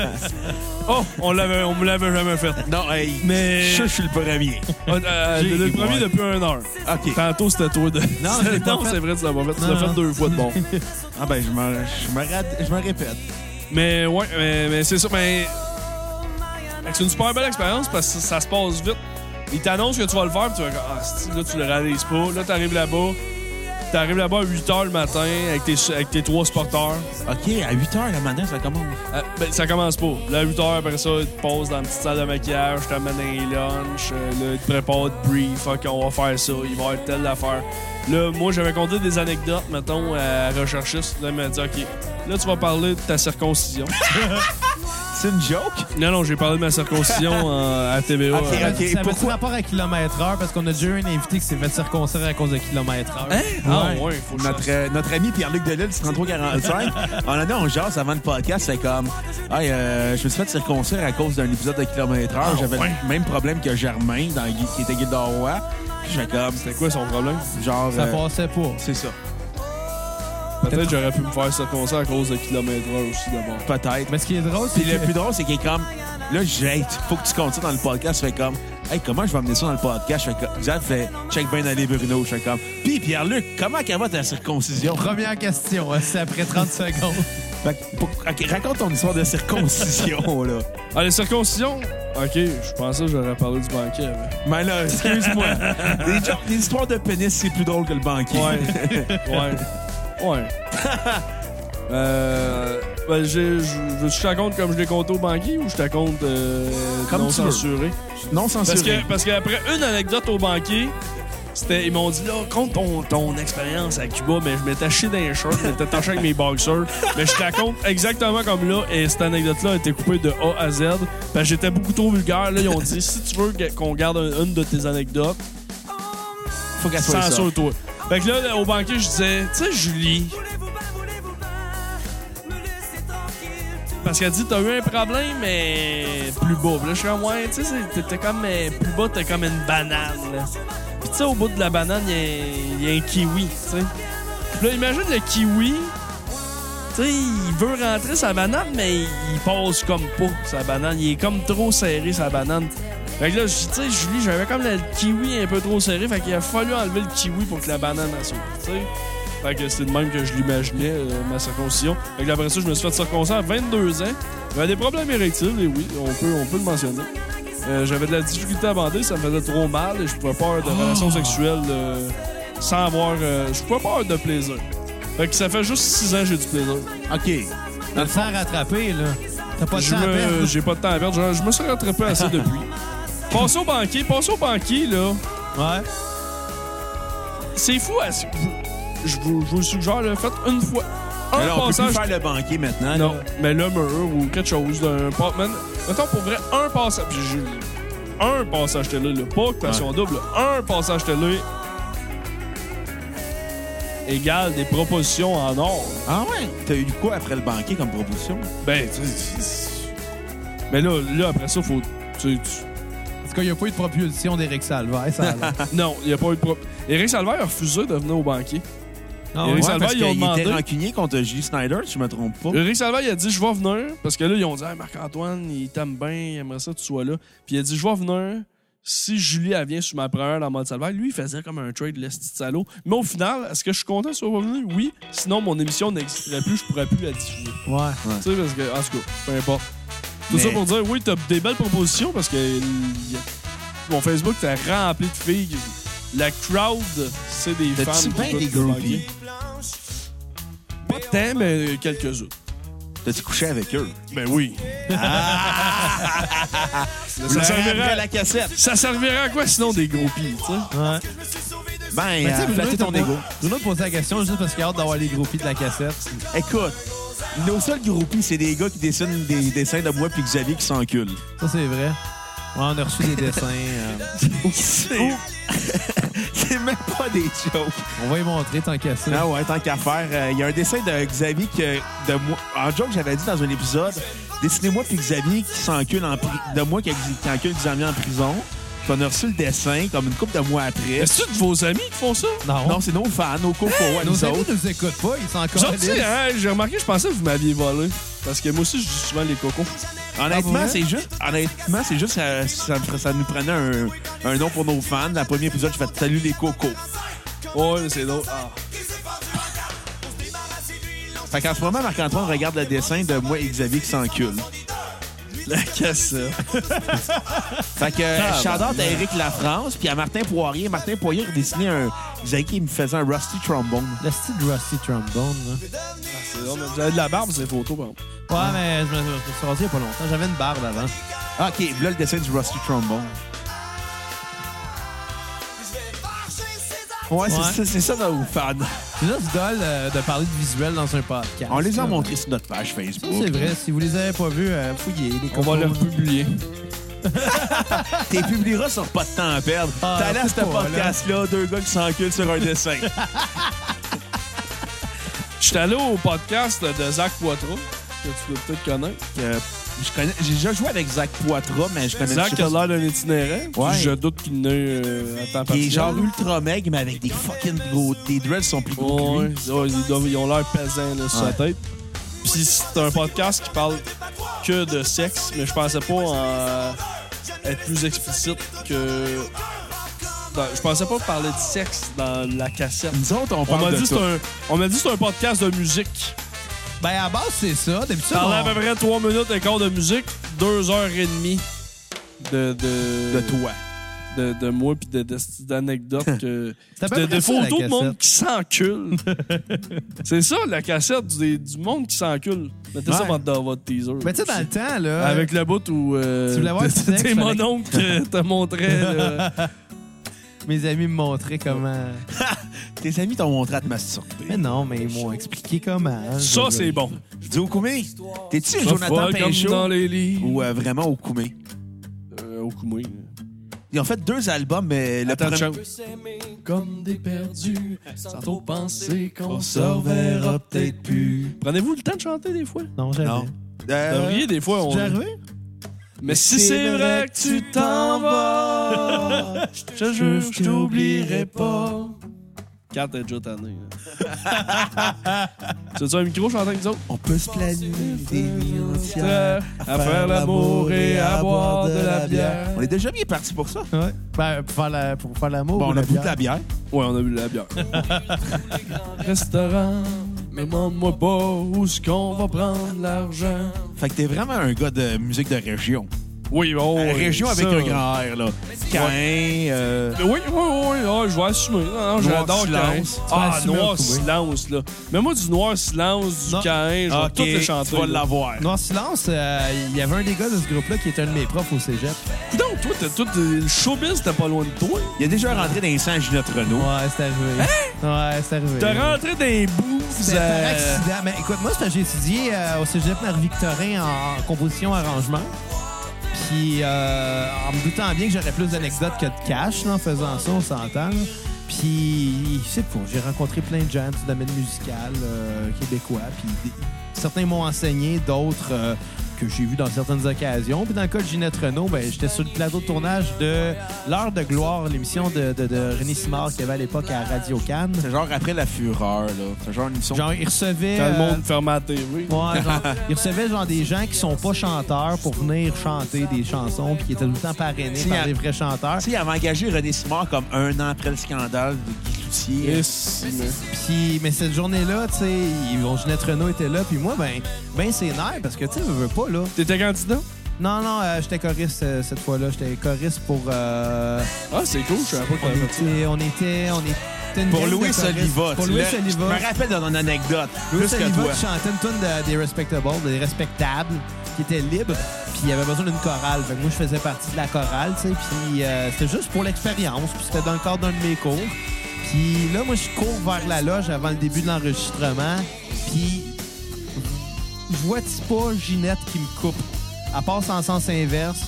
S4: Oh, on, l'avait, on me l'avait jamais fait.
S1: Non, hey,
S4: Mais-
S1: je, je suis le premier.
S4: Euh, euh,
S1: J'ai-
S4: le premier depuis un heure.
S1: OK.
S4: Tantôt, c'était toi de.
S3: Non, je l'ai pas fait.
S4: c'est vrai, tu l'as pas fait. Tu
S3: Non,
S4: l'as fait
S3: non.
S4: deux fois de bon.
S1: Ah ben, je me, je me, rate- je me répète.
S4: mais ouais, mais, mais c'est ça. Mais. Fait que C'est une super belle expérience parce que ça, ça se passe vite. Ils t'annoncent que tu vas le faire, puis tu vas comme, ah, c'ti, là, tu le réalises pas. Là, t'arrives là-bas. T'arrives là-bas à 8 h le matin avec tes, avec tes trois supporters.
S1: OK, à 8 h la matin, ça commence.
S4: Euh, ben, ça commence pas. Là, à 8 h après ça, ils te posent dans une petite salle de maquillage, ils t'amènent un lunch, euh, là, ils te préparent, ils te brief, OK, on va faire ça, il va y avoir telle affaire. Là, moi, j'avais compté des anecdotes, mettons, à rechercher. Là, ils m'ont dit, OK, là, tu vas parler de ta circoncision.
S1: C'est une joke?
S4: non, non, j'ai parlé de ma circoncision euh, à TVA.
S1: OK,
S4: euh,
S1: OK.
S3: Ça avait
S1: pourquoi-
S3: rapport à kilomètre heure parce qu'on a déjà eu un invité qui s'est fait circoncire à cause de kilomètre heure.
S4: Ah, ouais, faut que je
S1: notre,
S4: fasse.
S1: euh, notre ami Pierre-Luc Delille, du 3345, on en a, on jase avant le podcast, c'est comme Hey, euh, je me suis fait circoncire à cause d'un épisode de kilomètre
S3: Ah,
S1: heure. J'avais
S4: ouais.
S1: le même problème que Germain, dans, Guy- qui était guide d'Oroy. Je fais comme,
S4: C'était quoi son problème?
S1: genre.
S3: Ça
S1: euh,
S3: passait pas.
S1: c'est ça.
S4: Peut-être que j'aurais pu me faire circoncire à cause de kilomètres heure aussi d'abord.
S1: Peut-être.
S3: Mais ce qui est drôle, c'est
S1: Puis le
S3: que
S1: plus drôle, c'est qu'il est comme Là, j'ai hey, faut que tu comptes ça dans le podcast. Je fais comme, hey, comment je vais amener ça dans le podcast? Je fais comme, Xav fait, check bien aller, Bruno. Je fais comme, puis Pierre-Luc, comment qu'elle va ta circoncision?
S3: Première question, hein, c'est après 30 secondes.
S1: Fait que, pour- ok, raconte ton histoire de circoncision, là.
S4: Ah, les circoncisions? Ok, je pensais que j'aurais parlé du banquet.
S1: Mais
S4: mais-
S1: là, excuse-moi. Des jokes- des histoires de pénis, c'est plus drôle que le banquier.
S4: Ouais. ouais. Ouais. euh. Ben, j'ai- je veux que je te raconte comme je l'ai compté au banquier ou je te raconte euh,
S1: Comme
S4: non
S1: tu veux.
S4: censuré?
S1: Non
S4: Parce
S1: censuré.
S4: que parce qu'après une anecdote au banquier, c'était ils m'ont dit là compte ton, ton expérience à Cuba, mais je m'étais taché dans les shorts, je m'étais taché avec mes boxers, mais je te raconte exactement comme là et cette anecdote là a été coupée de A à Z parce que j'étais beaucoup trop vulgaire là ils ont dit si tu veux que- qu'on garde un- une de tes anecdotes
S1: faut qu'elle soit ça.
S4: censure-toi. Fait que là au banquier je disais tu sais Julie
S2: Voulez-vous pas, voulez-vous pas me laisser tranquille tout
S4: Parce qu'elle dit, t'as eu un problème, mais plus bas. Puis là, je suis comme, ouais, tu sais, c'est- t'es- t'es comme, euh, plus bas, t'es comme une banane, là. Puis tu sais, au bout de la banane, il y a- il y, a un kiwi, tu sais. Puis là, imagine le kiwi, tu sais, il veut rentrer sa banane, mais il, il passe comme pas, sa banane. Il est comme trop serré, sa banane. Fait que là, je- tu sais, Julie, j'avais comme le kiwi un peu trop serré, fait qu'il a fallu enlever le kiwi pour que la banane elle saute, tu sais. Fait que c'est de même que je l'imaginais, euh, ma circoncision. Fait que après ça, je me suis fait circoncire à 22 ans. J'avais des problèmes érectiles, et oui, on peut, on peut le mentionner. Euh, J'avais de la difficulté à bander, ça me faisait trop mal et je pouvais pas avoir de relations sexuelles euh, sans avoir. euh, je pouvais pas avoir de plaisir. Fait que ça fait juste 6 ans que j'ai du plaisir.
S1: OK.
S3: T'as le temps rattrapé, là. T'as pas de
S4: Je
S3: temps à
S4: me-
S3: perdre.
S4: J'ai pas de temps à perdre, je, je me suis rattrapé assez depuis. Passez au banquier, passez au banquier, là.
S3: Ouais.
S4: C'est fou, à ce- je vous, je vous le suggère, là, faites une fois. Un
S1: Alors, on peut
S4: passage
S1: plus faire le banquier maintenant.
S4: Non,
S1: là.
S4: mais le mur ou quelque chose d'un portman. Mettons pour vrai, un passage. Puis je- un passage télé, là. Pas occasion double. Un passage télé égale des propositions en or.
S1: Ah ouais? T'as eu quoi après le banquier comme proposition?
S4: Ben, tu sais, c'est- Mais là, là, après ça, faut. tu- tu-
S3: En tout cas, il n'y a pas eu de propulsion d'Éric Salvaire, ça a l'air.
S4: Non, il n'y a pas eu de prop. Éric Salvaire a refusé de venir au banquier.
S3: Ah,
S4: Éric
S3: ouais.
S4: Salvaire,
S1: parce
S4: ils ont
S1: qu'il était
S4: demandé. Euh.
S1: rancunier contre Julie Snyder, si je me trompe pas.
S4: Éric Salvaire, il a dit Je vais venir. Parce que là, ils ont dit Hey, Marc-Antoine, il t'aime bien, il aimerait ça que tu sois là. Puis il a dit Je vais venir. Si Julie, elle vient sur ma première dans mode Salvaire, lui, il faisait comme un trade, le petit salaud. Mais au final, est-ce que je suis content sur soit pas venu? Oui. Sinon, mon émission n'existerait plus, je pourrais plus la diffuser.
S3: Ouais.
S4: Tu sais, parce que, en tout cas, peu importe. Tout
S1: Mais-
S4: ça pour dire Oui, t'as des belles propositions parce que euh, y a- mon Facebook, t'es rempli de filles. La crowd, c'est des femmes.
S1: T'as-tu
S4: qui
S1: bien
S4: écoutent
S1: des
S4: le
S1: groupies?
S4: banquier. Pas tant, mais quelques-unes.
S1: T'as-tu couché avec eux?
S4: Ben oui.
S1: Ça
S4: ça, servirait à...
S1: la cassette.
S4: ça servirait à quoi sinon des groupies, tu sais?
S3: Ouais.
S1: Ben,
S3: Mais tu sais,
S1: euh,
S3: Bruno,
S1: flatter
S3: t'as
S1: ton
S3: pas-
S1: ego.
S3: Bruno te posait la question juste parce qu'il a hâte d'avoir les groupies de la cassette.
S1: Écoute, nos seuls groupies, c'est des gars qui dessinent des dessins de moi puis Xavier qui s'enculent.
S3: Ça, c'est vrai. Ouais, on a reçu des dessins. euh,
S1: c'est c'est même pas des jokes.
S3: on va y montrer tant qu'à ça.
S1: Ah ouais, tant qu'à faire. euh, Il y a un dessin de Xavier que de moi. En joke, j'avais dit dans un épisode, dessinez-moi puis Xavier qui s'encule en pri- de moi qui, qui encule Xavier en prison. Puis on a reçu le dessin comme une couple de mois après.
S4: Est-ce que de vos amis qui font ça?
S3: Non.
S1: Non, c'est nos fans, nos cocos, à nous
S3: Nos amis
S1: autres.
S3: ne nous écoutent pas, ils sont
S4: Vous
S3: encore
S4: autres, tu sais, hein, j'ai remarqué, je pensais que vous m'aviez volé. Parce que moi aussi, je dis souvent les cocos.
S1: Honnêtement,
S3: Ah,
S4: hein?
S3: ouais?
S1: c'est juste, honnêtement, c'est juste, euh, ça, me- ça nous prenait un, un nom pour nos fans. Dans le premier épisode, je fais Salut les cocos.
S4: Ouais, mais c'est d'autres. Ah.
S1: Fait qu'en ce moment, Marc-Antoine regarde le dessin de moi et Xavier qui s'enculent.
S4: La cassette.
S1: Fait que euh, shout-out à Eric Lafrance puis à Martin Poirier. Martin Poirier a dessiné un Xavier qui me faisait un rusty trombone.
S3: Le style de Rusty Trombone. là.
S4: Ah, c'est drôle, mais Vous avez de la barbe, c'est photos, par exemple.
S3: Ouais, mais je me, je me suis rasé il n'y a pas longtemps. J'avais une barbe avant.
S1: Ah, OK, là, le dessin du rusty trombone. Ouais, c'est
S3: Ouais.
S1: ça- c'est ça nos fans.
S3: C'est juste dole euh, de parler de visuel dans un podcast.
S1: On les a
S3: là.
S1: montrés sur notre page
S3: Ça,
S1: Facebook.
S3: c'est vrai. Si vous les avez pas vus, euh, fouillez les
S4: On va
S3: cocos.
S4: les republier.
S1: T'es publieras sur Pas de temps à perdre.
S3: Ah,
S1: T'as l'air à ce
S3: c'est pas, là.
S1: podcast-là, deux gars qui s'enculent sur un dessin.
S4: Je suis allé au podcast de Zach Poitras, que tu peux peut-être connaître.
S1: Euh, je connais- J'ai déjà joué avec Zach Poitras, Ah, mais je connais
S4: Zach a l'air d'un itinérant.
S1: Ouais.
S4: Je doute qu'il n'ait euh, à temps
S1: Il est
S4: partiel.
S1: genre ultra meg, mais avec des fucking gros. Des dreads sont plus gros que
S4: Ouais,
S1: lui.
S4: ouais, ils, doivent- ils ont l'air pesants là, sur
S1: Ouais.
S4: sa tête. Puis c'est un podcast qui parle que de sexe, mais je pensais pas en être plus explicite que. dans- je pensais pas parler de sexe dans la cassette.
S1: Nous autres, on
S4: On
S1: parle
S4: m'a
S1: de
S4: dit
S1: ça.
S4: c'est un- on m'a dit c'est un podcast de musique.
S3: Ben, à base, c'est ça. D'habitude,
S4: Parler à
S3: on-
S4: peu près 3 minutes et quart de musique, 2 heures et demie de. De,
S1: De toi.
S4: De, de moi puis de- de- d'anecdotes. que-
S3: C'est à peu
S4: de,
S3: près
S4: de
S3: ça, la
S4: photos de monde
S3: cassette.
S4: qui s'encule. c'est ça, la cassette du, du monde qui s'encule. Mettez ça
S3: Ouais.
S4: dans- dans votre teaser.
S3: Mais tu sais, dans le temps, là.
S4: Avec le bout où. euh,
S3: Tu voulais voir du sexe,
S4: T'es
S3: fallait-
S4: mon oncle que te montrait. là.
S3: Mes amis me montraient comment.
S1: Tes amis t'ont montré à te masturber.
S3: Mais non, mais ils m'ont expliqué comment.
S4: ça, c'est bon.
S1: Je dis Okoumé, t'es-tu
S4: Ça
S1: Jonathan
S4: folle comme dans
S1: Pinchot
S4: les lits.
S1: ou euh, vraiment Okoumé?
S4: Euh, au Koumé.
S1: Ils ont fait deux albums, mais le
S4: Attends,
S1: premier...
S4: chante. Comme des perdus, sans trop penser qu'on
S1: se reverra peut-être plus.
S4: Prenez-vous le temps de chanter des fois?
S3: Non, jamais.
S1: Non.
S4: Vous
S1: Euh,
S4: devriez, des fois,
S3: C'est
S4: on.
S3: déjà arrivé?
S4: Mais si c'est vrai que tu t'en vas, je te jure, je t'oublierai pas. Quand t'es déjà tanné. là. tu veux un micro chantant avec nous autres?
S1: on peut se planifier des vies entières,
S4: À faire l'amour et à boire de la bière.
S1: On est déjà bien parti pour ça.
S3: Ouais. Ben, pour faire la- pour faire l'amour.
S1: Bon,
S3: ou
S1: on a bu de
S3: bière.
S1: la bière.
S4: Ouais, on a bu de la bière. Restaurant, mais demande-moi pas où est-ce qu'on va prendre l'argent.
S1: Fait que t'es vraiment un gars de musique de région.
S4: Oui, bon.
S1: Euh, région avec
S4: ça.
S1: un grand R, là. Cain, euh,
S4: Mais Oui, oui, oui, oui, je vais assumer. Non, non, J'adore Caïn.
S1: silence.
S3: Tu vas
S4: Ah,
S3: assumer
S4: noir
S3: au Koumé.
S4: silence, là. Mais moi, du noir silence,
S3: Non.
S4: du Caïn, je vais
S1: Ah, ok,
S4: tout le
S1: tu
S4: chanter.
S1: vas
S4: là.
S1: l'avoir.
S3: Noir Silence, euh, il y avait un des gars de ce groupe-là qui était un de mes profs au cégep.
S4: Donc, toi, t'as tout. Le showbiz, t'es pas loin de toi.
S1: Il a déjà rentré dans les sangs à Ginette Renault.
S3: Ouais, c'est arrivé.
S4: Hein?
S3: Ouais, c'est arrivé.
S4: T'es rentré dans les booths.
S3: C'était
S4: euh,
S3: par accident. Mais écoute, moi, c'est parce que j'ai étudié euh, au cégep Marie-Victorin en composition-arrangement. Puis, euh, en me doutant bien que j'aurais plus d'anecdotes que de cash là, en faisant ça, on s'entend. là. Puis, je sais pas, j'ai rencontré plein de gens du domaine musical euh, québécois. Puis, des- certains m'ont enseigné, d'autres euh, que j'ai vus dans certaines occasions. Puis, dans le cas de Ginette Renault, ben, j'étais sur le plateau de tournage de L'Heure de gloire, l'émission de, de, de René Simard qu'il y avait à l'époque à Radio-Cannes.
S1: C'est genre après la fureur, là. C'est genre une émission.
S3: Genre, il recevait...
S4: Quand le
S3: euh,
S4: monde ferme la TV.
S3: Ouais, genre, ils recevaient genre des gens qui sont pas chanteurs pour venir chanter des chansons puis qui étaient tout le temps parrainés
S1: Si,
S3: par
S1: à-
S3: des vrais chanteurs.
S1: Tu sais, il avait engagé René Simard comme un an après le scandale de Guy Cloutier.
S4: Yes, mais-
S3: Puis mais cette journée-là, tu sais, ils- bon, Ginette Renault était là puis moi ben ben c'est nerf parce que tu sais, je veux pas là.
S4: T'étais candidat?
S3: Non non, euh, j'étais choriste euh, cette fois-là, j'étais choriste pour euh,
S4: Ah, c'est cool, je savais pas que
S3: on,
S4: t'avais fait ça.
S3: était, on était on était une
S1: Pour
S3: gang de
S1: Louis
S3: choristes.
S1: Soliva.
S3: Pour
S1: tu
S3: Louis
S1: l'as-
S3: Soliva.
S1: Je me rappelle de ton anecdote.
S3: Louis
S1: plus que
S3: Oliva
S1: toi.
S3: qui chantait une tonne des Respectables, des Respectables, qui était libre, puis il avait besoin d'une chorale. Fait que moi, je faisais partie de la chorale, tu sais, puis euh, c'était juste pour l'expérience, puis c'était dans le cadre d'un de mes cours. Puis là, moi, je cours vers la loge avant le début de l'enregistrement, puis je vois pas Ginette qui me coupe. Elle passe en sens inverse,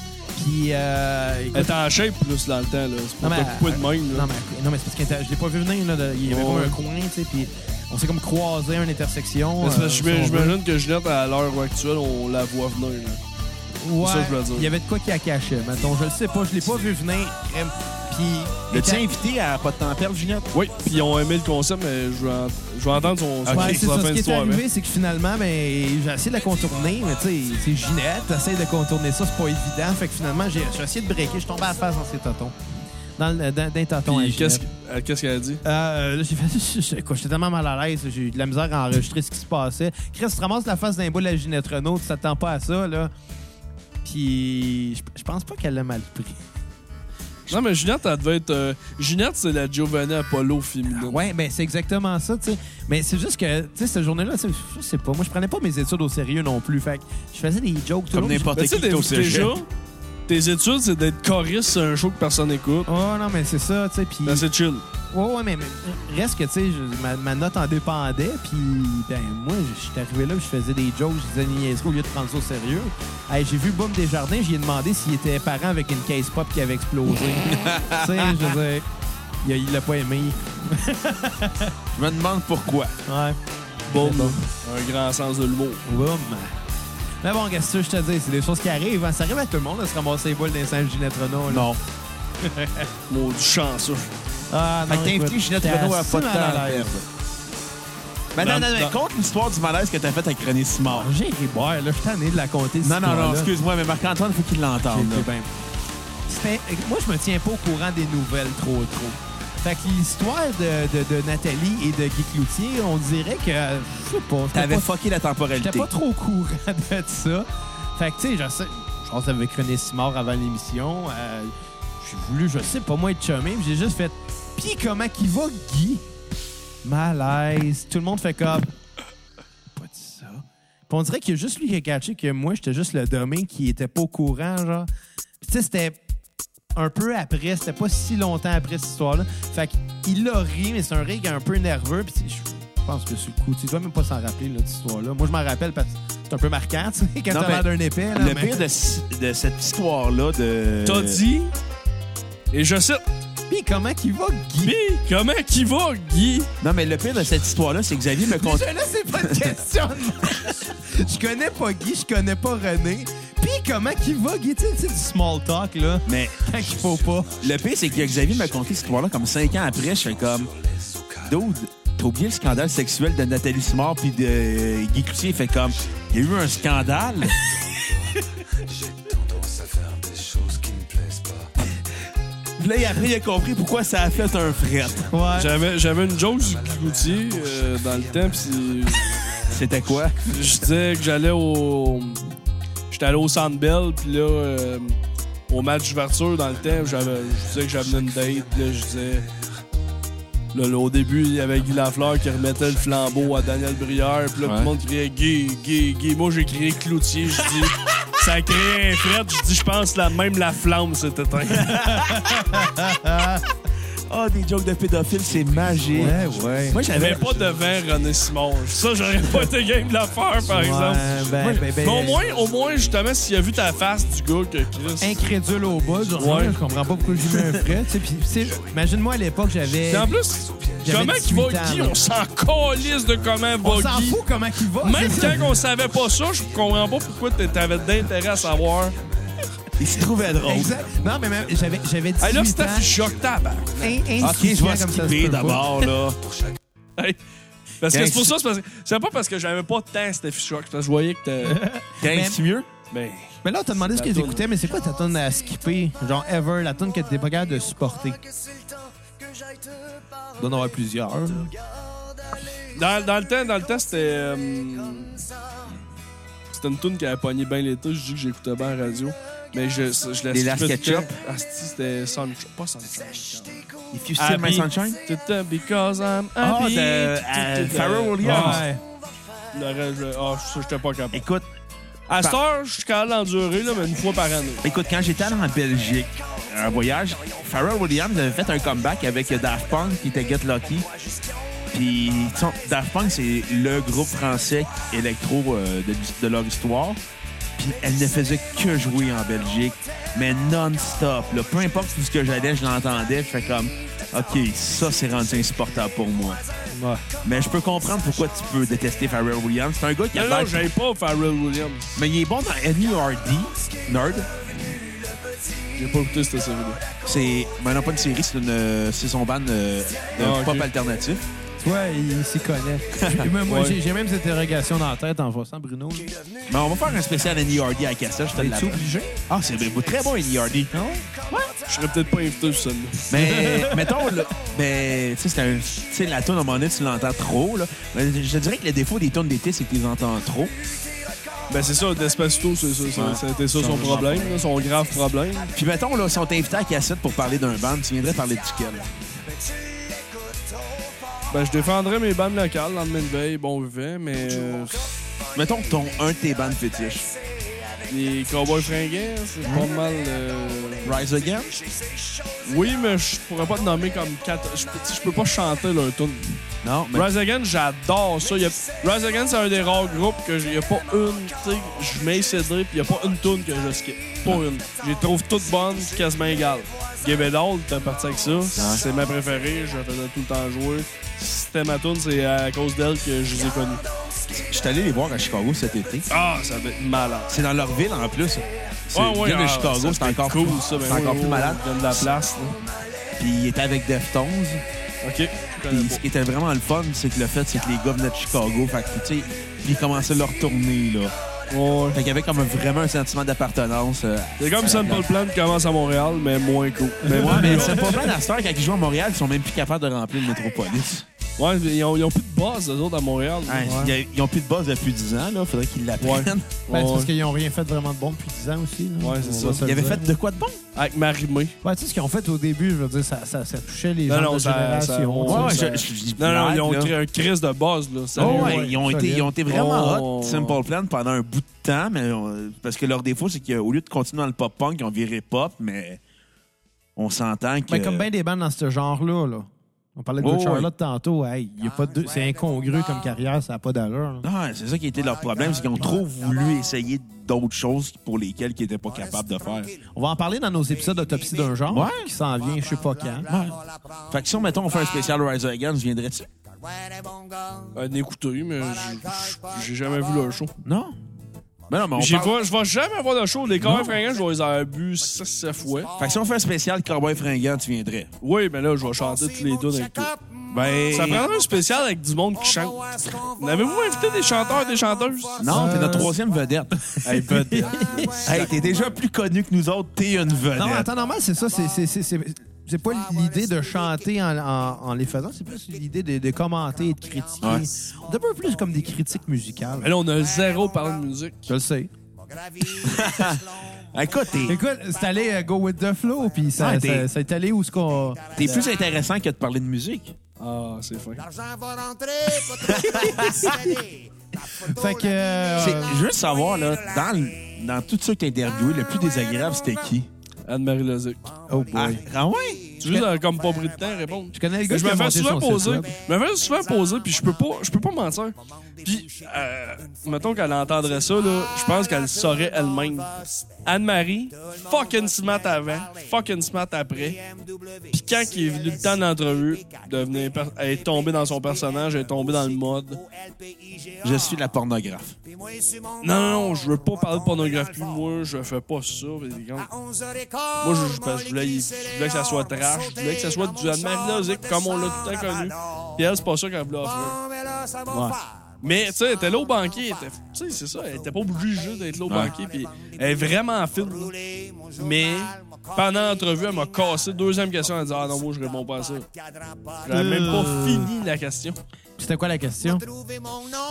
S3: puis... euh, écoute,
S4: Elle était en shape plus dans le temps, là. C'est
S3: Non,
S4: pour
S3: mais- euh,
S4: te couper de même,
S3: non,
S4: là.
S3: mais, non, mais c'est parce que t'as- je l'ai pas vu venir, là. de- il y avait
S4: Ouais.
S3: pas un coin, tu sais, puis on s'est comme croisé à une intersection.
S4: Mais c'est
S3: euh,
S4: parce
S3: si
S4: que
S3: on
S4: j'imagine-
S3: veut.
S4: J'imagine que Ginette, à l'heure actuelle, on la voit venir, là.
S3: Ouais,
S4: C'est ça que je voulais dire.
S3: il y avait de quoi qui a caché. Mettons, je le sais pas, je l'ai pas vu venir. crème. Puis.
S1: L'as-tu invité à Pas de temps perdre, Ginette?
S4: Oui, puis ils ont aimé le concept, mais je vais, en- je vais entendre son, son
S1: Ok,
S3: Ouais,
S4: son
S3: c'est ça.
S4: fin
S3: Ce qui est
S4: d'histoire, mais-
S3: arrivé, c'est que finalement, ben, j'ai essayé de la contourner, mais tu sais, c'est Ginette, essaye de contourner ça, c'est pas évident. Fait que finalement, j'ai j'ai essayé de breaker, je suis tombé à la face dans ses totons. Dans, le- dans, dans les totons. à
S4: Puis
S3: Ginette.
S4: qu'est-ce qu'elle qu'est-ce qu'elle a dit?
S3: Euh, là, j'ai fait. je- je- quoi, J'étais tellement mal à l'aise, j'ai eu de la misère à enregistrer ce qui se passait. Chris, tu te ramasses la face d'un bout de la Ginette Renault, tu t'attends pas à ça, là. Puis. je- Je pense pas qu'elle l'a mal pris.
S4: Non, mais Ginette, elle devait être. euh, Ginette, c'est la Giovanni Apollo féminine.
S3: Ouais, ben c'est exactement ça, tu sais. Mais c'est juste que, tu sais, cette journée-là, tu sais, je sais pas. Moi, je prenais pas mes études au sérieux non plus. Fait que je faisais des jokes tout le
S1: Comme
S3: long.
S1: n'importe
S4: Mais tu
S1: qui
S4: sais, t'es-
S1: qui est au cégep.
S4: déjà, tes études, c'est d'être choriste sur un show que personne n'écoute.
S3: Oh non, mais c'est ça, tu sais. Puis.
S4: Ben, c'est chill.
S3: Ouais, ouais, mais, mais reste que, tu sais, je- ma, ma note en dépendait. Puis, ben, moi, je suis arrivé là, puis je faisais des jokes, je disais niaiserie au lieu de prendre ça au sérieux. Hey, j'ai vu Boom Desjardins, j'y ai demandé s'il était parent avec une case pop qui avait explosé. tu sais, je veux dire, il a- il l'a pas aimé.
S1: Je me demande pourquoi.
S3: Ouais.
S4: Bon,
S3: bon.
S4: un grand sens de l'humour.
S3: Boum. Mais bon, qu'est-ce que je te dis? C'est des choses qui arrivent. hein. Ça arrive à tout le monde de se ramasser les boules d'un singe Ginette Renault. là.
S1: Non.
S4: Maudit chanceux.
S3: Ah,
S1: Fait que t'as invité
S3: écoute,
S1: Ginette
S3: t'es
S1: Renault à
S3: assez
S1: Pas de temps
S3: mal à
S1: à
S3: l'aise.
S1: perdre. Mais non,
S4: Dans-
S1: non,
S4: dans-
S1: mais compte l'histoire du malaise que t'as fait avec René Simard.
S3: J'ai ri boire, là. Ah, Je suis tanné de la compter. cette
S1: Non, non, non,
S3: histoire-là.
S1: excuse-moi, mais Marc-Antoine, il faut qu'il l'entende.
S3: J'ai- ben. j'ai bien- C'était- Moi, je me tiens pas au courant des nouvelles trop, trop. Fait que l'histoire de, de- de Nathalie et de Guy Cloutier, on dirait que, je sais pas, j'étais
S1: T'avais
S3: pas-
S1: fucké la temporalité.
S3: j'étais pas trop au courant de ça. Fait que, tu sais, je sais, je pense avec René Simard avant l'émission, euh, j'ai voulu, je sais pas moi, être chumé, mais j'ai juste fait, pis comment qu'il va, Guy? Malaise. Tout le monde fait comme, pas dit ça. Puis on dirait qu'il y a juste lui qui a catché que moi, j'étais juste le domaine qui était pas au courant, genre. Puis tu sais, c'était un peu après, c'était pas si longtemps après cette histoire-là. Fait qu'il a ri, mais c'est un rire un peu nerveux. Puis tu sais, je pense que sur le coup, tu dois même pas s'en rappeler, là, cette histoire-là. Moi, je m'en rappelle parce que c'est un peu marquant, tu sais, quand
S1: Non,
S3: t'as l'air d'un épais. Là,
S1: Le
S3: mais-
S1: pire de, ci- de cette histoire-là de...
S4: T'as dit, et je cite,
S3: Puis comment qu'il va, Guy?
S4: Pis, comment qu'il va, Guy?
S1: Non, mais le pire de cette histoire-là, c'est que Xavier me
S3: Mais
S1: contait...
S3: ça, là, c'est pas de question. je connais pas Guy, je connais pas René. Puis comment qu'il va, Guy? Tu sais, tu sais, du small talk, là.
S1: Mais
S3: Tant qu'il faut pas.
S1: le pire, c'est que Xavier m'a conté cette histoire-là comme cinq ans après. Je fais comme, dude, t'as oublié le scandale sexuel de Nathalie Simard puis de euh, Guy Cloutier. Il fait comme, il y a eu un scandale.
S5: J'ai tendance à faire des choses qui me plaisent pas.
S1: Puis là, et après, il a compris pourquoi ça a fait un fret.
S3: Ouais.
S4: J'avais, j'avais une joke du Goutier euh, dans le temps, puis
S1: C'était quoi?
S4: je disais que j'allais au. J'étais allé au Centre Bell, puis là, euh, au match d'ouverture dans le temps, j'avais, je disais que j'avais une date, puis là, je disais. Là, là, au début, il y avait Guy Lafleur qui remettait le flambeau à Daniel Brière, puis là, tout
S1: Ouais.
S4: le monde criait Guy, Guy, Guy. Moi, j'ai crié Cloutier, je dis. Ça a créé un fret, je dis, je pense, la, même la flamme s'est éteinte.
S1: Ah, des jokes de pédophiles, c'est magique.
S3: ouais.
S1: Moi,
S4: Mais
S1: j'avais.
S4: pas devant René Simon. Ça, j'aurais pas été game de la faire, par exemple.
S3: ben, ben, ben,
S4: Mais au moins, au moins justement, s'il a vu ta face du gars que Chris.
S3: incrédule au bas, genre,
S4: Ouais.
S3: je comprends pas pourquoi j'ai mis un frais. tu sais, puis, tu sais, Imagine-moi à l'époque, j'avais.
S4: Puis en plus,
S3: J'avais
S4: comment qu'il va
S3: 18 ans,
S4: Guy?
S3: là.
S4: On s'en calisse de comment
S3: On
S4: va
S3: s'en
S4: Guy.
S3: fout comment qu'il va.
S4: Même
S3: c'est ça.
S4: quand on savait pas ça, je comprends pas pourquoi t'- t'avais d'intérêt à savoir.
S1: Il se trouvait drôle.
S3: Exact. Non, mais même, j'avais j'avais 18
S4: Hey, là, Ah, c'était
S3: ans.
S4: choc tabac.
S1: Ok, je
S3: in-
S1: vais
S3: insignifiant comme ça se
S1: skipper
S3: peut pas.
S1: d'abord, là.
S4: Hey. Parce que
S1: Hey,
S4: c'est pour ça, c'est parce que- c'est pas parce que j'avais pas tant c'était choc, parce que je voyais que t'es.
S1: Quand c'est mieux?
S4: Ben.
S3: Mais là, on t'a demandé ce que
S4: La toune.
S3: t'écoutais, mais c'est quoi ta tonne à skipper? Genre, ever, la tonne que t'es pas capable de supporter. Il doit en avoir plusieurs.
S4: Dans, dans le temps, dans le temps, c'était. euh, c'était une tune qui avait pogné bien l'été. Je dis que j'écoutais bien la radio. Mais je, je, je la
S1: Les Last
S4: skippais tout le
S1: Ketchup.
S4: temps. Asti, c'était Sunshine. Pas Sunshine.
S1: If you
S4: Happy.
S1: still my sunshine?
S4: Tout le temps, because I'm
S1: Ah,
S4: happy.
S1: de, euh, Pharrell Williams.
S4: Ah, l'oreille, je- ah, ça, j'étais pas capable.
S1: Écoute,
S4: À cette heure, je suis capable d'endurer, là, mais une fois par année.
S1: Écoute, quand j'étais allé en Belgique, un voyage, Pharrell Williams avait fait un comeback avec Daft Punk qui était Get Lucky. Puis, tu sais, Daft Punk, c'est le groupe français électro euh, de, de leur histoire. Puis, elle ne faisait que jouer en Belgique, mais non-stop. là. Peu importe où ce que j'allais, je l'entendais. Je fais comme, OK, ça, c'est rendu insupportable pour moi. Mais je peux comprendre pourquoi tu peux détester Pharrell Williams. C'est un gars qui a
S4: Non, non,
S1: l'air-
S4: j'aime pas Pharrell Williams.
S1: Mais il est bon dans N.U.R.D., Nerd.
S4: J'ai pas écouté cette série-là.
S1: C'est maintenant pas une série, c'est une euh, c'est son band euh, de
S4: Ah, ok.
S1: pop alternatif.
S3: Ouais, il s'y connaît. J'ai- mais moi,
S4: Ouais.
S3: j'ai- j'ai même cette interrogation dans la tête en voyant Bruno.
S1: Mais on va faire un spécial NERD à Cassel, je te
S3: Es-tu
S1: l'apprends.
S3: obligé?
S1: Ah, c'est bien- très bon NERD.
S3: Non?
S4: Je serais peut-être pas invité sur celle-là.
S1: Mais mettons là, mais tu sais c'est un- tu sais, la tune à un moment donné tu l'entends trop là. Mais je te dirais que le défaut des tunes d'été c'est que tu les entends trop.
S4: Ben, c'est ça, Despacito, c'est ça,
S1: Ouais.
S4: ça, ça a été ça
S1: Son
S4: son
S1: grand
S4: problème, là, son grave problème.
S1: Puis mettons là si on t'invitait à Cassette pour parler d'un band, tu viendrais parler de duquel?
S4: Ben, je défendrais mes bandes locales, lendemain de veille, bon vivant, mais euh,
S1: Mettons ton un de tes bands fétiches.
S4: les cowboys fringants, hein, c'est pas mal. euh,
S1: Rise Again?
S4: Oui, mais je pourrais pas te nommer comme quatre. Je peux, tu sais, je peux pas chanter leur tune.
S1: Non, mais
S4: Rise Again, j'adore ça. Y a- Rise Again, c'est un des rares groupes que j'ai y a pas une. tu sais, Je mets CD, puis y a pas une tune que je skip. Pas une. Je les trouve toutes bonnes, quasiment égales. Give It All, t'es parti avec ça. C'est ma préférée, je la faisais tout le temps jouer. Si C'était ma tune, c'est à cause d'elle que je les ai connus.
S1: je suis allé les voir à Chicago cet été.
S4: Ah, ça va être malade.
S1: C'est dans leur ville en plus. C'est
S4: Ouais, ouais,
S1: ils viennent de
S4: ah,
S1: Chicago,
S4: ça,
S1: c'est encore
S4: cool,
S1: plus-
S4: ça. ben
S1: c'est encore
S4: oui,
S1: plus
S4: oui,
S1: malade.
S4: Ils viennent de la place. là.
S1: Puis il était avec Deftones.
S4: OK.
S1: Puis ce qui était vraiment le fun, c'est que le fait, c'est que les gars venaient de Chicago. Fait que, tu sais, ils commençaient leur tournée, là.
S4: Ouais.
S1: Fait qu'il y avait comme un- vraiment un sentiment d'appartenance. euh,
S4: C'est comme
S1: à-
S4: Sun Paul Plan qui commence à Montréal, mais moins cool. Mais
S1: Ouais,
S4: moins
S1: mais c'est pas mal à cette heure, quand ils jouent à Montréal, ils sont même plus capables de remplir le métropolis.
S4: Ouais, ils ont, ils ont plus de base, eux autres, à Montréal.
S1: Hey, ils a- Ils ont plus de base depuis 10 ans, là. Faudrait qu'ils l'apprennent.
S3: Ben, c'est
S4: Ouais.
S3: parce qu'ils n'ont rien fait vraiment de bon depuis 10 ans aussi. là.
S4: Ouais, c'est
S3: On
S4: ça.
S3: va se
S1: Ils
S3: le
S1: avaient
S3: dire.
S1: fait de quoi de bon?
S4: Avec Marimé.
S3: Ouais, tu sais, ce qu'ils ont fait au début, je veux dire, ça, ça, ça touchait les
S4: Non,
S3: gens
S4: non,
S3: de
S4: ça-
S3: génération.
S4: ça-
S3: tu
S4: ouais,
S3: sais.
S4: je-
S1: dis
S4: Non, non,
S1: blague,
S4: ils ont
S1: là.
S4: créé un crise de base, là.
S1: Ah
S4: sérieux.
S1: ouais, ils, ont été,
S3: solide.
S1: ils ont été vraiment
S4: Oh.
S1: hot, Simple Plan, pendant un bout de temps, mais on- parce que leur défaut, c'est qu'au lieu de continuer dans le pop-punk, ils ont viré pop, mais on s'entend que...
S3: Ben, comme bien des bandes dans ce genre-là, là. On parlait de
S1: Oh,
S3: Good Charlotte tantôt. Hey, y a pas de... Ah, C'est incongru comme carrière, ça n'a pas d'allure. là.
S1: Ah, c'est ça qui a été leur problème, c'est qu'ils ont trop voulu essayer d'autres choses pour lesquelles ils n'étaient pas capables de faire.
S3: On va en parler dans nos épisodes d'autopsie d'un genre
S1: Ouais.
S3: qui s'en vient, je sais pas quand.
S1: Fait que si, on, mettons,
S2: Ah.
S1: on fait un spécial Rise Again, je viendrais-tu?
S4: Un écouté, mais j'ai- j'ai jamais vu leur show.
S1: Non? Ben non, mais on
S4: J'ai
S1: parle-
S4: pas- Je vais jamais voir de show. Les Cowboys fringants, je vais les avoir bu 6-7 fois.
S1: Fait que si on fait un spécial Cowboy Fringant, tu viendrais?
S4: Oui, mais là, je vais chanter tous les deux avec toi.
S1: Ben...
S4: Ça prendrait un spécial avec du monde qui chante. N'avez-vous invité des chanteurs et des chanteuses?
S1: Non, t'es notre troisième vedette. hey, vedette. hey, t'es déjà plus connu que nous autres, t'es une vedette.
S3: Non, mais attends, normal, c'est ça. c'est- c'est- C'est c'est- Ah, c'est pas l'idée de chanter en, en- en les faisant, c'est plus l'idée de, de commenter et de critiquer.
S1: Ouais.
S3: C'est un peu plus comme des critiques musicales.
S4: Mais là, on a zéro parler de musique.
S3: Je le sais.
S1: Écoute, t'es-
S3: Écoute, c'est allé euh, go with the flow, puis ça,
S4: Ah,
S1: Ouais,
S3: ça,
S1: t'es-
S3: ça est allé où ce qu'on.
S1: T'es plus intéressant que de parler de musique.
S4: Ah, c'est fin.
S3: Fait que. euh,
S1: C'est juste savoir, là, dans, le- dans tout ça que t'as interviewé, le plus désagréable, c'était qui?
S4: Anne-Marie Lozic.
S3: oh boy.
S1: Ah, ah ouais?
S4: Tu veux, euh, comme pas pris de temps, répondre.
S3: Je connais le Ben, gars
S4: je
S3: qui
S4: me
S3: a
S4: fais
S3: monté
S4: souvent
S3: son site
S4: poser.
S3: web.
S4: Je me fais souvent poser, puis je peux pas, je peux pas mentir. Puis, euh, mettons qu'elle entendrait ça, là, je pense qu'elle le saurait elle-même. Anne-Marie, fucking smart avant, fucking smart après. Puis quand il est venu le temps d'entrevue, devenir per- elle est tombée dans son personnage, elle est tombée dans le mode.
S1: Je suis la pornographe.
S4: Non, non, non, je veux pas parler de pornographie, moi, je fais pas ça. Puis les gars, Moi, je, je- parce que je voulais, je voulais que ça soit trash, je voulais que ça soit du Anne-Marie Lozic, comme on l'a tout le temps connu. Puis elle, c'est pas ça qu'elle voulait offrir. Mais, tu sais, elle était là au banquier. elle était- Tu sais, c'est ça. Elle était pas obligée d'être là au banquier. Puis elle est vraiment fine. là. Mais pendant l'entrevue, elle m'a cassé. Deuxième question, elle dit Ah non, moi, je réponds pas à ça. J'avais même pas
S1: Euh.
S4: fini la question.
S3: C'était quoi la question?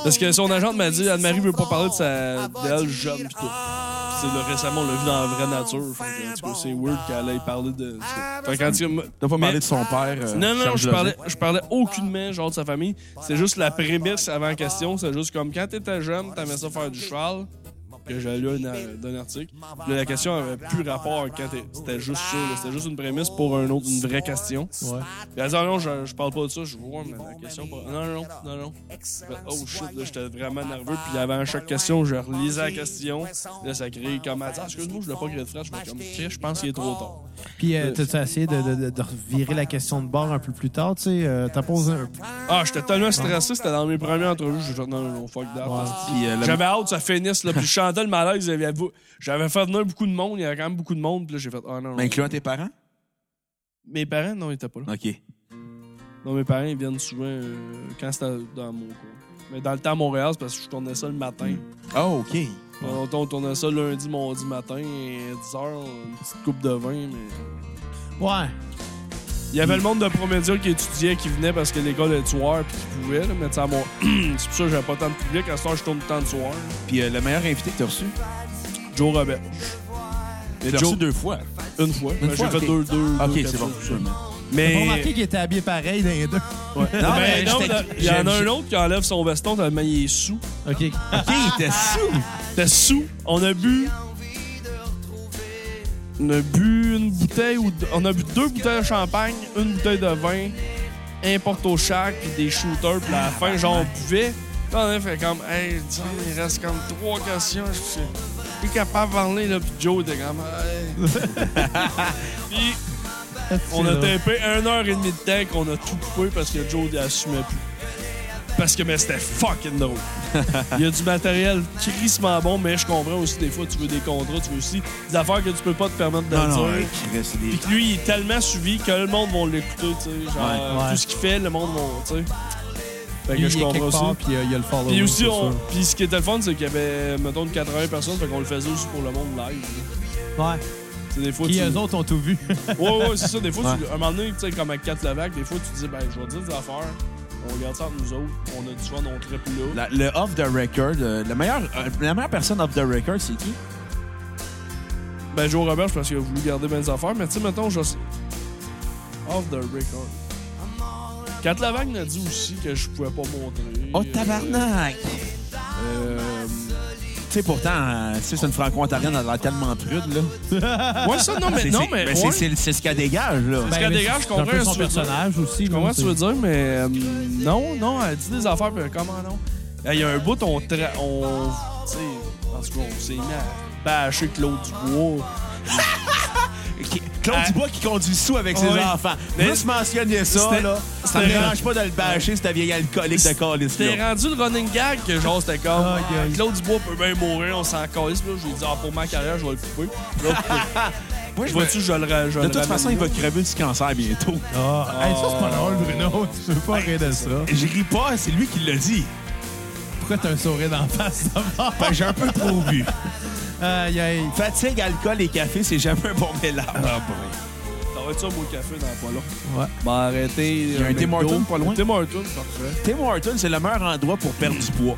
S4: Parce que son agente m'a dit Anne-Marie veut pas parler de sa d'elle jeune. Pis tout. Puis c'est là, récemment, on l'a vu dans la vraie nature. Fait que, en tout cas, c'est weird qu'elle aille parler de. en tout cas. Fait que, en tout cas,
S1: T'as pas
S4: mais-
S1: parlé de son père. euh,
S4: non, non,
S1: Serge
S4: je
S1: Lozon.
S4: parlais, je parlais aucunement genre de sa famille. C'est juste la prémisse avant la question. C'est juste comme quand t'étais jeune, t'aimais ça faire du cheval. Que j'ai lu un- euh, d'un article. Puis là, la question avait plus rapport avec quand t'es- c'était juste ça. là. C'était juste une prémisse pour un autre, une vraie question.
S3: Ouais.
S4: Puis elle dit, ah non, je, je parle pas de ça. Je vois, mais la question. pas- Non, non, non, non. Fait, Oh shit, là, j'étais vraiment nerveux. Puis avant chaque question, je relisais la question. Là, ça crée comme, attends, excuse-moi, je l'ai pas créé de frappe. Je fais comme, Chris, je pense qu'il est trop tard.
S3: Puis, euh, t'as essayé de, de, de- de virer la question de bord un peu plus tard, tu sais? euh, T'as posé un peu.
S4: Ah, j'étais tellement stressé, c'était dans mes premières entrevues. J'ai dit non, non, non, fuck that.
S1: Puis, euh, le-
S4: J'avais hâte que ça finisse, là, puis je chantais le malaise. il y avait- J'avais fait venir beaucoup de monde, il y avait quand même beaucoup de monde, puis là, j'ai fait ah non, non.
S1: Mais Incluant tes parents?
S4: Mes parents, non, ils étaient pas là.
S1: OK.
S4: Non, mes parents, ils viennent souvent euh, quand c'était dans mon cours. Mais dans le temps à Montréal, c'est parce que je tournais ça le matin.
S1: Oh, OK.
S4: Pendant longtemps, on tournait ça lundi, mardi matin, et 10h, une petite coupe de vin, mais.
S3: Ouais.
S4: Il y avait le monde de Promédia qui étudiait, qui venait parce que l'école est soir puis qui pouvait, là, mais tu sais, à mon- c'est pour ça que j'avais pas tant de public. À ce temps, je tourne tant de soir.
S1: Puis euh, le meilleur invité que t'as reçu?
S4: Joe Robert.
S1: Tu
S4: Mais
S1: l'as
S4: Joe,
S1: reçu deux fois.
S4: une fois. Ben, J'ai
S1: fois,
S4: fait
S1: ok. Ah,
S4: deux, deux.
S1: OK,
S4: deux,
S1: c'est
S4: quatre
S1: bon.
S4: fois.
S3: T'as
S4: Mais.
S3: remarqué qu'il était habillé pareil dans les deux.
S4: Ben,
S1: Non, mais
S4: non,
S1: j'étais-
S4: il y en a
S1: j'ai-
S4: un autre qui enlève son veston tellement il est sous.
S3: OK.
S1: OK, il était sous.
S4: T'es sous. On a bu. On a bu une bouteille ou deux- on a bu deux bouteilles de champagne, une bouteille de vin, un porto chac puis des shooters puis à la fin genre on buvait. Là, on a fait comme hey, John, il reste comme trois questions, je suis plus capable de parler là puis Joe était comme hey. Puis, on a tapé une heure et demie de temps qu'on a tout coupé parce que Joe il assumait plus. Parce que mais c'était fucking drôle. Il y a du matériel crissement bon, mais je comprends aussi, des fois, tu veux des contrats, tu veux aussi des affaires que tu peux pas te permettre de
S1: Ah Non, non,
S4: dire.
S1: Chris, c'est des-
S4: Puis que lui, il est tellement suivi que le monde va l'écouter, tu sais. Genre,
S1: Ouais.
S3: Ouais.
S4: tout ce qu'il fait, le monde va, tu sais. Fait que
S3: Lui,
S4: je
S3: il est
S4: comprends
S3: quelque
S4: ça.
S3: part, Puis euh, il y a le follow.
S4: Puis aussi,
S3: c'est
S4: on...
S3: sûr.
S4: puis ce qui était le fun, c'est qu'il y avait, mettons, une 80 personnes, fait qu'on le faisait juste pour le monde live. là.
S3: Ouais.
S4: Tu sais, des fois,
S3: Qui
S4: tu...
S3: eux autres ont tout vu.
S4: Ouais, ouais, c'est ça. Des fois,
S1: Ouais.
S4: tu- à un moment donné, tu sais, comme à 4 Levac, des fois, tu te dis, ben, je vais dire des affaires. On regarde ça entre nous autres. On a du fun, on tripe là.
S1: La- le off the record, euh, le meilleur, euh, la meilleure personne off the record, c'est qui?
S4: Ben, Joe Robert, je pense qu'il a voulu garder mes affaires, mais tu sais, mettons, je sais. Off the record. Kat Lavagne m'a dit aussi que je pouvais pas montrer.
S1: Oh, tabarnak!
S4: Euh,
S1: Tu sais, pourtant, euh, tu sais, c'est une franco-ontarienne, elle a l'air tellement prude, là.
S4: euh, Ouais, ça, non, mais.
S1: C'est-
S4: Non,
S1: c'est-
S4: mais.
S1: ben,
S4: ouais.
S1: c'est- c'est c'est ce qu'elle dégage, là.
S4: Ben, qu'elle
S3: mais
S4: dégage,
S3: c'est
S4: je comprends
S3: un peu
S4: ce
S3: son
S4: que tu veux dire.
S3: personnage aussi.
S4: Je
S3: là,
S4: comprends ce que tu
S3: c'est-
S4: veux dire, mais euh, non, non, elle dit des affaires, mais comment non? Là, Il y a un bout, on. tra- on tu sais, en tout cas, on s'est mis à bâcher Claude Dubois.
S1: Qui- Claude
S4: Ah.
S1: Dubois qui conduit sous avec ses
S4: Ouais.
S1: enfants.
S4: Mais-
S1: Juste mentionner ça,
S4: C'était-
S1: là. Ça me
S4: c'était-
S1: dérange pas de le bâcher, c'est un vieil alcoolique de calice,
S4: C'était
S1: là.
S4: rendu le running gag que genre c'était comme
S3: Ah,
S4: Ah,
S3: gueule.
S4: Claude Dubois peut bien mourir, on s'en calisse. Puis Là, j'ai dit ah, pour ma carrière, je vais le couper. Là,
S1: Moi, je me-
S4: vois-tu, je le ra- je
S1: De
S4: le
S1: toute
S4: ramène.
S1: façon, il va crever du cancer bientôt.
S3: Ah, hey, ça, c'est pas drôle, Bruno. Tu peux pas rire de ça.
S1: Je ris pas, c'est lui qui l'a dit.
S3: Pourquoi t'as un sourire d'en face d'abord?
S1: Fait que j'ai un peu trop bu.
S3: Aïe, aïe.
S1: Fatigue, alcool et café, c'est jamais un bon mélange. Ah, bon.
S4: T'aurais tu un beau café dans pas long.
S3: Ouais.
S4: Ben arrêtez. Il
S1: y a un Tim Hortons pas loin.
S4: Tim Hortons, parfait.
S1: Tim Hortons, c'est le meilleur endroit pour perdre du poids.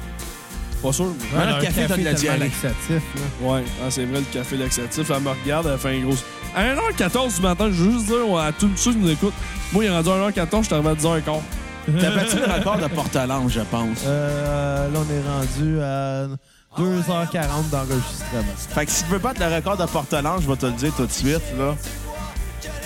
S4: Pas sûr.
S1: Ouais. Notre
S3: un
S1: café donne la
S3: tellement
S1: dialecte.
S3: laxatif, là.
S4: Ouais, ah, c'est vrai, le café laxatif, elle me regarde, elle fait un gros. À 1h14 du matin, je veux juste dire ouais, à tous ceux qui nous écoutent, moi, il est rendu à 1h14, je suis arrivé à 10h15.
S1: T'as battu le record de Portalange, je pense.
S3: Euh, là, on est rendu à 2h40 d'enregistrement.
S1: Fait que si tu veux battre le record de Portalange, je vais te le dire tout de suite, là.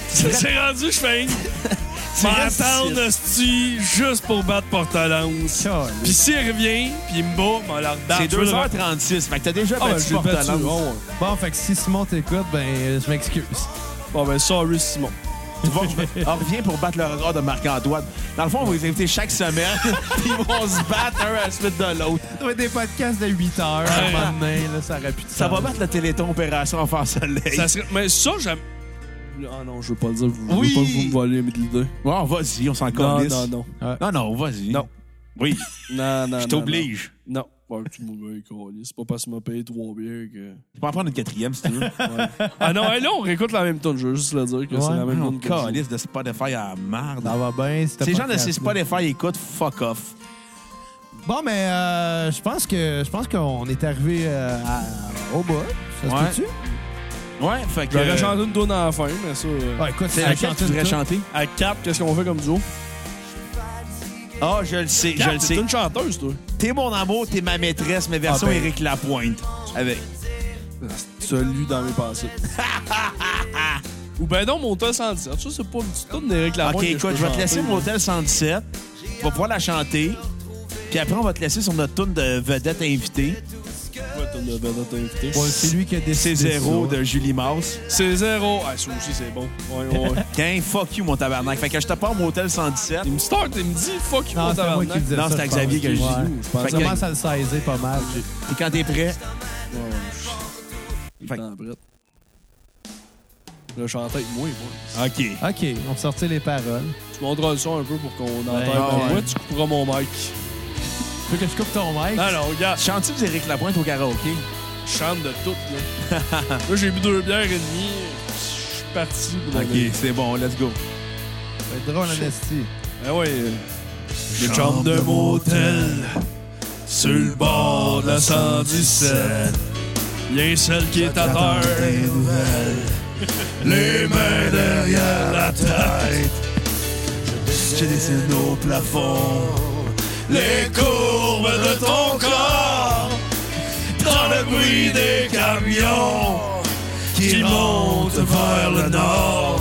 S4: C'est rendu, je fais
S1: Tu restes ici.
S4: m'attendre, hostie, juste pour battre Portalance. Puis s'il revient, puis il me bat, ben, alors,
S1: C'est
S4: je veux le-
S1: 2h36. Fait que t'as déjà
S4: Ah, ben,
S1: battu
S4: j'ai battu.
S1: Portalange.
S4: Oh, ouais.
S3: Bon, fait que si Simon t'écoute, ben, euh, je m'excuse.
S4: Bon, ben, sorry, Simon.
S1: Tu vas- on revient Ah, pour battre le record de Marc-Antoine. Dans le fond, on va les inviter chaque semaine, puis ils vont se battre un à la suite de l'autre.
S3: Ça va être des podcasts de 8h à un moment donné, là, ça aurait pu
S1: Ça va battre le Téléthon Opération Enfant Soleil.
S4: Ça serait- Mais ça, j'aime. Ah non, je veux pas le dire, je veux
S1: Oui.
S4: pas vous voler mes idées.
S1: Bon, vas-y, on s'en
S4: Non,
S1: calisse.
S4: non, non.
S1: Non, non, vas-y.
S4: Non.
S1: Oui,
S4: Non, non,
S1: je
S4: non,
S1: t'oblige.
S4: Non. Ouais, tu m'as bien collé. C'est pas parce que tu m'as payé trois bières que.
S1: Tu peux en prendre une quatrième si tu veux.
S4: Ah non, hey, là, on réécoute la même tonne. Je veux juste le dire que c'est
S3: Ouais,
S4: la même
S1: On
S4: tonne que j'ai.
S1: calisse de Spotify à la merde.
S3: Ça va bien.
S1: Ces gens de ces Spotify écoutent, fuck off.
S3: Bon, mais euh, je pense que je pense qu'on est arrivé euh, à- au bas. Ça se
S1: Ouais.
S3: peut-tu?
S1: Ouais, fait que.
S4: J'aurais chanté une tonne à la fin, mais ça. euh,
S3: Ouais, écoute,
S1: C'est
S3: ça
S1: laquelle
S3: chante
S1: tu voudrais
S3: tout.
S1: chanter?
S4: À 4, qu'est-ce qu'on fait comme duo?
S1: Ah, je le sais, je
S4: Cap,
S1: le
S4: t'es
S1: sais.
S4: une chanteuse, toi.
S1: T'es mon amour, t'es ma maîtresse, mais version
S3: Ah ben.
S1: Éric Lapointe. Avec.
S4: Tu as lu dans mes pensées. Ou ben non, mon tonne 117. Ça, c'est pas une petite tonne d'Éric Lapointe.
S1: Ah, Ok,
S4: que
S1: écoute,
S4: peux
S1: je vais te
S4: chanter,
S1: laisser
S4: là.
S1: mon hôtel 117. Tu vas pouvoir la chanter. Puis après, on va te laisser sur notre tourne de vedette invitée.
S4: Ouais, tonne de vedette invitée.
S3: Ouais, c'est lui qui a
S1: C'est
S3: décidé.
S1: zéro
S3: ça.
S1: de Julie Mars.
S4: C'est zéro. Ah, ça aussi, c'est bon. Ouais, ouais, ouais.
S1: Tiens, fuck you, mon tabarnak. Fait que je te pars mon hôtel 117.
S4: il me start, il me dit fuck you,
S3: Non,
S4: mon
S3: c'est moi qui le
S4: tabarnak.
S3: disais.
S1: Non,
S3: ça,
S1: c'est à
S3: je pense.
S1: Xavier que je dis.
S3: Ouais.
S1: Ouh, je pense
S3: Je
S1: que-
S3: commence à le saisir pas mal.
S1: Et quand t'es prêt,
S4: Ouais, ouais, je-
S1: Fait que-
S4: Attends, Brett. Le chanteur avec moi, moi.
S1: OK.
S3: OK, on sortit les paroles.
S4: Tu monteras le son un peu pour qu'on entende.
S1: ouais.
S4: Moi, tu couperas mon mic.
S3: Tu veux que je coupe ton mic?
S1: Ah,
S4: Non, non, regarde,
S1: Chantes-tu du Éric Lapointe au karaoké?
S4: je chante de tout, là. là, j'ai bu deux bières et demie. Je suis parti. pour la nuit.
S1: c'est bon, let's go.
S3: Ça va être drôle, honestie.
S1: Eh
S4: Ah ouais. Les chambres de motel sur le bord de la 117. Y'a celle qui est à terre.
S1: Les mains derrière la tête. Je dessine au plafond les courbes de ton corps dans le bruit des camions qui montent vers le nord.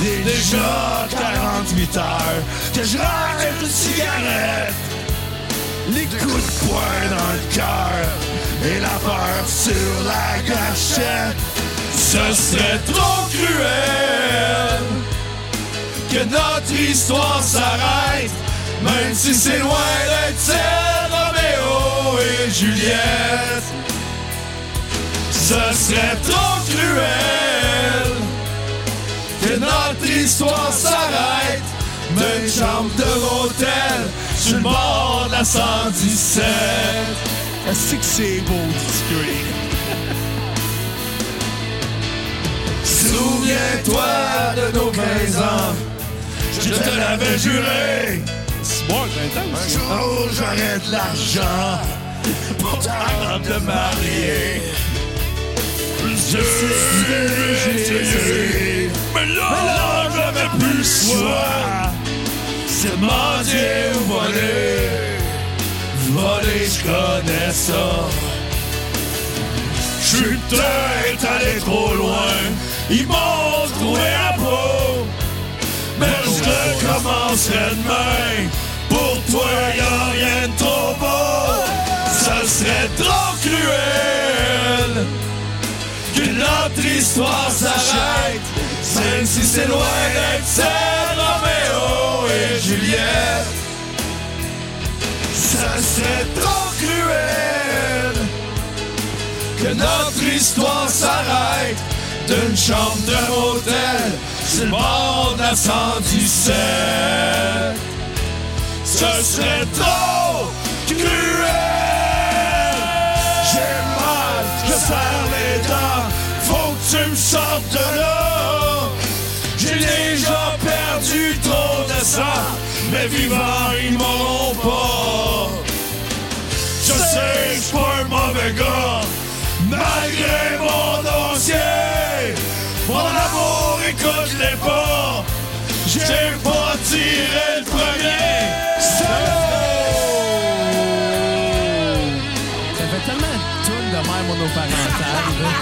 S1: Déjà 48 heures que je rêve une cigarette, les coups de poing dans le cœur et la peur sur la gâchette.
S4: Ce serait trop cruel que notre histoire s'arrête, même si c'est loin d'être celle Roméo et Juliette. Ce serait trop cruel que notre histoire s'arrête. D'une chambre de l'hôtel sur le bord de la 117.
S1: Est-ce que c'est beau, discuter?
S4: Souviens-toi de nos 15 ans, je te l'avais juré. C'est bon,
S5: Un jour j'aurai de l'argent pour ta robe de mariée.
S4: Je suis essayé, mais là, j'avais plus le choix. C'est mendier ou voler. Voler, je connais ça. Je suis peut-être allé trop loin. Ils m'ont trouvé à peau. Mais je commencerai demain. Pour toi, y'a rien de trop beau. Ça serait trop cruel que notre histoire s'arrête, même si c'est loin d'être celle Roméo et Juliette. Ça serait trop cruel que notre histoire s'arrête d'une chambre d'un hôtel sur le bord de la 117. Ce serait trop cruel. J'ai mal, je serre les dents, faut que tu me sortes de là. J'ai déjà perdu trop de sang, mais vivant ils m'auront pas. Je sais que j'suis pas un mauvais gars, malgré mon dossier. Mon amour, écoute-les pas, j'ai pas tiré le premier. C'est-
S3: Ça fait tellement de tunes de mère monoparentale. là.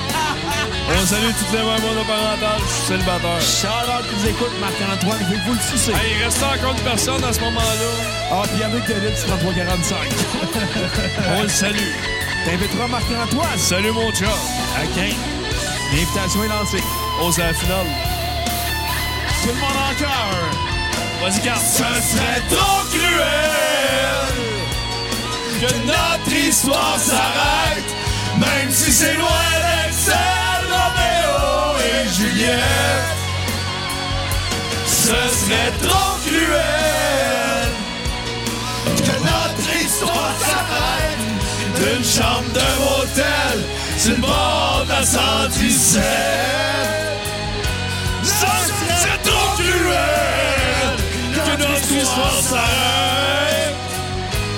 S4: On salue toutes les mères monoparentales, je suis célibataire.
S3: Charles qui nous écoute, Marc-Antoine, je vais vous le sucer.
S4: Hey, il restait encore une personne à ce moment-là.
S3: Ah, puis avec David, 3345.
S4: On le salue.
S3: T'inviteras Marc-Antoine.
S4: Salut mon chat.
S1: OK. L'invitation est lancée.
S4: On se la finale.
S1: Tout le monde en cœur!
S4: Vas-y, garde. Ce serait trop cruel que notre histoire s'arrête, même si c'est loin d'être celle Roméo et Juliette. Ce serait trop cruel que notre histoire s'arrête d'une chambre d'un hôtel sur le bord de la 117. Ça, c'est trop cruel que notre histoire s'arrête.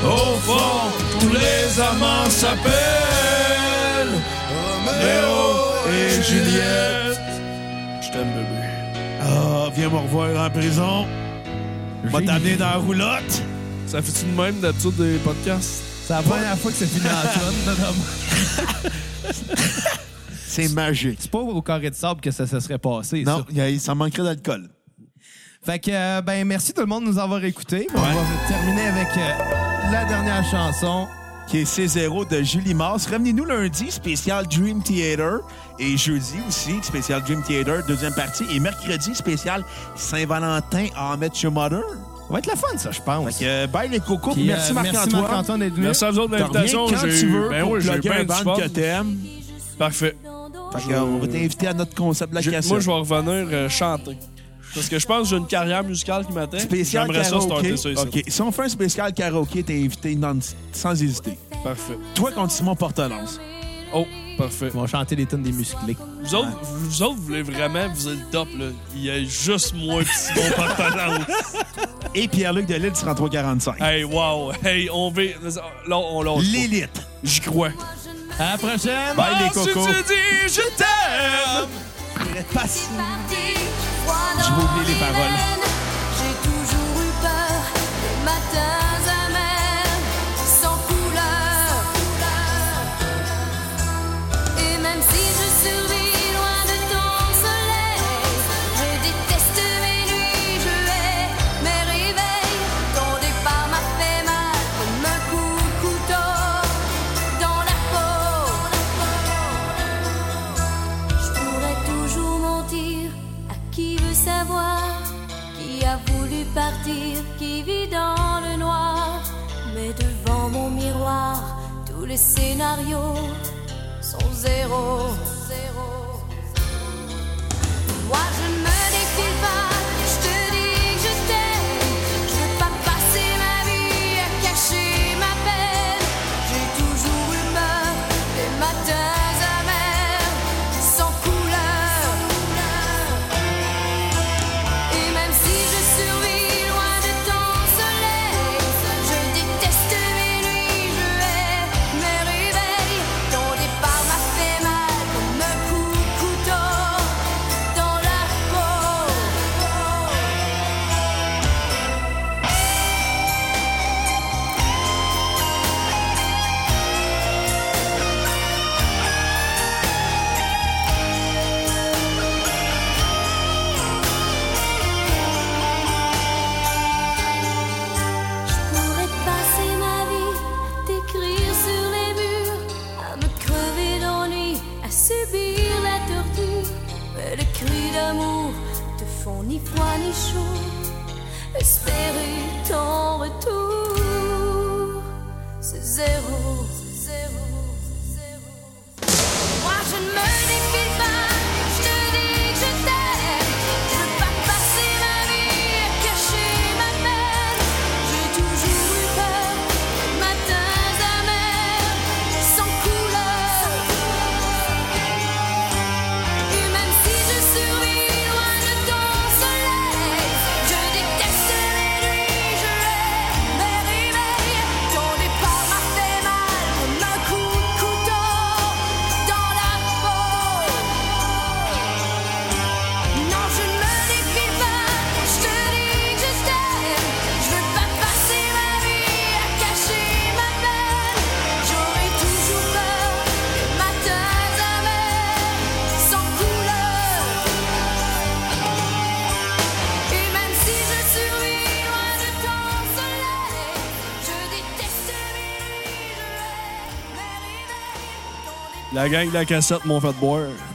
S4: Au fond, tous les amants s'appellent Roméo et Juliette. Je t'aime, bébé.
S1: Ah, viens me revoir en prison. Je vais t'amener dans la roulotte.
S4: Ça fait-tu de même d'habitude des podcasts?
S3: C'est la première fois que c'est fini en tune. là, dans-
S1: C'est magique.
S3: C'est pas au carré de sable que ça se serait passé.
S1: Non,
S3: ça.
S1: il y a- ça manquerait d'alcool.
S3: Fait que, euh, ben, merci tout le monde de nous avoir écoutés. On va terminer avec euh, la dernière chanson.
S1: qui est C0 de Julie Mars. Revenez-nous lundi, spécial Dream Theater. Et jeudi aussi, spécial Dream Theater, deuxième partie. Et mercredi, spécial Saint-Valentin, en Met Your Mother.
S3: Ça va être la fun, ça, je pense.
S1: Fait que, bye les cocos.
S3: Puis, euh,
S1: merci Marc-Antoine.
S3: Marc-Antoine d'être venu.
S4: Merci à vous autres de
S1: T'en
S4: l'invitation.
S1: reviens quand
S4: J'ai
S1: tu
S4: eu-
S1: veux
S4: ben
S1: pour
S4: oui, j'ai eu
S1: plugger
S4: bien
S1: un band
S4: du fun.
S1: que t'aimes.
S4: Parfait.
S1: Fait que, on va t'inviter à notre concept de la
S4: Je-
S1: cassette.
S4: moi, je vais revenir euh, chanter. Parce que je pense que j'ai une carrière musicale qui m'attend.
S1: Spécial
S4: J'aimerais ça
S1: karaoké.
S4: starter ça ici.
S1: OK. Si on fait un spécial karaoké, t'es invité non- sans hésiter.
S4: Parfait.
S1: Toi contre Simon Portelance.
S4: Oh, parfait.
S3: Ils vont chanter les tunes des musclés.
S4: Vous autres, vous autres voulez vraiment viser le top, là. Il y a juste moi qui suis mon partenaire.
S1: Et Pierre-Luc de Lille, 3345.
S4: hey, wow. Hey, on va... Là, on lâche pas.
S1: L'élite.
S4: J'y crois.
S3: À la prochaine!
S1: Bye les
S4: Si
S1: cocos.
S4: tu dis je t'aime...
S1: Passe.
S6: Je
S1: vais oublier les paroles.
S6: J'ai toujours eu peur des matins amers, sans couleur. Et même si je survis loin de ton soleil, je déteste mes nuits, je hais mes réveils. Ton départ m'a fait mal comme un coup de couteau dans la peau. Je pourrais toujours mentir à qui veut savoir qui a voulu partir, qui vit dans le noir. Mais devant mon miroir, les scénarios sont zéro. Moi je ne me défile pas, je te dis que je t'aime. Je veux pas passer ma vie à cacher ma peine. J'ai toujours eu peur des matins amers, sans couleur. Et même si je survis loin de ton soleil, je déteste mes nuits, je hais mes réveils. Ton départ m'a fait mal comme un coup de couteau dans la peau. pourrais passer ma vie, t'écrire sur les murs, à me crever d'ennui, à subir la torture. Mais les cris d'amour te font ni froid ni chaud, espérer ton retour. C'est zéro, c'est zéro, c'est zéro. Moi je ne me défile pas, je te dis que je t'aime. Je veux pas passer ma vie à cacher ma peine. J'ai toujours eu peur, matins amers, sans couleur. Et même si je survis loin de ton soleil, je déteste les nuits, je hais mes réveils. Ton départ m'a fait mal comme un coup de couteau dans la peau. Non, je ne me défile pas, je te dis que je t'aime. Je veux pas passer ma vie à cacher ma peine. J'aurai toujours peur des matins amers, sans couleur. Et même si je survis loin de ton soleil, je déteste mes nuits, je hais mes réveils. Ton
S4: La gang de la cassette m'ont fait boire.